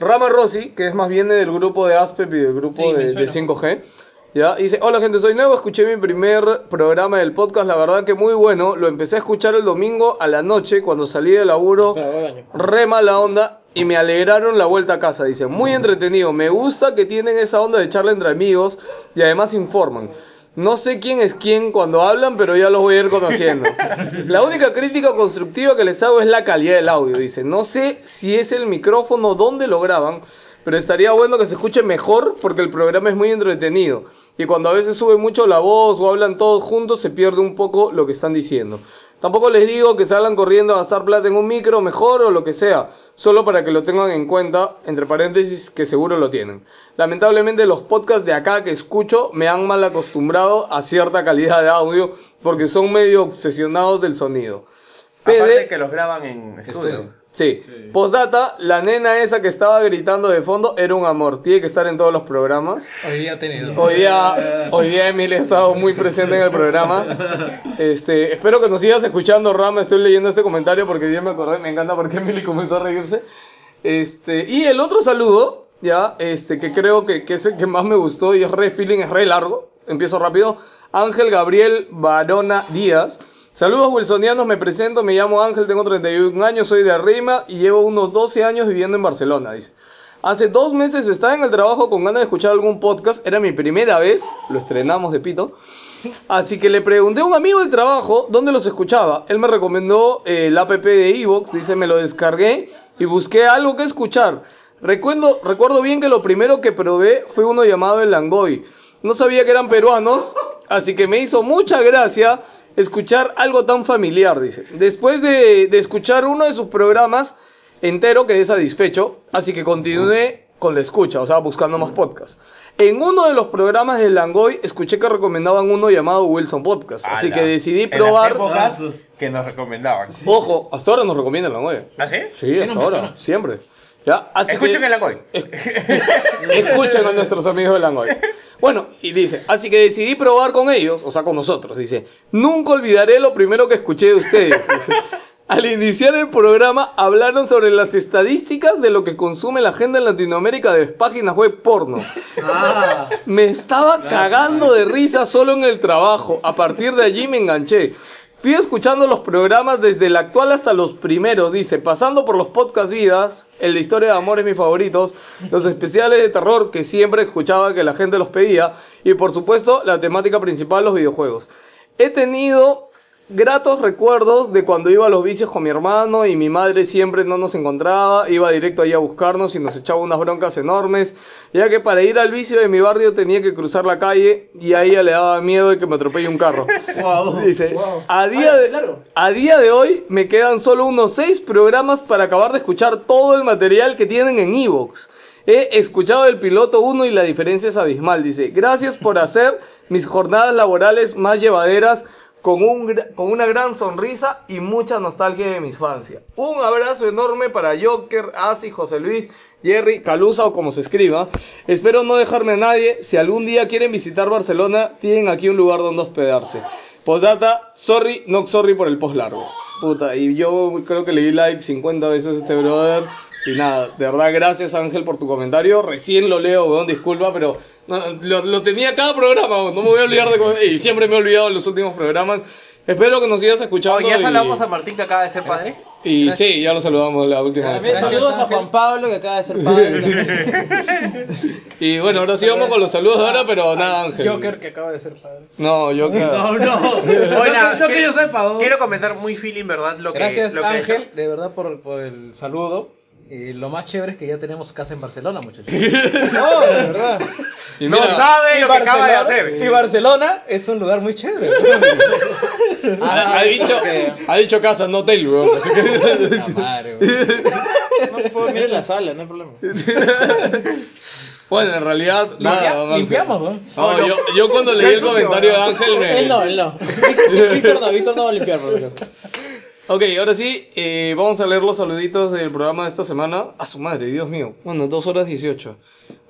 A: Rama Rossi, que es más bien del grupo de Aspep y del grupo
S: Sí, me
A: de, de
S: suena.
A: 5G, ya, dice, hola gente, soy nuevo, escuché mi primer programa del podcast, la verdad que muy bueno, lo empecé a escuchar el domingo a la noche cuando salí del laburo,
B: Espera, voy al baño.
A: re mala onda, y me alegraron la vuelta a casa, dice, muy entretenido, me gusta que tienen esa onda de charla entre amigos y además informan. No sé quién es quién cuando hablan, pero ya los voy a ir conociendo. La única crítica constructiva que les hago es la calidad del audio, dice. No sé si es el micrófono, dónde lo graban, pero estaría bueno que se escuche mejor porque el programa es muy entretenido. Y cuando a veces sube mucho la voz o hablan todos juntos, se pierde un poco lo que están diciendo. Tampoco les digo que salgan corriendo a gastar plata en un micro mejor o lo que sea, solo para que lo tengan en cuenta, entre paréntesis, que seguro lo tienen. Lamentablemente los podcasts de acá que escucho me han mal acostumbrado a cierta calidad de audio porque son medio obsesionados del sonido.
D: Aparte
A: PD
D: que los graban en estudio.
A: Sí. Postdata, la nena esa que estaba gritando de fondo era un amor. Tiene que estar en todos los programas.
C: Hoy día ha tenido.
A: Hoy día, hoy día Emilia ha estado muy presente en el programa. Este, espero que nos sigas escuchando, Rama. Estoy leyendo este comentario porque ya me acordé, me encanta porque Emily comenzó a reírse. Este, y el otro saludo, ya, este, que creo que, que es el que más me gustó y es re feeling, es re largo. Empiezo rápido. Ángel Gabriel Barona Díaz. Saludos wilsonianos, me presento, me llamo Ángel, tengo 31 años, soy de Rima y llevo unos 12 años viviendo en Barcelona, dice. Hace dos meses estaba en el trabajo con ganas de escuchar algún podcast, era mi primera vez, lo estrenamos de pito. Así que le pregunté a un amigo del trabajo dónde los escuchaba. Él me recomendó eh, el app de Evox, dice, me lo descargué y busqué algo que escuchar. Recuerdo, recuerdo bien que lo primero que probé fue uno llamado El Langoy. No sabía que eran peruanos, así que me hizo mucha gracia escuchar algo tan familiar, dice. Después de, de escuchar uno de sus programas, entero quedé satisfecho, así que continué con la escucha, o sea, buscando más podcasts. En uno de los programas de Langoy escuché que recomendaban uno llamado Wilson Podcast, así
D: Ala.
A: que decidí
D: En las
A: probar.
D: épocas que nos recomendaban.
A: Ojo, hasta ahora nos recomiendan Langoy.
D: ¿Ah, sí?
A: Sí, hasta ahora, siempre. Ya, así que-
D: Escuchen el Langoy.
A: Escuchen a nuestros amigos de Langoy. Bueno, y dice, así que decidí probar con ellos, o sea, con nosotros. Dice, nunca olvidaré lo primero que escuché de ustedes. Dice, al iniciar el programa hablaron sobre las estadísticas de lo que consume la gente en Latinoamérica de páginas web porno. Me estaba cagando de risa solo en el trabajo. A partir de allí me enganché. Fui escuchando los programas desde el actual hasta los primeros, dice, pasando por los podcast vidas, el de historia de amores mis favoritos, los especiales de terror que siempre escuchaba que la gente los pedía y por supuesto la temática principal los videojuegos. He tenido gratos recuerdos de cuando iba a los vicios con mi hermano y mi madre siempre no nos encontraba, iba directo ahí a buscarnos y nos echaba unas broncas enormes, ya que para ir al vicio de mi barrio tenía que cruzar la calle y a ella le daba miedo de que me atropelle un carro. Dice, a, día de, a día de hoy me quedan solo unos 6 programas para acabar de escuchar todo el material que tienen en Evox. He escuchado el piloto 1 y la diferencia es abismal. Dice, gracias por hacer mis jornadas laborales más llevaderas con, un, gra- con una gran sonrisa y mucha nostalgia de mi infancia. Un abrazo enorme para Joker, Asi, José Luis, Jerry, Calusa o como se escriba. Espero no dejarme a nadie. Si algún día quieren visitar Barcelona, tienen aquí un lugar donde hospedarse. Postdata, sorry, no sorry por el post largo. Puta, y yo creo que le di like 50 veces a este brother. Y nada, de verdad, gracias Ángel por tu comentario. Recién lo leo, weón, disculpa, pero no, lo, lo tenía cada programa, weón, no me voy a olvidar de. com- Y siempre me he olvidado en los últimos programas. Espero que nos sigas escuchando.
T: Oye, ya
A: y-
T: saludamos a Martín que acaba de ser padre.
A: Y sí, ya lo saludamos la última vez.
U: También saludos a Juan Pablo que acaba de ser padre.
A: Y bueno, ahora sí vamos con los saludos de ahora, pero nada, Ángel.
V: Joker que acaba de ser padre.
A: No, Joker.
F: No, no.
T: Hola,
F: no, que- no que
T: ¿qué-
F: yo sepa. ¿no?
D: Quiero comentar muy feeling, ¿verdad? Lo que,
C: Gracias
D: lo que ha hecho.
C: Ángel, de verdad por, por el saludo. Y lo más chévere es que ya tenemos casa en Barcelona, muchachos.
V: No, de verdad.
A: Y
D: No
A: mira,
D: sabe lo que acaba de
C: Barcelona-
D: hacer.
C: y Barcelona es un lugar muy chévere.
A: ha, ha dicho, ha dicho casa, no hotel, weón. Así que.
C: La madre, güey.
B: No puedo mirar la sala, no hay problema.
A: Bueno, en realidad, nada,
C: Limpia-
A: Ángel.
C: limpiamos, güey.
A: No, yo, yo cuando leí el comentario de Ángel me.
B: Él no, él no. Víctor no, Víctor no va a limpiar por lo
A: Ok, ahora sí, eh, vamos a leer los saluditos del programa de esta semana. A su madre, Dios mío. Bueno, 2 horas 18.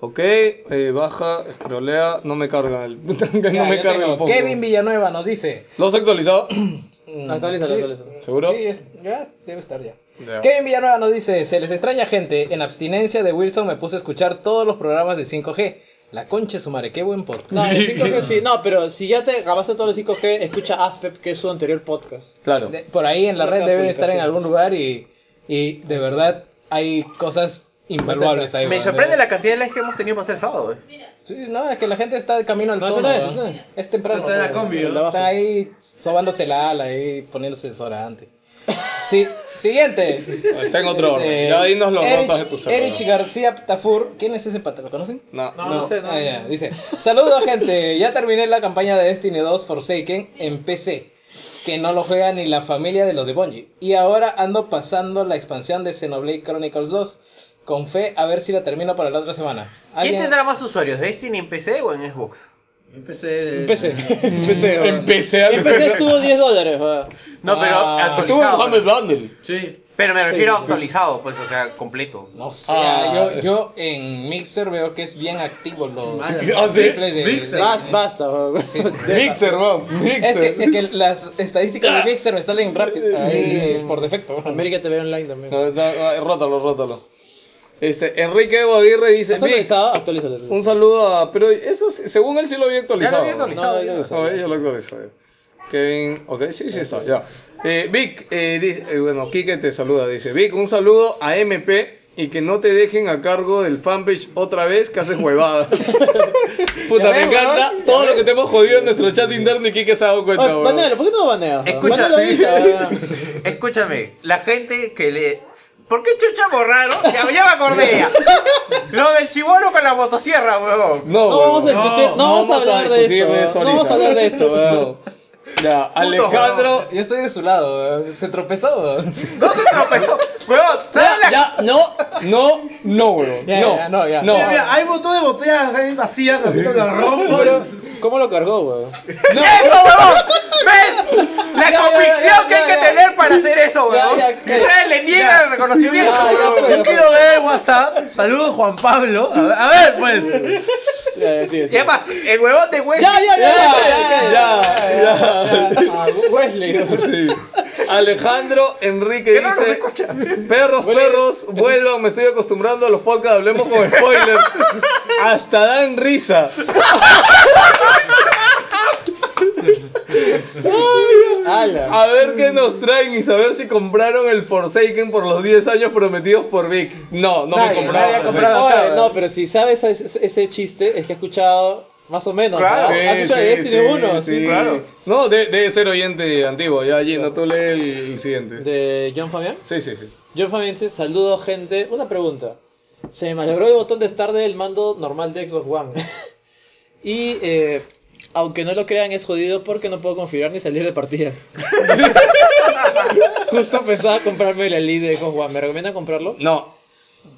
A: Ok, eh, baja, escrolea, no me carga el. no me
C: Ya
A: carga el
C: tengo.
A: poco.
C: Kevin Villanueva nos dice.
A: ¿Los has actualizado?
B: Mm. Actualízalo, actualízalo.
A: ¿Seguro?
C: Sí, es- ya debe estar ya.
A: Ya.
C: Kevin Villanueva nos dice, se les extraña gente, en abstinencia de Wilson me puse a escuchar todos los programas de 5G. La concha de su madre, qué buen podcast.
B: No, el 5G sí. No, pero si ya te acabaste todos los 5G, escucha AFPEP, que es su anterior podcast.
A: Claro.
C: De- por ahí en la red
B: Marca
C: deben estar en
B: publicaciones.
C: algún lugar y, y de verdad hay cosas invaluables ahí.
D: Me
C: weón.
D: sorprende la cantidad de likes que hemos tenido para hacer sábado. eh.
C: Sí, no, es que la gente está de camino al
B: No, eso no
C: tono.
B: es,
C: weón.
B: eso no es.
C: temprano.
F: Está en la
C: weón.
F: combi, ¿no?
C: Están ahí sobándose la ala y poniéndose desodorante. Sí, siguiente.
A: Está en otro
C: Este,
A: orden. Ya dinos los
C: Erich-
A: notas de tu celular.
C: Erich García Tafur, ¿quién es ese pata? ¿Lo conocen?
A: No, no.
C: No, sé, Dice, saludos gente, ya terminé la campaña de Destiny 2 Forsaken en PC, que no lo juega ni la familia de los de Bungie. Y ahora ando pasando la expansión de Xenoblade Chronicles 2, con fe a ver si la termino para la otra semana.
D: ¿Quién
C: ¿Alguien?
D: tendrá más usuarios? ¿Destiny en PC o en Xbox?
F: Empecé.
B: Empecé. Empecé. weón.
A: Empecé a
B: Empecé estuvo 10 dólares, weón.
D: No, pero
A: Estuvo en
D: actualizado.
A: Humble Bundle.
F: Sí.
D: Pero me refiero a actualizado, pues, o sea, completo.
C: No sé,
A: Ah.
C: yo, yo en Mixer veo que es bien activo los
A: Ah, ¿sí?
C: gameplays de-
F: Mixer.
C: de-
B: Basta, basta, weón.
A: Mixer, weón.
C: Es
A: Mixer.
C: que, es que las estadísticas de Mixer me salen rápido ahí por defecto.
B: América TV Online también.
A: No, no, no, rótalo, rótalo. Este, Enrique Evo Aguirre dice:
B: ¿Has
A: Vic,
B: actualizado? Actualízalo.
A: un saludo a. Pero eso, sí- según él, sí lo había actualizado.
D: había actualizado.
B: No, yo no sé.
A: Ah, yo lo actualizo, ya. Kevin, ok, sí, sí está, ya. Eh, Vic, eh, dice- eh, bueno, Kike te saluda, dice, Vic, un saludo a MP y que no te dejen a cargo del fanpage otra vez que haces huevadas. Puta, me encanta todo lo que te hemos jodido en nuestro chat interno y Kike se ha dado cuenta,
B: Oye,
A: weón.
B: banealo, ¿por qué no lo baneas? weón?
D: Escucha.
B: Banealo ahorita, weón.
D: Escúchame, la gente que le. ¿Por qué chucha borraron? Ya, ya me acordé ya. Lo del chivolo con la motosierra, weón.
A: No,
B: No
A: weón.
B: vamos a discutir, no, vamos a hablar de
A: discutir
B: esto.
A: eso
B: No vamos a
A: ahorita.
B: hablar de esto, weón.
A: No. Ya, Alejandro.
C: Yo estoy de su lado, eh, se tropezó.
D: No se tropezó. Weón,
B: Ah,
D: ¿sabes la-
A: Ya, no, no, no, weón.
C: Ya,
A: no,
C: ya, no, ya.
A: no,
F: Mira, mira, hay un montón de botellas ahí vacías, también las rompo.
B: ¿Cómo lo cargó, weón?
A: no.
D: ¡Eso, huevón! ¿Ves? La
C: Ya, ya,
D: convicción
C: ya,
D: que hay
C: ya,
D: que
C: ya.
D: tener para hacer
C: Ya,
D: eso, huevón.
C: ya, ya.
D: Ustedes le niegan el reconocimiento,
C: Ya, ya,
D: huevón.
C: pues.
F: Yo quiero ver el WhatsApp. Saludos, Juan Pablo. A ver, a ver, pues.
B: Ya, sí, sí.
D: Y además, el huevón de Wesley.
A: ya, ya, ya,
B: Ah, Wesley. weón.
A: Sí. Alejandro Enrique
D: Que no nos
A: dice,
D: escucha.
A: perros, perros, vuelvan, me estoy acostumbrando a los podcasts, hablemos con spoilers. Hasta dan risa.
B: Ala.
A: A ver qué nos traen y saber si compraron el Forsaken por los 10 años prometidos por Vic. No, no me compraron.
C: nadie ha
A: Forsaken.
C: comprado.
B: Oye, no, pero si sabes ese, ese chiste, es que he escuchado Más o menos.
D: Claro,
B: ¿ah?
A: sí,
B: Ah, muchas
A: sí,
B: veces tiene
A: sí,
B: uno.
A: sí.
B: sí.
A: Claro. No, de- debe ser oyente antiguo. Ya, Gino, tú lee el, el siguiente.
B: De John Fabián.
A: Sí, sí, sí.
B: John Fabián dice, saludo gente. Una pregunta. Se me malogró el botón de estar del mando normal de Xbox One. y eh, aunque no lo crean es jodido porque no puedo configurar ni salir de partidas. Justo pensaba comprarme el Elite de Xbox One. ¿Me recomiendan comprarlo?
A: No,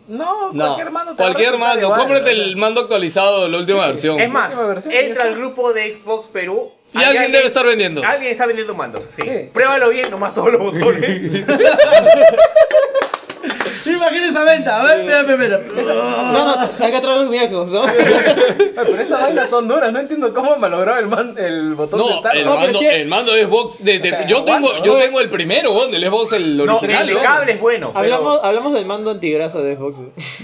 C: No,
A: no.
C: cualquier mando te va a
A: Cualquier
C: resultar
A: mando.
C: igual,
A: Cómprate
C: o sea.
A: el mando actualizado de la última versión.
D: Es más,
C: última versión, ya
D: entra
C: está.
D: al grupo de Xbox Perú.
A: y
D: hay
A: alguien, debe estar vendiendo.
D: Alguien está vendiendo un mando. Sí.
C: Sí.
D: Pruébalo bien, nomás todos los botones.
F: Imagínate esa venta. A ver, mira, mira, mira.
B: No, no, acá traigo mi Xbox, ¿no?
C: Ay, Pero esas vainas son duras, no entiendo cómo malograba el, man- el botón de
A: No,
C: estar.
A: el
C: No,
A: mando,
C: pero sí-
A: el mando de Xbox. desde-
C: sea,
A: yo, tengo,
C: aguanta,
A: yo
C: ¿no?
A: tengo el primero, weón, el Xbox, el
D: no,
A: original.
D: el de
A: weón.
D: cable es bueno. pero-
B: hablamos, hablamos del mando antigrasa de Xbox.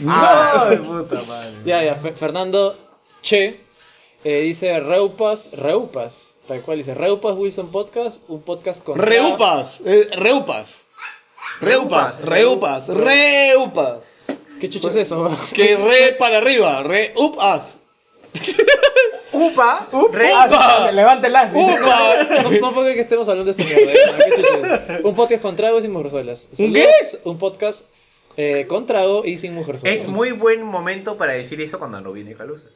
D: Ah,
C: Ay, puta madre.
B: ya, ya, Fe- Fernando Che eh, dice Reupas, Reupas, tal cual dice Reupas Wilson Podcast, un podcast con...
A: Reupas, eh, Reupas. Reupas, Reupas, Reupas.
B: ¿Qué chucho
A: Pues,
B: es eso?
A: Que re para arriba, reupas.
D: Upa, re-
C: Ah, sí, que Levante el as.
A: Upa.
B: Uh, No, no puedo creer que estemos hablando de esta mierda. ¿eh? ¿Qué chucho es? Un podcast con tragos y sin mujerzuelas.
A: ¿Un qué?
B: Saludos, Un podcast eh, con trago y sin mujerzuelas.
D: Es muy buen momento para decir eso cuando no viene Calusa.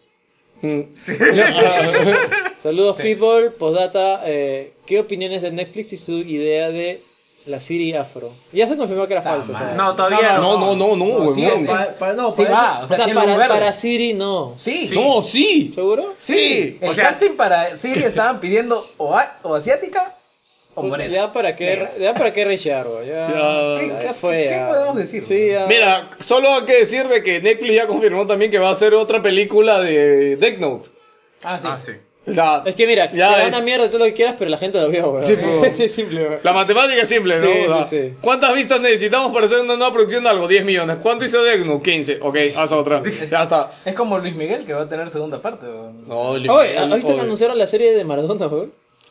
B: Saludos, people. Postdata, eh, ¿qué opiniones de Netflix y su idea de la Siri Afro? Ya se confirmó que
A: Ah,
B: era falso. o sea.
D: No, todavía
A: No,
D: no.
A: no, no, no, weón.
C: sí, es-
A: no.
F: Pa- pa- no,
C: Sí
F: para
C: va, o
B: O
C: sea,
B: sea,
C: tiene
B: para,
C: un verde.
B: para Siri no.
C: Sí.
A: No, sí.
B: ¿Seguro?
A: Sí.
C: El
D: O sea-
C: casting para Siri estaban pidiendo o, a- o asiática o
B: Le
C: morena.
B: da para qué, le da para qué rechear, güey. Ya,
A: Ya.
B: ya fue.
C: ¿Qué
B: ya.
C: podemos decir?
B: Sí, ya.
A: Mira, solo hay que decir de que Netflix ya confirmó también que va a hacer otra película de Death Note.
C: Ah, sí.
D: Ah, sí.
A: O sea,
B: Es que mira,
A: Ya
B: se van
A: es-
B: a mierda todo lo que quieras, pero la gente lo vio, güey.
A: Sí, pues.
B: sí, es simple, güey.
A: la matemática es simple, ¿no?
B: Sí,
A: O sea,
B: sí, sí.
A: ¿Cuántas vistas necesitamos para hacer una nueva producción de algo? 10 millones. ¿Cuánto hizo Death Note? 15. Ok, haz otra. Ya está.
C: Es como Luis Miguel que va a tener segunda parte. o-
A: No,
B: Oye, ¿ah, ¿has
A: Miguel,
B: visto que
A: obvio.
B: anunciaron la serie de Maradona, güey?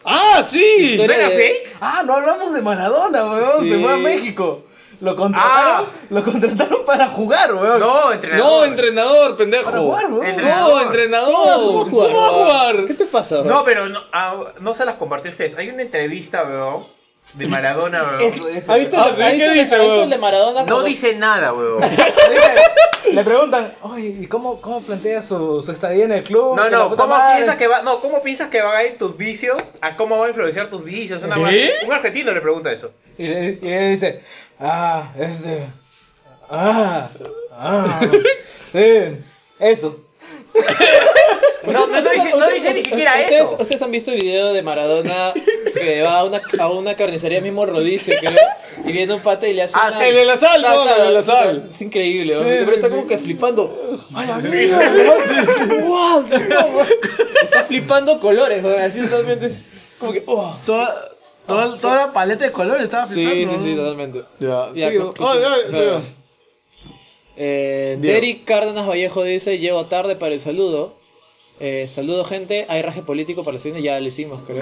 A: ¡Ah, sí!
B: Historia
D: ¿Era
B: de-
D: fake?
C: Ah, no hablamos de Maradona, weón. Se
B: Sí.
C: fue a México. Lo contrataron,
D: Ah.
C: lo contrataron para jugar, weón.
D: No, entrenador.
A: No, entrenador, pendejo.
C: Para jugar, weón.
A: No,
D: Entrenador.
A: entrenador.
B: ¿Cómo va a jugar?
A: ¿Cómo va a jugar?
B: ¿Qué te pasa, güey?
D: No, pero no, ah, no se las compartí a ustedes. Hay una entrevista, weón, de Maradona, weón.
C: Eso, eso.
B: ¿Has visto,
A: Ah,
B: el,
A: ¿sí?
B: has
A: ¿Qué
B: visto el-
A: dice,
B: has visto
A: weón?
B: el de Maradona?
D: No
B: cuando-
D: dice nada, weón.
C: Dice- Le preguntan, oye, ¿y cómo, cómo plantea su, su estadía en el club?
D: No,
C: Que la
D: no,
C: puta
D: ¿cómo
C: madre.
D: piensas que va, no, ¿cómo piensas que van a ir tus vicios? ¿A cómo va a influenciar tus vicios? Una
A: ¿Qué?
D: madre- Un argentino le pregunta eso.
C: Y, le- y él dice, ah, este. Ah, ah. sí, eso.
D: No, no, no dice, no dice ni siquiera
B: ustedes,
D: eso.
B: Ustedes han visto el video de Maradona que va a una, a una carnicería mismo rodicio, creo, y viene un pate y le hace
D: Ah,
B: una...
D: sí,
A: El de la sal, no, el de la sal.
B: Es increíble, ¿no? pero está como que flipando. ¡A la mierda! ¡Wow! Está flipando colores, ¿no? así totalmente. Como que. ¡Oh!
F: Toda, toda, toda la paleta de colores estaba
B: Sí, sí,
F: flipando.
B: sí, totalmente.
A: Ya,
B: Ya,
A: sí.
B: con- con-
A: Ay, ay,
B: claro.
A: ay.
B: Eh,
A: Diego.
B: Derek Cárdenas Vallejo dice: Llego tarde para el saludo. Eh, saludo, gente. Hay raje político para el cine, ya lo hicimos, creo.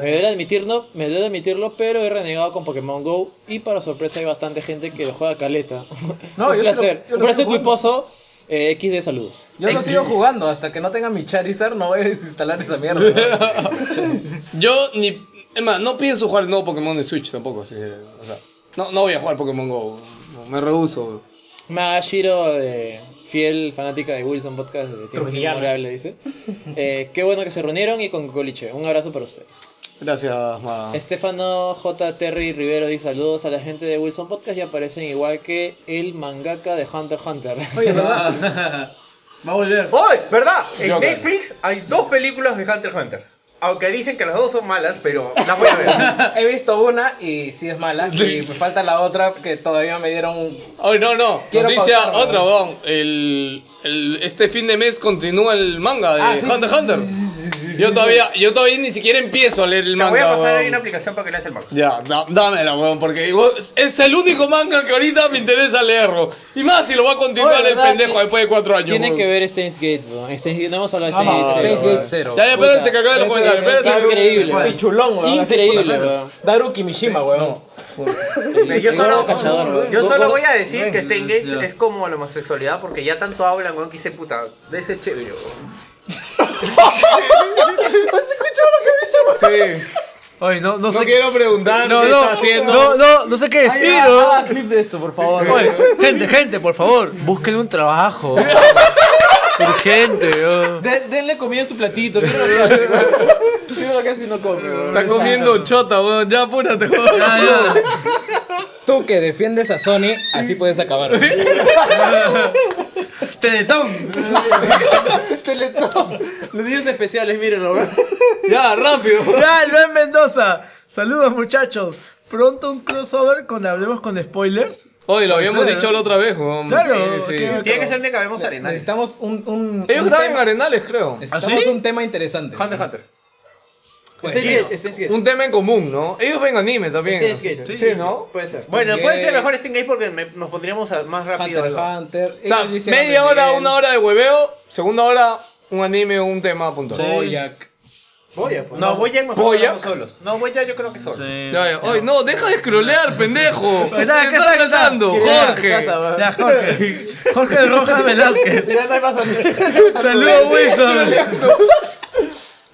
B: me, duele admitirlo, me duele admitirlo, pero he renegado con Pokémon Go. Y para sorpresa, hay bastante gente que lo juega caleta.
C: No,
B: un
C: yo sí lo-
B: placer.
C: yo lo
B: un placer
C: sigo jugando.
B: culposo. Eh, X de saludos.
C: Yo no sigo jugando, hasta que no tenga mi Charizard no voy a desinstalar esa mierda. ¿no?
A: Yo ni. Es más, no pienso jugar el nuevo Pokémon de Switch tampoco. así que, o sea, no, no voy a jugar Pokémon Go. no, Me rehuso.
B: Mashiro, eh, fiel fanática de Wilson Podcast de Tiempo Inmemorable, dice. Eh, qué bueno que se reunieron y con Coliche. Un abrazo para ustedes.
A: Gracias, ma.
B: Estefano J. Terry Rivero dice saludos a la gente de Wilson Podcast y aparecen igual que el mangaka de Hunter x Hunter.
C: Oye, ¿verdad?
F: Va a volver.
D: Hoy, ¿verdad? En
A: Joker.
D: Netflix hay dos películas de Hunter x Hunter. Aunque dicen que las dos son malas, pero las voy a ver.
C: He visto una y sí es mala, y me falta la otra que todavía me dieron
A: Ay, no, no.
C: Quiero
A: Noticia
C: pausar,
A: otra, weón. El, el- este fin de mes continúa el manga de
C: Ah, sí,
A: Hunter
C: sí,
A: x Hunter. yo, todavía, yo todavía ni siquiera empiezo a leer el
D: Te
A: manga.
D: voy a pasar
A: weón.
D: ahí una aplicación para que leas el manga.
A: Ya, da- dámela, weón, porque igual- es el único manga que ahorita me interesa leerlo. Y más si lo va a continuar
B: Oye,
A: el
B: ¿verdad?
A: pendejo después de cuatro años.
B: Tienen
A: weón.
B: que ver Steins Gate, weón. Steins Gate- no hemos hablado de
C: Vamos,
B: Steins Gate.
C: Ah, Steins
B: weón.
C: Gate cero.
A: Ya, ya, espérense
B: Puta. Este
A: que acabe los comentarios.
B: es
A: espérense que-
B: increíble,
C: un
B: weón.
C: pichulón, weón. así,
B: Increíble,
C: puta madre.
B: weón.
C: Daruki Mishima, weón.
D: Mira, Yo
B: El
D: solo,
B: gordo cachador, weón.
D: yo
B: Go-
D: solo
B: gordo-
D: voy a decir que Stain Gate
F: Ya.
D: es como la homosexualidad porque ya tanto hablan, weón, que hice puta. De ese chévere, weón.
A: Sí.
F: Oye, no, no
A: No
F: sé.
A: quiero preguntar
F: no,
A: qué
F: no,
A: está haciendo.
F: no, no, no sé qué decir. ¿no?
B: Ah, clip de esto, por favor.
F: Oye, gente, gente, por favor, búsquenle un trabajo. Urgente, ¿no?
B: De- denle comida en su platito. ¿qué es lo que hace, weón? ¿Qué es lo que hace y no come, weón?
A: Está comiendo chota, weón. Ya apúrate, weón.
C: Tú que defiendes a Sony, así puedes acabar.
F: Teletón.
B: Teletón. Los niños especiales, mírenlo, weón.
A: Ya, rápido.
F: Ya, Luis Mendoza. Saludos, muchachos. Pronto un crossover con Hablemos con Spoilers.
A: Oye, lo
F: Puede
A: habíamos
F: ser.
A: dicho la otra vez, weón.
F: Claro,
A: Sí, sí.
F: tiene-
D: Tiene que ser de cabemos arenales.
C: Necesitamos un, un,
A: Ellos
C: un
A: graban ¿Ah, en
C: tema,
A: Arenales, creo.
C: necesitamos
F: sí?
C: un tema interesante.
D: Hunter x Hunter. Pues
B: Está en siete, está en siete.
A: Un tema en común, ¿no? Ellos ven anime también.
B: Sí, es
A: así
B: que-
A: que-
B: sí,
A: sí, ¿no?
B: Puede ser.
D: Bueno,
C: Gay.
D: puede ser mejor Sting Gay porque me- nos pondríamos a- más rápido.
C: Hunter,
D: algo.
C: Hunter.
A: O sea,
C: ellos hicieron
A: media
C: Rebel
A: hora,
C: Game,
A: una hora de hueveo, segunda hora, un anime, un tema puntual.
C: Boyac.
B: Voy pues.
D: No, voy a mejor
A: ¿Voy a?
D: hablamos solos. No, voy a yo creo que solos.
F: Sí.
A: Ya, ya. Oye, no, deja de scrollear, pendejo. ¿Qué
F: está,
A: estás
F: acá está, acá está.
A: tratando,
F: Que
D: Ya,
A: Jorge?
D: a tu casa, va.
F: Ya, Jorge. Jorge Rojas Velázquez.
B: Ya no hay más amigos.
F: Saludos, Wilson.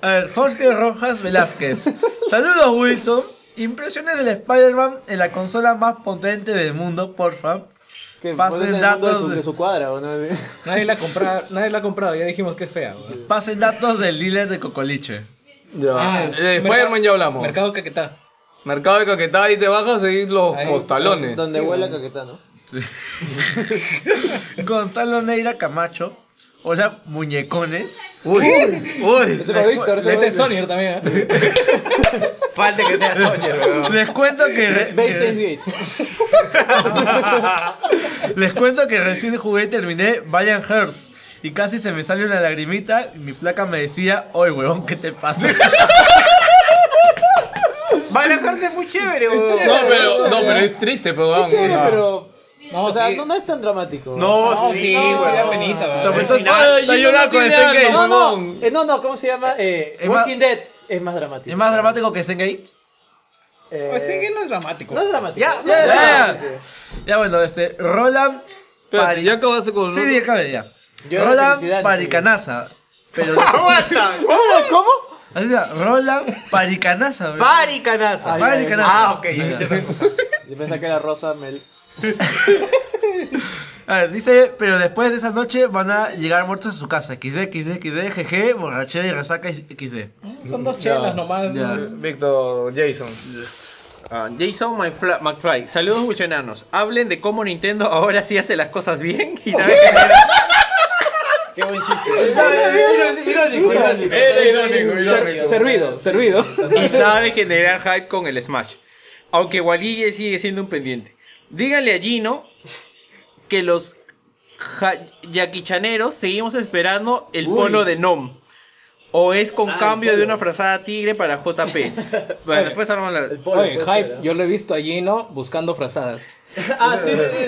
F: A ver, Jorge Rojas Velázquez. Saludos, Wilson. Impresiones del Spider-Man en la consola más potente del mundo, porfa.
B: Que
F: Pasen
B: pones en el mundo
F: datos
B: de su,
F: de-
B: de su cuadra, ¿o no?
C: Nadie la, compra, nadie la ha comprado, ya dijimos que es fea. weón.
F: Pasen datos del dealer de Cocoliche.
A: Ya.
C: Ah,
A: Eh,
C: es-
A: de
C: mercado-
A: Spider-Man ya hablamos. Mercado,
C: Mercado Caquetá.
A: de Caquetá, ahí te bajas a seguir los postalones.
B: Donde huele a caquetá, ¿no?
F: Gonzalo Neira Camacho. Hola, muñecones.
A: Uy, uy.
B: Ese fue Víctor, ese
C: Este
B: fue
C: es Sony también. ¿eh?
D: Falta que sea Sonia, weón.
F: Les cuento que. re-
B: Baystage
F: que-
B: Gates.
F: les cuento que recién jugué y terminé Valiant Hearts. Y casi se me sale una lagrimita. Y mi placa me decía: Oye, huevón, ¿qué te pasa?
D: Valiant Hearts es muy chévere, weón.
A: No, pero, no, pero es triste, pero vamos.
B: Chévere, pero.
C: No,
B: o sea,
C: sí.
B: no, no es tan dramático.
F: No,
C: No, sí, sí, da penita, weón.
F: Tome- to-
D: final,
F: Está llorando con
A: tiene
F: Sengate.
A: alma.
B: No, no,
A: huevón.
B: eh, no, no, ¿cómo se llama? Eh,
F: Es
B: Walking
F: más-
B: Dead es más dramático.
F: ¿Es más dramático que Sengate?
B: Eh,
C: Pues sí, que no es dramático.
B: No es dramático. Ya,
F: ya,
B: es
F: ya.
B: dramático, sí.
F: Ya bueno, este. Roland.
A: Espérate,
F: Pari-
A: ya acabaste con.
F: Sí, sí, acabe ya.
B: Yo era felicidad,
F: Roland
B: no
F: Paricanaza. Pero.
A: Ah,
D: Aguanta.
B: ¿Cómo?
F: Así sea, Roland Paricanaza, weón.
D: Paricanaza.
F: Paricanaza.
D: Ah, ok.
F: Ya.
B: Yo pensaba que era Rosa Mel.
F: A ver, dice, pero después de esa noche van a llegar muertos a su casa. XD, XD, XD, GG, borrachera y resaca y XD.
C: Son dos chelas nomás. weón.
D: Víctor Jason. Ah, Jason McFly, McFly. saludos buchenanos. Hablen de cómo Nintendo ahora sí hace las cosas bien y sabe generar-
B: Qué buen chiste. irónico, irónico.
A: Era irónico, irónico.
B: Servido, servido.
D: y sabe generar hype con el Smash. Aunque Walille sigue siendo un pendiente. Díganle a Gino que los ja- yaquichaneros seguimos esperando el polo de Nom. O es con cambio de una frazada tigre para JP. Bueno, después armamos la.
C: Oye, pues, hype, yo lo he visto a Gino buscando frazadas.
B: Ah, sí, sí, sí.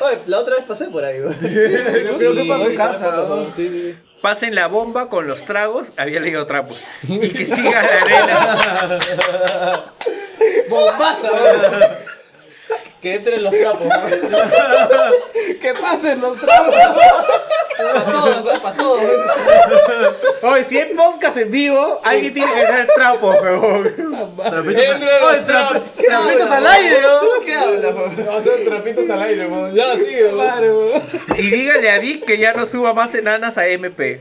B: Oye, la otra vez pasé por ahí, güey. Yo creo que pasó en casa, Sí, sí.
D: Pasen la bomba con los tragos. Había leído trapos. Y que siga la arena.
B: ¡Bombaza! güey. que entren los trapos. güey. que pasen los trapos. para todos, ¿eh? para todos.
D: Oye, si es podcast en vivo, alguien tiene que hacer trapos, huevón.
A: Entra los traps.
B: Trapitos al aire, ¿no? ¿Qué hablas, güey?
A: O sea, trapitos al aire, weón. Ya, sigue, weón.
D: Y dígale a Vic que ya no suba más enanas a MP.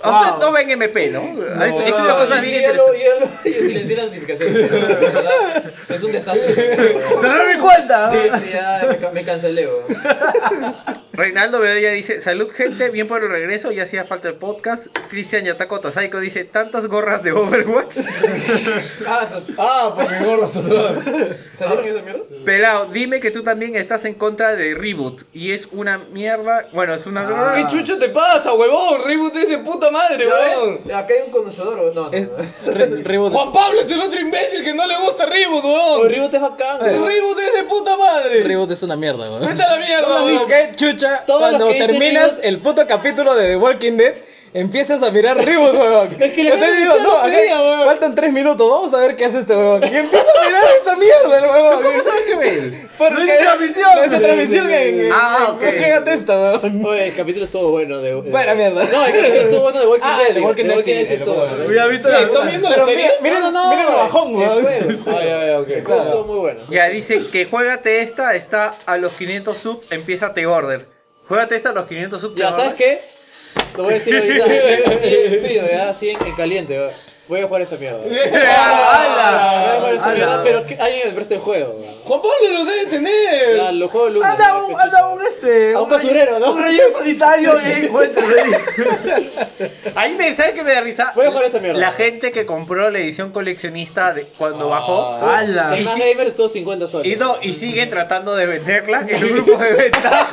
D: O sea, no ven MP, ¿no? es, es una cosa bien
B: Yo,
D: interesante.
B: yo, yo silencié las notificaciones. la verdad. Es un desastre. güey.
F: ¡Cerró mi cuenta!
B: Sí, sí, ya me, ca- me cancelé, güey.
D: Reinaldo Bedoya dice, salud gente, bien por el regreso, ya hacía falta el podcast. Cristian Yataco Tosaico dice, tantas gorras de Overwatch.
B: Ah, ah porque gorros ¿Salieron esa mierda?
D: Pelao, dime que tú también estás en contra de Reboot. Y es una mierda. Bueno, es una.
B: Ah.
A: ¿Qué chucha te pasa, huevón? Reboot es de puta madre, weón.
B: Acá hay un conocedor, güey. No, no,
C: Es
B: no.
C: re- reboot.
A: Juan Pablo es el otro imbécil que no le gusta Reboot, weón.
B: Reboot es bacán, güey.
A: Reboot es de puta madre.
C: Reboot es una mierda, weón.
A: Vete a la mierda,
C: Todas
A: weón.
C: las- ¿Qué chucha?
B: Todos los
C: Cuando
B: que dicen
C: terminas
B: reboot-
C: el puto capítulo de The Walking Dead, empiezas a mirar reboot, weón. Es que le digo, no, acá faltan tres minutos, vamos a ver qué hace este weón. Y empiezas a mirar esa mierda, el weón.
D: ¿Cómo sabes qué ven?
C: Porque
F: ¡No es transmisión!
C: no es transmisión en, en-
D: Ah, ok.
C: en Ortega Testa, weón.
B: Oye, el capítulo estuvo bueno de. de-
C: Buena mierda.
B: No, el capítulo estuvo bueno de Walking
C: Ah,
B: Dead.
C: de Walking
B: de
C: Dead, sí,
B: sí
C: de
B: estuvo
C: Walking
B: bueno.
F: Hubiera visto la
A: ¿Están
F: puta.
A: viendo la serie?
C: Miren, no, no,
B: el-
C: bajón,
B: El
C: weón.
B: juego.
A: Ay, ay, ay, ok.
B: El juego estuvo muy bueno.
D: Ya dice que juégate esta, está a los 500 sub, empieza The Order. Juégate esta a los 500 sub.
B: Ya,
D: The
B: ¿sabes
D: Order.
B: qué? Lo voy a decir ahorita, así, así en frío, ¿verdad? así en, en caliente. ¿verdad? Voy a jugar esa mierda. Voy a
F: ¡Hala!
B: jugar esa
F: ¡Hala!
B: mierda, pero que alguien me preste el juego. ¿verdad?
A: Juan Pablo lo debe tener.
B: Ya, lo juego el lunes.
F: Anda
B: ¿verdad?
F: un,
B: Qué
F: anda un este.
B: A un basurero, ¿no?
F: Un rey solitario eh, y encuentro
D: Ahí me sabes que me da risa.
B: Voy a jugar esa mierda.
D: La gente que compró la edición coleccionista de, cuando bajó.
F: ¡Hala!
B: chucha. El Ah. más eh,
D: sí.
B: gamer estuvo 50
D: Y
B: soles.
D: no, y siguen tratando de venderla en un grupo de venta.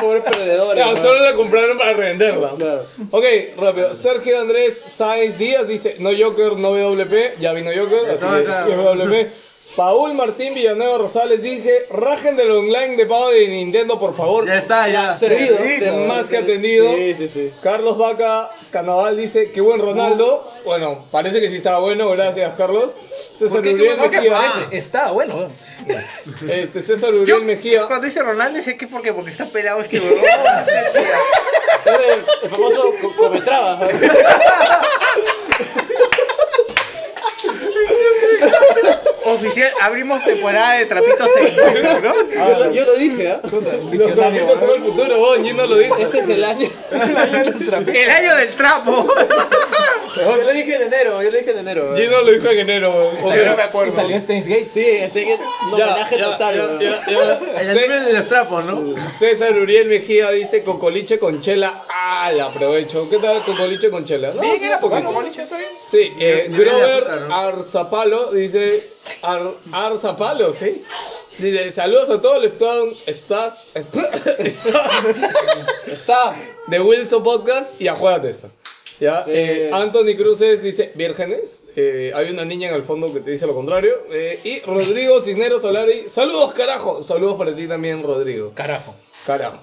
B: Pobre perdedor.
A: No,
B: ¿verdad?
A: solo la compraron para revenderla.
B: Claro.
A: Ok, rápido. Sergio Andrés Sáenz Díaz dice: No Joker, no WP. Ya vino Joker, así
F: estaba
A: que
F: acá.
A: sí es WP. Paul Martín Villanueva Rosales dice: Rajen del online de pago de Nintendo, por favor.
F: Ya está, ya.
A: Servido,
F: Sí,
A: se- más que atendido.
B: Sí, sí, sí.
A: Carlos Vaca Canaval dice: Qué buen Ronaldo. Bueno, parece que sí estaba bueno, gracias, Carlos. César
D: qué? ¿Qué
A: Uriel
D: bueno que
A: Mejía.
D: parece?
C: Está bueno, weón.
A: Este, César Uriel
D: Yo,
A: Mejía.
D: cuando dice Ronaldo, sé que porque, porque está pelado este huevón.
B: Era el, el famoso co- cometraba. ¿verdad?
D: Oficial, abrimos temporada de trapitos en ¿no?
B: Yo lo, yo lo dije, ¿ah?
A: Los trapitos son el futuro, vos, ni no lo dijo.
B: Este es el año.
D: El año del trapo.
B: Yo lo dije en enero, yo lo dije en enero. ¿verdad?
A: Gino lo dijo en enero.
D: Este
A: ok.
C: Y salió Steins Gate.
B: Sí, este que un homenaje total.
A: ya,
B: ¿verdad?
A: ya, ya.
F: El
A: Cé-
F: anime de los trapos, ¿no?
A: César Uriel Mejía dice cocoliche con chela. ¡Ah, la aprovecho! ¿Qué tal cocoliche con chela? No, sí, un poquito. Sí, eh,
F: Nivel de
A: Grover
F: azúcar, ¿no?
A: Arzapalo dice. Ar- Arzapalo, sí. Dice, saludos a todos los Stone- estás, estás
B: Está.
A: de Wilson Podcast y a Juega esta. Ya, eh, Anthony Cruces dice vírgenes. Eh, hay una niña en el fondo que te dice lo contrario. Eh, y Rodrigo Cisneros Solari, saludos carajo. Saludos para ti también, Rodrigo.
W: Carajo.
A: Carajo.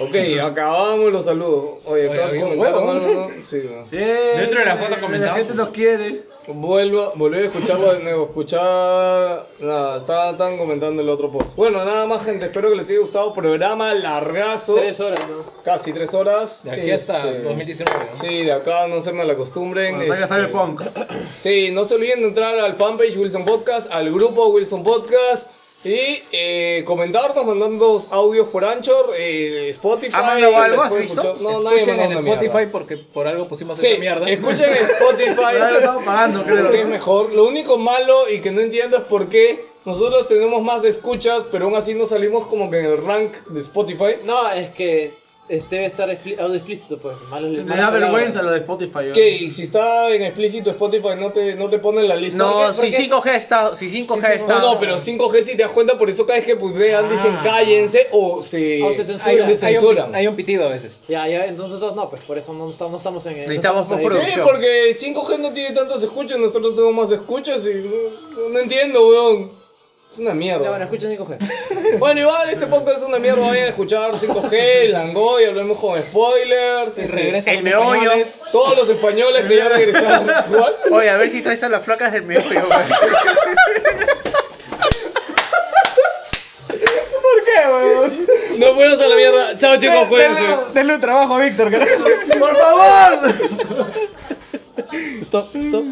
A: Ok, acabamos los saludos. Oye, acá
W: había un
A: comentaron algo, ¿no? Sí, weón.
F: Dentro
W: de la foto comentaba.
F: La gente nos quiere.
A: Vuelvo, volví a escucharlo de nuevo. Escuchar. Nada, está- estaban comentando el otro post. Bueno, nada más, gente. Espero que les haya gustado. Programa largazo.
B: Tres horas, ¿no?
A: Casi tres horas.
W: De aquí hasta
A: Este,
W: 2019. ¿no?
A: Sí, de acá no se me la acostumbren.
F: Cuando salga
A: este,
F: Cyberpunk.
A: Sí, no se olviden de entrar al fanpage Wilson Podcast, al grupo Wilson Podcast y eh, comentarnos, mandarnos audios por Anchor, eh, Spotify.
D: ¿Ha mandado algo? ¿Has
A: Después
D: visto?
A: escuchar- No, nadie
X: Escuchen
A: mandó
X: en
A: una mierda.
X: Spotify porque por algo pusimos
A: Sí,
X: esa mierda.
A: escuchen en
F: Ya lo
A: Spotify
F: estamos pagando, creo.
A: porque es mejor. Lo único malo y que no entiendo es por qué nosotros tenemos más escuchas, pero aún así no salimos como que en el rank de Spotify.
B: No, es que es- debe estar expli- algo explícito, pues. Malos
F: Me
B: malas
F: da vergüenza lo
B: palabras.
F: de Spotify.
A: ¿Qué? Y si está en explícito Spotify, no te, no te pone en la lista.
D: No, si
A: sí
D: 5G está. Si 5G está.
A: No, no, pero 5G si te das cuenta, por eso cada vez que putean dicen cállense o se,
B: O se censuran.
A: se censuran.
X: Hay un pitido a veces.
B: Ya, ya, entonces nosotros no, pues por eso no estamos, no estamos en. no
D: Necesitamos
B: estamos
D: más
B: ahí.
D: un
A: Sí,
D: show.
A: porque 5G no tiene tantas escuchas, nosotros tenemos más escuchas y no, no entiendo, weón. Es una
B: Ya, bueno,
A: mierda.
B: escuchen 5G.
A: Bueno, igual este podcast es una mierda, vayan a escuchar 5G, Langoy, hablemos con spoilers, este,
X: Regresa
D: El meollo.
A: todos los españoles que ya regresaron. ¿Cuál?
D: Oye, a ver si traes a las flacas del medio.
A: No fuimos a la mierda. Chao chicos, cuídense.
X: Denle un trabajo a Víctor, carajo.
F: ¡Por favor!
X: Stop, stop.